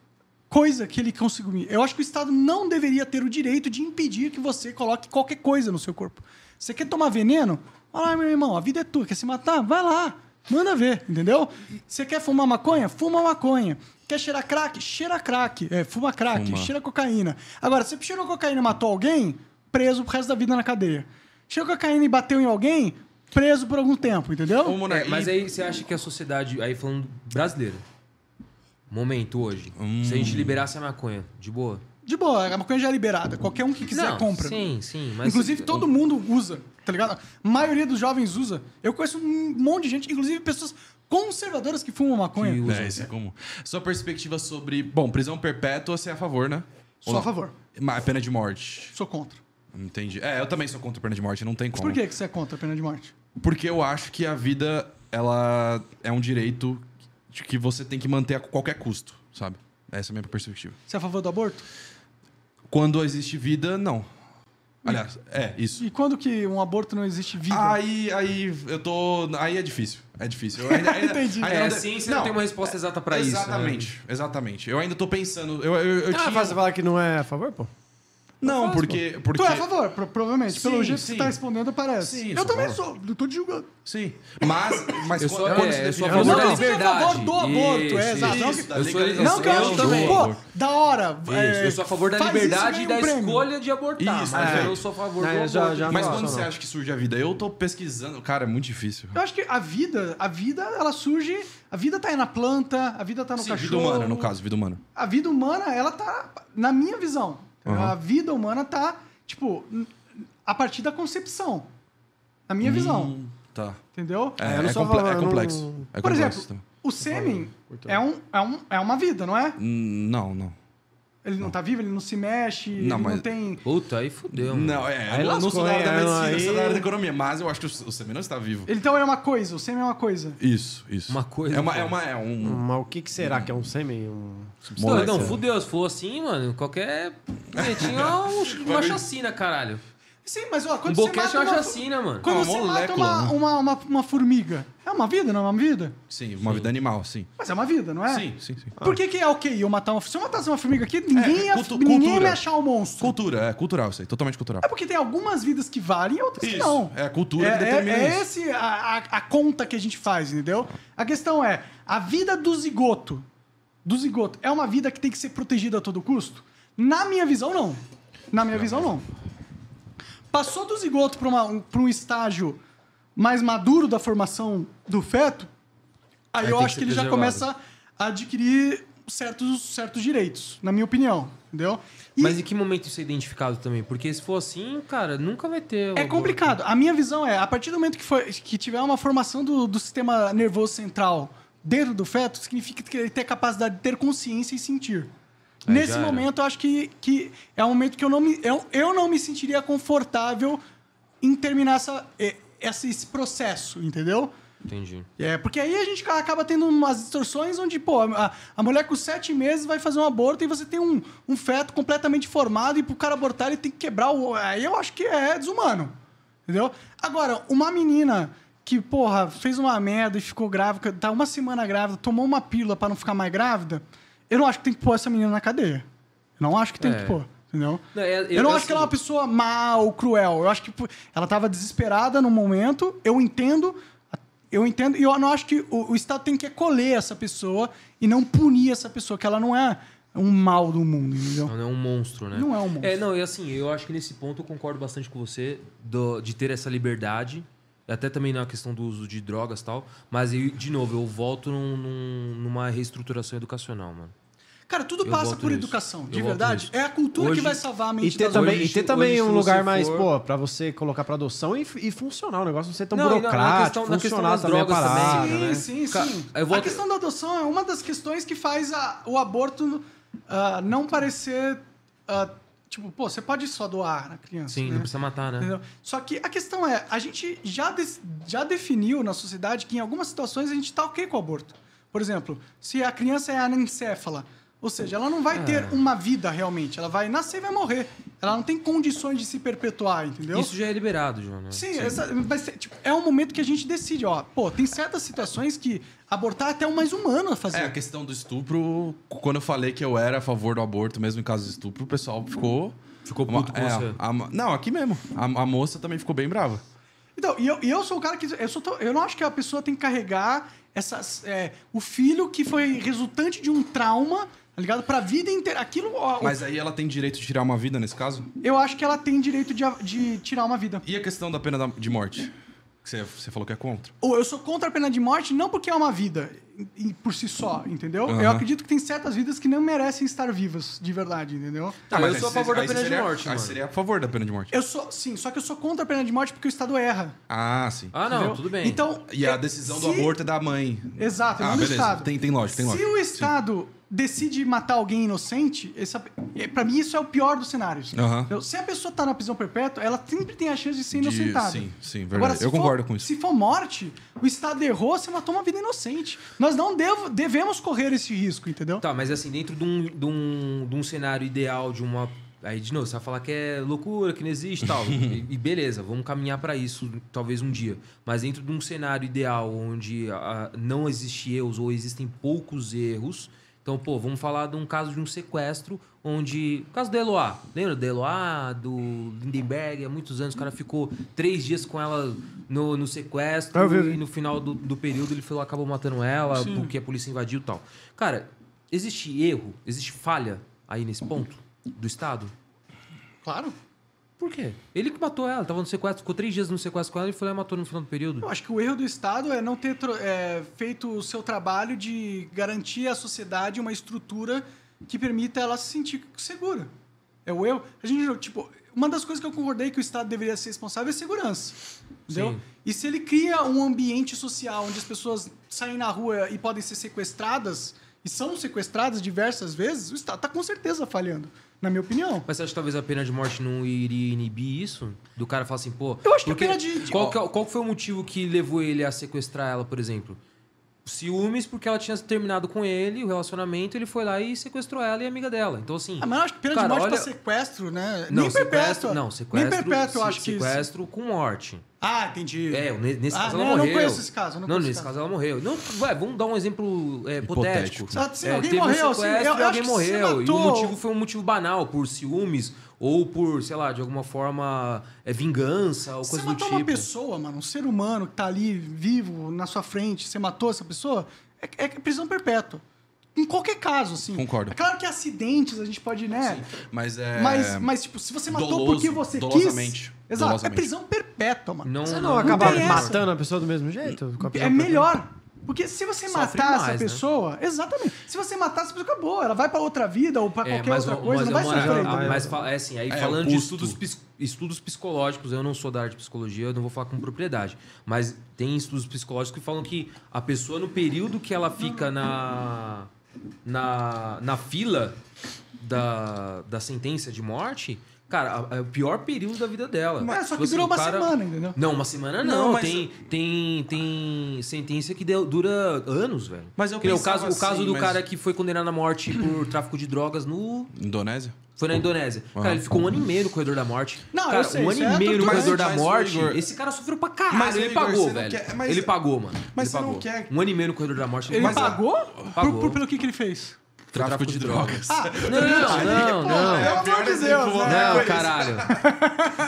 Speaker 3: coisa que ele consumir. Eu acho que o Estado não deveria ter o direito de impedir que você coloque qualquer coisa no seu corpo. Você quer tomar veneno? Vai lá, meu irmão, a vida é tua. Quer se matar? Vai lá. Manda ver, entendeu? Você quer fumar maconha? Fuma maconha. Quer cheirar crack? Cheira crack. É, fuma crack,
Speaker 4: Fuma.
Speaker 3: cheira cocaína. Agora, você cheirou cocaína e matou alguém? Preso pro resto da vida na cadeia. Cheirou cocaína e bateu em alguém? Preso por algum tempo,
Speaker 4: Ô,
Speaker 3: entendeu?
Speaker 4: Monark,
Speaker 2: É, mas
Speaker 4: né, e-
Speaker 2: aí você acha que a sociedade, aí falando brasileira, momento hoje,
Speaker 4: Hum.
Speaker 2: se a gente liberasse a maconha, de boa?
Speaker 3: De boa, a maconha já é liberada. Qualquer um que quiser
Speaker 2: Não,
Speaker 3: compra.
Speaker 2: Sim, sim. Mas
Speaker 3: inclusive, todo mundo usa, tá ligado? A maioria dos jovens usa. Eu conheço um monte de gente, inclusive pessoas conservadoras que fumam maconha.
Speaker 2: Que usam.
Speaker 4: É, isso é comum. Sua perspectiva sobre. Bom, prisão perpétua, você é a favor, né? Ou
Speaker 3: Sou
Speaker 4: não?
Speaker 3: a favor,
Speaker 4: Mas é pena de morte.
Speaker 3: sou contra.
Speaker 4: Entendi. É, eu também sou contra a pena de morte, não tem como.
Speaker 3: Por que que você é contra a pena de morte?
Speaker 4: Porque eu acho que a vida, ela é um direito de que você tem que manter a qualquer custo, sabe? Essa é a minha perspectiva.
Speaker 3: Você é a favor do aborto?
Speaker 4: Quando existe vida, não. Aliás, é, isso.
Speaker 3: E quando que um aborto não existe vida?
Speaker 4: Aí, aí, eu tô. Aí é difícil. É difícil. Eu ainda, ainda,
Speaker 3: Entendi.
Speaker 4: ainda
Speaker 2: É,
Speaker 4: de-
Speaker 2: assim você não, tem uma resposta exata pra isso. né?
Speaker 4: né? é, exatamente, Exatamente. Eu ainda tô pensando. Eu, eu, eu
Speaker 5: Ah,
Speaker 4: tinha-
Speaker 5: você falar que não é a favor, pô?
Speaker 4: Não, porque. porque...
Speaker 3: Tu é a favor, pro- provavelmente. Pelo
Speaker 4: Sim,
Speaker 3: jeito que
Speaker 4: sim.
Speaker 3: você tá respondendo, parece.
Speaker 4: Sim,
Speaker 3: eu
Speaker 4: sou
Speaker 3: também
Speaker 4: a
Speaker 3: sou, não tô te julgando.
Speaker 4: Sim. Mas, mas
Speaker 2: Eu
Speaker 4: quan-
Speaker 2: sou,
Speaker 4: quando
Speaker 2: é,
Speaker 4: se
Speaker 2: eu sou a
Speaker 4: define-
Speaker 2: favor
Speaker 3: Não,
Speaker 2: da
Speaker 3: não,
Speaker 2: liberdade.
Speaker 3: eu sou a favor do aborto,
Speaker 2: Isso,
Speaker 3: é, exato.
Speaker 2: isso.
Speaker 3: Não que-
Speaker 2: Eu sou-
Speaker 4: eu
Speaker 3: Não,
Speaker 4: sou-
Speaker 3: que eu
Speaker 4: eu
Speaker 3: acho
Speaker 4: sou
Speaker 3: também,
Speaker 4: a
Speaker 3: pô,
Speaker 4: favor.
Speaker 3: da hora.
Speaker 2: Isso,
Speaker 3: é,
Speaker 2: eu sou a favor da
Speaker 3: faz isso,
Speaker 2: liberdade e
Speaker 3: ganha
Speaker 2: da
Speaker 3: um prêmio.
Speaker 2: escolha de abortar.
Speaker 4: Isso,
Speaker 2: mas
Speaker 4: perfeito.
Speaker 2: eu sou a favor
Speaker 5: Não,
Speaker 2: do
Speaker 5: eu já-
Speaker 2: aborto.
Speaker 5: já-
Speaker 4: Mas
Speaker 5: não,
Speaker 4: quando
Speaker 5: não,
Speaker 4: você
Speaker 5: não.
Speaker 4: acha que surge a vida? Eu tô pesquisando. Cara, é muito difícil.
Speaker 3: Eu acho que a vida, a vida, ela surge. A vida tá aí na planta, a vida tá no
Speaker 4: Sim, vida
Speaker 3: cachorro.
Speaker 4: humana, no caso, vida humana.
Speaker 3: A vida humana, ela tá. Na minha visão. A vida humana tá, tipo, n- a partir da concepção. Na minha visão.
Speaker 4: Hum, Tá.
Speaker 3: Entendeu?
Speaker 4: É,
Speaker 5: eu não
Speaker 4: é
Speaker 5: sou
Speaker 4: comple-
Speaker 5: a favor,
Speaker 4: é
Speaker 5: eu não-
Speaker 4: complexo. É
Speaker 3: Por
Speaker 4: complexo
Speaker 3: exemplo,
Speaker 4: também.
Speaker 3: o sêmen
Speaker 4: Uhum.
Speaker 3: é, um, é, um, é uma vida, não é?
Speaker 4: Hum, Não, não.
Speaker 3: Ele não tá vivo, ele não se mexe, ele não
Speaker 4: mas-
Speaker 3: tem.
Speaker 2: Puta, aí fudeu. mano.
Speaker 4: Não, é.
Speaker 5: Aí
Speaker 4: eu não
Speaker 5: lascou,
Speaker 4: sou da área da
Speaker 5: hein?
Speaker 4: medicina,
Speaker 5: Aí-
Speaker 4: sou da área da economia, mas eu acho que o, o semen não está vivo.
Speaker 3: Ele- Então ele é uma coisa, o sêmen é uma coisa.
Speaker 4: Isso, isso.
Speaker 2: Uma coisa,
Speaker 4: É uma.
Speaker 2: cara.
Speaker 4: É, uma, é um.
Speaker 5: Mas o que, que será que é um sêmen? Um...
Speaker 2: Não,
Speaker 4: moleque,
Speaker 2: não,
Speaker 4: né?
Speaker 2: fudeu. Se for assim, mano, qualquer. Tinha
Speaker 3: [LAUGHS]
Speaker 2: uma chacina, caralho.
Speaker 3: Sim, mas ó,
Speaker 2: Um
Speaker 3: quando você
Speaker 2: boquete
Speaker 3: mata
Speaker 2: é uma
Speaker 3: uma-
Speaker 2: chacina, mano.
Speaker 3: Quando
Speaker 4: assim. Uma
Speaker 3: você mata
Speaker 4: molécula,
Speaker 3: uma,
Speaker 4: né?
Speaker 3: uma, uma, uma formiga, é uma vida, não é uma vida?
Speaker 4: Sim, uma vida animal, sim.
Speaker 3: Mas é uma vida, não é?
Speaker 4: Sim, sim, sim.
Speaker 3: Por que, que é ok eu matar uma Se eu matasse uma formiga aqui, ninguém,
Speaker 4: É,
Speaker 3: ia,
Speaker 4: cultu-
Speaker 3: ninguém ia
Speaker 4: cultura.
Speaker 3: me achar um monstro.
Speaker 4: Cultura, é cultural isso aí, totalmente cultural.
Speaker 3: É porque tem algumas vidas que valem e outras
Speaker 4: Isso,
Speaker 3: que não.
Speaker 4: é a cultura
Speaker 3: É,
Speaker 4: que determina
Speaker 3: é, é
Speaker 4: isso.
Speaker 3: esse a, a, a conta que a gente faz, entendeu? A questão é, a vida do zigoto, do zigoto, é uma vida que tem que ser protegida a todo custo? Na minha visão, não. Na minha visão, não. Passou do zigoto para um, pra um estágio mais maduro da formação do feto, aí,
Speaker 2: Aí
Speaker 3: eu
Speaker 2: tem
Speaker 3: acho
Speaker 2: que
Speaker 3: que ele
Speaker 2: ser
Speaker 3: já
Speaker 2: preservado.
Speaker 3: começa a adquirir certos, certos direitos, na minha opinião, entendeu? E-
Speaker 2: Mas em que momento isso é identificado também? Porque se for assim, cara, nunca vai ter. o
Speaker 3: É
Speaker 2: aborto.
Speaker 3: complicado. A minha visão é, a partir do momento que, for, que tiver uma formação do, do sistema nervoso central dentro do feto, significa que ele tem a capacidade de ter consciência e sentir.
Speaker 2: Aí
Speaker 3: Nesse
Speaker 2: já era.
Speaker 3: momento, eu acho que, que é um momento que eu não me, eu, eu não me sentiria confortável em terminar essa, eh, esse, esse processo, entendeu?
Speaker 2: Entendi.
Speaker 3: É, porque aí a gente acaba tendo umas distorções onde, pô, a, a mulher com sete meses vai fazer um aborto e você tem um, um feto completamente formado e pro cara abortar ele tem que quebrar o. Aí eu acho que é desumano. Entendeu? Agora, uma menina que, porra, fez uma merda e ficou grávida, tá uma semana grávida, tomou uma pílula pra não ficar mais grávida, eu não acho que tem que pôr essa menina na cadeia. Eu não acho que tem
Speaker 2: É.
Speaker 3: que pôr. Entendeu?
Speaker 2: Não, é-
Speaker 3: eu, não acho que ela
Speaker 2: assim-
Speaker 3: é uma pessoa má ou cruel. Eu acho que pô, ela estava desesperada no momento. Eu entendo. Eu entendo. E eu não acho que o, o Estado tem que acolher essa pessoa e não punir essa pessoa, que ela não é um mal do mundo, entendeu?
Speaker 2: Não é um monstro, né?
Speaker 3: Não é um monstro.
Speaker 2: É, não, e assim, eu acho que nesse ponto eu concordo bastante com você do- de ter essa liberdade até também na questão do uso de drogas e tal. Mas, eu, de novo, eu volto num- num- numa reestruturação educacional, mano.
Speaker 3: Cara, tudo
Speaker 2: Eu
Speaker 3: passa
Speaker 2: volto
Speaker 3: por
Speaker 2: nisso.
Speaker 3: educação,
Speaker 2: Eu
Speaker 3: de
Speaker 2: volto
Speaker 3: verdade.
Speaker 2: nisso.
Speaker 3: É a cultura
Speaker 2: Hoje-
Speaker 3: que vai salvar a mente
Speaker 5: E ter
Speaker 3: das
Speaker 5: também,
Speaker 2: Então, hoje-
Speaker 5: e ter também
Speaker 2: hoje, se
Speaker 5: um
Speaker 2: você
Speaker 5: lugar mais,
Speaker 2: for-
Speaker 5: pô, pra você colocar pra adoção e, e funcionar o negócio, não ser tão
Speaker 2: Não, e na- na
Speaker 5: burocrático,
Speaker 2: questão- na questão
Speaker 5: funcionar
Speaker 2: das
Speaker 5: também a
Speaker 2: drogas também,
Speaker 5: parada.
Speaker 2: né?
Speaker 3: Sim,
Speaker 2: né?
Speaker 3: sim,
Speaker 2: Ca-
Speaker 3: sim.
Speaker 2: eu volto-
Speaker 3: A questão da adoção é uma das questões que faz a- o aborto ah, não parecer. ah, tipo, pô, você pode só doar a criança.
Speaker 2: Sim,
Speaker 3: né?
Speaker 2: não precisa matar, né?
Speaker 3: Entendeu? Só que a questão é, a gente já, de- já definiu na sociedade que em algumas situações a gente tá ok com o aborto. Por exemplo, se a criança é anencéfala, ou seja, ela não vai ter uma vida realmente, ela vai nascer e vai morrer. Ela não tem condições de se perpetuar, entendeu?
Speaker 2: Isso já é liberado, João. né?
Speaker 3: Sim, essa- mas tipo, é um momento que a gente decide, ó. Pô, tem certas situações que abortar é até o mais humano a fazer.
Speaker 4: É, a questão do estupro, quando eu falei que eu era a favor do aborto, mesmo em caso de estupro, o pessoal ficou.
Speaker 2: Ficou
Speaker 4: Uma-
Speaker 2: puto com
Speaker 4: é,
Speaker 2: você.
Speaker 4: a- não, aqui mesmo. A, a moça também ficou bem brava.
Speaker 3: Então, e eu, e eu sou o cara que. Eu, sou tão- eu não acho que a pessoa tem que carregar essas, é, o filho que foi resultante de um trauma, tá ligado? Pra vida inteira. Aquilo. ó,
Speaker 4: Mas aí ela tem direito de tirar uma vida nesse caso?
Speaker 3: Eu acho que ela tem direito de, a- de tirar uma vida.
Speaker 4: E a questão da pena da- de morte? Que você, você falou que é contra.
Speaker 3: Ou eu sou contra a pena de morte, não porque é uma vida e- e por si só, entendeu?
Speaker 4: Aham.
Speaker 3: Eu acredito que tem certas vidas que não merecem estar vivas, de verdade, entendeu?
Speaker 2: Ah,
Speaker 4: mas
Speaker 2: eu
Speaker 4: aí
Speaker 2: sou a
Speaker 4: você-
Speaker 2: favor da
Speaker 4: aí
Speaker 2: pena de
Speaker 4: seria-
Speaker 2: morte,
Speaker 4: Aí
Speaker 2: mano.
Speaker 4: seria a favor da pena de morte.
Speaker 3: Eu sou. Sim, só que eu sou contra a pena de morte porque o Estado erra.
Speaker 4: Ah, sim.
Speaker 2: Ah, não,
Speaker 3: entendeu?
Speaker 2: tudo bem.
Speaker 3: Então,
Speaker 4: E a decisão do
Speaker 3: se-
Speaker 4: aborto é da mãe.
Speaker 3: Exato, é
Speaker 4: Ah,
Speaker 3: do
Speaker 4: beleza.
Speaker 3: Estado.
Speaker 4: Tem, tem lógica, tem
Speaker 3: Se
Speaker 4: lógica.
Speaker 3: o Estado decide matar alguém inocente, essa, é, pra mim isso é o pior dos cenários.
Speaker 4: Aham.
Speaker 3: Entendeu? Se a pessoa tá na prisão perpétua, ela sempre tem a chance de ser
Speaker 4: De-
Speaker 3: inocentada.
Speaker 4: sim, sim, verdade.
Speaker 3: é se
Speaker 4: Eu
Speaker 3: for-
Speaker 4: concordo com isso.
Speaker 3: Se for morte, o Estado errou, você matou uma vida inocente. Nós não devo- devemos correr esse risco, entendeu?
Speaker 2: Tá, mas assim, dentro de um, de um, de um cenário ideal, de uma. Aí, de novo, você vai falar que é loucura, que não existe
Speaker 3: [LAUGHS]
Speaker 2: tal. e, e beleza, vamos caminhar pra isso, talvez um dia. Mas dentro de um cenário ideal onde ah, não existe erros ou existem poucos erros. Então, pô, vamos falar de um caso de um sequestro onde. O caso da Eloá. Lembra da Eloá, do Lindenberg? Há muitos anos o cara ficou três dias com ela no, no sequestro.
Speaker 3: Ah,
Speaker 5: Eu vi, eu vi.
Speaker 2: E no final do, do período ele foi lá, acabou matando ela porque a polícia invadiu e tal. Cara, existe erro, existe falha aí nesse ponto do Estado?
Speaker 3: Claro.
Speaker 2: Por quê? Ele que matou ela, tava no sequestro, ficou três dias no sequestro com ela e foi lá e matou no final do período.
Speaker 3: Eu acho que o erro do Estado é não ter tro- é, feito o seu trabalho de garantir à sociedade uma estrutura que permita ela se sentir segura. É o erro. A gente, tipo, uma das coisas que eu concordei que o Estado deveria ser responsável é segurança. Entendeu?
Speaker 2: Sim.
Speaker 3: E se ele cria um ambiente social onde as pessoas saem na rua e podem ser sequestradas, e são sequestradas diversas vezes, o Estado está com certeza falhando, na minha opinião.
Speaker 2: Mas você acha que talvez a pena de morte não iria inibir isso? Do cara falar assim, pô.
Speaker 3: Eu acho que a
Speaker 2: porque-
Speaker 3: pena de- de-
Speaker 2: Qual, que é- qual que foi o motivo que levou ele a sequestrar ela, por exemplo? Ciúmes, porque ela tinha terminado com ele, o relacionamento, ele foi lá e sequestrou ela e a amiga dela. Então, assim.
Speaker 3: Ah, mas eu acho que pena
Speaker 2: cara,
Speaker 3: de morte
Speaker 2: olha-
Speaker 3: para sequestro, né? Nem
Speaker 2: sequestro,
Speaker 3: perpétua.
Speaker 2: não, sequestro.
Speaker 3: Nem perpétua, eu
Speaker 2: se-
Speaker 3: acho que.
Speaker 2: Sequestro com morte.
Speaker 3: Ah, entendi.
Speaker 2: É, ne- nesse
Speaker 3: Ah,
Speaker 2: caso
Speaker 3: não,
Speaker 2: ela
Speaker 3: eu não
Speaker 2: morreu.
Speaker 3: conheço esse caso, eu não
Speaker 2: Não,
Speaker 3: conheço
Speaker 2: nesse
Speaker 3: esse
Speaker 2: caso ela morreu. Não, vai, vamos dar um exemplo é, hipotético.
Speaker 4: Hipotético.
Speaker 3: Só se
Speaker 2: É,
Speaker 3: alguém
Speaker 2: teve
Speaker 3: morreu,
Speaker 2: um
Speaker 3: assim,
Speaker 2: sequestro
Speaker 3: eu-
Speaker 2: e
Speaker 3: eu
Speaker 2: alguém
Speaker 3: acho que se
Speaker 2: morreu. E o
Speaker 3: matou.
Speaker 2: motivo foi um motivo banal, por ciúmes ou por, sei lá, de alguma forma, é, vingança ou
Speaker 3: Você
Speaker 2: coisa do
Speaker 3: matou
Speaker 2: tipo.
Speaker 3: uma pessoa, mano, um ser humano que tá ali vivo na sua frente, você matou essa pessoa, é, é prisão perpétua. Em qualquer caso, assim.
Speaker 4: Concordo.
Speaker 3: É claro que acidentes a gente pode, né?
Speaker 4: Mas é.
Speaker 3: Mas, mas, tipo, se você matou
Speaker 4: Doloso,
Speaker 3: porque você quis.
Speaker 4: dolosamente,
Speaker 3: Exato, é
Speaker 4: dolosamente.
Speaker 3: prisão perpétua, mano.
Speaker 2: Não,
Speaker 5: Você
Speaker 2: não,
Speaker 5: não acaba
Speaker 3: tem essa.
Speaker 5: matando a pessoa do mesmo jeito? com a
Speaker 3: É
Speaker 5: pessoa
Speaker 3: melhor. Porque se você
Speaker 2: Sofre
Speaker 3: matar
Speaker 2: mais,
Speaker 3: essa
Speaker 2: né?
Speaker 3: pessoa, exatamente. Se você matar essa pessoa, acabou. Ela vai pra outra vida ou pra
Speaker 2: É,
Speaker 3: qualquer
Speaker 2: mas
Speaker 3: outra
Speaker 2: o-
Speaker 3: coisa, não vai
Speaker 2: mas o moral-
Speaker 3: sofrer.
Speaker 2: ah,
Speaker 3: entendeu?
Speaker 2: Mas fala- é assim, aí
Speaker 4: É,
Speaker 2: falando
Speaker 4: o
Speaker 2: de
Speaker 4: custo.
Speaker 2: estudos, pis- estudos psicológicos, eu não sou da área de psicologia, eu não vou falar com propriedade, mas tem estudos psicológicos que falam que a pessoa, no período que ela fica na, na, na fila da, da sentença de morte, cara, a- é o pior período da vida dela.
Speaker 3: Mas só que
Speaker 2: Assim,
Speaker 3: durou
Speaker 2: o
Speaker 3: uma
Speaker 2: cara-
Speaker 3: semana, entendeu?
Speaker 2: Não, uma semana não.
Speaker 4: Não, mas-
Speaker 2: tem, tem, tem sentença que deu- dura anos, velho.
Speaker 4: Mas eu
Speaker 2: Que nem o
Speaker 4: pensava
Speaker 2: caso, o caso
Speaker 4: assim,
Speaker 2: do
Speaker 4: mas-
Speaker 2: cara é que foi condenado à morte
Speaker 4: [CLEARS THROAT]
Speaker 2: por tráfico de drogas no
Speaker 4: Indonésia?
Speaker 2: foi na Indonésia. Cara, ele ficou um ano e meio no corredor da morte.
Speaker 3: Não, eu
Speaker 2: cara,
Speaker 3: sei,
Speaker 2: um
Speaker 3: isso
Speaker 2: ano
Speaker 3: é
Speaker 2: e meio no
Speaker 3: torturante,
Speaker 2: corredor da
Speaker 4: mas, ô,
Speaker 2: morte.
Speaker 4: Igor-
Speaker 2: Esse cara sofreu pra caralho.
Speaker 4: Mas, ô,
Speaker 2: ele
Speaker 4: Igor,
Speaker 2: pagou,
Speaker 4: você não
Speaker 2: velho.
Speaker 4: quer- mas-
Speaker 2: Ele pagou, mano.
Speaker 4: mas
Speaker 2: ele
Speaker 4: você não
Speaker 2: pagou.
Speaker 4: quer-
Speaker 2: Um ano e meio no corredor da morte.
Speaker 3: Ele
Speaker 2: Mas-
Speaker 3: pagou?
Speaker 2: Pagou.
Speaker 3: Por- por- pelo que, que ele fez?
Speaker 4: Tráfico, de, drogas.
Speaker 3: Ah,
Speaker 2: Não, não, não. não.
Speaker 3: Pelo amor de Deus, né?
Speaker 4: É
Speaker 2: Não, caralho.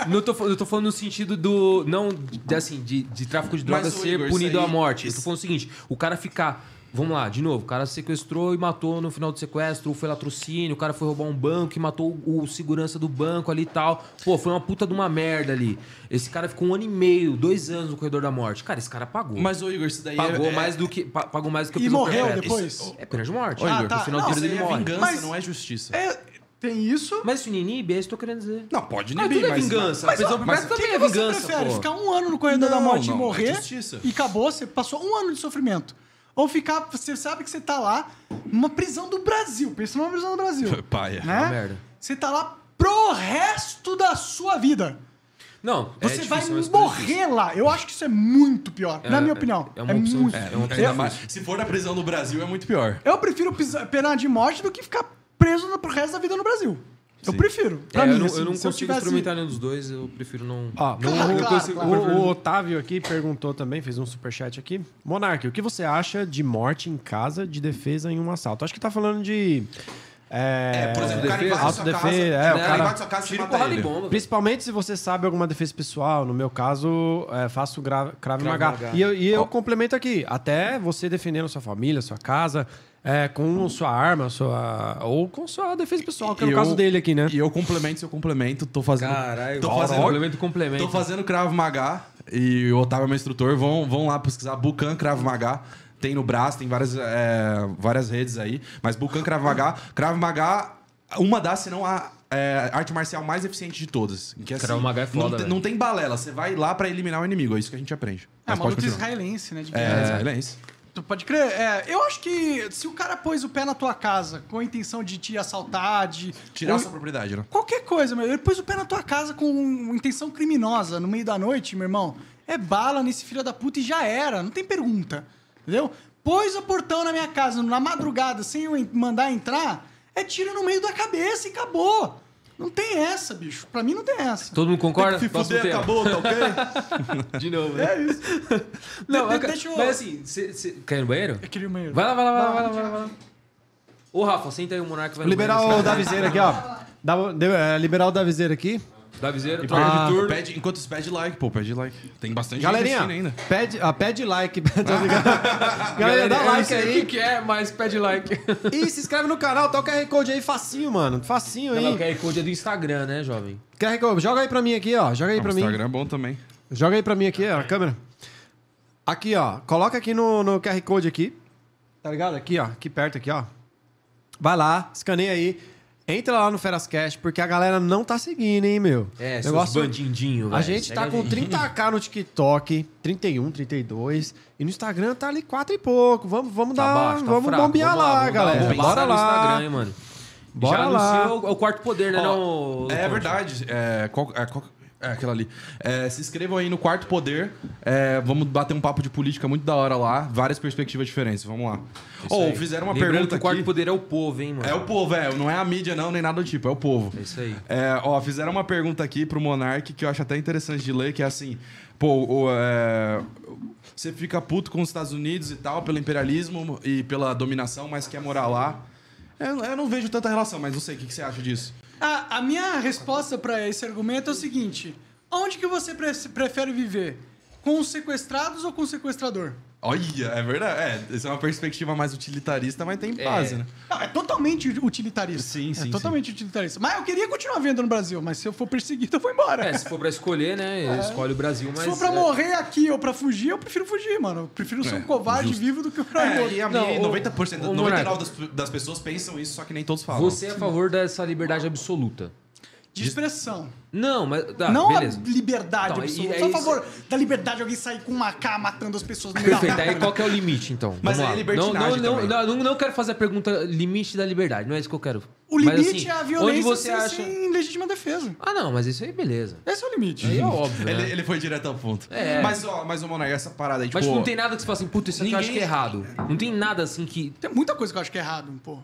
Speaker 2: Não tô, fa- eu tô falando no sentido do. Não, de- assim, de, de tráfico de
Speaker 4: Mas,
Speaker 2: drogas
Speaker 4: ô,
Speaker 2: ser
Speaker 4: Igor, isso
Speaker 2: punido
Speaker 4: aí-
Speaker 2: à morte. Eu
Speaker 4: isso-
Speaker 2: tô falando o seguinte: o cara ficar Vamos lá, de novo, o cara sequestrou e matou no final do sequestro, ou foi latrocínio, o cara foi roubar um banco e matou o segurança do banco ali e tal. Pô, foi uma puta de uma merda ali. Esse cara ficou um ano e meio, dois anos no corredor da morte. Cara, esse cara pagou.
Speaker 4: [LAUGHS] Mas, ô Igor, isso daí
Speaker 2: pagou,
Speaker 4: é, é-
Speaker 2: mais do que, pa- pagou mais do que a
Speaker 3: E
Speaker 2: prisão
Speaker 3: morreu
Speaker 2: perpétua.
Speaker 3: depois?
Speaker 2: Isso- É pena de morte.
Speaker 4: Ô, Igor,
Speaker 3: tá.
Speaker 2: No final
Speaker 3: Não,
Speaker 2: do período
Speaker 4: Isso daí
Speaker 2: ele
Speaker 4: é
Speaker 2: morre.
Speaker 4: vingança,
Speaker 3: Mas-
Speaker 4: não é justiça.
Speaker 3: É, tem isso.
Speaker 2: Mas isso não inibe, é isso que eu tô querendo dizer.
Speaker 4: Não, pode
Speaker 2: Ah,
Speaker 4: inibir,
Speaker 2: tudo é
Speaker 4: mas...
Speaker 2: vingança.
Speaker 4: mas-
Speaker 2: a prisão
Speaker 4: mas-
Speaker 2: perpétua
Speaker 3: O que,
Speaker 2: também
Speaker 3: que
Speaker 2: é
Speaker 3: você
Speaker 2: vingança,
Speaker 3: prefere?
Speaker 2: pô.
Speaker 3: Ficar um ano no corredor da
Speaker 4: Não,
Speaker 3: morte
Speaker 4: não,
Speaker 3: e
Speaker 4: é
Speaker 3: morrer
Speaker 4: justiça.
Speaker 3: e acabou, você passou um ano de sofrimento. Ou ficar, você sabe que você tá lá numa prisão do Brasil, pensa numa prisão do
Speaker 2: [LAUGHS]
Speaker 3: Brasil,
Speaker 4: [LAUGHS] Paia.
Speaker 3: né?
Speaker 2: É merda.
Speaker 3: Você tá lá pro resto da sua vida.
Speaker 2: Não, é
Speaker 3: Você
Speaker 2: difícil,
Speaker 3: vai
Speaker 2: é uma escolha difícil.
Speaker 3: morrer lá. Eu acho que isso é muito pior,
Speaker 2: É,
Speaker 3: na minha
Speaker 2: é-
Speaker 3: opinião.
Speaker 2: é uma opção-
Speaker 3: muito
Speaker 2: é uma
Speaker 3: pior.
Speaker 2: opção
Speaker 3: Eu-
Speaker 4: Ainda mais- se for na prisão no Brasil, é muito pior.
Speaker 3: Eu prefiro pisa- pena de morte do que ficar preso no- pro resto da vida no Brasil. Eu prefiro. Pra
Speaker 2: É,
Speaker 3: mim,
Speaker 2: eu não,
Speaker 3: assim,
Speaker 2: eu não
Speaker 3: se
Speaker 2: consigo
Speaker 3: tivesse-
Speaker 2: experimentar nenhum dos dois, eu prefiro não.
Speaker 1: Ó,
Speaker 2: não,
Speaker 3: claro,
Speaker 2: eu
Speaker 3: claro,
Speaker 2: consigo-
Speaker 3: claro.
Speaker 1: O, o Otávio aqui perguntou também, fez um superchat aqui. Monark, o que você acha de morte em casa de defesa em um assalto? Acho que tá falando de. É,
Speaker 4: É, por exemplo, o cara
Speaker 1: defesa,
Speaker 4: invade a sua casa,
Speaker 1: autodefesa,
Speaker 4: o
Speaker 1: é, o
Speaker 4: cara
Speaker 1: cara-
Speaker 4: invade sua casa e
Speaker 2: Tiro,
Speaker 4: mata
Speaker 2: porrada
Speaker 4: ele.
Speaker 2: e bomba.
Speaker 1: Principalmente se você sabe alguma defesa pessoal. No meu caso, é, faço gra- crave
Speaker 2: Krav
Speaker 1: magá.
Speaker 2: Maga.
Speaker 1: E eu, e eu complemento aqui. Até você defendendo sua família, sua casa, é, com sua arma, sua ou com sua defesa pessoal, que é o
Speaker 4: E eu-
Speaker 1: caso dele aqui, né?
Speaker 4: E eu complemento seu complemento, tô fazendo.
Speaker 2: Caralho,
Speaker 4: tô
Speaker 2: ó,
Speaker 4: fazendo,
Speaker 2: complemento, complemento.
Speaker 4: Tô fazendo Krav Maga e o Otávio é meu instrutor. Vão, vão lá pesquisar Bucan Krav Maga. Tem no Brás, tem várias, é, várias redes aí. Mas Bucan Krav Maga. Krav Maga, uma das, se não a é, arte marcial mais eficiente de todas. Em Que, assim,
Speaker 2: Krav Maga é foda,
Speaker 4: não, te-
Speaker 2: velho.
Speaker 4: não tem balela, você vai lá pra eliminar o inimigo. É isso que a gente aprende.
Speaker 3: É
Speaker 4: Mas
Speaker 3: uma
Speaker 4: pode
Speaker 3: luta
Speaker 4: continuar.
Speaker 3: israelense, né?
Speaker 4: É,
Speaker 3: de guerra.
Speaker 4: israelense.
Speaker 3: Tu pode crer. É, eu acho que se o cara pôs o pé na tua casa com a intenção de te assaltar, de.
Speaker 4: Tirar
Speaker 3: ou-
Speaker 4: sua propriedade, né?
Speaker 3: Qualquer coisa, meu. Ele pôs o pé na tua casa com intenção criminosa no meio da noite, meu irmão. É bala nesse filho da puta e já era. Não tem pergunta. Entendeu? Pôs o portão na minha casa na madrugada sem eu en- mandar entrar, é tiro no meio da cabeça e acabou. Não tem essa, bicho. Pra mim não tem essa.
Speaker 2: Todo mundo concorda?
Speaker 4: Se
Speaker 2: Próximo
Speaker 4: fuder,
Speaker 2: tema.
Speaker 4: acabou, tá ok?
Speaker 2: [LAUGHS] De novo, né? É isso. Não,
Speaker 3: De- de-
Speaker 2: mas,
Speaker 3: deixa eu-
Speaker 2: mas assim, cê, cê- quer ir no banheiro?
Speaker 3: Eu queria o meio.
Speaker 2: Vai lá, vai lá, vai lá, vai lá, vai lá. vai lá. Ô, Rafa, senta aí o Monarca vai no
Speaker 1: Liberar
Speaker 2: banheiro,
Speaker 1: o Davizeira aqui, ó. Da, deu- é, liberar o Davizeira aqui.
Speaker 2: assim. Davizeiro, troca
Speaker 4: Ah,
Speaker 2: de turno.
Speaker 4: pede, enquanto isso, pede like, pô, pede like. Tem bastante
Speaker 1: Galerinha,
Speaker 4: gente assistindo ainda.
Speaker 1: pede, ah, pede like. [LAUGHS] Tô ligado. Galerinha, dá
Speaker 2: eu não
Speaker 1: like
Speaker 2: sei
Speaker 1: aí.
Speaker 2: o que que é, mas pede like.
Speaker 1: E se inscreve no canal, tá o QR Code aí facinho, mano. Facinho
Speaker 2: Não, mas o
Speaker 1: aí.
Speaker 2: QR Code é do Instagram, né, jovem?
Speaker 1: QR Code, joga aí pra mim aqui, ó. Joga aí
Speaker 4: Ah,
Speaker 1: pra
Speaker 4: o
Speaker 1: mim.
Speaker 4: Instagram é bom também.
Speaker 1: Joga aí pra mim aqui, ó, a câmera. Aqui, ó. Coloca aqui no, no QR Code aqui. Tá ligado? Aqui, ó. Aqui perto, aqui, ó. Vai lá, escaneia aí. Entra lá no Ferascast, porque a galera não tá seguindo, hein, meu.
Speaker 2: É, seus
Speaker 1: Negócio-
Speaker 2: bandindinho,
Speaker 1: A
Speaker 2: velho.
Speaker 1: gente
Speaker 2: Segue
Speaker 1: tá com
Speaker 2: [LAUGHS]
Speaker 1: 30k no TikTok, 31, 32. E no Instagram tá ali 4 e pouco. Vamos, vamos
Speaker 2: Tá
Speaker 1: dar. um-
Speaker 2: baixo, tá
Speaker 1: vamos
Speaker 2: fraco.
Speaker 1: bombear
Speaker 2: Vamos
Speaker 1: lá,
Speaker 2: vamos dar uma
Speaker 1: galera.
Speaker 2: bombada
Speaker 1: Bora
Speaker 2: no Instagram,
Speaker 1: lá.
Speaker 2: hein, mano.
Speaker 1: Bora
Speaker 2: Já
Speaker 1: lá.
Speaker 2: anunciou o, o quarto poder, né,
Speaker 4: Ó,
Speaker 2: não?
Speaker 4: É
Speaker 2: Lucão?
Speaker 4: verdade. É, qual- é, qual- é aquela ali. É, se inscrevam aí no Quarto Poder. É, vamos bater um papo de política muito da hora lá. Várias perspectivas diferentes. Vamos lá. Ou
Speaker 2: aí.
Speaker 4: fizeram uma
Speaker 2: Lembrando que
Speaker 4: pergunta
Speaker 2: o quarto
Speaker 4: aqui.
Speaker 2: poder é o povo, hein, mano?
Speaker 4: É o povo, é. Não é a mídia, não, nem nada do tipo. É o povo.
Speaker 2: É isso aí.
Speaker 4: É, ó, fizeram uma pergunta aqui pro Monark que eu acho até interessante de ler, que é assim, pô, o, é, você fica puto com os Estados Unidos e tal, pelo imperialismo e pela dominação, mas quer morar lá. É, Eu, eu não vejo tanta relação, mas não sei, o que, que você acha disso?
Speaker 3: A, a minha resposta pra esse argumento é o seguinte: onde que você pre- prefere viver? Com os sequestrados ou com o sequestrador?
Speaker 4: Olha, é verdade. É, essa é uma perspectiva mais utilitarista, mas tem base, né?
Speaker 3: Não, é totalmente utilitarista.
Speaker 4: Sim, sim,
Speaker 3: É
Speaker 4: sim.
Speaker 3: totalmente utilitarista. Mas eu queria continuar vendo no Brasil, mas se eu for perseguido, eu vou embora.
Speaker 2: É, se for pra escolher, né? Escolhe o Brasil, mas.
Speaker 3: se for pra
Speaker 2: é,
Speaker 3: morrer aqui ou pra fugir, eu prefiro fugir, mano. Eu prefiro ser um
Speaker 4: É,
Speaker 3: covarde
Speaker 4: justo.
Speaker 3: vivo do que um pra
Speaker 4: É,
Speaker 3: morrer.
Speaker 4: e a
Speaker 2: Não,
Speaker 4: minha,
Speaker 2: ô,
Speaker 4: 90%,
Speaker 2: ô,
Speaker 4: 99% das, das pessoas pensam isso, só que nem todos falam.
Speaker 2: Você é a favor dessa liberdade absoluta.
Speaker 3: De expressão.
Speaker 2: Não, mas. Tá,
Speaker 3: não
Speaker 2: beleza.
Speaker 3: a liberdade
Speaker 2: Então,
Speaker 3: absoluta.
Speaker 2: e- e
Speaker 3: Só a
Speaker 2: aí
Speaker 3: favor da liberdade de alguém sair com uma K matando as pessoas no meio da
Speaker 2: Perfeito, aí
Speaker 3: rua,
Speaker 2: qual que é o limite, então?
Speaker 4: Mas
Speaker 2: Vamos lá.
Speaker 4: aí é
Speaker 2: não, não,
Speaker 4: libertinagem
Speaker 2: não,
Speaker 4: também.
Speaker 2: não, não, não quero fazer a pergunta limite da liberdade, não é isso que eu quero.
Speaker 3: O limite
Speaker 2: Mas, assim,
Speaker 3: é a violência
Speaker 2: Onde você
Speaker 3: sem,
Speaker 2: acha.
Speaker 3: sem legítima defesa.
Speaker 2: Ah, não, mas isso aí, beleza.
Speaker 3: Esse é o limite.
Speaker 2: Aí é óbvio. né?
Speaker 4: Ele, ele foi direto ao ponto.
Speaker 2: É.
Speaker 4: Mas, ó, mas, ô, Monark, essa parada aí, tipo...
Speaker 2: Mas tipo, não tem nada que você fala assim, puta, isso aqui eu acho que é
Speaker 4: ninguém-
Speaker 2: errado. Não tem nada assim que.
Speaker 3: Tem muita coisa que eu acho que é errado, pô.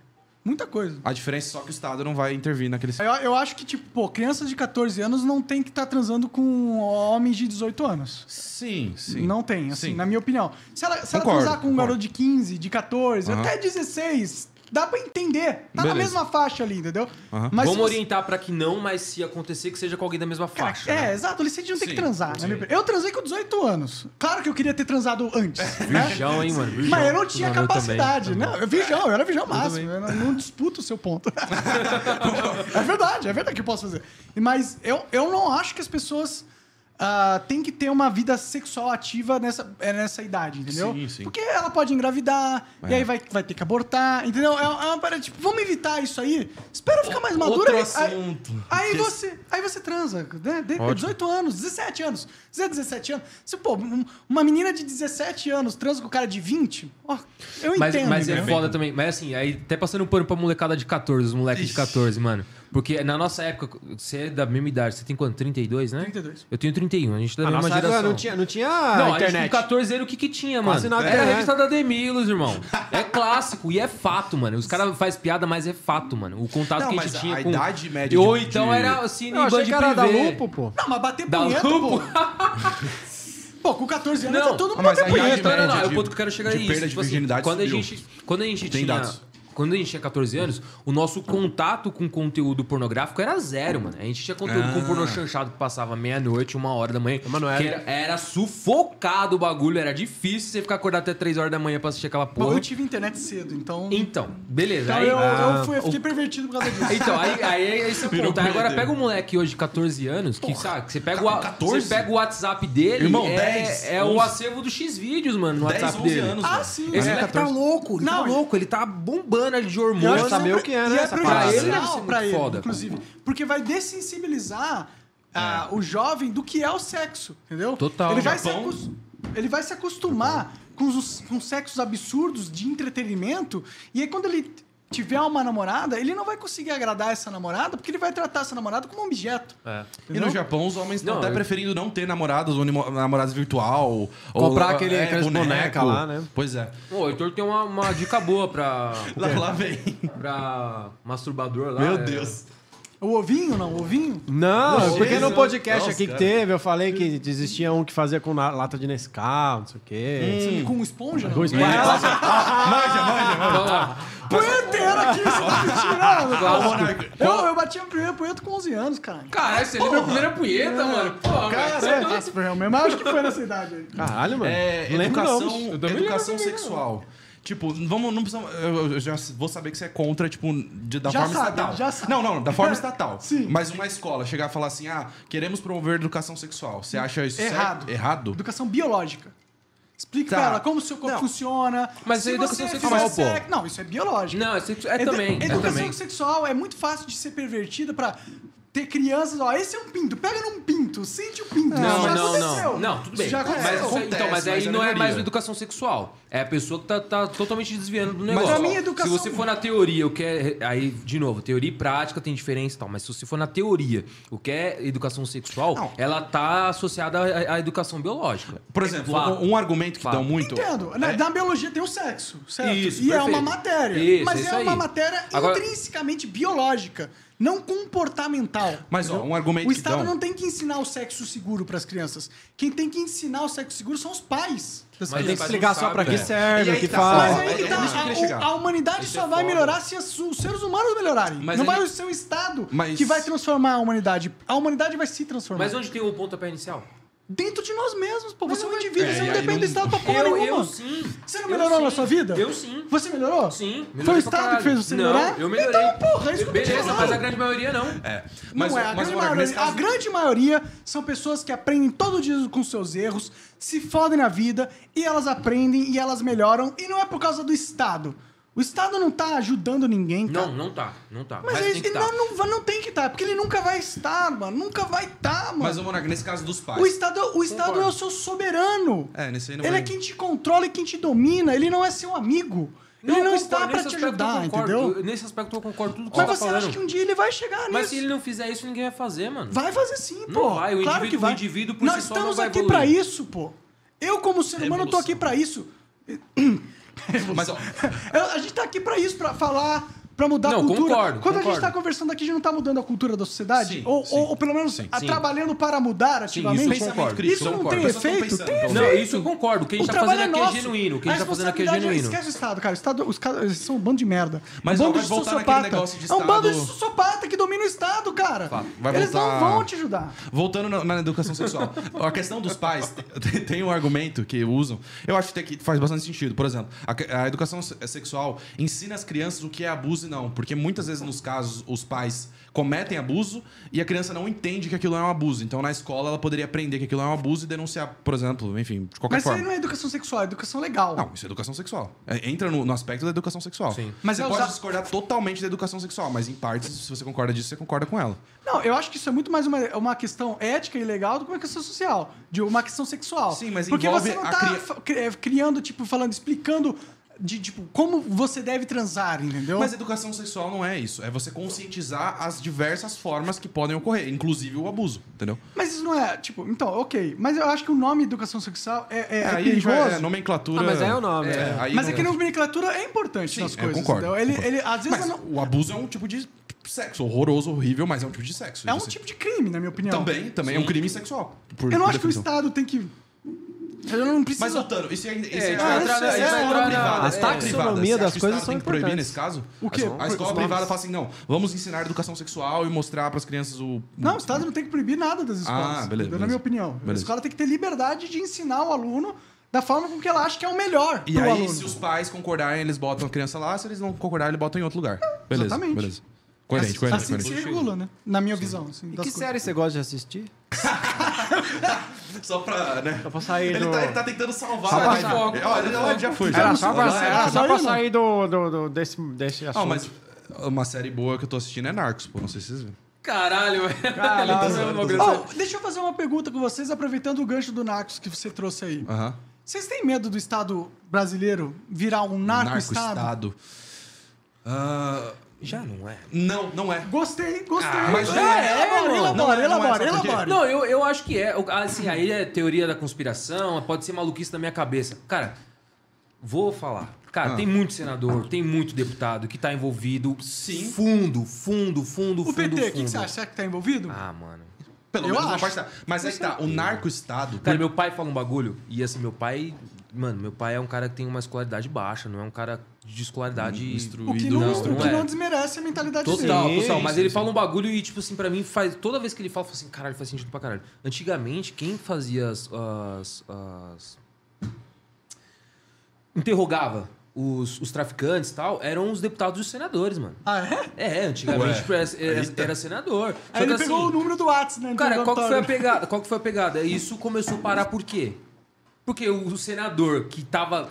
Speaker 3: Muita coisa.
Speaker 4: A diferença é só que o Estado não vai intervir naquele...
Speaker 3: Eu, eu acho que, tipo, pô, crianças de 14 anos não tem que estar transando com homens de 18 anos.
Speaker 4: Sim, sim.
Speaker 3: Não tem, assim,
Speaker 4: Sim.
Speaker 3: na minha opinião. Se ela, se ela
Speaker 4: Concordo,
Speaker 3: transar com um
Speaker 4: concordo.
Speaker 3: garoto de 15, de 14,
Speaker 4: Aham.
Speaker 3: até 16, Dá pra entender. Tá na
Speaker 4: Beleza.
Speaker 3: mesma faixa ali, entendeu? Mas se
Speaker 2: Vamos
Speaker 3: você-
Speaker 2: orientar pra que não, mas se acontecer, que seja com alguém da mesma faixa.
Speaker 3: É,
Speaker 2: né?
Speaker 3: exato, o licente não tem
Speaker 4: Sim,
Speaker 3: que transar. né? Eu transei com 18 anos. Claro que eu queria ter transado antes.
Speaker 4: [LAUGHS]
Speaker 3: né?
Speaker 2: Virgão, hein, mano? Virgão.
Speaker 3: Mas eu não tinha
Speaker 2: Mano, eu
Speaker 3: capacidade.
Speaker 2: também.
Speaker 3: não, eu virgão, eu era virgão máximo. Eu não, não disputo o seu ponto. [LAUGHS] é verdade, é verdade que eu posso fazer. Mas eu, eu não acho que as pessoas ah, têm que ter uma vida sexual ativa nessa, é, nessa idade, entendeu?
Speaker 4: Sim, sim.
Speaker 3: Porque ela pode engravidar, e
Speaker 4: É.
Speaker 3: aí vai, vai ter que abortar, entendeu? É, uma- é uma parada, tipo, vamos evitar isso aí. Espera eu ficar mais madura. aí- Aí, aí você, aí você transa, né? De- 18 anos, 17 anos. Se é 17 anos. Se, pô, um- uma menina de 17 anos transa com um cara de 20, ó, eu
Speaker 2: Mas,
Speaker 3: entendo.
Speaker 2: mas é
Speaker 3: entendeu?
Speaker 2: foda também. Mas assim, aí até passando um pano pra molecada de 14, os moleques de 14, mano. Porque na nossa época, você é da mesma idade, você tem quanto? 32, né?
Speaker 3: 32.
Speaker 2: Eu tenho 31, a gente é da
Speaker 1: A
Speaker 2: mesma
Speaker 1: nossa época
Speaker 2: geração.
Speaker 1: não tinha, não tinha
Speaker 4: Ah,
Speaker 2: Não, a gente
Speaker 1: internet.
Speaker 2: com 14 era o que que tinha, mano.
Speaker 1: Quase nada
Speaker 2: era a
Speaker 4: É.
Speaker 1: era.
Speaker 2: revista da Demilos, irmão. É clássico e é fato, mano. Os caras fazem piada, mas é fato, mano. O contato
Speaker 4: Não,
Speaker 2: que a
Speaker 4: mas
Speaker 2: gente tinha
Speaker 4: a
Speaker 2: com...
Speaker 4: idade média
Speaker 2: Ou
Speaker 4: de- um
Speaker 2: então
Speaker 4: de-
Speaker 2: era assim,
Speaker 1: Eu
Speaker 2: em
Speaker 1: achei
Speaker 2: band
Speaker 1: que era da
Speaker 2: privê.
Speaker 1: Lupo, pô.
Speaker 3: Não, mas bater
Speaker 2: Da
Speaker 3: punheta,
Speaker 2: Lupo?
Speaker 3: pô. Pô, com 14 anos
Speaker 2: Não,
Speaker 3: é todo mundo
Speaker 4: mas
Speaker 3: bater
Speaker 4: aí-
Speaker 3: punheta.
Speaker 4: idade
Speaker 2: Não, não, não, é
Speaker 4: média
Speaker 2: o
Speaker 4: de-
Speaker 2: ponto que eu quero chegar
Speaker 4: de
Speaker 2: aí. tipo assim,
Speaker 4: perda de virginidade
Speaker 2: quando a
Speaker 4: subiu.
Speaker 2: gente Quando a gente
Speaker 4: Tem
Speaker 2: tinha...
Speaker 4: dados.
Speaker 2: Quando a gente tinha 14 anos, o nosso contato com conteúdo pornográfico era zero, mano. A gente tinha conteúdo com
Speaker 4: Ah.
Speaker 2: pornô chanchado que passava meia-noite, uma hora da
Speaker 4: É,
Speaker 2: manhã.
Speaker 1: Mas não era-
Speaker 2: que era, era sufocado o bagulho, era difícil você ficar acordado até 3 horas da manhã pra assistir aquela
Speaker 3: Mas
Speaker 2: porra.
Speaker 3: Eu tive internet cedo, então.
Speaker 2: é Então, beleza.
Speaker 3: Então
Speaker 2: aí,
Speaker 3: eu, eu, fui, eu fiquei pervertido por causa disso.
Speaker 2: então, aí, aí é esse é o
Speaker 4: Virou
Speaker 2: ponto. Aí Agora
Speaker 4: perder.
Speaker 2: pega um moleque hoje de 14 anos, que sabe, que você pega, o, a-
Speaker 4: 14?
Speaker 2: você pega o WhatsApp dele,
Speaker 4: Irmão,
Speaker 2: é,
Speaker 4: 10,
Speaker 2: é
Speaker 4: 11.
Speaker 2: o acervo dos X-Vídeos, mano, no
Speaker 4: 10,
Speaker 2: WhatsApp
Speaker 4: 11
Speaker 2: dele.
Speaker 4: anos,
Speaker 3: ah,
Speaker 4: velho.
Speaker 3: sim.
Speaker 2: Esse
Speaker 3: é.
Speaker 2: moleque tá louco, ele
Speaker 3: Não,
Speaker 2: tá louco, ele tá bombando ali de hormônio.
Speaker 1: Pode saber o que é,
Speaker 3: E
Speaker 1: né?
Speaker 3: é
Speaker 1: essa parada.
Speaker 2: ele deve ser
Speaker 3: prejudicial
Speaker 2: muito
Speaker 3: pra ele,
Speaker 2: foda.
Speaker 3: inclusive. Porque vai dessensibilizar
Speaker 1: É.
Speaker 3: ah, o jovem do que é o sexo, entendeu?
Speaker 2: Total.
Speaker 3: Ele vai, se,
Speaker 4: Japão.
Speaker 3: acos- ele vai se acostumar com os, com os sexos absurdos de entretenimento e aí quando ele tiver uma namorada, ele não vai conseguir agradar essa namorada porque ele vai tratar essa namorada como um objeto.
Speaker 4: E no Japão, os homens estão
Speaker 2: Não,
Speaker 1: é.
Speaker 4: até
Speaker 2: eu-
Speaker 4: preferindo não ter namoradas ou nimo- namoradas virtual.
Speaker 1: Comprar
Speaker 4: ou, ah, é,
Speaker 1: aquele- aquelas bonecas lá, né?
Speaker 4: Pois é.
Speaker 2: Pô, o Heitor tem uma, uma dica boa pra,
Speaker 4: Lá, lá vem.
Speaker 2: pra masturbador
Speaker 1: Ah,
Speaker 2: lá.
Speaker 4: Meu
Speaker 2: é-
Speaker 4: Deus.
Speaker 3: O ovinho, não, o ovinho.
Speaker 1: Não,
Speaker 4: Nossa,
Speaker 1: porque no
Speaker 4: Jesus.
Speaker 1: podcast
Speaker 4: Nossa,
Speaker 1: aqui que
Speaker 4: cara.
Speaker 1: teve, eu falei que existia um que fazia com na- lata de Nescau, não sei o quê.
Speaker 3: Com esponja, não.
Speaker 1: Com espanhol.
Speaker 4: Manja, manja,
Speaker 2: Então,
Speaker 4: manja.
Speaker 3: Punheta era aqui, você tá me
Speaker 1: [LAUGHS]
Speaker 3: tirando. cara.
Speaker 2: Clássico.
Speaker 3: Eu, eu bati a primeira punheta com 11 anos, cara.
Speaker 2: Caralho, você lembra a primeira punheta, mano? Pô,
Speaker 3: Cara, é, nossa, realmente. Mas acho que foi nessa idade aí.
Speaker 1: Caralho, mano.
Speaker 4: É,
Speaker 1: não lembro não.
Speaker 4: educação, educação sexual. Tipo, vamos, não precisamos. Eu, eu já vou saber que você é contra, tipo, de- da
Speaker 3: Já
Speaker 4: forma
Speaker 3: sabe,
Speaker 4: estatal.
Speaker 3: já sabe.
Speaker 4: Não, não, da
Speaker 3: [LAUGHS]
Speaker 4: forma estatal.
Speaker 3: Sim.
Speaker 4: Mas uma escola chegar e falar assim: ah, queremos promover educação sexual. Você acha isso certo?
Speaker 3: Errado.
Speaker 4: errado?
Speaker 3: Educação biológica. Explica
Speaker 4: Tá.
Speaker 3: pra ela como o seu corpo
Speaker 4: Não.
Speaker 3: funciona.
Speaker 2: Mas
Speaker 3: se
Speaker 2: é educação
Speaker 3: você
Speaker 2: sexual,
Speaker 3: fizer
Speaker 2: pô.
Speaker 3: sexo- Não, isso é biológico.
Speaker 2: Não, é, sexu- é
Speaker 3: Edu-
Speaker 2: também. É
Speaker 3: Educação
Speaker 2: também.
Speaker 3: sexual é muito fácil de ser pervertida pra ter crianças. Ó, esse é um pinto. Pega num pinto. Sente o pinto.
Speaker 2: Não,
Speaker 3: isso já
Speaker 2: mas não,
Speaker 3: aconteceu.
Speaker 2: não. Não, tudo bem.
Speaker 3: Isso já
Speaker 2: Mas
Speaker 3: aconteceu.
Speaker 2: isso aí- então, mas
Speaker 4: Acontece,
Speaker 2: aí
Speaker 4: mas é
Speaker 2: não é
Speaker 4: minoria.
Speaker 2: mais uma educação sexual. É a pessoa que tá, tá totalmente desviando do negócio.
Speaker 3: pra mim, educação-
Speaker 2: Se você for na teoria, o que é. Aí, de novo, teoria e prática tem diferença e tal. Mas se você for na teoria, o que é educação sexual, ela tá associada à, à educação biológica.
Speaker 4: Por exemplo,
Speaker 2: Fato.
Speaker 4: um, um argumento que
Speaker 2: Fato.
Speaker 4: dão muito. é
Speaker 3: Entendo. Na, na biologia tem o sexo, certo?
Speaker 2: É. Isso,
Speaker 3: e é
Speaker 2: perfeito.
Speaker 3: uma matéria.
Speaker 2: Isso,
Speaker 3: mas
Speaker 2: isso
Speaker 3: é
Speaker 2: aí.
Speaker 3: uma matéria
Speaker 2: Agora-
Speaker 3: intrinsecamente biológica, não comportamental.
Speaker 4: Mas, ó,
Speaker 3: entendeu?
Speaker 4: um argumento
Speaker 3: O
Speaker 4: que
Speaker 3: Estado
Speaker 4: dão-
Speaker 3: não tem que ensinar o sexo seguro para as crianças. Quem tem que ensinar o sexo seguro são os pais
Speaker 2: Mas
Speaker 3: das
Speaker 1: Tem que
Speaker 3: crianças.
Speaker 1: explicar só pra que
Speaker 2: É.
Speaker 1: serve,
Speaker 4: E aí
Speaker 1: o que
Speaker 4: que tá,
Speaker 1: faz.
Speaker 3: Mas aí que
Speaker 4: É
Speaker 3: tá,
Speaker 4: nisso que eu queria
Speaker 3: a,
Speaker 4: chegar.
Speaker 3: a humanidade
Speaker 2: Isso
Speaker 3: só
Speaker 2: é
Speaker 3: vai
Speaker 2: foda.
Speaker 3: melhorar se as- os seres humanos melhorarem.
Speaker 2: Mas
Speaker 3: não
Speaker 2: ele-
Speaker 3: vai ser o Estado
Speaker 4: Mas-
Speaker 3: que vai transformar a humanidade. A humanidade vai se transformar.
Speaker 2: Mas onde tem o pontapé inicial?
Speaker 3: Dentro de nós mesmos, pô. Você é um
Speaker 2: não vai-
Speaker 3: indivíduo,
Speaker 4: É,
Speaker 3: você
Speaker 4: e
Speaker 3: não
Speaker 4: aí
Speaker 3: depende
Speaker 4: não-
Speaker 3: do Estado pra porra
Speaker 2: Eu,
Speaker 3: nenhuma.
Speaker 2: eu sim.
Speaker 3: Você não
Speaker 2: Eu
Speaker 3: melhorou
Speaker 2: sim.
Speaker 3: na sua vida?
Speaker 2: Eu sim.
Speaker 3: Você melhorou?
Speaker 2: Sim.
Speaker 3: Foi o
Speaker 2: melhorei pra
Speaker 3: Estado que
Speaker 2: caralho.
Speaker 3: fez você
Speaker 2: não,
Speaker 3: melhorar?
Speaker 2: Eu melhorei.
Speaker 3: Então, porra, é isso que eu tô
Speaker 2: Beleza,
Speaker 3: falando.
Speaker 2: mas a grande maioria não.
Speaker 4: É.
Speaker 3: Não é, a,
Speaker 4: mas
Speaker 3: grande
Speaker 4: agora,
Speaker 3: maioria,
Speaker 4: nesse caso-
Speaker 3: a grande maioria são pessoas que aprendem todo dia com seus erros, se fodem na vida, e elas aprendem e elas melhoram, e não é por causa do Estado. O Estado não tá ajudando ninguém, cara.
Speaker 2: Não, não tá. Não tá.
Speaker 3: Mas,
Speaker 2: Mas,
Speaker 3: ele,
Speaker 2: tem que
Speaker 3: ele
Speaker 2: tá.
Speaker 3: não, não, vai- não tem que estar, porque ele nunca vai estar, mano. Nunca vai estar, mano.
Speaker 4: Mas, ô, Monarca, nesse caso dos pais.
Speaker 3: o Estado, o estado é o seu soberano.
Speaker 4: É, nesse aí não
Speaker 3: Ele
Speaker 4: vai-
Speaker 3: é quem te controla e quem te domina. Ele não é seu amigo. ele não
Speaker 2: eu
Speaker 3: está
Speaker 2: concordo,
Speaker 3: pra
Speaker 2: nesse
Speaker 3: te
Speaker 2: aspecto eu
Speaker 3: ajudar,
Speaker 2: concordo.
Speaker 3: entendeu?
Speaker 2: Eu- nesse aspecto eu concordo tudo que
Speaker 3: Mas
Speaker 2: você
Speaker 3: você
Speaker 2: tá falando.
Speaker 3: acha que um dia ele vai chegar nisso?
Speaker 2: Mas se ele não fizer isso, ninguém vai fazer, mano.
Speaker 3: Vai fazer sim, pô.
Speaker 2: Não vai, o
Speaker 3: claro
Speaker 2: indivíduo-
Speaker 3: que vai.
Speaker 2: o indivíduo por
Speaker 3: Nós
Speaker 2: si só não
Speaker 3: estamos
Speaker 2: vai
Speaker 3: aqui
Speaker 2: evoluir. É
Speaker 3: pra isso, pô. Eu, como ser humano, tô aqui pra isso.
Speaker 4: [LAUGHS] Mas, ó,
Speaker 3: Eu- a gente tá aqui pra isso, pra falar, pra mudar a
Speaker 2: Não,
Speaker 3: cultura.
Speaker 2: concordo,
Speaker 3: Quando a gente
Speaker 2: concordo.
Speaker 3: tá conversando aqui, a gente não tá mudando a cultura da sociedade?
Speaker 4: Sim,
Speaker 3: ou,
Speaker 4: sim,
Speaker 3: ou, ou pelo menos a-
Speaker 2: sim.
Speaker 3: trabalhando para mudar ativamente?
Speaker 2: isso eu concordo.
Speaker 3: Isso,
Speaker 2: Isso eu
Speaker 3: não
Speaker 2: concordo.
Speaker 3: tem
Speaker 2: As pessoas
Speaker 4: tão
Speaker 3: efeito?
Speaker 4: pensando,
Speaker 3: Tem
Speaker 4: talvez.
Speaker 2: Não,
Speaker 3: efeito.
Speaker 2: isso eu concordo. O que a
Speaker 3: O
Speaker 2: gente tá
Speaker 3: trabalho
Speaker 2: fazendo aqui
Speaker 3: nosso.
Speaker 2: é genuíno. O que a gente tá fazendo aqui é
Speaker 3: responsabilidade-
Speaker 2: genuíno.
Speaker 3: Esquece o Estado, cara. O Estado, os caras eles são um bando de merda.
Speaker 4: Mas ó,
Speaker 3: um bando
Speaker 4: vai
Speaker 3: de
Speaker 4: voltar naquele
Speaker 3: sociopata.
Speaker 4: negócio de
Speaker 3: é um bando de
Speaker 4: Estado-
Speaker 3: sociopata que domina o Estado, cara.
Speaker 4: Fato. Vai
Speaker 3: eles
Speaker 4: voltar-
Speaker 3: não vão te ajudar.
Speaker 4: Voltando na, na educação
Speaker 3: [LAUGHS]
Speaker 4: sexual, a questão dos pais tem- tem um argumento que usam. Eu acho até que faz bastante sentido. Por exemplo, a, que- a educação se- é sexual ensina as crianças o que é abuso e não, porque muitas vezes nos casos os pais cometem abuso e a criança não entende que aquilo é um abuso. Então na escola ela poderia aprender que aquilo é um abuso e denunciar, por exemplo, enfim, de qualquer
Speaker 3: Mas isso aí
Speaker 4: forma.
Speaker 3: não é educação sexual, é educação legal.
Speaker 4: Não, isso é educação sexual. É, entra no, no aspecto da educação sexual.
Speaker 2: Sim.
Speaker 3: Mas
Speaker 4: você
Speaker 3: é
Speaker 4: pode
Speaker 3: usar-
Speaker 4: discordar totalmente da educação sexual, mas em partes, se você concorda disso, você concorda com ela.
Speaker 3: Não, eu acho que isso é muito mais uma, uma questão ética e legal do que uma questão social. De uma questão sexual.
Speaker 4: Sim, mas
Speaker 3: Porque
Speaker 4: envolve
Speaker 3: você não
Speaker 4: a
Speaker 3: tá
Speaker 4: cria-
Speaker 3: fa- cri- eh, criando, tipo, falando, explicando de, tipo, como você deve transar, entendeu?
Speaker 4: Mas educação sexual não é isso. É você conscientizar as diversas formas que podem ocorrer, inclusive o abuso, entendeu?
Speaker 3: Mas isso não é, tipo, então, ok. Mas eu acho que o nome educação sexual é, é, é
Speaker 4: aí
Speaker 3: perigoso.
Speaker 4: a gente vai- é, nomenclatura.
Speaker 1: Ah, mas aí é o nome, é.
Speaker 4: aí
Speaker 3: mas
Speaker 4: não-
Speaker 3: é que a nomenclatura é importante
Speaker 4: Sim,
Speaker 3: nas
Speaker 4: eu
Speaker 3: coisas.
Speaker 4: concordo,
Speaker 3: entendeu? Ele,
Speaker 4: concordo.
Speaker 3: ele, às vezes,
Speaker 4: Mas
Speaker 3: eu não-
Speaker 4: o abuso é um tipo de sexo horroroso, horrível, mas é um tipo de sexo.
Speaker 3: é
Speaker 4: E
Speaker 3: um
Speaker 4: você-
Speaker 3: tipo de crime, na minha opinião.
Speaker 4: Também, também é um crime sexual. por-
Speaker 3: Eu não
Speaker 4: por
Speaker 3: acho que o
Speaker 4: definição.
Speaker 3: Estado tem que. Eu não preciso.
Speaker 4: Mas voltando, isso é, isso é,
Speaker 2: a gente
Speaker 3: vai
Speaker 4: ah,
Speaker 3: entrar
Speaker 4: isso
Speaker 3: na- a gente vai
Speaker 4: escola
Speaker 3: entrar na-
Speaker 4: privada.
Speaker 1: as
Speaker 4: é,
Speaker 1: taxonomia
Speaker 4: privada. Você acha
Speaker 1: das
Speaker 4: que o
Speaker 1: coisas
Speaker 4: Estado
Speaker 1: são
Speaker 4: tem que proibir
Speaker 1: importantes.
Speaker 4: nesse caso?
Speaker 3: O quê?
Speaker 4: A escola
Speaker 3: Os
Speaker 4: privada
Speaker 3: nomes.
Speaker 4: fala assim, não, vamos ensinar educação sexual e mostrar pras crianças o...
Speaker 3: Não, o Estado não tem que proibir nada das escolas.
Speaker 4: Ah, beleza,
Speaker 3: Na minha
Speaker 4: beleza.
Speaker 3: opinião. A
Speaker 4: Beleza.
Speaker 3: escola tem que ter liberdade de ensinar o aluno da forma com que ela acha que é o melhor
Speaker 4: E
Speaker 3: pro
Speaker 4: aí,
Speaker 3: aluno. Assim,
Speaker 4: se os pais concordarem, eles botam a criança lá. Se eles não concordarem, eles botam em outro lugar. Beleza,
Speaker 3: exatamente.
Speaker 4: beleza. Coerente, coerente,
Speaker 3: assim que se
Speaker 4: coerente.
Speaker 3: regula, né? Na minha visão. Assim,
Speaker 1: E
Speaker 3: das
Speaker 1: que
Speaker 3: coisas.
Speaker 1: série você gosta de assistir?
Speaker 4: Só pra, né?
Speaker 1: Só pra sair
Speaker 4: Ele
Speaker 1: do...
Speaker 4: tá, ele tá tentando salvar.
Speaker 2: Só pra
Speaker 4: né?
Speaker 2: foco.
Speaker 4: Olha, ela já foi.
Speaker 1: Era
Speaker 4: Já
Speaker 1: só
Speaker 4: Ela-
Speaker 1: pra,
Speaker 4: ela-
Speaker 1: era só
Speaker 3: Ela-
Speaker 1: pra sair do, do, do- desse, desse assunto.
Speaker 4: Ah, mas uma série boa que eu tô assistindo é Narcos, pô. Não sei se vocês viram.
Speaker 2: Caralho, velho. [LAUGHS] Caralho, uma agressão.
Speaker 3: Oh, deixa eu fazer uma pergunta com vocês, aproveitando o gancho do Narcos que você trouxe aí.
Speaker 4: Aham.
Speaker 3: Vocês têm medo do Estado brasileiro virar um narco-Estado?
Speaker 4: Narco-estado. Ah,
Speaker 2: Já não é.
Speaker 4: não, não é.
Speaker 3: Gostei, gostei.
Speaker 4: Ah, mas
Speaker 3: É,
Speaker 4: não é,
Speaker 2: mano.
Speaker 3: elabora,
Speaker 4: Não é,
Speaker 3: elabora,
Speaker 4: não é,
Speaker 3: elabora,
Speaker 4: sabe por quê?
Speaker 3: elabora.
Speaker 2: Não, eu, eu acho que é. O- Assim, aí é teoria da conspiração, pode ser maluquice da minha cabeça. Cara, vou falar. Cara, tem muito senador, tem muito deputado que tá envolvido.
Speaker 4: Sim.
Speaker 2: Fundo, fundo, fundo, fundo.
Speaker 3: O PT, o que, que
Speaker 2: fundo.
Speaker 3: você acha? Será que tá envolvido?
Speaker 2: Ah, mano.
Speaker 4: Pelo
Speaker 3: Eu
Speaker 4: menos uma
Speaker 3: acho.
Speaker 4: parte tá. Mas aí que tá. O narco-estado...
Speaker 2: Cara, meu pai fala um bagulho. E assim, meu pai. Mano, meu pai é um cara que tem uma escolaridade baixa, não é um cara de escolaridade.
Speaker 3: o que
Speaker 4: Não,
Speaker 3: não,
Speaker 2: não
Speaker 3: o que
Speaker 2: é.
Speaker 3: não desmerece a mentalidade dele.
Speaker 2: Total,
Speaker 1: Sim,
Speaker 2: total. Mas
Speaker 1: sim,
Speaker 2: ele fala um bagulho e, tipo assim, pra mim faz. Toda vez que ele fala, eu falo assim, caralho, faz sentido pra caralho. Antigamente, quem fazia as. as- as- Interrogava os, os traficantes e tal, eram os deputados e os senadores, mano.
Speaker 3: Ah, é?
Speaker 2: É, antigamente tipo, era, era- era senador. Só
Speaker 3: Aí
Speaker 2: que,
Speaker 3: ele
Speaker 2: assim,
Speaker 3: pegou o número do WhatsApp, né?
Speaker 2: Cara,
Speaker 4: Então,
Speaker 3: do
Speaker 2: qual que foi a
Speaker 3: Antônio.
Speaker 2: pegada? Qual que foi a pegada? Isso começou a parar por quê? Porque o o senador que tava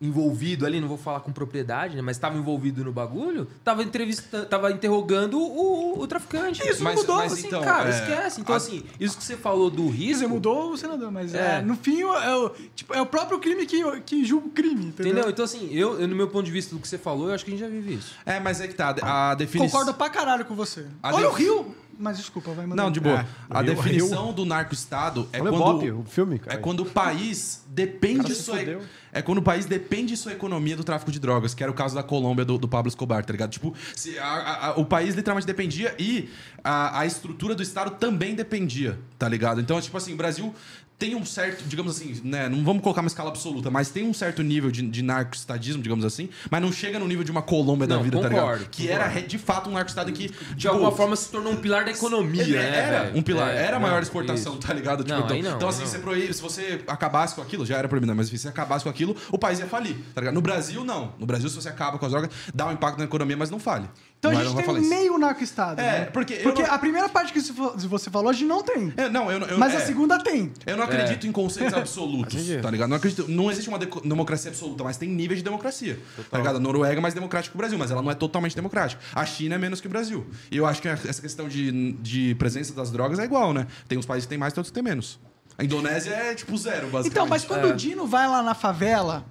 Speaker 2: envolvido ali, não vou falar com propriedade, né? Mas tava envolvido no bagulho, tava entrevistando, tava interrogando o, o traficante.
Speaker 3: Isso não
Speaker 4: Mas-
Speaker 3: mudou,
Speaker 4: mas
Speaker 3: assim,
Speaker 4: então,
Speaker 2: cara,
Speaker 4: é,
Speaker 2: esquece. Então,
Speaker 4: a-
Speaker 2: assim, isso que você falou do
Speaker 3: Você
Speaker 2: risco.
Speaker 3: mudou o senador, mas
Speaker 2: É.
Speaker 3: é, no fim é o, tipo, é o próprio crime que, que julga o crime, entendeu?
Speaker 2: Entendeu? Então, assim, eu, eu, no meu ponto de vista do que você falou, eu acho que a gente já vive isso.
Speaker 4: É, mas é que tá. A definição...
Speaker 3: Concordo pra caralho com você.
Speaker 4: A de-
Speaker 3: Olha o Rio! Mas desculpa, vai mandar.
Speaker 4: Não, de boa.
Speaker 1: É,
Speaker 4: a
Speaker 1: Rio-
Speaker 4: definição do narco-estado é
Speaker 1: Olha o
Speaker 4: quando...
Speaker 1: Bop, o filme, cara.
Speaker 4: É quando o país depende
Speaker 1: Cara,
Speaker 4: de
Speaker 1: se
Speaker 4: sua,
Speaker 1: fudeu.
Speaker 4: é quando o país depende de sua economia do tráfico de drogas, que era o caso da Colômbia do, do Pablo Escobar, tá ligado? Tipo, se a- a- a- o país literalmente dependia e a, a estrutura do Estado também dependia, tá ligado? Então, tipo assim, o Brasil tem um certo, digamos assim, né? Não vamos colocar uma escala absoluta, mas tem um certo nível de, de narco-estadismo, digamos assim, mas não chega no nível de uma Colômbia da
Speaker 2: Não,
Speaker 4: vida, tá
Speaker 2: concordo,
Speaker 4: ligado? Que era re- de fato um narco-estado que. tipo,
Speaker 2: De alguma forma se tornou um pilar da economia,
Speaker 4: Ele
Speaker 2: né?
Speaker 4: era
Speaker 2: velho?
Speaker 4: um pilar,
Speaker 2: É,
Speaker 4: era a maior
Speaker 2: não,
Speaker 4: exportação,
Speaker 2: isso.
Speaker 4: tá ligado?
Speaker 2: Não,
Speaker 4: então,
Speaker 2: aí não,
Speaker 4: então,
Speaker 2: aí
Speaker 4: assim,
Speaker 2: não.
Speaker 4: você proíbe, se você acabasse com aquilo, já era proibido, né? mas se você acabasse com aquilo, o país ia falir, tá ligado? No Brasil, não. No Brasil, se você acaba com as drogas, dá um impacto na economia, mas não fale.
Speaker 3: Então a
Speaker 4: Mas
Speaker 3: gente
Speaker 4: não
Speaker 3: tem
Speaker 4: vai falar isso.
Speaker 3: meio narco-estado.
Speaker 4: É,
Speaker 3: né?
Speaker 4: porque eu
Speaker 3: Porque
Speaker 4: não-
Speaker 3: a primeira parte que se fo- você falou, a gente não tem.
Speaker 4: É, não, eu, não- eu,
Speaker 3: mas assim, a
Speaker 4: é.
Speaker 3: segunda tem.
Speaker 4: Eu não acredito em conceitos absolutos,
Speaker 1: Entendi.
Speaker 4: tá ligado? Não, acredito, não existe uma deco- democracia absoluta, mas tem níveis de democracia. Tá ligado? A Noruega é mais democrática que o Brasil, mas ela não é totalmente democrática. A China é menos que o Brasil. E eu acho que essa questão de, de presença das drogas é igual, né? Tem uns países que tem mais, tem outros que tem menos. A Indonésia é tipo zero, basicamente.
Speaker 3: Então, mas
Speaker 4: é.
Speaker 3: quando o Dino vai lá na favela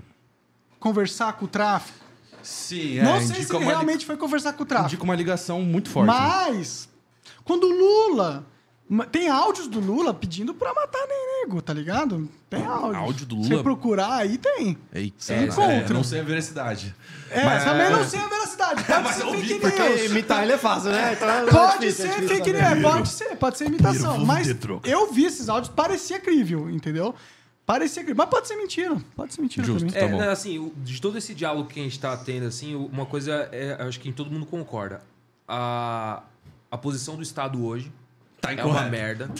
Speaker 3: conversar com o tráfico,
Speaker 4: Sim, é,
Speaker 3: não
Speaker 4: indica
Speaker 3: sei se ele
Speaker 4: uma li-
Speaker 3: realmente foi conversar com o tráfico.
Speaker 4: indica uma ligação muito forte. né?
Speaker 3: Mas, quando o Lula Ma- Tem áudios do Lula pedindo pra matar nego, tá ligado? Tem áudio.
Speaker 4: Áudio do
Speaker 3: Se
Speaker 4: Lula?
Speaker 3: você procurar aí, tem.
Speaker 4: Eita,
Speaker 3: Sim, contra.
Speaker 4: É, não sei a veracidade.
Speaker 3: É,
Speaker 4: Mas-
Speaker 3: também não sei a velocidade. Pode ser fake
Speaker 5: Porque
Speaker 3: news.
Speaker 5: imitar ele é fácil, né? Então é
Speaker 3: Pode
Speaker 5: difícil, é
Speaker 3: ser
Speaker 5: difícil
Speaker 3: fake
Speaker 5: saber.
Speaker 3: news, pode ser, pode ser imitação.
Speaker 4: Viro,
Speaker 3: Mas
Speaker 4: vou ter troca.
Speaker 3: eu vi esses áudios, parecia crível, entendeu? Parecia crível. Mas pode ser mentira. Pode ser mentira
Speaker 4: Justo.
Speaker 3: também.
Speaker 4: Tá
Speaker 2: É,
Speaker 4: bom.
Speaker 2: né, assim, o- de todo esse diálogo que a gente tá tendo, assim, o- uma coisa é, acho que em todo mundo concorda. A, a posição do Estado hoje
Speaker 4: Tá
Speaker 2: é uma
Speaker 4: incorreto. [LAUGHS]
Speaker 2: merda.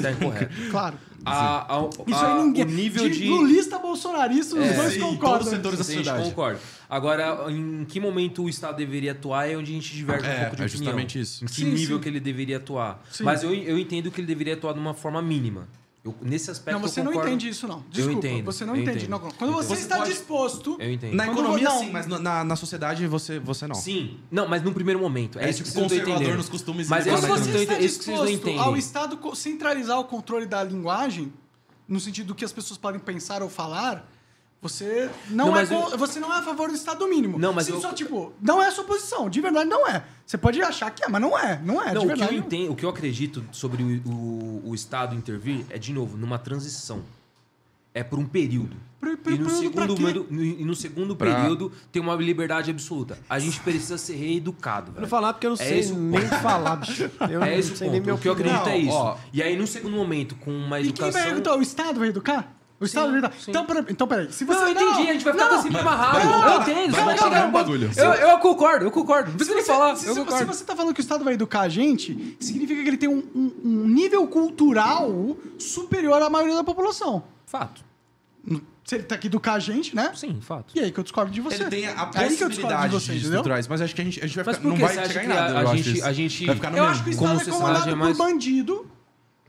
Speaker 2: Tá incorreta.
Speaker 3: Claro.
Speaker 2: A- a-
Speaker 3: Isso
Speaker 2: a-
Speaker 3: aí ninguém.
Speaker 2: Ah, O nível de.
Speaker 3: Lulista, bolsonarista, os
Speaker 2: É,
Speaker 3: dois
Speaker 4: sim,
Speaker 3: concordam.
Speaker 4: todos os
Speaker 2: Sim,
Speaker 4: setores da
Speaker 2: a gente
Speaker 4: sociedade.
Speaker 2: concorda. Agora, em que momento o Estado deveria atuar é onde a gente diverge um
Speaker 4: É,
Speaker 2: pouco de
Speaker 4: é
Speaker 2: opinião.
Speaker 4: justamente isso.
Speaker 2: Em que
Speaker 3: Sim,
Speaker 2: nível
Speaker 3: sim.
Speaker 2: que ele deveria atuar.
Speaker 3: Sim.
Speaker 2: Mas eu, eu entendo que ele deveria atuar de uma forma mínima. Eu- nesse aspecto
Speaker 3: Não, você
Speaker 2: eu
Speaker 3: não
Speaker 2: concordo.
Speaker 3: entende isso, não. Desculpa.
Speaker 2: entendo,
Speaker 3: Você não
Speaker 2: eu
Speaker 3: entende.
Speaker 2: entendo.
Speaker 3: Não, quando você
Speaker 4: Você
Speaker 3: está
Speaker 4: pode-
Speaker 3: disposto.
Speaker 2: Eu entendo.
Speaker 4: Na
Speaker 3: Quando um-
Speaker 4: economia,
Speaker 3: vo- não.
Speaker 4: sim, mas no- na, na sociedade você, você não.
Speaker 2: Sim. Não, mas no primeiro momento. É,
Speaker 4: É
Speaker 2: isso que vocês
Speaker 4: tipo
Speaker 2: não estão
Speaker 4: conservador
Speaker 2: entendendo.
Speaker 4: nos costumes e
Speaker 2: mas é
Speaker 4: na
Speaker 2: isso
Speaker 3: Quando
Speaker 2: que
Speaker 4: economia.
Speaker 2: vocês não entendem-
Speaker 3: você está
Speaker 2: é isso que vocês não
Speaker 3: disposto ao
Speaker 2: entendem.
Speaker 3: Estado co- centralizar o controle da linguagem, no sentido do que as pessoas podem pensar ou falar, você não,
Speaker 2: Não,
Speaker 3: é,
Speaker 2: mas
Speaker 3: co-
Speaker 2: eu-
Speaker 3: você não é a favor do Estado mínimo.
Speaker 2: Não, mas
Speaker 3: Se
Speaker 2: eu-
Speaker 3: só, tipo, não é a sua posição. De verdade, não é. Você pode achar que é, mas não é. Não é,
Speaker 2: Não, o que,
Speaker 3: de
Speaker 2: eu
Speaker 3: verdade. não-
Speaker 2: entendo, o que eu acredito sobre o, o- o Estado intervir é, de novo, numa transição. É por um período.
Speaker 3: Pro- pro-
Speaker 2: e, no
Speaker 3: período pra
Speaker 2: segundo,
Speaker 3: quê?
Speaker 2: mando- no- e no segundo
Speaker 4: Pra-
Speaker 2: período tem uma liberdade absoluta. A gente precisa ser reeducado,
Speaker 1: Eu
Speaker 2: velho.
Speaker 1: não falar porque eu não
Speaker 2: É
Speaker 1: sei
Speaker 2: esse o
Speaker 1: nem falar, bicho. Eu
Speaker 2: É
Speaker 1: não
Speaker 2: esse o
Speaker 1: sei nem
Speaker 2: ponto.
Speaker 1: meu
Speaker 2: O que eu acredito é isso.
Speaker 4: ó.
Speaker 2: E aí, no segundo momento, com uma
Speaker 3: E quem
Speaker 2: é educação...
Speaker 3: vai educar? O Estado vai educar? O Estado vai educar.
Speaker 2: sim.
Speaker 3: Então, pera- então, peraí. Se você
Speaker 2: Não, eu entendi, a gente vai ficar com esse mesmo rabo.
Speaker 3: Ah, Não, não,
Speaker 2: Eu
Speaker 3: não.
Speaker 2: entendo.
Speaker 3: Calma,
Speaker 2: mas
Speaker 3: calma,
Speaker 2: chega
Speaker 3: calma,
Speaker 2: um
Speaker 4: bagulho.
Speaker 2: ponto- Eu, eu concordo, eu concordo. Não
Speaker 3: Se
Speaker 2: precisa nem
Speaker 3: você-
Speaker 2: falar.
Speaker 3: Se,
Speaker 2: eu
Speaker 3: se- se
Speaker 2: concordo.
Speaker 3: você tá falando que o Estado vai educar a gente, significa que ele tem um, um- um nível cultural superior à maioria da população.
Speaker 2: Fato.
Speaker 3: Se ele tá aqui educar a gente, né?
Speaker 2: Sim, fato.
Speaker 3: E aí que eu discordo de você. é
Speaker 4: Ele tem a
Speaker 3: aí que eu discordo
Speaker 4: possibilidade
Speaker 3: de
Speaker 4: de
Speaker 3: você, entendeu?
Speaker 4: estruturais, mas acho que a gente, a gente vai
Speaker 2: Mas
Speaker 4: ficar,
Speaker 2: por
Speaker 4: não
Speaker 2: que
Speaker 4: vai
Speaker 2: você acha
Speaker 4: chegar em
Speaker 2: que a-
Speaker 4: nada.
Speaker 2: a
Speaker 4: eu acho
Speaker 2: gente-
Speaker 4: isso.
Speaker 2: a gente-
Speaker 4: Vai ficar no
Speaker 3: Eu
Speaker 4: mesmo.
Speaker 3: acho que o
Speaker 2: Como
Speaker 3: Estado é
Speaker 2: você
Speaker 3: comandado
Speaker 2: sabe, é
Speaker 3: por
Speaker 2: mais-
Speaker 3: bandido,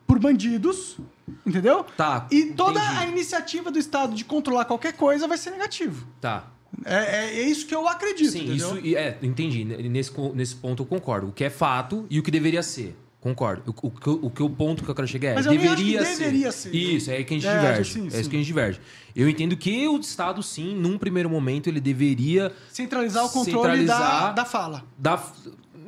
Speaker 3: por bandidos, entendeu?
Speaker 2: Tá,
Speaker 3: E toda
Speaker 2: entendi.
Speaker 3: a iniciativa do Estado de controlar qualquer coisa vai ser negativo.
Speaker 2: Tá.
Speaker 3: É, é- é isso que eu acredito,
Speaker 2: Sim,
Speaker 3: entendeu?
Speaker 2: isso. e- É, entendi. N- Nesse, co- nesse ponto eu concordo. O que é fato e o que deveria ser. Concordo. O, o, que eu- o que o ponto que eu quero chegar é.
Speaker 3: Mas eu nem acho que
Speaker 2: deveria, ser.
Speaker 3: deveria ser.
Speaker 2: Isso, é aí que a gente
Speaker 3: É,
Speaker 2: diverge.
Speaker 3: sim,
Speaker 2: É
Speaker 3: sim.
Speaker 2: isso que a gente diverge. Eu entendo que o Estado, sim, num primeiro momento, ele deveria
Speaker 3: Centralizar o controle Da,
Speaker 2: Centralizar-
Speaker 3: da fala.
Speaker 2: da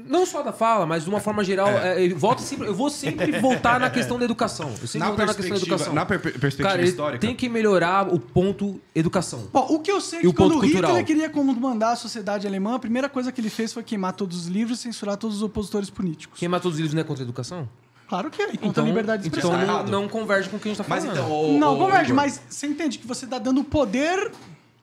Speaker 2: não só da fala, mas de uma forma geral, é, eu, volto sempre- eu vou sempre voltar na questão da educação. Eu sempre
Speaker 4: Na
Speaker 2: vou voltar na questão da
Speaker 4: perspectiva-
Speaker 2: educação.
Speaker 4: na per- perspectiva
Speaker 2: Cara, ele
Speaker 4: histórica.
Speaker 2: tem que melhorar o ponto educação.
Speaker 3: Bom, o que eu sei é
Speaker 2: E
Speaker 3: que
Speaker 2: o
Speaker 3: quando o
Speaker 2: ponto cultural?
Speaker 3: Hitler queria comandar a sociedade alemã, a primeira coisa que ele fez foi queimar todos os livros e censurar todos os opositores políticos.
Speaker 2: Queimar todos os livros não é contra a educação?
Speaker 3: Claro que é, e contra a liberdade de expressão.
Speaker 2: então não,
Speaker 4: errado.
Speaker 2: não converge com o que a gente tá falando.
Speaker 4: Mas então, ô,
Speaker 3: não,
Speaker 4: ô,
Speaker 3: converge,
Speaker 4: Igor,
Speaker 3: mas você entende que você tá dando poder.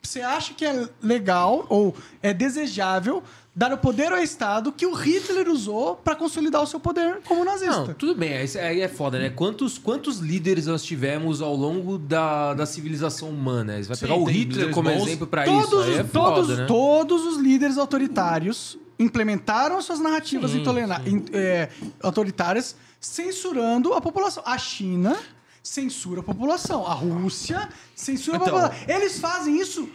Speaker 3: Você acha que é legal ou é desejável dar o poder ao Estado que o Hitler usou pra consolidar o seu poder como
Speaker 2: Não,
Speaker 3: nazista?
Speaker 2: tudo bem, aí cê- aí é foda, né? Quantos, quantos líderes nós tivemos ao longo da, da civilização humana? Você vai
Speaker 4: Sim,
Speaker 2: pegar o
Speaker 4: tem
Speaker 2: Hitler
Speaker 4: líderes
Speaker 2: como
Speaker 4: bons.
Speaker 2: exemplo pra isso,
Speaker 3: todos,
Speaker 2: aí
Speaker 3: os,
Speaker 2: é foda,
Speaker 3: todos,
Speaker 2: né?
Speaker 3: todos os líderes autoritários implementaram suas narrativas
Speaker 2: Sim,
Speaker 3: intolera- in- é, autoritárias censurando a população. A China censura a população. A Rússia censura
Speaker 4: Então-
Speaker 3: a população. Eles fazem isso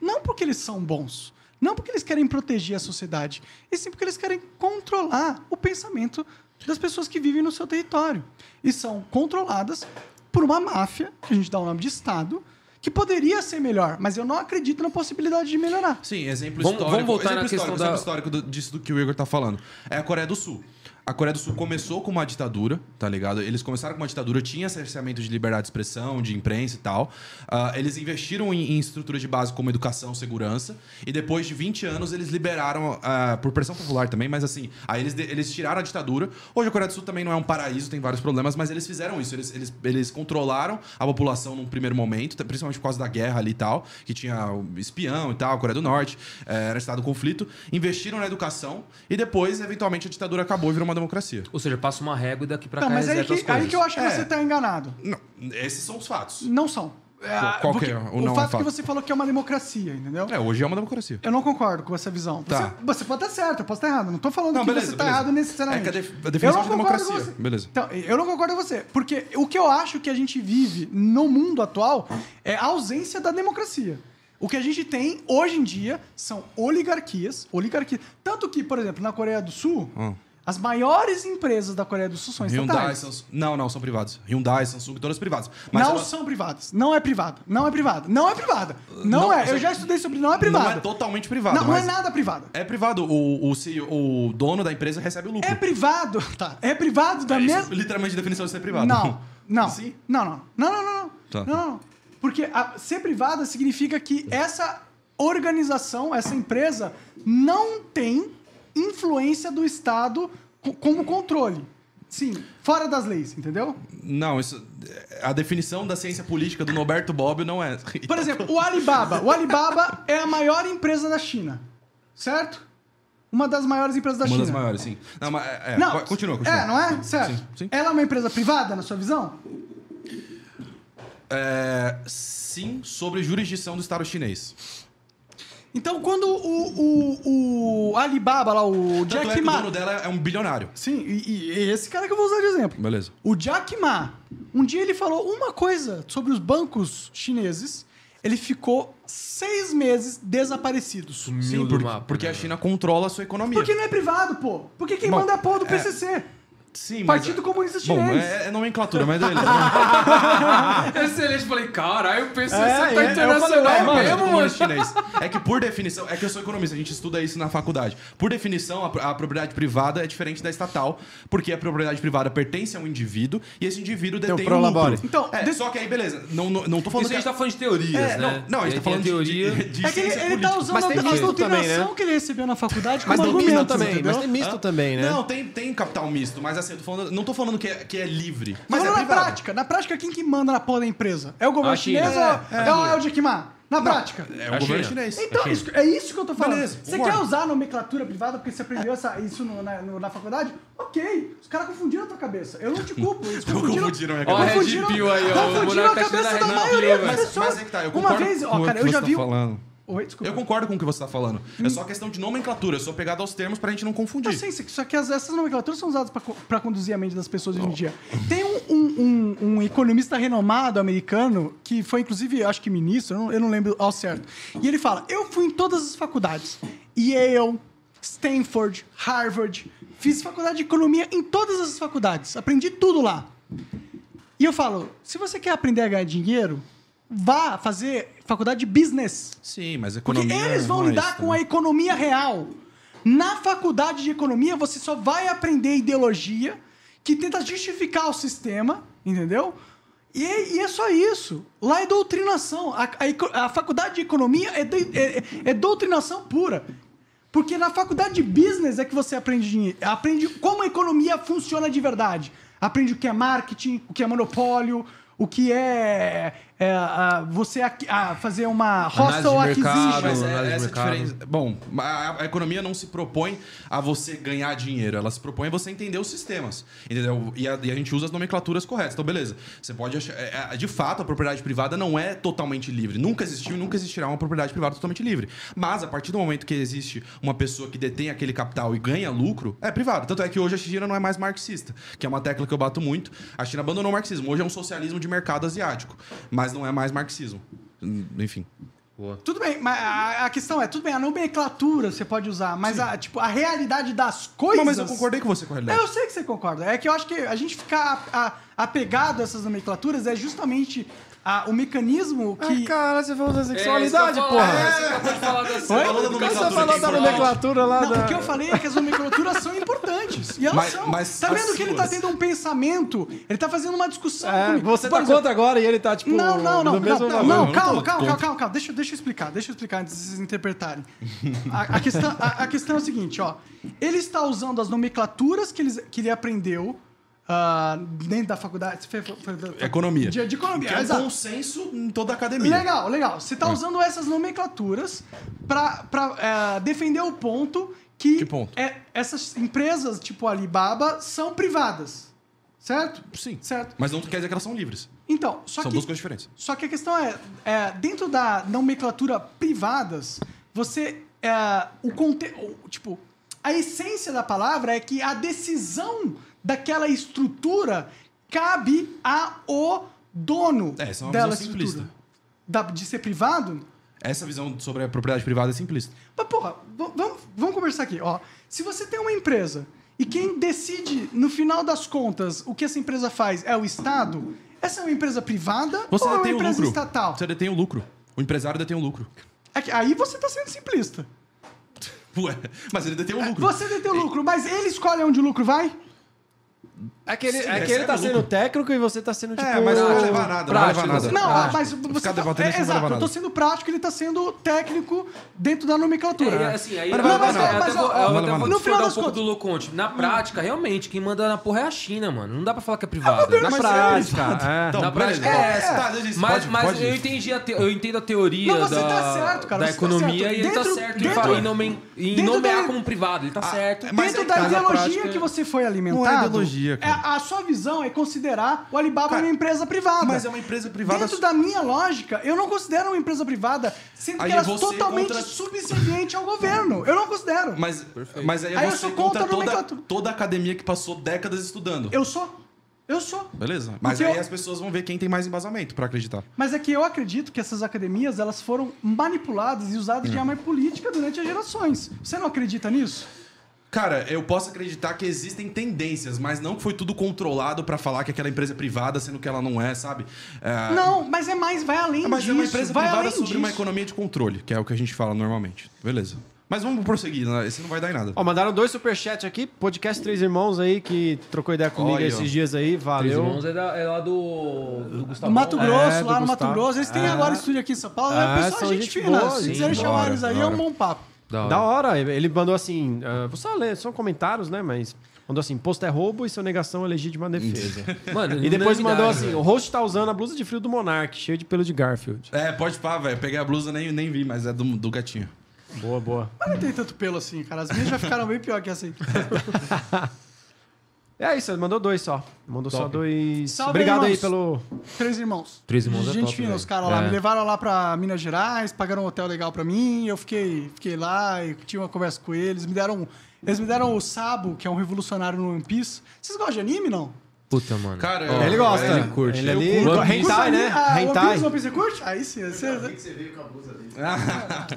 Speaker 3: não porque eles são bons. Não porque eles querem proteger a sociedade, e sim porque eles querem controlar o pensamento das pessoas que vivem no seu território. E são controladas por uma máfia, que a gente dá o nome de Estado, que poderia ser melhor, mas eu não acredito na possibilidade de melhorar.
Speaker 4: Sim, exemplo
Speaker 2: Vamos-
Speaker 4: histórico.
Speaker 2: vamos voltar
Speaker 4: exemplo
Speaker 2: na questão
Speaker 4: histórico,
Speaker 2: da-
Speaker 4: exemplo histórico do- disso do que o Igor tá falando. É a Coreia do Sul. A Coreia do Sul começou com uma ditadura, tá ligado? Eles começaram com uma ditadura, tinha cerceamento de liberdade de expressão, de imprensa e tal. Ah, eles investiram em, em estruturas de base como educação, segurança. E depois de 20 anos, eles liberaram, ah, por pressão popular também, mas assim, aí eles, de- eles tiraram a ditadura. Hoje a Coreia do Sul também não é um paraíso, tem vários problemas, mas eles fizeram isso. Eles, eles, eles controlaram a população num primeiro momento, t- principalmente por causa da guerra ali e tal, que tinha o espião e tal, Coreia do Norte, eh, era estado do conflito. Investiram na educação e depois, eventualmente, a ditadura acabou e virou uma democracia.
Speaker 2: Ou seja, passa uma régua e daqui pra
Speaker 3: Não,
Speaker 2: cá
Speaker 3: Tá, mas aí
Speaker 2: reseta
Speaker 3: que,
Speaker 2: as coisas.
Speaker 3: aí que eu acho que
Speaker 4: É.
Speaker 3: você está enganado.
Speaker 4: Não, esses são os fatos.
Speaker 3: Não são. É,
Speaker 4: qual
Speaker 3: porque
Speaker 4: que é o
Speaker 3: o
Speaker 4: não é
Speaker 3: fato que
Speaker 4: fato?
Speaker 3: você falou que é uma democracia, entendeu?
Speaker 4: É, hoje é uma democracia.
Speaker 3: Eu não concordo com essa visão.
Speaker 4: Tá.
Speaker 3: Você, você pode estar certo, eu posso estar errado. Não tô falando
Speaker 4: Não,
Speaker 3: que
Speaker 4: beleza,
Speaker 3: você está
Speaker 4: beleza.
Speaker 3: errado necessariamente.
Speaker 4: É que a def- a definição
Speaker 3: Eu não
Speaker 4: de
Speaker 3: concordo com
Speaker 4: democracia.
Speaker 3: você.
Speaker 4: Beleza.
Speaker 3: Então, eu não concordo com você. Porque o que eu acho que a gente vive no mundo atual é a ausência da democracia. O que a gente tem hoje em dia são oligarquias, oligarquias. Tanto que, por exemplo, na Coreia do Sul,
Speaker 4: Hum.
Speaker 3: As maiores empresas da Coreia do Sul são
Speaker 4: Hyundai,
Speaker 3: estatais.
Speaker 4: Samsung. Não, não, são privados. Hyundai, Samsung, todas privadas. Mas
Speaker 3: não
Speaker 4: elas-
Speaker 3: são privadas. Não é privada. Não é privada. Não é privada. Não,
Speaker 4: não,
Speaker 3: é. Eu
Speaker 4: você-
Speaker 3: já estudei sobre não é privada.
Speaker 4: Não é totalmente privado.
Speaker 3: Não, não
Speaker 4: mas
Speaker 3: é nada privada.
Speaker 4: É privado. O, o, CEO o dono da empresa recebe o lucro. [LAUGHS]
Speaker 3: É privado. Tá. É privado da
Speaker 4: É isso,
Speaker 3: mesma.
Speaker 4: literalmente a definição de ser privado. [LAUGHS]
Speaker 3: Não, não.
Speaker 4: Sim?
Speaker 3: Não, não. Não, não, não. não.
Speaker 4: Tá. É.
Speaker 3: Não, não. Porque a- ser privada significa que essa organização, essa empresa, não tem influência do Estado co- como controle. Sim, fora das leis, entendeu?
Speaker 4: Não, isso. é, A definição da ciência política do Norberto Bobbio não é.
Speaker 3: Por exemplo, o Alibaba. O Alibaba é a maior empresa da China, certo? Uma das maiores empresas
Speaker 4: [LAUGHS]
Speaker 3: da
Speaker 4: Uma
Speaker 3: China.
Speaker 4: das maiores, sim. Não, mas. É, é,
Speaker 3: Não,
Speaker 4: vai- continua, continua.
Speaker 3: É, não é? Certo.
Speaker 4: Sim, sim.
Speaker 3: Ela é uma empresa privada, na sua visão?
Speaker 4: É, sim, sobre jurisdição do Estado chinês.
Speaker 3: Então, quando o, o, o Alibaba lá, o
Speaker 4: Tanto é
Speaker 3: Jack
Speaker 4: que o
Speaker 3: Ma.
Speaker 4: dono dela é um bilionário.
Speaker 3: Sim, e, e esse cara que eu vou usar de exemplo.
Speaker 4: Beleza.
Speaker 3: O Jack Ma, um dia ele falou uma coisa sobre os bancos chineses. Ele ficou seis meses desaparecido.
Speaker 2: Sumiu do mapa.
Speaker 4: Porque
Speaker 2: né,
Speaker 4: a China controla a sua economia.
Speaker 3: Porque não é privado, pô. Porque quem
Speaker 4: Bom,
Speaker 3: manda é a porra do PCC.
Speaker 4: Sim,
Speaker 3: Partido Comunista
Speaker 4: Bom,
Speaker 3: Chinês.
Speaker 4: é, é nomenclatura,
Speaker 3: [LAUGHS]
Speaker 4: mas beleza.
Speaker 2: Excelente, falei, caralho, o PCC
Speaker 1: É,
Speaker 2: tá
Speaker 1: é, eu
Speaker 2: internacional
Speaker 1: falei, ué, mano,
Speaker 2: mesmo,
Speaker 4: Comunista
Speaker 2: mano.
Speaker 4: chinês. É que por definição, é que eu sou economista, a gente estuda isso na faculdade. Por definição, a, a propriedade privada é diferente da estatal, porque a propriedade privada pertence a um indivíduo e esse indivíduo
Speaker 1: o
Speaker 4: detém o
Speaker 1: prolabore.
Speaker 4: labore.
Speaker 3: Então,
Speaker 4: é,
Speaker 3: de-
Speaker 4: só que aí beleza, não não, não tô falando
Speaker 2: Isso a gente
Speaker 4: que
Speaker 2: tá falando de teorias,
Speaker 4: é,
Speaker 2: né?
Speaker 4: não, não, a gente tá falando de-
Speaker 2: teoria.
Speaker 4: de, de
Speaker 3: É que ele,
Speaker 4: ciência
Speaker 3: ele tá
Speaker 4: política.
Speaker 3: usando
Speaker 1: Mas
Speaker 3: a
Speaker 1: tem misto
Speaker 3: doutrinação
Speaker 1: também, né?
Speaker 3: que ele recebeu na faculdade
Speaker 1: Mas
Speaker 3: como
Speaker 1: tem misto
Speaker 3: argumento.
Speaker 1: também,
Speaker 3: entendeu?
Speaker 1: mas tem misto
Speaker 4: Hã?
Speaker 1: também, né?
Speaker 4: Não, tem, tem capital misto, mas assim, eu tô falando, não tô falando que é, que é livre.
Speaker 3: Mas
Speaker 4: Mas é
Speaker 3: falando na
Speaker 4: privado.
Speaker 3: prática, na prática, quem que manda na porra da empresa? É o governo
Speaker 2: A China.
Speaker 3: chinês ou é, o- é o Jack Ma? Na prática.
Speaker 4: É
Speaker 2: A
Speaker 4: o
Speaker 2: China.
Speaker 4: governo chinês.
Speaker 3: Então, isso- é isso que eu tô falando.
Speaker 4: Beleza,
Speaker 3: você
Speaker 4: concordo.
Speaker 3: quer usar a nomenclatura privada porque você aprendeu essa- isso no- na, no- na faculdade? Ok. Os caras confundiram a tua cabeça. Eu não te
Speaker 4: [LAUGHS]
Speaker 3: culpo. Eles confundiram,
Speaker 4: confundiram a minha
Speaker 2: Ó, a
Speaker 4: cabeça.
Speaker 2: Red
Speaker 3: confundiram-
Speaker 2: Pill aí, ó. o
Speaker 3: confundiram a
Speaker 2: moleque tá achando
Speaker 3: cabeça
Speaker 2: a
Speaker 3: da
Speaker 2: Red
Speaker 3: maioria
Speaker 2: Pill,
Speaker 3: das
Speaker 2: velho.
Speaker 4: Mas,
Speaker 3: pessoas.
Speaker 4: mas é que tá, eu
Speaker 3: Uma
Speaker 4: concordo
Speaker 3: vez,
Speaker 4: com
Speaker 3: ó,
Speaker 4: o
Speaker 3: cara,
Speaker 4: que
Speaker 3: eu
Speaker 4: você
Speaker 3: já
Speaker 4: tá
Speaker 3: vi... um-
Speaker 4: falando.
Speaker 3: Oi, desculpa.
Speaker 4: Eu concordo com o que você tá falando. É
Speaker 3: Hum.
Speaker 4: só questão de nomenclatura. Eu sou pegado aos termos pra gente não confundir.
Speaker 3: Eu sei, só que as- essas nomenclaturas são usadas pra co- pra conduzir a mente das pessoas hoje em dia. Tem um, um- um- um economista renomado americano, que foi inclusive, eu acho que ministro, eu não, eu não lembro ao certo. E ele fala: Eu fui em todas as faculdades. Yale, Stanford, Harvard. Fiz faculdade de economia em todas as faculdades. Aprendi tudo lá. E eu falo: Se você quer aprender a ganhar dinheiro, vá fazer faculdade de business.
Speaker 4: Sim, mas
Speaker 3: Porque
Speaker 4: economia. é
Speaker 3: eles vão lidar
Speaker 4: né?
Speaker 3: com a economia real. Na faculdade de economia, você só vai aprender ideologia que tenta justificar o sistema, entendeu? E, é- e é só isso. Lá é doutrinação. A, a eco- a faculdade de economia é, doi- é- é- é doutrinação pura. Porque na faculdade de business é que você aprende dinhe- aprende como a economia funciona de verdade. Aprende o que é marketing, o que é monopólio, o que é, é, a- você aqui- a fazer uma
Speaker 2: Análise
Speaker 3: hostel
Speaker 2: de mercado,
Speaker 3: acquisition.
Speaker 4: Mas é-
Speaker 2: análise de
Speaker 4: essa
Speaker 2: mercado.
Speaker 4: diferença. Bom, a, a economia não se propõe a você ganhar dinheiro, ela se propõe a você entender os sistemas. Entendeu? E a, e a gente usa as nomenclaturas corretas. Então, beleza. Você pode achar. é, é, de fato, a propriedade privada não é totalmente livre. Nunca existiu e nunca existirá uma propriedade privada totalmente livre. Mas a partir do momento que existe uma pessoa que detém aquele capital e ganha lucro, é privado. Tanto é que hoje a China não é mais marxista, que é uma tecla que eu bato muito. A China abandonou o marxismo. Hoje é um socialismo de mercado asiático. Mas não é mais marxismo. Hum, Enfim.
Speaker 3: Tudo bem, mas a, a questão é, tudo bem, a nomenclatura você pode usar, mas a, tipo, a realidade das coisas.
Speaker 4: Não, mas eu concordei com você com a
Speaker 3: É,
Speaker 4: realidade.
Speaker 3: eu sei que você concorda. É que eu acho que a gente ficar a- a- apegado a essas nomenclaturas é justamente a- o mecanismo que.
Speaker 1: Ah, cara, você falou da
Speaker 2: É, isso que eu ia falar, Você acabou de falar da sua
Speaker 4: Oi? Você
Speaker 1: Mas
Speaker 2: educação
Speaker 1: Você falou da
Speaker 2: sexual.
Speaker 1: nomenclatura lá
Speaker 3: Não,
Speaker 1: da...
Speaker 3: o que eu falei é que as nomenclaturas são importantes. E elas
Speaker 4: Mas-
Speaker 3: são.
Speaker 4: mas
Speaker 3: tá
Speaker 4: as
Speaker 3: vendo que ele tá
Speaker 4: suas.
Speaker 3: tendo um pensamento, ele tá fazendo uma discussão.
Speaker 1: É,
Speaker 3: comigo.
Speaker 1: você
Speaker 3: Por
Speaker 1: tá
Speaker 3: exemplo,
Speaker 1: contra agora e ele tá, tipo,
Speaker 3: Não, não, não.
Speaker 1: no mesmo
Speaker 3: não,
Speaker 1: bagulho.
Speaker 3: não,
Speaker 4: eu não
Speaker 3: calma,
Speaker 4: tô
Speaker 3: calma,
Speaker 4: contra.
Speaker 3: calma, calma, calma. Deixa, eu- deixa eu explicar, deixa eu explicar antes de vocês interpretarem. A, a questão, a, a questão é a seguinte, ó. Ele está usando as nomenclaturas que ele, que ele aprendeu ah, dentro da faculdade. Foi, foi- foi da-
Speaker 4: Economia.
Speaker 3: De, de economia,
Speaker 4: Que é Ah.
Speaker 3: exato.
Speaker 4: consenso em toda a academia.
Speaker 3: Legal, legal. Você está usando essas nomenclaturas para defender o ponto que,
Speaker 4: Que ponto?
Speaker 3: é- essas empresas, tipo Alibaba, são privadas. Certo?
Speaker 4: Sim.
Speaker 3: Certo.
Speaker 4: Mas não quer dizer que elas são livres.
Speaker 3: Então, só
Speaker 4: são
Speaker 3: que
Speaker 4: duas coisas diferentes.
Speaker 3: Só que a questão é, é, dentro da nomenclatura privadas, você é, o conte, o- tipo, a essência da palavra é que a decisão daquela estrutura cabe ao dono
Speaker 4: É, essa é uma
Speaker 3: dela
Speaker 4: visão
Speaker 3: estrutura.
Speaker 4: simplista.
Speaker 3: Da- de ser privado?
Speaker 4: Essa visão sobre a propriedade privada é simplista.
Speaker 3: Mas, porra, v- vamos, vamos conversar aqui, ó. Se você tem uma empresa E quem decide, no final das contas, o que essa empresa faz é o Estado? Essa é uma empresa privada
Speaker 4: Você
Speaker 3: ou é uma
Speaker 4: detém o
Speaker 3: empresa
Speaker 4: lucro.
Speaker 3: estatal?
Speaker 4: Você detém o lucro. O empresário detém o lucro. [LAUGHS]
Speaker 3: É que Aí você
Speaker 4: tá
Speaker 3: está sendo simplista.
Speaker 4: Ué, mas ele detém o lucro.
Speaker 3: Você detém o lucro, mas ele escolhe onde o lucro vai?
Speaker 1: É que ele, é que
Speaker 4: recebe
Speaker 1: ele tá
Speaker 4: o
Speaker 1: sendo
Speaker 4: lucro.
Speaker 1: técnico e você tá sendo, tipo...
Speaker 4: É, mas não vai levar nada, não vai levar
Speaker 1: prático.
Speaker 4: nada.
Speaker 3: Não,
Speaker 4: Ah,
Speaker 3: mas
Speaker 4: ficar
Speaker 3: você tá,
Speaker 4: debatendo isso não vai
Speaker 3: é, exato,
Speaker 4: levar
Speaker 3: eu tô
Speaker 4: nada.
Speaker 3: sendo prático, ele tá sendo técnico dentro da nomenclatura.
Speaker 2: É, assim, aí
Speaker 3: Mas
Speaker 2: eu-
Speaker 3: não, mas-
Speaker 2: eu até
Speaker 3: mas,
Speaker 2: vou-
Speaker 3: ó,
Speaker 2: eu
Speaker 3: no
Speaker 2: até vou
Speaker 3: final
Speaker 2: discordar
Speaker 3: das
Speaker 2: um pouco
Speaker 3: contas- Hum.
Speaker 2: do Loconte. Na prática, realmente, quem manda na porra é a China, mano. Não dá pra falar que é
Speaker 3: Ah,
Speaker 2: privada.
Speaker 1: Na
Speaker 4: Mas
Speaker 1: prática, é.
Speaker 4: Então,
Speaker 2: na
Speaker 4: beleza.
Speaker 2: prática é essa.
Speaker 4: Tá, eu disse,
Speaker 2: mas
Speaker 4: pode-
Speaker 2: mas
Speaker 4: pode
Speaker 2: eu,
Speaker 4: ir.
Speaker 2: entendi a te- eu entendo a teoria
Speaker 3: Não, você
Speaker 2: da,
Speaker 3: tá certo,
Speaker 2: da
Speaker 3: cara, você tá
Speaker 2: economia
Speaker 3: certo.
Speaker 2: e ele
Speaker 3: Dentro-
Speaker 2: tá certo
Speaker 3: dentro-
Speaker 2: em, falar- em nomen- em
Speaker 3: dentro Ah,
Speaker 2: nomear
Speaker 3: da-
Speaker 2: como privado. Ele tá certo.
Speaker 4: mas
Speaker 3: Dentro
Speaker 4: é que
Speaker 3: da
Speaker 4: tá na
Speaker 3: ideologia
Speaker 4: prática-
Speaker 3: que você foi alimentado.
Speaker 4: Não é ideologia, cara.
Speaker 3: é- a sua visão é considerar o Alibaba
Speaker 4: Cara,
Speaker 3: uma empresa privada.
Speaker 4: mas é uma empresa privada
Speaker 3: Dentro
Speaker 4: su-
Speaker 3: da minha lógica, eu não considero uma empresa privada, sendo
Speaker 4: Aí
Speaker 3: que ela é
Speaker 4: você
Speaker 3: totalmente
Speaker 4: contra-
Speaker 3: subserviente ao governo. Eu não considero.
Speaker 4: Mas, mas aí,
Speaker 3: Aí eu
Speaker 4: você
Speaker 3: sou
Speaker 4: conta
Speaker 3: contra a
Speaker 4: toda,
Speaker 3: nomenclatura.
Speaker 4: toda a academia que passou décadas estudando.
Speaker 3: Eu sou. Eu sou.
Speaker 4: Beleza. Mas
Speaker 3: Porque
Speaker 4: aí
Speaker 3: eu-
Speaker 4: as pessoas vão ver quem tem mais embasamento pra acreditar.
Speaker 3: Mas é que eu acredito que essas academias elas foram manipuladas e usadas
Speaker 4: Hum.
Speaker 3: de arma política durante as gerações. Você não acredita nisso?
Speaker 4: Cara, eu posso acreditar que existem tendências, mas não que foi tudo controlado pra falar que aquela empresa é privada, sendo que ela não é, sabe? É,
Speaker 3: Não, mas é mais, vai além
Speaker 4: Mas
Speaker 3: disso.
Speaker 4: é uma empresa
Speaker 3: vai
Speaker 4: privada
Speaker 3: além
Speaker 4: sobre
Speaker 3: disso.
Speaker 4: uma economia de controle, que é o que a gente fala normalmente. Beleza. Mas vamos prosseguir, né? esse não vai dar em nada.
Speaker 1: Ó, mandaram dois superchats aqui. Podcast Três Irmãos aí, que trocou ideia comigo
Speaker 4: Olha, ó.
Speaker 1: esses dias aí.
Speaker 2: Três
Speaker 1: Valeu.
Speaker 2: irmãos é, da- é lá do, do
Speaker 3: um. Tá Do
Speaker 2: Gustavo.
Speaker 3: Mato
Speaker 2: É,
Speaker 3: Grosso,
Speaker 1: do
Speaker 3: lá no Mato
Speaker 1: Gustavo.
Speaker 3: Grosso. Eles
Speaker 4: Ah.
Speaker 3: têm
Speaker 1: É.
Speaker 3: agora estúdio aqui em São Paulo.
Speaker 1: É,
Speaker 3: É, pessoal,
Speaker 1: são
Speaker 3: gente,
Speaker 1: gente
Speaker 3: fina.
Speaker 1: boa,
Speaker 3: Se
Speaker 1: sim.
Speaker 3: quiserem
Speaker 4: Da
Speaker 3: chamar
Speaker 4: hora,
Speaker 3: eles aí,
Speaker 4: da
Speaker 3: é
Speaker 4: hora.
Speaker 3: um bom papo.
Speaker 2: Da hora.
Speaker 1: Da hora. Ele mandou assim... ah, vou só ler, são comentários, né? Mas mandou assim, posto é roubo e sua negação é legítima defesa.
Speaker 2: Mano,
Speaker 1: e depois
Speaker 2: unanimidade,
Speaker 1: mandou assim,
Speaker 2: velho.
Speaker 1: o host tá usando a blusa de frio do Monark, cheio de pelo de Garfield.
Speaker 4: É, pode pá, velho. Peguei a blusa nem nem vi, mas é do, do gatinho.
Speaker 1: Boa, boa.
Speaker 3: Mas não tem tanto pelo assim, cara. As minhas já ficaram bem pior que essa aí.
Speaker 1: É isso, ele mandou dois só. Mandou só
Speaker 2: Top.
Speaker 1: dois.
Speaker 3: Salve,
Speaker 1: Obrigado aí
Speaker 3: irmãos.
Speaker 1: pelo.
Speaker 3: Três irmãos.
Speaker 2: Três irmãos é
Speaker 3: Gente
Speaker 2: top,
Speaker 3: fina,
Speaker 2: velho.
Speaker 3: os caras lá.
Speaker 2: É.
Speaker 3: Me levaram lá pra Minas Gerais, pagaram um hotel legal pra mim. Eu fiquei, fiquei lá e tive uma conversa com eles. Me deram, eles me deram o Sabo, que é um revolucionário no One Piece. Vocês gostam de anime, não?
Speaker 2: Puta, mano.
Speaker 4: Cara,
Speaker 2: Ó,
Speaker 1: É, Ele gosta.
Speaker 2: Ele curte.
Speaker 1: Ele
Speaker 2: Eu
Speaker 1: ali.
Speaker 2: curto. é
Speaker 1: Hentai,
Speaker 3: Curte anime?
Speaker 1: né?
Speaker 3: Ah, One
Speaker 1: Hentai.
Speaker 3: Piece, One Piece, você curte? Aí sim. Você...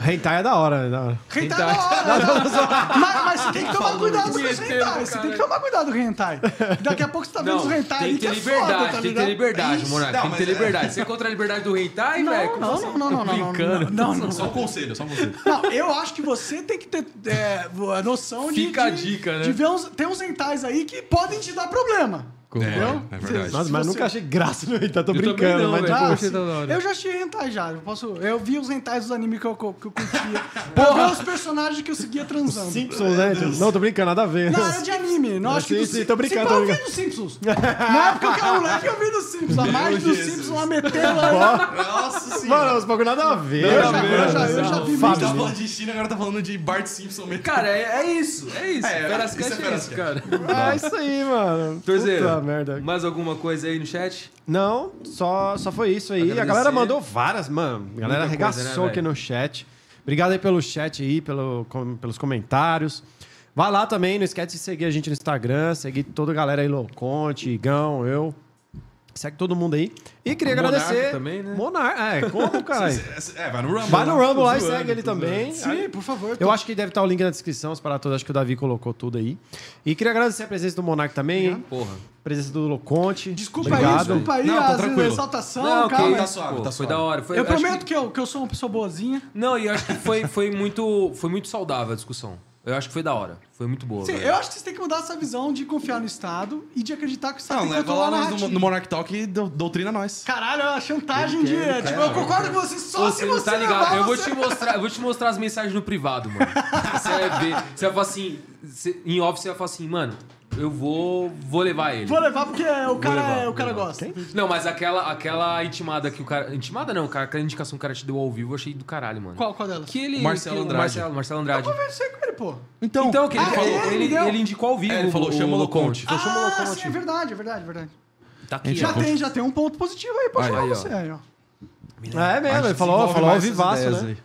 Speaker 1: Hentai é da hora, é da hora.
Speaker 3: Hentai é da hora. mas, mas você tem que tomar cuidado com os hentai. Você tem que tomar cuidado com o hentai. Daqui a pouco você tá vendo os
Speaker 2: Não,
Speaker 3: hentai
Speaker 2: tem
Speaker 3: ali
Speaker 2: que ter
Speaker 3: é
Speaker 2: liberdade,
Speaker 3: foda, tá
Speaker 2: tem que ter
Speaker 3: ligado?
Speaker 2: liberdade, Monarca.
Speaker 4: Não,
Speaker 2: Tem que ter
Speaker 4: mas é-
Speaker 2: liberdade. Você é contra a liberdade do hentai, velho?
Speaker 3: Não,
Speaker 2: Como
Speaker 3: não,
Speaker 2: assim?
Speaker 3: não, não, não, não, não, não, não, não,
Speaker 4: Só um conselho, só um conselho.
Speaker 3: Não, eu acho que você tem que ter é, a noção de.
Speaker 2: Fica a
Speaker 3: de-
Speaker 2: dica, né?
Speaker 3: De ver uns, tem uns hentais aí que podem te dar problema. Entendeu?
Speaker 4: É, é verdade.
Speaker 1: Nossa, mas
Speaker 3: você-
Speaker 1: nunca achei graça no Hentai, tô
Speaker 2: também
Speaker 1: brincando,
Speaker 2: não,
Speaker 1: mas
Speaker 2: velho.
Speaker 1: tipo.
Speaker 3: Ah,
Speaker 2: achei da hora.
Speaker 3: eu já assisti hentai já. Eu, posso, eu vi os hentais dos animes que eu, co- que eu curtia. Porra! os personagens que eu seguia
Speaker 2: Ah,
Speaker 3: transando.
Speaker 1: Simpsons, né? Tipo, Não, tô brincando, nada a ver.
Speaker 3: Na área de anime, não
Speaker 1: Eu
Speaker 3: acho que.
Speaker 1: sei,
Speaker 3: do
Speaker 1: sei,
Speaker 3: Sim-
Speaker 1: tô brincando,
Speaker 3: Sim, pá,
Speaker 1: tô
Speaker 3: eu vi
Speaker 1: brincando.
Speaker 3: dos Simpsons. Na época que eu era moleque, eu vi dos Simpsons. A mais dos Simpsons lá metendo. lá.
Speaker 4: Nossa senhora.
Speaker 1: Mano, os bagulho nada a ver.
Speaker 3: Eu
Speaker 1: mano.
Speaker 3: já, eu já, eu já vi
Speaker 4: Mano,
Speaker 3: muito.
Speaker 4: tá falando de China, agora tá falando de Bart Simpson mesmo.
Speaker 2: Cara, é, é isso. É isso.
Speaker 4: É,
Speaker 2: Perascast
Speaker 4: isso é
Speaker 2: é isso,
Speaker 4: Perascast.
Speaker 2: cara.
Speaker 1: É isso aí, mano. Puta
Speaker 2: Torzeiro,
Speaker 1: merda.
Speaker 2: mais alguma coisa aí no chat?
Speaker 1: Não, só, só foi isso aí. A
Speaker 2: Agradecer.
Speaker 1: galera mandou várias, mano. A galera
Speaker 2: Muita coisa,
Speaker 1: arregaçou
Speaker 2: né,
Speaker 1: aqui
Speaker 2: velho?
Speaker 1: no chat. Obrigado aí pelo chat aí, pelo, com- pelos comentários. Vai lá também, não esquece de seguir a gente no Instagram, seguir toda a galera aí, Loconte, Igão, eu. Segue todo mundo aí. E queria
Speaker 2: O Monarca
Speaker 1: agradecer.
Speaker 2: também, né?
Speaker 1: Monar, é, como,
Speaker 2: [LAUGHS]
Speaker 1: caralho?
Speaker 4: É, vai no Rumble.
Speaker 1: Vai no Rumble lá e
Speaker 4: Zoando,
Speaker 1: segue ele
Speaker 4: tô zoando.
Speaker 1: também.
Speaker 3: Sim, por favor.
Speaker 1: Eu acho que deve estar o link na descrição, os para todos. Acho que o Davi colocou tudo aí. E queria agradecer a presença do Monark também, hein?
Speaker 2: Porra.
Speaker 1: presença do Loconte.
Speaker 3: Desculpa aí,
Speaker 1: Obrigado.
Speaker 3: desculpa aí
Speaker 4: Não, tá
Speaker 3: as
Speaker 4: tranquilo.
Speaker 3: exaltação,
Speaker 2: Não,
Speaker 3: Então, calma.
Speaker 2: ok,
Speaker 4: tá suave,
Speaker 2: Pô,
Speaker 4: tá
Speaker 2: Foi
Speaker 4: suave.
Speaker 2: da hora. Foi,
Speaker 3: eu
Speaker 2: acho
Speaker 3: prometo que... eu, que eu sou uma pessoa boazinha.
Speaker 2: Não, e eu acho que foi, foi, muito, foi muito saudável a discussão. Eu acho que foi da hora. Foi muito boa.
Speaker 3: Sim,
Speaker 2: velho.
Speaker 3: eu acho que vocês têm que mudar essa visão de confiar no Estado e de acreditar que o Estado
Speaker 4: Não,
Speaker 3: tem que
Speaker 4: leva
Speaker 3: controlar
Speaker 4: lá
Speaker 3: a
Speaker 2: é
Speaker 4: nós no,
Speaker 3: narrativa.
Speaker 4: no Monarch Talk e do- doutrina nós.
Speaker 3: Caralho, é uma chantagem de... tipo, eu concordo com você só
Speaker 2: Você
Speaker 3: se
Speaker 2: não
Speaker 3: você
Speaker 2: tá ligado.
Speaker 3: levar
Speaker 2: Eu vou,
Speaker 3: você-
Speaker 2: te mostrar, eu vou te mostrar as mensagens no privado, mano. Você vai ver. Você vai falar assim. você- em off, você vai falar assim, mano, eu vou, vou levar ele.
Speaker 3: Vou levar porque o cara, é,
Speaker 2: levar,
Speaker 3: o
Speaker 2: vou
Speaker 3: cara
Speaker 2: levar.
Speaker 3: gosta.
Speaker 2: Não, mas aquela, aquela intimada que o cara. Intimada não, cara, aquela indicação que o cara te deu ao vivo, eu achei do caralho, mano.
Speaker 3: Qual, qual delas?
Speaker 2: Que ele.
Speaker 4: Marcelo
Speaker 2: que-
Speaker 4: Andrade.
Speaker 2: Marcelo, Marcelo Andrade.
Speaker 3: Eu conversei com ele, pô.
Speaker 4: Então,
Speaker 2: Então, que ele,
Speaker 3: Ah,
Speaker 2: falou,
Speaker 3: ele
Speaker 2: ele,
Speaker 3: deu.
Speaker 2: ele indicou ao vivo.
Speaker 4: É, ele falou, chama o Loconte.
Speaker 2: Falou, chama o
Speaker 3: Ah,
Speaker 2: Loconte.
Speaker 3: sim, é verdade, é verdade, é verdade.
Speaker 2: Tá aqui,
Speaker 3: Já
Speaker 2: ó.
Speaker 3: tem, já tem um ponto positivo aí pra
Speaker 2: Aí,
Speaker 3: chamar
Speaker 2: ó.
Speaker 3: você aí, ó.
Speaker 1: É mesmo, ele falou,
Speaker 4: Desenvolve
Speaker 1: falou ao
Speaker 5: né?
Speaker 4: mais essas
Speaker 1: vivaço,
Speaker 4: ideias
Speaker 1: né?
Speaker 4: aí.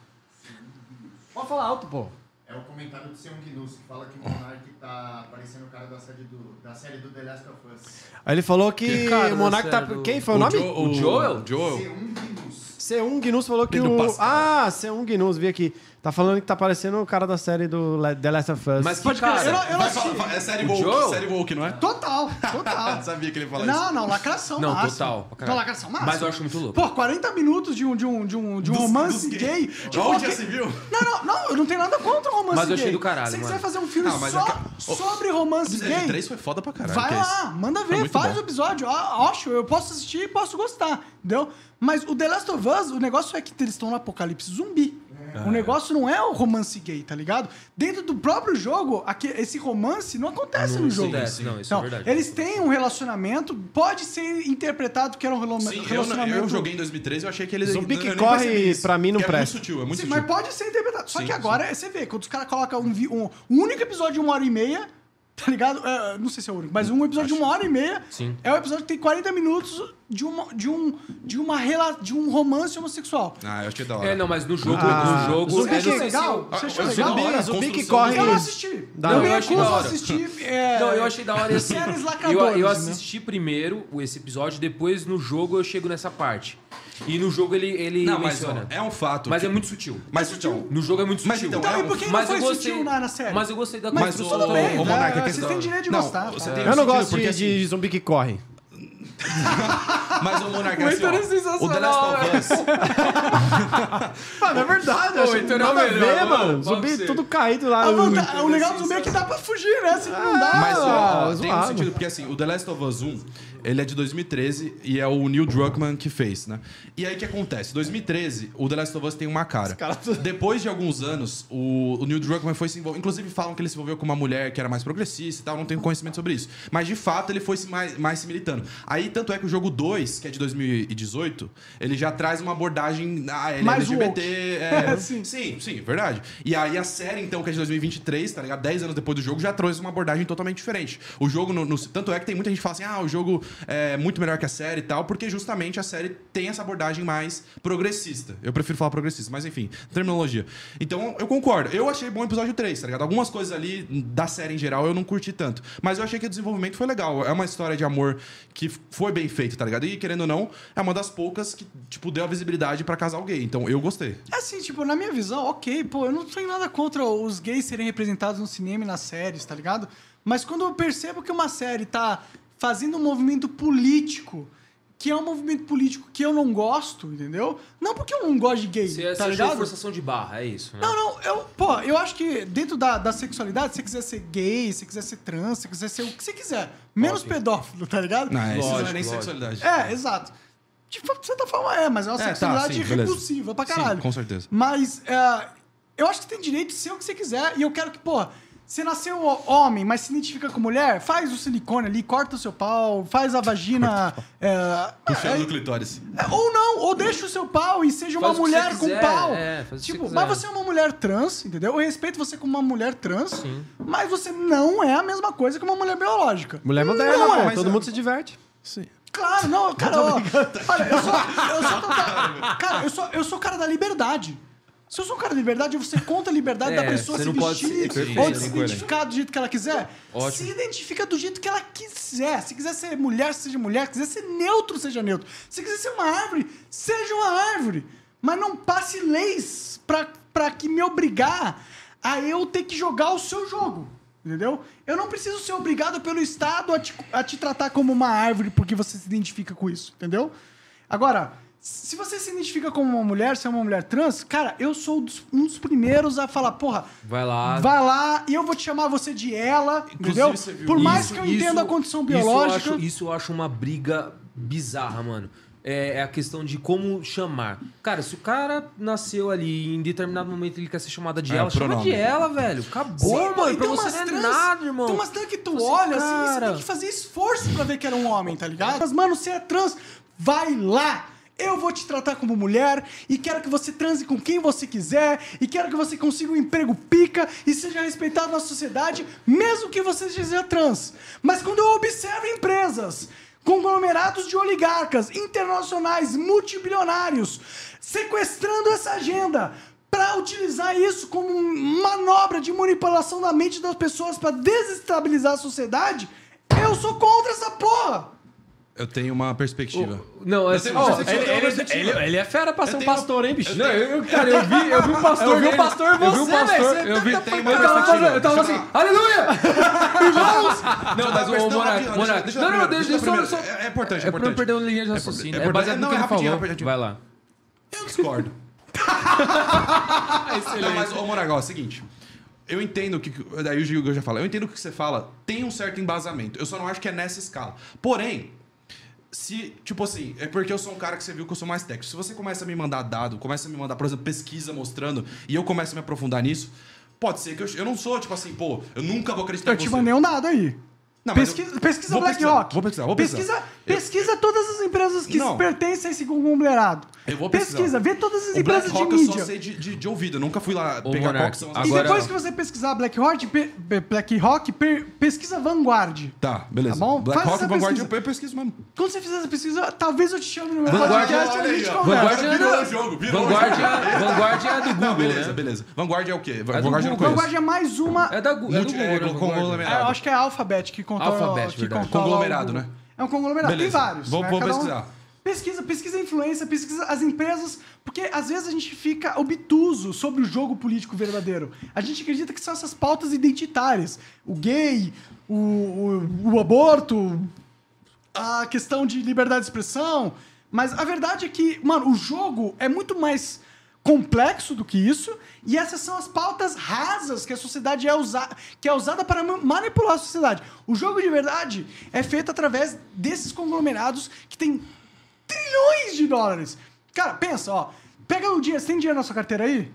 Speaker 1: Pode falar alto, pô.
Speaker 6: É o comentário do Seon Knus, que fala que o Monark tá parecendo o cara da série do, da série do The Last of Us.
Speaker 5: Aí ele falou que,
Speaker 2: Que cara
Speaker 5: o Monark
Speaker 2: da
Speaker 5: tá.
Speaker 2: série do-
Speaker 5: Quem foi o, nome?
Speaker 4: Jo-
Speaker 2: O Joel?
Speaker 4: O Joel.
Speaker 6: Seon Knus.
Speaker 5: C1 Gnus falou que
Speaker 4: Pedro
Speaker 5: o.
Speaker 4: Pascal.
Speaker 5: Ah, C1 Gnus, vi aqui. Tá falando que tá parecendo o cara da série do Le- The Last of Us.
Speaker 2: Mas que
Speaker 3: Pode
Speaker 2: cara,
Speaker 3: crer. Eu não, eu não
Speaker 4: Vai
Speaker 3: assisti.
Speaker 4: falar- vai- é série
Speaker 2: O
Speaker 4: woke,
Speaker 2: Joel?
Speaker 4: série woke, não é?
Speaker 3: Total,
Speaker 2: [LAUGHS]
Speaker 3: total.
Speaker 4: Sabia que ele ia falar isso.
Speaker 3: Não, não, lacração
Speaker 2: Não,
Speaker 3: máxima.
Speaker 2: total, pra caralho.
Speaker 3: Não, lacração máxima.
Speaker 2: Mas eu acho muito louco.
Speaker 3: Pô, 40 minutos de um, de um, de um, de um
Speaker 4: Dos-
Speaker 3: romance
Speaker 4: dos
Speaker 3: gay.
Speaker 4: De
Speaker 3: Tipo,
Speaker 4: onde
Speaker 3: ok-
Speaker 4: já se viu?
Speaker 3: Não, não, não, eu não tenho nada contra o romance gay.
Speaker 2: Mas eu achei do caralho,
Speaker 3: Se você
Speaker 2: mano.
Speaker 3: quiser fazer um filme
Speaker 4: Ah, mas
Speaker 3: só
Speaker 4: é ca- Ô,
Speaker 3: sobre romance
Speaker 4: Episódio
Speaker 3: gay,
Speaker 4: 3 foi foda pra caralho. que
Speaker 3: vai
Speaker 4: é
Speaker 3: lá,
Speaker 4: isso?
Speaker 3: manda
Speaker 4: Foi
Speaker 3: ver,
Speaker 4: muito
Speaker 3: faz
Speaker 4: bom.
Speaker 3: o episódio. Ó, Acho, eu posso assistir e posso gostar, entendeu? Mas o The Last of Us, o negócio é que eles estão no apocalipse zumbi. O negócio não é o romance gay, tá ligado? Dentro do próprio jogo, aqui, esse romance não acontece no jogo.
Speaker 2: acontece, não, isso é
Speaker 3: Então,
Speaker 2: verdade.
Speaker 3: Eles têm um relacionamento, pode ser interpretado que era um relo-
Speaker 4: Sim, eu,
Speaker 3: relacionamento.
Speaker 4: eu joguei em 2013 e eu achei que ele...
Speaker 5: Zumbi
Speaker 4: eu
Speaker 5: que
Speaker 4: nem
Speaker 5: corre,
Speaker 4: percebi isso.
Speaker 5: pra mim, não
Speaker 4: é
Speaker 5: presta.
Speaker 4: muito sutil, é muito
Speaker 3: Sim,
Speaker 4: sutil.
Speaker 3: mas pode ser interpretado. Só
Speaker 4: Sim,
Speaker 3: que agora, é, você vê, quando os caras colocam um, vi- um, um único episódio de uma hora e meia, tá ligado? É, não sei se é o único, mas um episódio de uma hora e meia
Speaker 2: Sim.
Speaker 3: é um episódio que tem 40 minutos de, uma, de, um, de, uma, rela- de um romance homossexual.
Speaker 4: Ah, eu achei da hora.
Speaker 2: É, não, mas no jogo,
Speaker 5: Ah,
Speaker 2: no jogo...
Speaker 3: Zumbi
Speaker 2: é,
Speaker 3: que
Speaker 2: não sei se
Speaker 3: é legal?
Speaker 2: eu-
Speaker 3: Você achou
Speaker 4: eu sou
Speaker 3: legal?
Speaker 4: da hora,
Speaker 5: Zumbi que
Speaker 4: construção
Speaker 5: corre.
Speaker 4: do-
Speaker 3: Eu não assisti.
Speaker 5: Da
Speaker 3: eu
Speaker 5: hora.
Speaker 3: me
Speaker 2: Eu achei da
Speaker 3: recuso a
Speaker 2: hora.
Speaker 3: assistir. é,
Speaker 2: Não, eu achei da hora assim.
Speaker 3: Séries
Speaker 2: eu,
Speaker 3: lacradoras,
Speaker 2: eu
Speaker 3: né?
Speaker 2: assisti primeiro o- esse episódio, depois no jogo eu chego nessa parte. E no jogo ele, ele
Speaker 4: Não, mas
Speaker 2: menciona.
Speaker 4: ó, é um fato.
Speaker 2: Mas
Speaker 4: que-
Speaker 2: é muito sutil.
Speaker 4: Mas então...
Speaker 2: No jogo é muito
Speaker 4: Mas
Speaker 2: sutil.
Speaker 4: então,
Speaker 3: Então,
Speaker 4: é
Speaker 3: e por que
Speaker 2: mas
Speaker 3: não
Speaker 2: eu
Speaker 3: foi
Speaker 2: gostei,
Speaker 3: sutil na, na série?
Speaker 2: Mas eu gostei da
Speaker 3: Mas
Speaker 2: coisa.
Speaker 3: tudo bem,
Speaker 4: Ô,
Speaker 3: né?
Speaker 4: Monark, é que
Speaker 3: Vocês têm direito de
Speaker 4: Não,
Speaker 3: gostar.
Speaker 4: você
Speaker 3: tá?
Speaker 4: tem-
Speaker 5: eu não
Speaker 4: sentido,
Speaker 5: gosto
Speaker 4: porque
Speaker 5: de,
Speaker 4: assim-
Speaker 5: de zumbi que corre.
Speaker 4: Mas o Monarca assim,
Speaker 2: O Heitor é
Speaker 4: O The
Speaker 2: sensacional,
Speaker 4: Last of Us.
Speaker 5: Mano, é verdade.
Speaker 2: eu acho
Speaker 1: então
Speaker 2: que
Speaker 1: é
Speaker 2: não tem nada a ver, mano. Zumbi
Speaker 5: Zumbi
Speaker 2: tudo
Speaker 5: tudo caído lá.
Speaker 3: A vantagem- Ah, o legal do zumbi é que dá pra fugir, né? Se não dá.
Speaker 4: Mas
Speaker 5: Ah,
Speaker 4: ó, tem um
Speaker 5: zoado.
Speaker 4: sentido, porque assim, o The Last of Us 1, ele é de 2013 e é o Neil Druckmann que fez, né? E aí o que acontece? 2013, o The Last of Us tem uma cara. Depois de alguns anos, o, o Neil Druckmann foi se envolver. Inclusive, falam que ele se envolveu com uma mulher que era mais progressista e tal, não tenho conhecimento sobre isso. Mas de fato, ele foi se mais, mais se militando. Aí, tanto é que o jogo 2, que é de 2018, ele já traz uma abordagem ah, à
Speaker 3: Mais
Speaker 4: LGBT. é,
Speaker 3: Sim.
Speaker 4: Sim, sim, verdade. E aí a série, então, que é de 2023, tá ligado? 10 anos depois do jogo, já trouxe uma abordagem totalmente diferente. O jogo, no, no- tanto é que tem muita gente que fala assim, ah, o jogo é muito melhor que a série e tal, porque justamente a série tem essa abordagem mais progressista. Eu prefiro falar progressista, mas enfim, terminologia. Então, eu concordo. Eu achei bom o episódio 3, tá ligado? Algumas coisas ali da série em geral eu não curti tanto. Mas eu achei que o desenvolvimento foi legal. É uma história de amor que f- foi bem feito, tá ligado? E querendo ou não, é uma das poucas que, tipo, deu a visibilidade pra casal gay. Então, eu gostei.
Speaker 3: É assim, tipo, na minha visão, ok, pô, eu não tenho nada contra os gays serem representados no cinema e nas séries, tá ligado? Mas quando eu percebo que uma série tá fazendo um movimento político, que é um movimento político que eu não gosto, entendeu? Não porque eu não gosto de gay,
Speaker 2: Você,
Speaker 3: tá
Speaker 2: você achou
Speaker 3: ligado?
Speaker 2: forçação de barra, é isso, né?
Speaker 3: Não, não, eu, pô, eu acho que dentro da, da sexualidade, se você quiser ser gay, se você quiser ser trans, se você quiser ser o que você quiser, menos
Speaker 2: Óbvio.
Speaker 3: pedófilo, tá ligado?
Speaker 4: Não, isso não é
Speaker 2: Lógico,
Speaker 4: nem
Speaker 2: lógico.
Speaker 4: sexualidade.
Speaker 3: É, exato. De fa- de certa forma é, mas é uma
Speaker 4: É, tá,
Speaker 3: sexualidade
Speaker 4: sim, beleza.
Speaker 3: repulsiva pra
Speaker 4: Sim,
Speaker 3: caralho.
Speaker 4: com certeza.
Speaker 3: Mas é, eu acho que tem direito de ser o que você quiser e eu quero que, pô, você nasceu homem, mas se identifica com mulher, faz o silicone ali, corta o seu pau, faz a
Speaker 2: [LAUGHS]
Speaker 3: vagina. é,
Speaker 4: Puxando
Speaker 3: é,
Speaker 4: do clitóris.
Speaker 3: é, ou não, ou deixa o seu pau e
Speaker 2: Faz
Speaker 3: seja uma
Speaker 2: o que você
Speaker 3: mulher com
Speaker 2: quiser,
Speaker 3: pau.
Speaker 2: é, faz o que
Speaker 3: tipo,
Speaker 2: você
Speaker 3: mas
Speaker 2: quiser.
Speaker 3: você é uma mulher trans, entendeu? Eu respeito você como uma mulher trans, mas você não é a mesma coisa que uma mulher biológica.
Speaker 5: Mulher moderna,
Speaker 3: não
Speaker 5: pô,
Speaker 3: é.
Speaker 5: todo mundo se diverte.
Speaker 3: Claro, não, cara, ó, olha, eu sou, eu sou total- cara, eu sou, eu sou o cara da liberdade. Se eu sou um cara da liberdade, você conta a liberdade
Speaker 2: É,
Speaker 3: da pessoa
Speaker 2: você
Speaker 3: se
Speaker 2: não pode ser-
Speaker 3: vestir
Speaker 2: perfeito,
Speaker 3: ou
Speaker 2: é
Speaker 3: de se
Speaker 2: incoerente.
Speaker 3: identificar do jeito que ela quiser.
Speaker 2: Ótimo.
Speaker 3: Se identifica do jeito que ela quiser. Se quiser ser mulher, seja mulher. Se quiser ser neutro, seja neutro. Se quiser ser uma árvore, seja uma árvore. Mas não passe leis pra, pra que me obrigar a eu ter que jogar o seu jogo. Entendeu? Eu não preciso ser obrigado pelo Estado a te, a te tratar como uma árvore porque você se identifica com isso. Entendeu? Agora, se você se identifica como uma mulher, se é uma mulher trans, cara, eu sou dos- um dos primeiros a falar, porra,
Speaker 2: Vai lá.
Speaker 3: vai lá e eu vou te chamar você de ela, entendeu?
Speaker 4: você viu
Speaker 3: Por mais
Speaker 2: Isso-
Speaker 3: que eu entenda
Speaker 2: isso-
Speaker 3: a condição
Speaker 2: isso eu
Speaker 3: biológica.
Speaker 2: acho- Isso eu acho, uma briga bizarra, mano. É, é a questão de como chamar. Cara, se o cara nasceu ali e em determinado momento ele quer ser chamada de
Speaker 4: É,
Speaker 2: ela,
Speaker 4: o
Speaker 2: chama
Speaker 4: pronome.
Speaker 2: de ela, velho. Acabou,
Speaker 3: Sim,
Speaker 2: mano.
Speaker 3: e
Speaker 2: Pra
Speaker 3: tem
Speaker 2: você
Speaker 3: umas
Speaker 2: não é
Speaker 3: trans-
Speaker 2: nada, irmão.
Speaker 3: Tem umas trans que tu
Speaker 2: Assim,
Speaker 3: olha assim, você
Speaker 2: cara.
Speaker 3: tem que fazer esforço pra ver que era um homem, tá ligado? Mas, mano, você é trans, vai lá! Eu vou te tratar como mulher e quero que você transe com quem você quiser e quero que você consiga um emprego pica e seja respeitado na sociedade, mesmo que você seja trans. Mas quando eu observo empresas, conglomerados de oligarcas internacionais multibilionários sequestrando essa agenda para utilizar isso como manobra de manipulação da mente das pessoas para desestabilizar a sociedade, eu sou contra essa porra.
Speaker 4: Eu tenho uma perspectiva.
Speaker 2: Não,
Speaker 4: Eu
Speaker 2: assim,
Speaker 4: tenho
Speaker 2: ó,
Speaker 4: uma
Speaker 2: ele,
Speaker 4: perspectiva, eu tenho uma
Speaker 2: ele-
Speaker 4: perspectiva.
Speaker 2: ele- ele é fera pra ser um
Speaker 4: tenho-
Speaker 2: pastor, hein, bicho?
Speaker 4: eu
Speaker 2: Não,
Speaker 4: tenho-
Speaker 2: eu, eu- cara, eu vi, [LAUGHS] eu vi o pastor.
Speaker 1: Eu vi o pastor,
Speaker 2: eu vi o
Speaker 1: você,
Speaker 2: pastor,
Speaker 1: velho, você
Speaker 2: eu vi.
Speaker 1: tá- tá-
Speaker 2: Eu
Speaker 1: tá-
Speaker 2: tava, fazendo- eu tava assim,
Speaker 4: Deixa eu
Speaker 2: aleluia! Irmãos! Não, mas
Speaker 4: Não,
Speaker 2: o
Speaker 4: não,
Speaker 2: Monark, Monark-
Speaker 4: rapidinho,
Speaker 2: Não, não,
Speaker 4: deixa- deixa eu primeiro,
Speaker 2: deixa eu
Speaker 4: deixa eu
Speaker 2: só. só-
Speaker 4: primeiro. É- é importante, é
Speaker 2: É pra eu
Speaker 4: importante.
Speaker 2: perder uma linha de
Speaker 4: É
Speaker 2: raciocínio.
Speaker 4: importante.
Speaker 2: É baseado
Speaker 4: Não,
Speaker 2: no
Speaker 4: é
Speaker 2: que ele
Speaker 4: rapidinho,
Speaker 2: falou.
Speaker 4: rapidinho.
Speaker 2: Vai lá.
Speaker 4: Eu discordo. Não, mas, ô Moragal, é o seguinte. Eu entendo o que. Daí o Gil já fala. Eu entendo o que você fala. Tem um certo embasamento. Eu só não acho que é nessa escala. Porém, se. Tipo assim, é porque eu sou um cara que você viu que eu sou mais técnico. Se você começa a me mandar dado, começa a me mandar, por exemplo, pesquisa mostrando, e eu começo a me aprofundar nisso, pode ser que eu. Eu não sou, tipo assim, pô, eu nunca vou acreditar
Speaker 3: Eu
Speaker 4: em
Speaker 3: te
Speaker 4: você.
Speaker 3: mandei um dado aí.
Speaker 4: Não, mas
Speaker 3: pesquisa
Speaker 4: eu-
Speaker 3: pesquisa
Speaker 4: vou pesquisar,
Speaker 3: BlackRock.
Speaker 4: Vou pesquisar, vou
Speaker 3: pesquisa,
Speaker 4: pesquisar.
Speaker 3: pesquisa todas as empresas que
Speaker 4: Não.
Speaker 3: pertencem a esse conglomerado.
Speaker 4: Eu vou pesquisar.
Speaker 3: pesquisa, vê todas as
Speaker 4: O
Speaker 3: empresas de
Speaker 4: BlackRock eu só
Speaker 3: mídia.
Speaker 4: sei de, de, de ouvido. Eu nunca fui lá
Speaker 2: Ô,
Speaker 4: pegar qual
Speaker 2: Monark,
Speaker 4: que são as
Speaker 3: E
Speaker 2: Agora-
Speaker 3: depois que você pesquisar BlackRock, pe, pe- BlackRock pe- pesquisa Vanguard.
Speaker 4: Tá, beleza.
Speaker 3: Tá bom? Faz
Speaker 4: BlackRock,
Speaker 3: essa
Speaker 4: Vanguard, eu
Speaker 3: pesquisa.
Speaker 4: eu pesquiso mesmo.
Speaker 3: Quando você fizer essa pesquisa, talvez eu te chame no meu
Speaker 2: Vanguard,
Speaker 3: podcast e a gente
Speaker 4: olha aí, ó.
Speaker 3: conversa.
Speaker 2: Vanguard é
Speaker 4: Virou
Speaker 2: do-
Speaker 4: o jogo, virou o
Speaker 2: Vanguard
Speaker 4: jogo.
Speaker 2: é- Vanguard é a do
Speaker 4: Não,
Speaker 2: Google,
Speaker 4: beleza,
Speaker 2: né?
Speaker 4: beleza. Vanguard é o quê? Vanguard, eu não
Speaker 2: Google.
Speaker 4: conheço.
Speaker 3: Vanguard é mais uma.
Speaker 2: É da Gu- é do
Speaker 4: Multi-
Speaker 2: Google.
Speaker 4: é,
Speaker 2: né, Vanguard?
Speaker 3: É, eu acho que é a Alphabet que controla.
Speaker 2: Alphabet,
Speaker 3: que
Speaker 2: verdade.
Speaker 3: controla
Speaker 4: Conglomerado,
Speaker 3: o-
Speaker 4: né?
Speaker 3: É um conglomerado.
Speaker 4: Beleza.
Speaker 3: Tem vários.
Speaker 4: Vou-
Speaker 3: né?
Speaker 4: vou
Speaker 3: Cada um-
Speaker 4: pesquisar.
Speaker 3: Pesquisa, pesquisa a influência, pesquisa as empresas, porque às vezes a gente fica obtuso sobre o jogo político verdadeiro. A gente acredita que são essas pautas identitárias. O gay, o, o, o aborto, a questão de liberdade de expressão. Mas a verdade é que, mano, o jogo é muito mais complexo do que isso, e essas são as pautas rasas que a sociedade é usada, que é usada para ma- manipular a sociedade. O jogo de verdade é feito através desses conglomerados que têm trilhões de dólares. Cara, pensa, ó, pega o dinheiro, você tem dinheiro na sua carteira aí?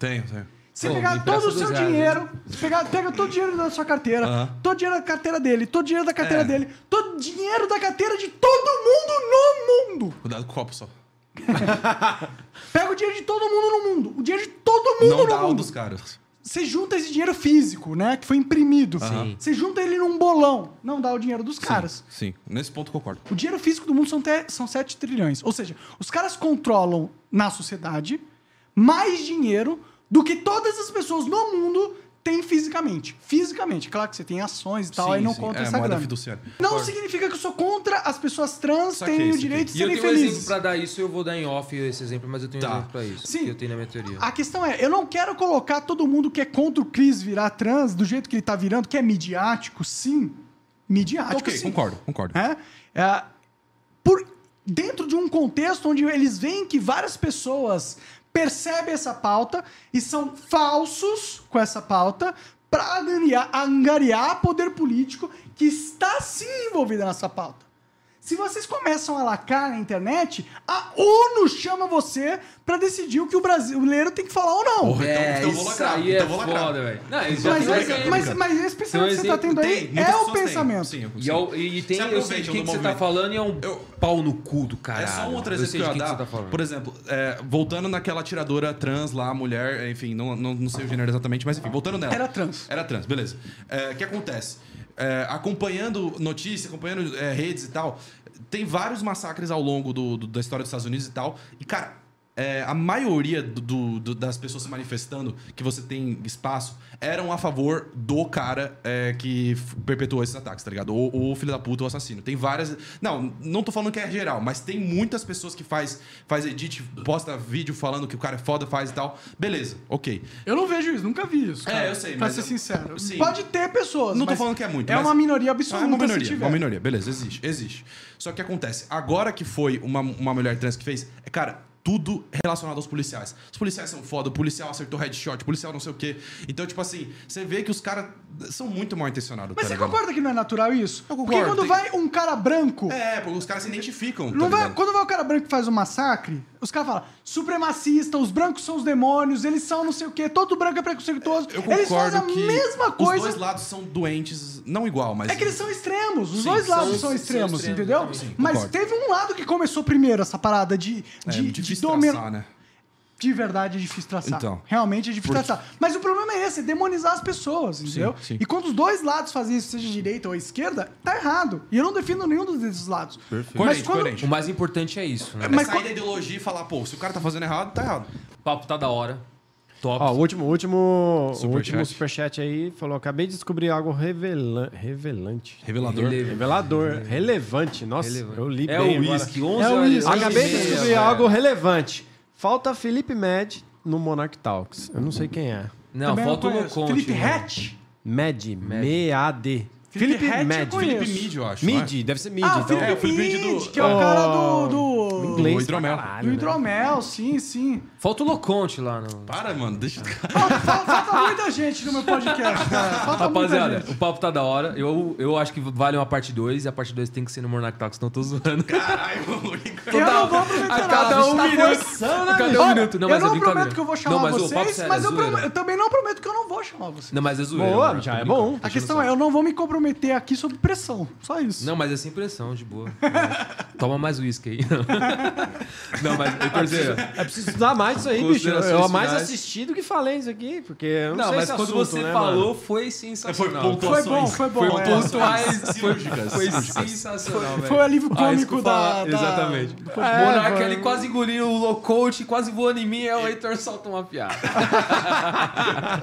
Speaker 4: Tenho, tenho.
Speaker 3: Você
Speaker 2: Pô, me
Speaker 3: pegar
Speaker 2: empresta
Speaker 3: todo o seu
Speaker 2: dois reais,
Speaker 3: dinheiro, você pegar, pega todo o dinheiro da sua carteira,
Speaker 4: Aham.
Speaker 3: todo o dinheiro da carteira dele, todo o dinheiro da carteira
Speaker 4: É.
Speaker 3: dele, todo o dinheiro da carteira de todo mundo no mundo.
Speaker 4: Cuidado com o copo só.
Speaker 3: Pega o dinheiro de todo mundo no mundo, o dinheiro de todo mundo
Speaker 4: Não
Speaker 3: no
Speaker 4: dá o
Speaker 3: mundo.
Speaker 4: dos caras.
Speaker 3: Você junta esse dinheiro físico, né, que foi imprimido.
Speaker 2: Sim.
Speaker 3: Você junta ele num bolão, não dá o dinheiro dos caras.
Speaker 4: Sim, nesse ponto concordo.
Speaker 3: O dinheiro físico do mundo são, te- são 7 trilhões. Ou seja, os caras controlam na sociedade mais dinheiro do que todas as pessoas no mundo têm fisicamente. Fisicamente. Claro que você tem ações Tá, e tal,
Speaker 4: Sim,
Speaker 3: aí não
Speaker 4: sim.
Speaker 3: conta
Speaker 4: É,
Speaker 3: essa
Speaker 4: moeda
Speaker 3: grana.
Speaker 4: fiduciária.
Speaker 3: Não significa que eu sou contra as pessoas trans
Speaker 4: Saquei,
Speaker 3: terem o
Speaker 4: saquei.
Speaker 3: direito de
Speaker 2: E eu
Speaker 3: serem
Speaker 2: tenho um exemplo
Speaker 3: felizes.
Speaker 2: pra dar isso, eu vou dar em off esse exemplo, mas eu tenho um
Speaker 4: Tá.
Speaker 2: exemplo pra isso.
Speaker 3: Sim.
Speaker 2: que Eu tenho na minha teoria.
Speaker 3: A questão é, eu não quero colocar todo mundo que é contra o Cris virar trans do jeito que ele tá virando, que é midiático, sim. Midiático,
Speaker 4: ok,
Speaker 3: sim.
Speaker 4: concordo, concordo.
Speaker 3: né? tipo É, por dentro de um contexto onde eles veem que várias pessoas percebem essa pauta e são falsos com essa pauta para angariar, angariar poder político que está sim envolvido nessa pauta. Se vocês começam a lacar na internet, a ONU chama você para decidir o que o brasileiro tem que falar ou não. É,
Speaker 4: Porra, é então- então eu vou lacrar,
Speaker 2: aí
Speaker 4: então
Speaker 2: é
Speaker 4: eu vou lacrar.
Speaker 2: foda, velho. Não, isso
Speaker 3: Mas,
Speaker 2: já tem
Speaker 3: mas-
Speaker 2: exemplo.
Speaker 3: mas- mas esse pensamento que você está
Speaker 2: exemplo,
Speaker 3: tendo aí
Speaker 4: Então, Tem,
Speaker 3: é
Speaker 4: muitas
Speaker 3: o
Speaker 4: pessoas têm.
Speaker 3: pensamento.
Speaker 4: Sim, eu-
Speaker 2: E, é o- e tem,
Speaker 4: Se
Speaker 2: eu sei de
Speaker 4: aproveitam
Speaker 2: quem
Speaker 4: do
Speaker 2: que você tá
Speaker 4: movimento.
Speaker 2: falando e é um
Speaker 4: Eu-
Speaker 2: pau no cu do caralho.
Speaker 4: É só um outro
Speaker 2: Eu sei
Speaker 4: exemplo
Speaker 2: de
Speaker 4: que eu
Speaker 2: quem
Speaker 4: ia
Speaker 2: que você
Speaker 4: dar.
Speaker 2: tá falando.
Speaker 4: Por exemplo, é, voltando naquela tiradora trans lá, mulher, enfim, não, não, não sei o gênero exatamente, mas enfim, voltando nela.
Speaker 3: Era trans.
Speaker 4: Era trans, beleza. É, O que acontece? É, acompanhando notícia, acompanhando é, redes e tal, tem vários massacres ao longo do- do- da história dos Estados Unidos e tal. E, cara, é, a maioria do- do- do- das pessoas se manifestando, que você tem espaço, eram a favor do cara é, que f- perpetuou esses ataques, tá ligado? Ou ou o filho da puta ou o assassino. Tem várias. Não, não tô falando que é geral, mas tem muitas pessoas que faz, faz edit, posta vídeo falando que o cara é foda, faz e tal. Beleza, ok.
Speaker 3: Eu não vejo isso, nunca vi isso.
Speaker 4: É,
Speaker 3: cara,
Speaker 4: eu sei,
Speaker 3: Pra
Speaker 4: mas
Speaker 3: ser
Speaker 4: eu-
Speaker 3: sincero.
Speaker 4: sim.
Speaker 3: Pode ter pessoas.
Speaker 4: Não tô
Speaker 3: mas
Speaker 4: falando que é muito,
Speaker 3: É
Speaker 4: mas-
Speaker 3: uma minoria
Speaker 4: Ah,
Speaker 3: absoluta.
Speaker 4: é uma
Speaker 3: se
Speaker 4: minoria,
Speaker 3: tiver.
Speaker 4: uma minoria. Beleza, existe, existe. Só que acontece, agora que foi uma, uma mulher trans que fez, é, cara, tudo relacionado aos policiais. Os policiais são foda, o policial acertou headshot, o policial não sei o quê. Então, tipo assim, você vê que os caras são muito mal intencionados,
Speaker 3: Mas
Speaker 4: tá
Speaker 3: você
Speaker 4: ligado?
Speaker 3: concorda que não é natural isso?
Speaker 4: Eu concordo,
Speaker 3: Porque
Speaker 4: tem-
Speaker 3: quando vai um cara branco.
Speaker 4: É, porque os caras se identificam, tá
Speaker 3: não vai-
Speaker 4: ligado?
Speaker 3: quando vai o cara branco que faz um massacre, os caras falam supremacista, os brancos são os demônios, eles são não sei o quê, todo branco é preconceituoso.
Speaker 4: Eu
Speaker 3: eles fazem
Speaker 4: concordo
Speaker 3: a
Speaker 4: que
Speaker 3: mesma
Speaker 4: os
Speaker 3: coisa.
Speaker 4: dois lados são doentes, não igual, mas...
Speaker 3: É que eles são extremos, os
Speaker 4: Sim,
Speaker 3: dois
Speaker 4: são-
Speaker 3: lados são,
Speaker 2: são
Speaker 3: extremos,
Speaker 2: extremos,
Speaker 3: entendeu?
Speaker 2: exatamente. Sim,
Speaker 3: Mas
Speaker 4: concordo.
Speaker 3: teve um lado que começou primeiro essa parada de,
Speaker 4: É,
Speaker 3: de, de
Speaker 4: difícil
Speaker 3: dominar.
Speaker 4: traçar, né?
Speaker 3: De verdade é difícil traçar.
Speaker 4: Então.
Speaker 3: Realmente é difícil
Speaker 4: Porque-
Speaker 3: traçar. Mas o problema é esse, é demonizar as pessoas, entendeu?
Speaker 4: sim.
Speaker 3: E quando os dois lados fazem isso, seja direita ou esquerda, tá errado. E eu não defendo nenhum dos desses lados. Mas
Speaker 4: Coerente,
Speaker 3: quando...
Speaker 4: coerente.
Speaker 2: O mais importante é isso, né?
Speaker 4: Mas
Speaker 3: Mas
Speaker 4: sair
Speaker 3: quando-
Speaker 4: da ideologia e falar, pô, se o cara tá fazendo errado, tá errado.
Speaker 2: O papo tá da hora. Top.
Speaker 1: Ó, o último, o último, o
Speaker 4: Superchat.
Speaker 1: último superchat aí falou: acabei de descobrir algo revelan revelante.
Speaker 4: Revelador.
Speaker 2: Relevo.
Speaker 1: Revelador, relevante. Nossa,
Speaker 2: Relevante.
Speaker 1: eu li
Speaker 2: É
Speaker 1: bem
Speaker 2: o
Speaker 1: agora.
Speaker 2: uísque, 11
Speaker 1: É o
Speaker 2: horas e
Speaker 1: uísque. Acabei de
Speaker 2: 11 e meia,
Speaker 1: descobrir
Speaker 2: velho.
Speaker 1: algo relevante. Falta Felipe Med no Monarch Talks. Eu não sei quem é.
Speaker 2: Não,
Speaker 3: Também
Speaker 2: falta o
Speaker 3: conheço.
Speaker 2: Loconte.
Speaker 3: Felipe
Speaker 2: né?
Speaker 3: Hatch?
Speaker 1: Med, M-A-D.
Speaker 3: Felipe
Speaker 1: Felipe
Speaker 3: Hatch eu
Speaker 1: Med.
Speaker 3: conheço.
Speaker 4: Felipe Mid, eu acho. não é?
Speaker 1: Mid, deve ser Mid,
Speaker 3: Ah, o
Speaker 1: então.
Speaker 3: Felipe,
Speaker 4: É, o Felipe
Speaker 3: Mid,
Speaker 4: do-
Speaker 3: que é o cara
Speaker 2: Oh.
Speaker 3: do...
Speaker 1: O
Speaker 3: Do,
Speaker 1: inglês
Speaker 4: Do hidromel.
Speaker 1: pra caralho,
Speaker 3: do
Speaker 1: né?
Speaker 3: hidromel, sim, sim.
Speaker 2: Falta o Loconte lá no.
Speaker 4: Para, mano. Deixa o cara.
Speaker 3: Falta, falta muita gente no meu podcast, cara. Falta muita
Speaker 2: Rapaziada,
Speaker 3: gente.
Speaker 2: o papo tá da hora. Eu, eu acho que vale uma parte 2 e a parte 2 tem que ser no Monarch Talks, não tô zoando. um,
Speaker 4: Caralho, o Igor.
Speaker 3: Eu não vou prometer
Speaker 2: A
Speaker 3: nada.
Speaker 2: cada um
Speaker 3: Tá
Speaker 2: minuto.
Speaker 3: forçando,
Speaker 2: A
Speaker 3: né,
Speaker 2: cada um
Speaker 3: bicho? Olha,
Speaker 2: minuto. Não,
Speaker 3: eu
Speaker 2: mas é
Speaker 3: não
Speaker 2: brincadeira.
Speaker 3: prometo que eu vou chamar
Speaker 2: Não, mas o papo
Speaker 3: vocês,
Speaker 2: sério,
Speaker 3: mas
Speaker 2: é
Speaker 3: eu,
Speaker 2: zoeira.
Speaker 3: prometo- eu também não prometo que eu não vou chamar vocês.
Speaker 2: Não, mas é zoeira.
Speaker 1: Boa,
Speaker 2: mano, tô
Speaker 1: já é
Speaker 2: brincando,
Speaker 4: Tá
Speaker 1: bom.
Speaker 2: tô
Speaker 3: A questão é,
Speaker 2: brincando.
Speaker 3: eu não vou me comprometer aqui sob pressão. Só isso.
Speaker 2: Não, mas é sem pressão, de boa. [LAUGHS] Toma mais uísque aí. [LAUGHS] Não, mas eu torcer.
Speaker 1: Eu É preciso estudar mais isso aí, bicho. Eu,
Speaker 2: Considerações
Speaker 1: eu mais
Speaker 2: finais.
Speaker 1: assisti do que falei isso aqui, porque eu não,
Speaker 2: Não,
Speaker 1: sei
Speaker 2: mas
Speaker 1: esse
Speaker 2: quando
Speaker 1: assunto,
Speaker 2: você
Speaker 1: né,
Speaker 2: falou,
Speaker 1: mano?
Speaker 2: foi sensacional.
Speaker 3: foi bom, foi
Speaker 2: Foi
Speaker 3: bom. é.
Speaker 2: pontuais, foi,
Speaker 4: cirúrgicas.
Speaker 2: foi sensacional, velho.
Speaker 3: Foi o alívio
Speaker 2: Ah, isso que
Speaker 3: cômico
Speaker 2: eu
Speaker 3: da,
Speaker 2: falar,
Speaker 3: da-
Speaker 2: Exatamente.
Speaker 3: do
Speaker 2: O
Speaker 3: podcast.
Speaker 2: Monarca,
Speaker 1: foi-
Speaker 2: ele quase engoliu o low coach, quase voando em mim, aí o Heitor solta uma piada.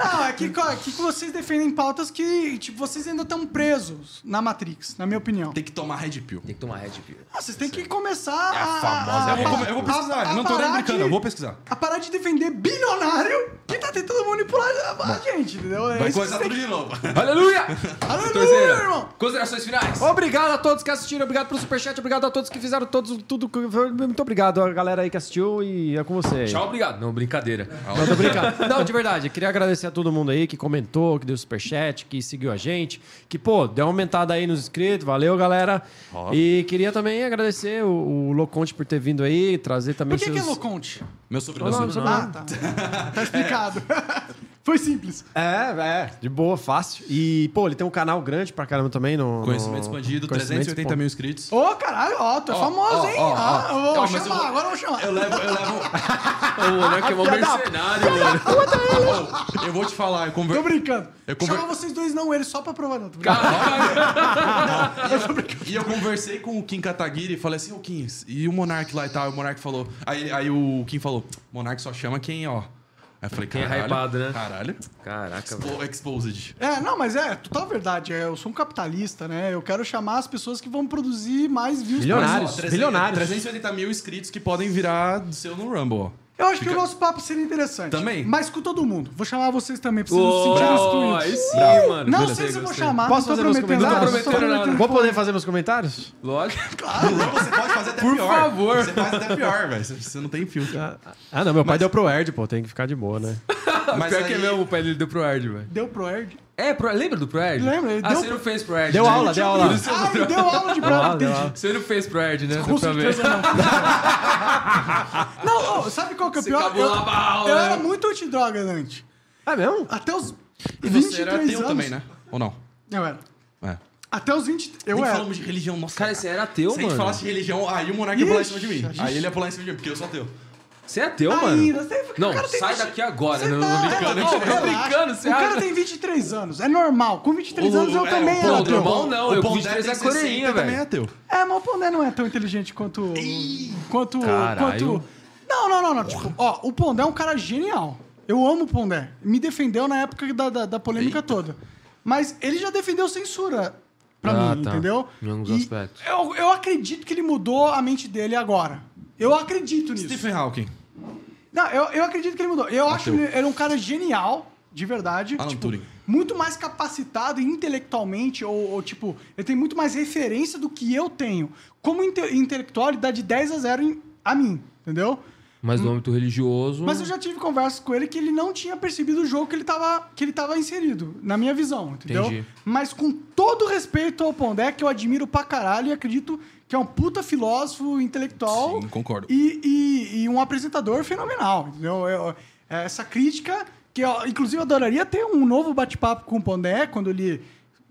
Speaker 3: Não, é que, co- que vocês defendem pautas que, tipo, vocês ainda estão presos na Matrix, na minha opinião.
Speaker 4: Tem É que tomar Red Pill.
Speaker 2: Tem que tomar red pill.
Speaker 3: Ah, vocês têm que começar
Speaker 2: a
Speaker 3: a...
Speaker 2: famosa
Speaker 3: a-
Speaker 4: Eu vou, eu vou
Speaker 3: a-
Speaker 4: pesquisar.
Speaker 3: a
Speaker 4: não tô nem
Speaker 3: parar
Speaker 4: brincando,
Speaker 3: de-
Speaker 4: eu vou pesquisar.
Speaker 3: A parar de defender bilionário que tá tentando manipular a, a gente, entendeu? É
Speaker 4: Vai
Speaker 3: isso que
Speaker 4: começar
Speaker 3: vocês
Speaker 4: tudo de novo.
Speaker 2: Aleluia!
Speaker 3: Aleluia, irmão!
Speaker 2: Considerações finais.
Speaker 1: Obrigado a todos que assistiram, obrigado pelo superchat, obrigado a todos que fizeram todos, tudo. que- Muito obrigado a galera aí que assistiu e é com você. aí.
Speaker 2: Tchau, obrigado. Não, brincadeira.
Speaker 1: Não, tô brincando. Não, de verdade, eu queria agradecer a todo mundo aí que comentou, que deu superchat, que seguiu a gente, que, pô, deu uma aumentada aí nos inscritos. Valeu, galera. E queria também agradecer o, o Loconte por ter vindo aí, trazer também
Speaker 3: Por que,
Speaker 1: seus...
Speaker 3: que é Loconte?
Speaker 4: Meu sobrenome. é
Speaker 1: Não, não,
Speaker 3: Ah, tá.
Speaker 4: [LAUGHS]
Speaker 3: Tá explicado. Foi simples.
Speaker 1: É, é, de boa, fácil. E, pô, ele tem um canal grande pra caramba também no.
Speaker 4: Conhecimento
Speaker 1: no-
Speaker 4: expandido,
Speaker 1: Conhecimento
Speaker 4: 380 mil inscritos.
Speaker 3: Ô, caralho, ó, tu é famoso, hein? Ah, eu vou chamar, agora [LAUGHS] eu vou chamar.
Speaker 4: Eu levo, eu levo.
Speaker 2: O moleque é mó mercenário, mano.
Speaker 4: Ó, eu vou te falar, eu
Speaker 3: Tô
Speaker 4: converso.
Speaker 3: brincando.
Speaker 4: Eu conver-
Speaker 3: Chamar vocês dois, não ele, só pra provar. Não, tô brincando.
Speaker 4: [LAUGHS] E eu conversei com o Kim Kataguiri e falei assim, ô Kim, e o Monark lá e tal? E o Monark falou. Aí, aí o Kim falou, Monark só chama quem, ó. Aí eu falei,
Speaker 2: Quem é
Speaker 4: caralho.
Speaker 2: hypado, né?
Speaker 4: Caralho.
Speaker 2: Caraca, velho.
Speaker 4: Expo- Exposed.
Speaker 3: É, não, mas é, total verdade. é, eu sou um capitalista, né? Eu quero chamar as pessoas que vão produzir mais views. pra
Speaker 1: Milionários,
Speaker 3: nós.
Speaker 1: milionários.
Speaker 4: 380 mil inscritos que podem virar seu no Rumble, ó.
Speaker 3: Eu acho que o nosso papo seria interessante.
Speaker 4: Também.
Speaker 3: Mas com todo mundo. Vou chamar vocês também, pra vocês não se sentirem
Speaker 2: Oh,
Speaker 3: excluídos.
Speaker 2: aí sim, mano.
Speaker 3: Não
Speaker 2: Gostei,
Speaker 3: sei se eu vou
Speaker 2: gostei.
Speaker 3: chamar,
Speaker 1: Posso um Ah, fazer
Speaker 3: não tô
Speaker 1: meus
Speaker 3: prometendo
Speaker 1: comentários?
Speaker 3: nada.
Speaker 2: Não tô
Speaker 3: só
Speaker 2: prometendo
Speaker 3: prometendo-
Speaker 1: Vou poder fazer meus comentários?
Speaker 2: Lógico.
Speaker 4: No Rumble você pode fazer até
Speaker 2: Por
Speaker 4: pior.
Speaker 2: favor.
Speaker 4: Você faz até pior, velho. Você- Você não tem filtro.
Speaker 1: Ah, não, meu pai deu pro Erd, pô, tem que ficar de
Speaker 5: [LAUGHS]
Speaker 1: boa, né?
Speaker 4: Mas
Speaker 2: Pior que é
Speaker 4: aí-
Speaker 2: mesmo o pé dele deu pro Erd, velho.
Speaker 3: Deu pro Erd.
Speaker 2: É, pro- lembra do Pro Erd?
Speaker 3: Lembra, ele
Speaker 2: Ah,
Speaker 3: deu
Speaker 2: você
Speaker 3: pro-
Speaker 2: não fez pro Erd.
Speaker 1: Deu
Speaker 2: né?
Speaker 1: aula, deu aula.
Speaker 3: Ah, ele deu aula
Speaker 1: aula,
Speaker 3: de bravo.
Speaker 1: deu
Speaker 3: entendi.
Speaker 1: aula.
Speaker 2: Você não fez pro Erd, né? Deu
Speaker 3: Com
Speaker 2: pra ver.
Speaker 3: certeza não. Não, ô, sabe qual que é o
Speaker 2: Você
Speaker 3: pior?
Speaker 2: acabou
Speaker 3: Eu,
Speaker 2: lá pra aula,
Speaker 3: eu
Speaker 2: né?
Speaker 3: era muito antidroga antes.
Speaker 1: É mesmo?
Speaker 3: Até os
Speaker 4: E
Speaker 3: 23
Speaker 4: você era
Speaker 3: anos.
Speaker 4: ateu também, né? Ou não?
Speaker 3: Eu era.
Speaker 4: É.
Speaker 3: Até os 20. Eu
Speaker 4: Nem
Speaker 3: era.
Speaker 4: falamos de religião, nossa.
Speaker 2: Cara, você era ateu,
Speaker 4: Se a gente
Speaker 2: mano.
Speaker 4: falasse de religião, aí o Monark ia pular em cima de mim.
Speaker 3: Ixi,
Speaker 4: Aí ele ia pular em cima de mim, porque eu sou ateu.
Speaker 2: Você é ateu,
Speaker 3: Aí,
Speaker 2: mano.
Speaker 3: você- o
Speaker 2: Não,
Speaker 3: cara tem
Speaker 2: sai
Speaker 3: 20
Speaker 2: daqui agora.
Speaker 3: Você
Speaker 2: Não,
Speaker 3: tá-
Speaker 2: não brincando.
Speaker 3: relaxa,
Speaker 2: Não, tô
Speaker 3: relaxa.
Speaker 2: brincando, você
Speaker 3: O cara
Speaker 2: acha?
Speaker 3: tem 23 anos, é normal. Com 23
Speaker 4: O-
Speaker 3: anos eu
Speaker 4: é,
Speaker 3: também
Speaker 4: o
Speaker 3: era
Speaker 4: Paulo
Speaker 2: Pô,
Speaker 3: ateu.
Speaker 2: normal não, eu
Speaker 4: Pão
Speaker 2: fiz três a
Speaker 4: Deb tem 60
Speaker 2: coreinha,
Speaker 4: também é
Speaker 2: velho.
Speaker 4: ateu.
Speaker 3: É, mas o Pondé não é tão inteligente quanto. Quanto.
Speaker 2: Caralho.
Speaker 3: Quanto. Não, não, não, não. Tipo, ó, o Pondé é um cara genial. Eu amo o Pondé. Me defendeu na época da, da, da polêmica toda. Mas ele já defendeu censura pra
Speaker 2: Ah,
Speaker 3: mim,
Speaker 2: tá.
Speaker 3: entendeu?
Speaker 2: Em alguns
Speaker 3: E
Speaker 2: aspectos.
Speaker 3: Eu, eu acredito que ele mudou a mente dele agora. Eu acredito nisso.
Speaker 4: Stephen Hawking.
Speaker 3: Não, eu, eu acredito que ele mudou. Eu acho que ele era um cara genial, de verdade.
Speaker 4: Alan
Speaker 3: tipo,
Speaker 4: Turing.
Speaker 3: Muito mais capacitado intelectualmente, ou, ou, tipo, ele tem muito mais referência do que eu tenho. Como inte- intelectual, ele dá de 10 a 0 em- a mim, entendeu?
Speaker 2: Mas no âmbito religioso...
Speaker 3: Mas eu já tive conversas com ele que ele não tinha percebido o jogo que ele tava, que ele tava inserido, na minha visão, entendeu?
Speaker 2: Entendi.
Speaker 3: Mas com todo respeito ao Pondé, que eu admiro pra caralho e acredito que é um puta filósofo intelectual.
Speaker 4: Sim, concordo.
Speaker 3: E, e- e um apresentador fenomenal, entendeu? Eu- é, essa crítica, que eu, inclusive, eu adoraria ter um novo bate-papo com o Pondé quando ele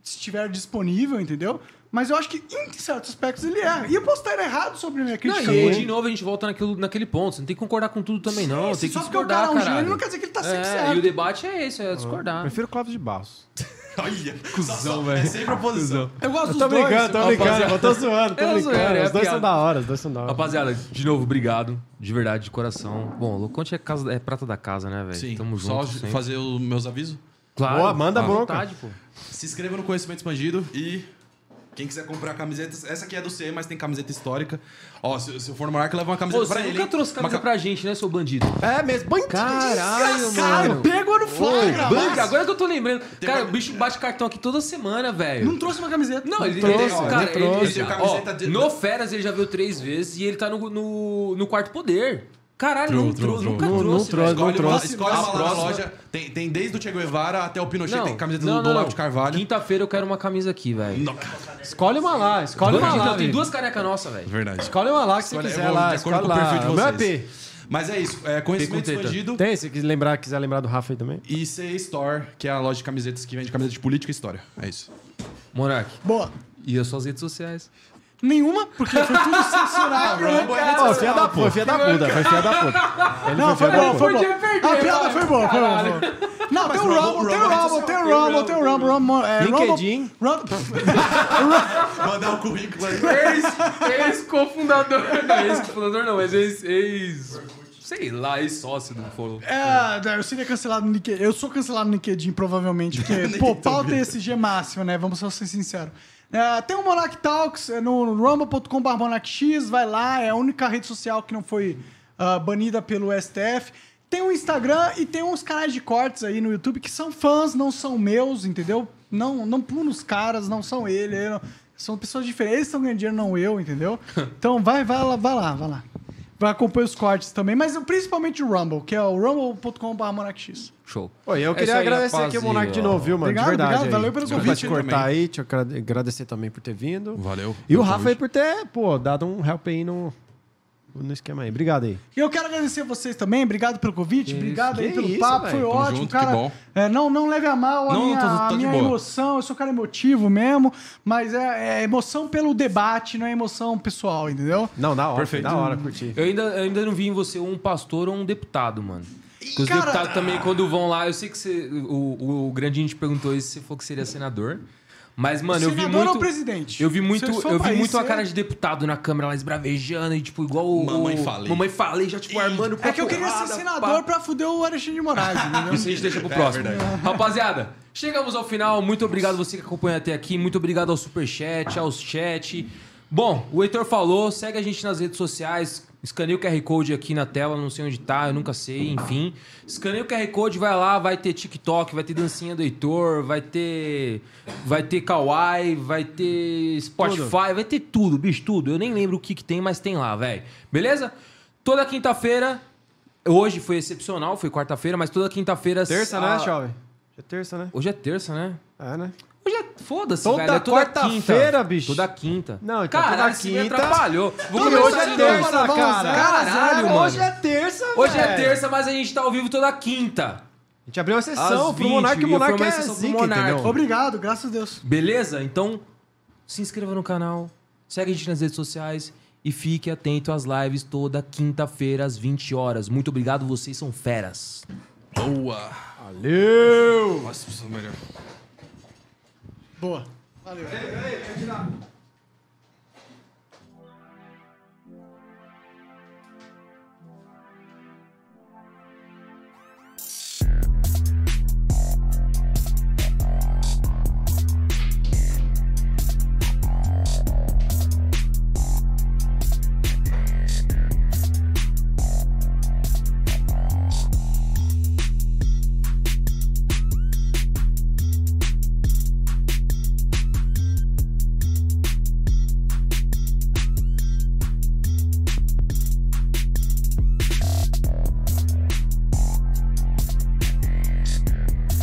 Speaker 3: estiver disponível, entendeu? Mas eu acho que, em certos aspectos, ele erra. E eu posso estar errado sobre a minha
Speaker 2: Não,
Speaker 3: crítica.
Speaker 2: e aí,
Speaker 3: muito.
Speaker 2: de novo a gente volta naquilo, naquele ponto. Você não tem que concordar com tudo também, não.
Speaker 3: Sim,
Speaker 2: Tem que
Speaker 3: só porque o
Speaker 2: discordar,
Speaker 3: cara é um
Speaker 2: caralho.
Speaker 3: gênio não quer dizer que ele tá sempre
Speaker 2: É,
Speaker 3: certo.
Speaker 2: E o debate é esse, é discordar.
Speaker 1: Prefiro Clóvis de Barros.
Speaker 4: Olha, cuzão, velho. É sempre a posição.
Speaker 3: Eu gosto
Speaker 5: Eu
Speaker 3: dos
Speaker 5: tô
Speaker 3: dois.
Speaker 5: brincando, tô brincando,
Speaker 2: rapaziada.
Speaker 5: eu tô zoando,
Speaker 2: É
Speaker 5: tô brincando.
Speaker 2: zoeira, é
Speaker 5: os dois
Speaker 2: piada.
Speaker 5: são da hora, os dois são da hora.
Speaker 2: Rapaziada, de novo, obrigado. De verdade, de coração. Bom, Loconte é, casa, é prata da casa, né, velho?
Speaker 4: Sim,
Speaker 2: Tamo
Speaker 4: só
Speaker 2: junto. sempre.
Speaker 4: fazer os meus avisos.
Speaker 2: Claro.
Speaker 5: Boa, manda
Speaker 2: à
Speaker 5: bronca.
Speaker 2: vontade, pô.
Speaker 4: Se inscreva no Conhecimento Expandido e quem quiser comprar camisetas, essa aqui é do CE, mas tem camiseta histórica. Ó, se, se eu for no Monarca, leva uma camiseta
Speaker 2: Pô, você
Speaker 4: pra ele.
Speaker 2: nunca
Speaker 4: hein?
Speaker 2: trouxe camisa
Speaker 4: Uma
Speaker 2: pra gente, né, seu bandido?
Speaker 5: É mesmo, bandido.
Speaker 2: Caralho,
Speaker 3: Cara,
Speaker 2: mano.
Speaker 3: pegou no flagra.
Speaker 2: Bandido,
Speaker 3: massa.
Speaker 2: agora que eu tô lembrando. Cara, o bicho bate cartão aqui toda semana, velho.
Speaker 3: Não trouxe uma camiseta.
Speaker 2: Não, ele
Speaker 5: trouxe,
Speaker 2: ele- cara,
Speaker 5: ele
Speaker 2: ele, ele,
Speaker 5: trouxe.
Speaker 4: Ele tem
Speaker 2: ó,
Speaker 4: camiseta de-
Speaker 2: No Feras ele já veio três vezes e ele tá no, no, no quarto poder. Caralho,
Speaker 4: True,
Speaker 2: não
Speaker 4: true,
Speaker 2: trouxe,
Speaker 4: true.
Speaker 2: nunca
Speaker 5: Não- não
Speaker 2: trouxe.
Speaker 5: trouxe,
Speaker 2: velho.
Speaker 5: não
Speaker 4: Escolhe uma,
Speaker 5: trouxe.
Speaker 4: escolhe uma
Speaker 2: A
Speaker 4: lá na
Speaker 2: próxima-
Speaker 4: loja. Tem, tem desde o Che Guevara até o Pinochet,
Speaker 2: Não,
Speaker 4: tem camiseta
Speaker 2: não,
Speaker 4: do
Speaker 2: não,
Speaker 4: Olavo
Speaker 2: não.
Speaker 4: de Carvalho.
Speaker 2: Quinta-feira eu quero uma camisa aqui, velho.
Speaker 5: Escolhe uma lá, escolhe
Speaker 2: Bandido,
Speaker 5: uma lá.
Speaker 2: não, tem
Speaker 5: velho.
Speaker 2: duas canecas nossas, velho.
Speaker 4: Verdade.
Speaker 5: Escolhe uma lá que você
Speaker 4: Olha, eu
Speaker 5: quiser
Speaker 4: vou
Speaker 5: lá,
Speaker 4: de acordo
Speaker 5: escolhe
Speaker 4: com o perfil
Speaker 5: lá.
Speaker 4: de
Speaker 5: O meu é
Speaker 4: vocês.
Speaker 5: P.
Speaker 4: Mas é isso. É,
Speaker 2: Tem com
Speaker 4: conhecimento
Speaker 2: teta.
Speaker 4: expandido
Speaker 5: Tem, se quiser lembrar, quiser lembrar do Rafa aí também.
Speaker 4: e CE Store, que é a loja de camisetas que vende camisetas de política e história. É isso.
Speaker 2: Monark,
Speaker 3: Boa.
Speaker 2: e as suas redes sociais?
Speaker 3: Nenhuma, porque foi [LAUGHS] tudo censurado. né?
Speaker 5: Ô, fia da puta, fia da puta, foi fia da puta. Ele
Speaker 3: Não, foi
Speaker 5: fia da
Speaker 3: bom,
Speaker 5: puta.
Speaker 3: foi bom. A piada foi boa, foi boa. foi boa. Não, tem o Rumble, tem o Rumble, tem o Rumble, tem o Rumble, Rumble. é, Rumble-
Speaker 5: LinkedIn.
Speaker 3: Rumble- pff,
Speaker 4: Mandar o currículo aí.
Speaker 2: Ex-cofundador. não, ex-cofundador não, mas ex... ex sei lá, ex-sócio do Foro.
Speaker 3: É, eu seria cancelado no LinkedIn. Eu sou cancelado no LinkedIn, provavelmente, porque, pô, pauta ESG máximo, né? Vamos só ser sinceros. É, tem o Monarch Talks é no rumble.com.br monarchx, vai lá, é a única rede social que não foi ah, banida pelo STF. Tem o Instagram e tem uns canais de cortes aí no YouTube que são fãs, não são meus, entendeu? Não, não pulo nos caras, não são ele, eu não- são pessoas diferentes, eles estão ganhando dinheiro, não eu, entendeu? Então vai, vai lá, vai lá, vai lá. Vai acompanhar os cortes também, mas principalmente o Rumble, que é o rumble.com.br monarchx.
Speaker 2: Show.
Speaker 5: Pô, eu
Speaker 2: É
Speaker 5: queria
Speaker 2: isso aí,
Speaker 5: agradecer aqui o
Speaker 2: rapaziada.
Speaker 5: Monark de novo, viu, mano?
Speaker 3: Obrigado,
Speaker 5: de verdade.
Speaker 3: obrigado,
Speaker 5: aí.
Speaker 3: valeu pelo
Speaker 5: Desculpa
Speaker 3: convite
Speaker 5: te cortar
Speaker 4: também.
Speaker 5: aí, te agra- agradecer também por ter vindo.
Speaker 4: Valeu.
Speaker 5: E o
Speaker 4: Pelo
Speaker 5: Rafa
Speaker 1: é
Speaker 4: convite.
Speaker 5: aí por ter, pô, dado um help aí no, no esquema aí. Obrigado aí.
Speaker 3: E eu quero agradecer vocês também, obrigado pelo convite, obrigado aí
Speaker 5: Que
Speaker 3: pelo
Speaker 5: isso,
Speaker 3: papo,
Speaker 5: velho.
Speaker 3: foi
Speaker 4: Tamo
Speaker 3: ótimo,
Speaker 4: junto, que
Speaker 3: cara.
Speaker 4: bom.
Speaker 3: É, não, não leve a mal a
Speaker 4: Não,
Speaker 3: minha,
Speaker 4: tô- tô
Speaker 3: a
Speaker 4: de
Speaker 3: minha
Speaker 4: boa.
Speaker 3: emoção, eu sou um cara emotivo mesmo, mas é, é emoção pelo debate, não é emoção pessoal, entendeu?
Speaker 5: Não, da hora.
Speaker 4: Perfeito.
Speaker 5: Da hora, curti.
Speaker 2: Eu ainda, eu ainda não vi em você um pastor ou um deputado, mano. Porque os
Speaker 3: cara-
Speaker 2: deputados também, quando vão lá, eu sei que você, o, o Grandinho te perguntou isso, você falou que seria senador. Mas, mano, eu vi
Speaker 3: Senador
Speaker 2: muito.
Speaker 3: ou presidente?
Speaker 2: Eu vi muito,
Speaker 3: Se for
Speaker 2: eu
Speaker 3: pra
Speaker 2: vi muito
Speaker 3: isso,
Speaker 2: a cara
Speaker 3: é-
Speaker 2: de deputado na câmera lá esbravejando e, tipo, igual o.
Speaker 4: Mamãe
Speaker 2: o-
Speaker 4: falei.
Speaker 2: Mamãe falei, já, tipo, armando pra
Speaker 3: É que eu queria ser
Speaker 2: porrada,
Speaker 3: senador
Speaker 2: pá.
Speaker 3: pra fuder o Alexandre de Moraes,
Speaker 2: [LAUGHS]
Speaker 3: entendeu?
Speaker 2: Isso a gente
Speaker 4: É
Speaker 2: deixa pro próximo. Rapaziada, chegamos ao final. Muito obrigado você que acompanha até aqui. Muito obrigado ao Superchat, aos chat. Bom, o Heitor falou, segue a gente nas redes sociais. Escaneia o QR Code aqui na tela, não sei onde tá, eu nunca sei, enfim. Escaneia o QR Code, vai lá, vai ter TikTok, vai ter dancinha do Heitor, vai ter. Vai ter Kawaii, vai ter Spotify, vai ter tudo, bicho, tudo. Eu nem lembro o que, que tem, mas tem lá, velho. Beleza? Toda quinta-feira, Hoje foi excepcional, foi quarta-feira, mas toda quinta-feira.
Speaker 5: Terça, né,
Speaker 2: a-
Speaker 5: Chove? É terça, né?
Speaker 2: Hoje é terça, né?
Speaker 5: É, né?
Speaker 2: Hoje é. Foda-se,
Speaker 5: Toda
Speaker 2: velho. É toda
Speaker 5: quarta-feira,
Speaker 2: quinta.
Speaker 5: bicho.
Speaker 2: Toda quinta.
Speaker 5: Não, então
Speaker 2: Caralho,
Speaker 5: toda
Speaker 2: você me
Speaker 5: quinta.
Speaker 2: atrapalhou. Vou
Speaker 5: E
Speaker 2: começar
Speaker 5: hoje é
Speaker 2: de novo.
Speaker 5: terça,
Speaker 3: vamos,
Speaker 5: cara.
Speaker 2: caralho, mano.
Speaker 5: Hoje é terça, velho.
Speaker 2: Hoje é terça, mas a gente tá ao vivo toda quinta.
Speaker 5: A gente abriu uma
Speaker 2: Às
Speaker 5: sessão pro
Speaker 2: 20,
Speaker 5: Monark. O
Speaker 2: e eu
Speaker 5: Monark
Speaker 2: fui uma
Speaker 5: é
Speaker 2: sessão pro
Speaker 5: zica,
Speaker 2: Monark.
Speaker 5: entendeu?
Speaker 3: Obrigado, graças a Deus.
Speaker 2: Beleza? Então, se inscreva no canal, segue a gente nas redes sociais e fique atento às lives toda quinta-feira às 20 horas. Muito obrigado, vocês são feras.
Speaker 4: Boa.
Speaker 5: Valeu!
Speaker 4: Nossa, preciso melhor.
Speaker 3: Boa. Valeu.
Speaker 5: Ô,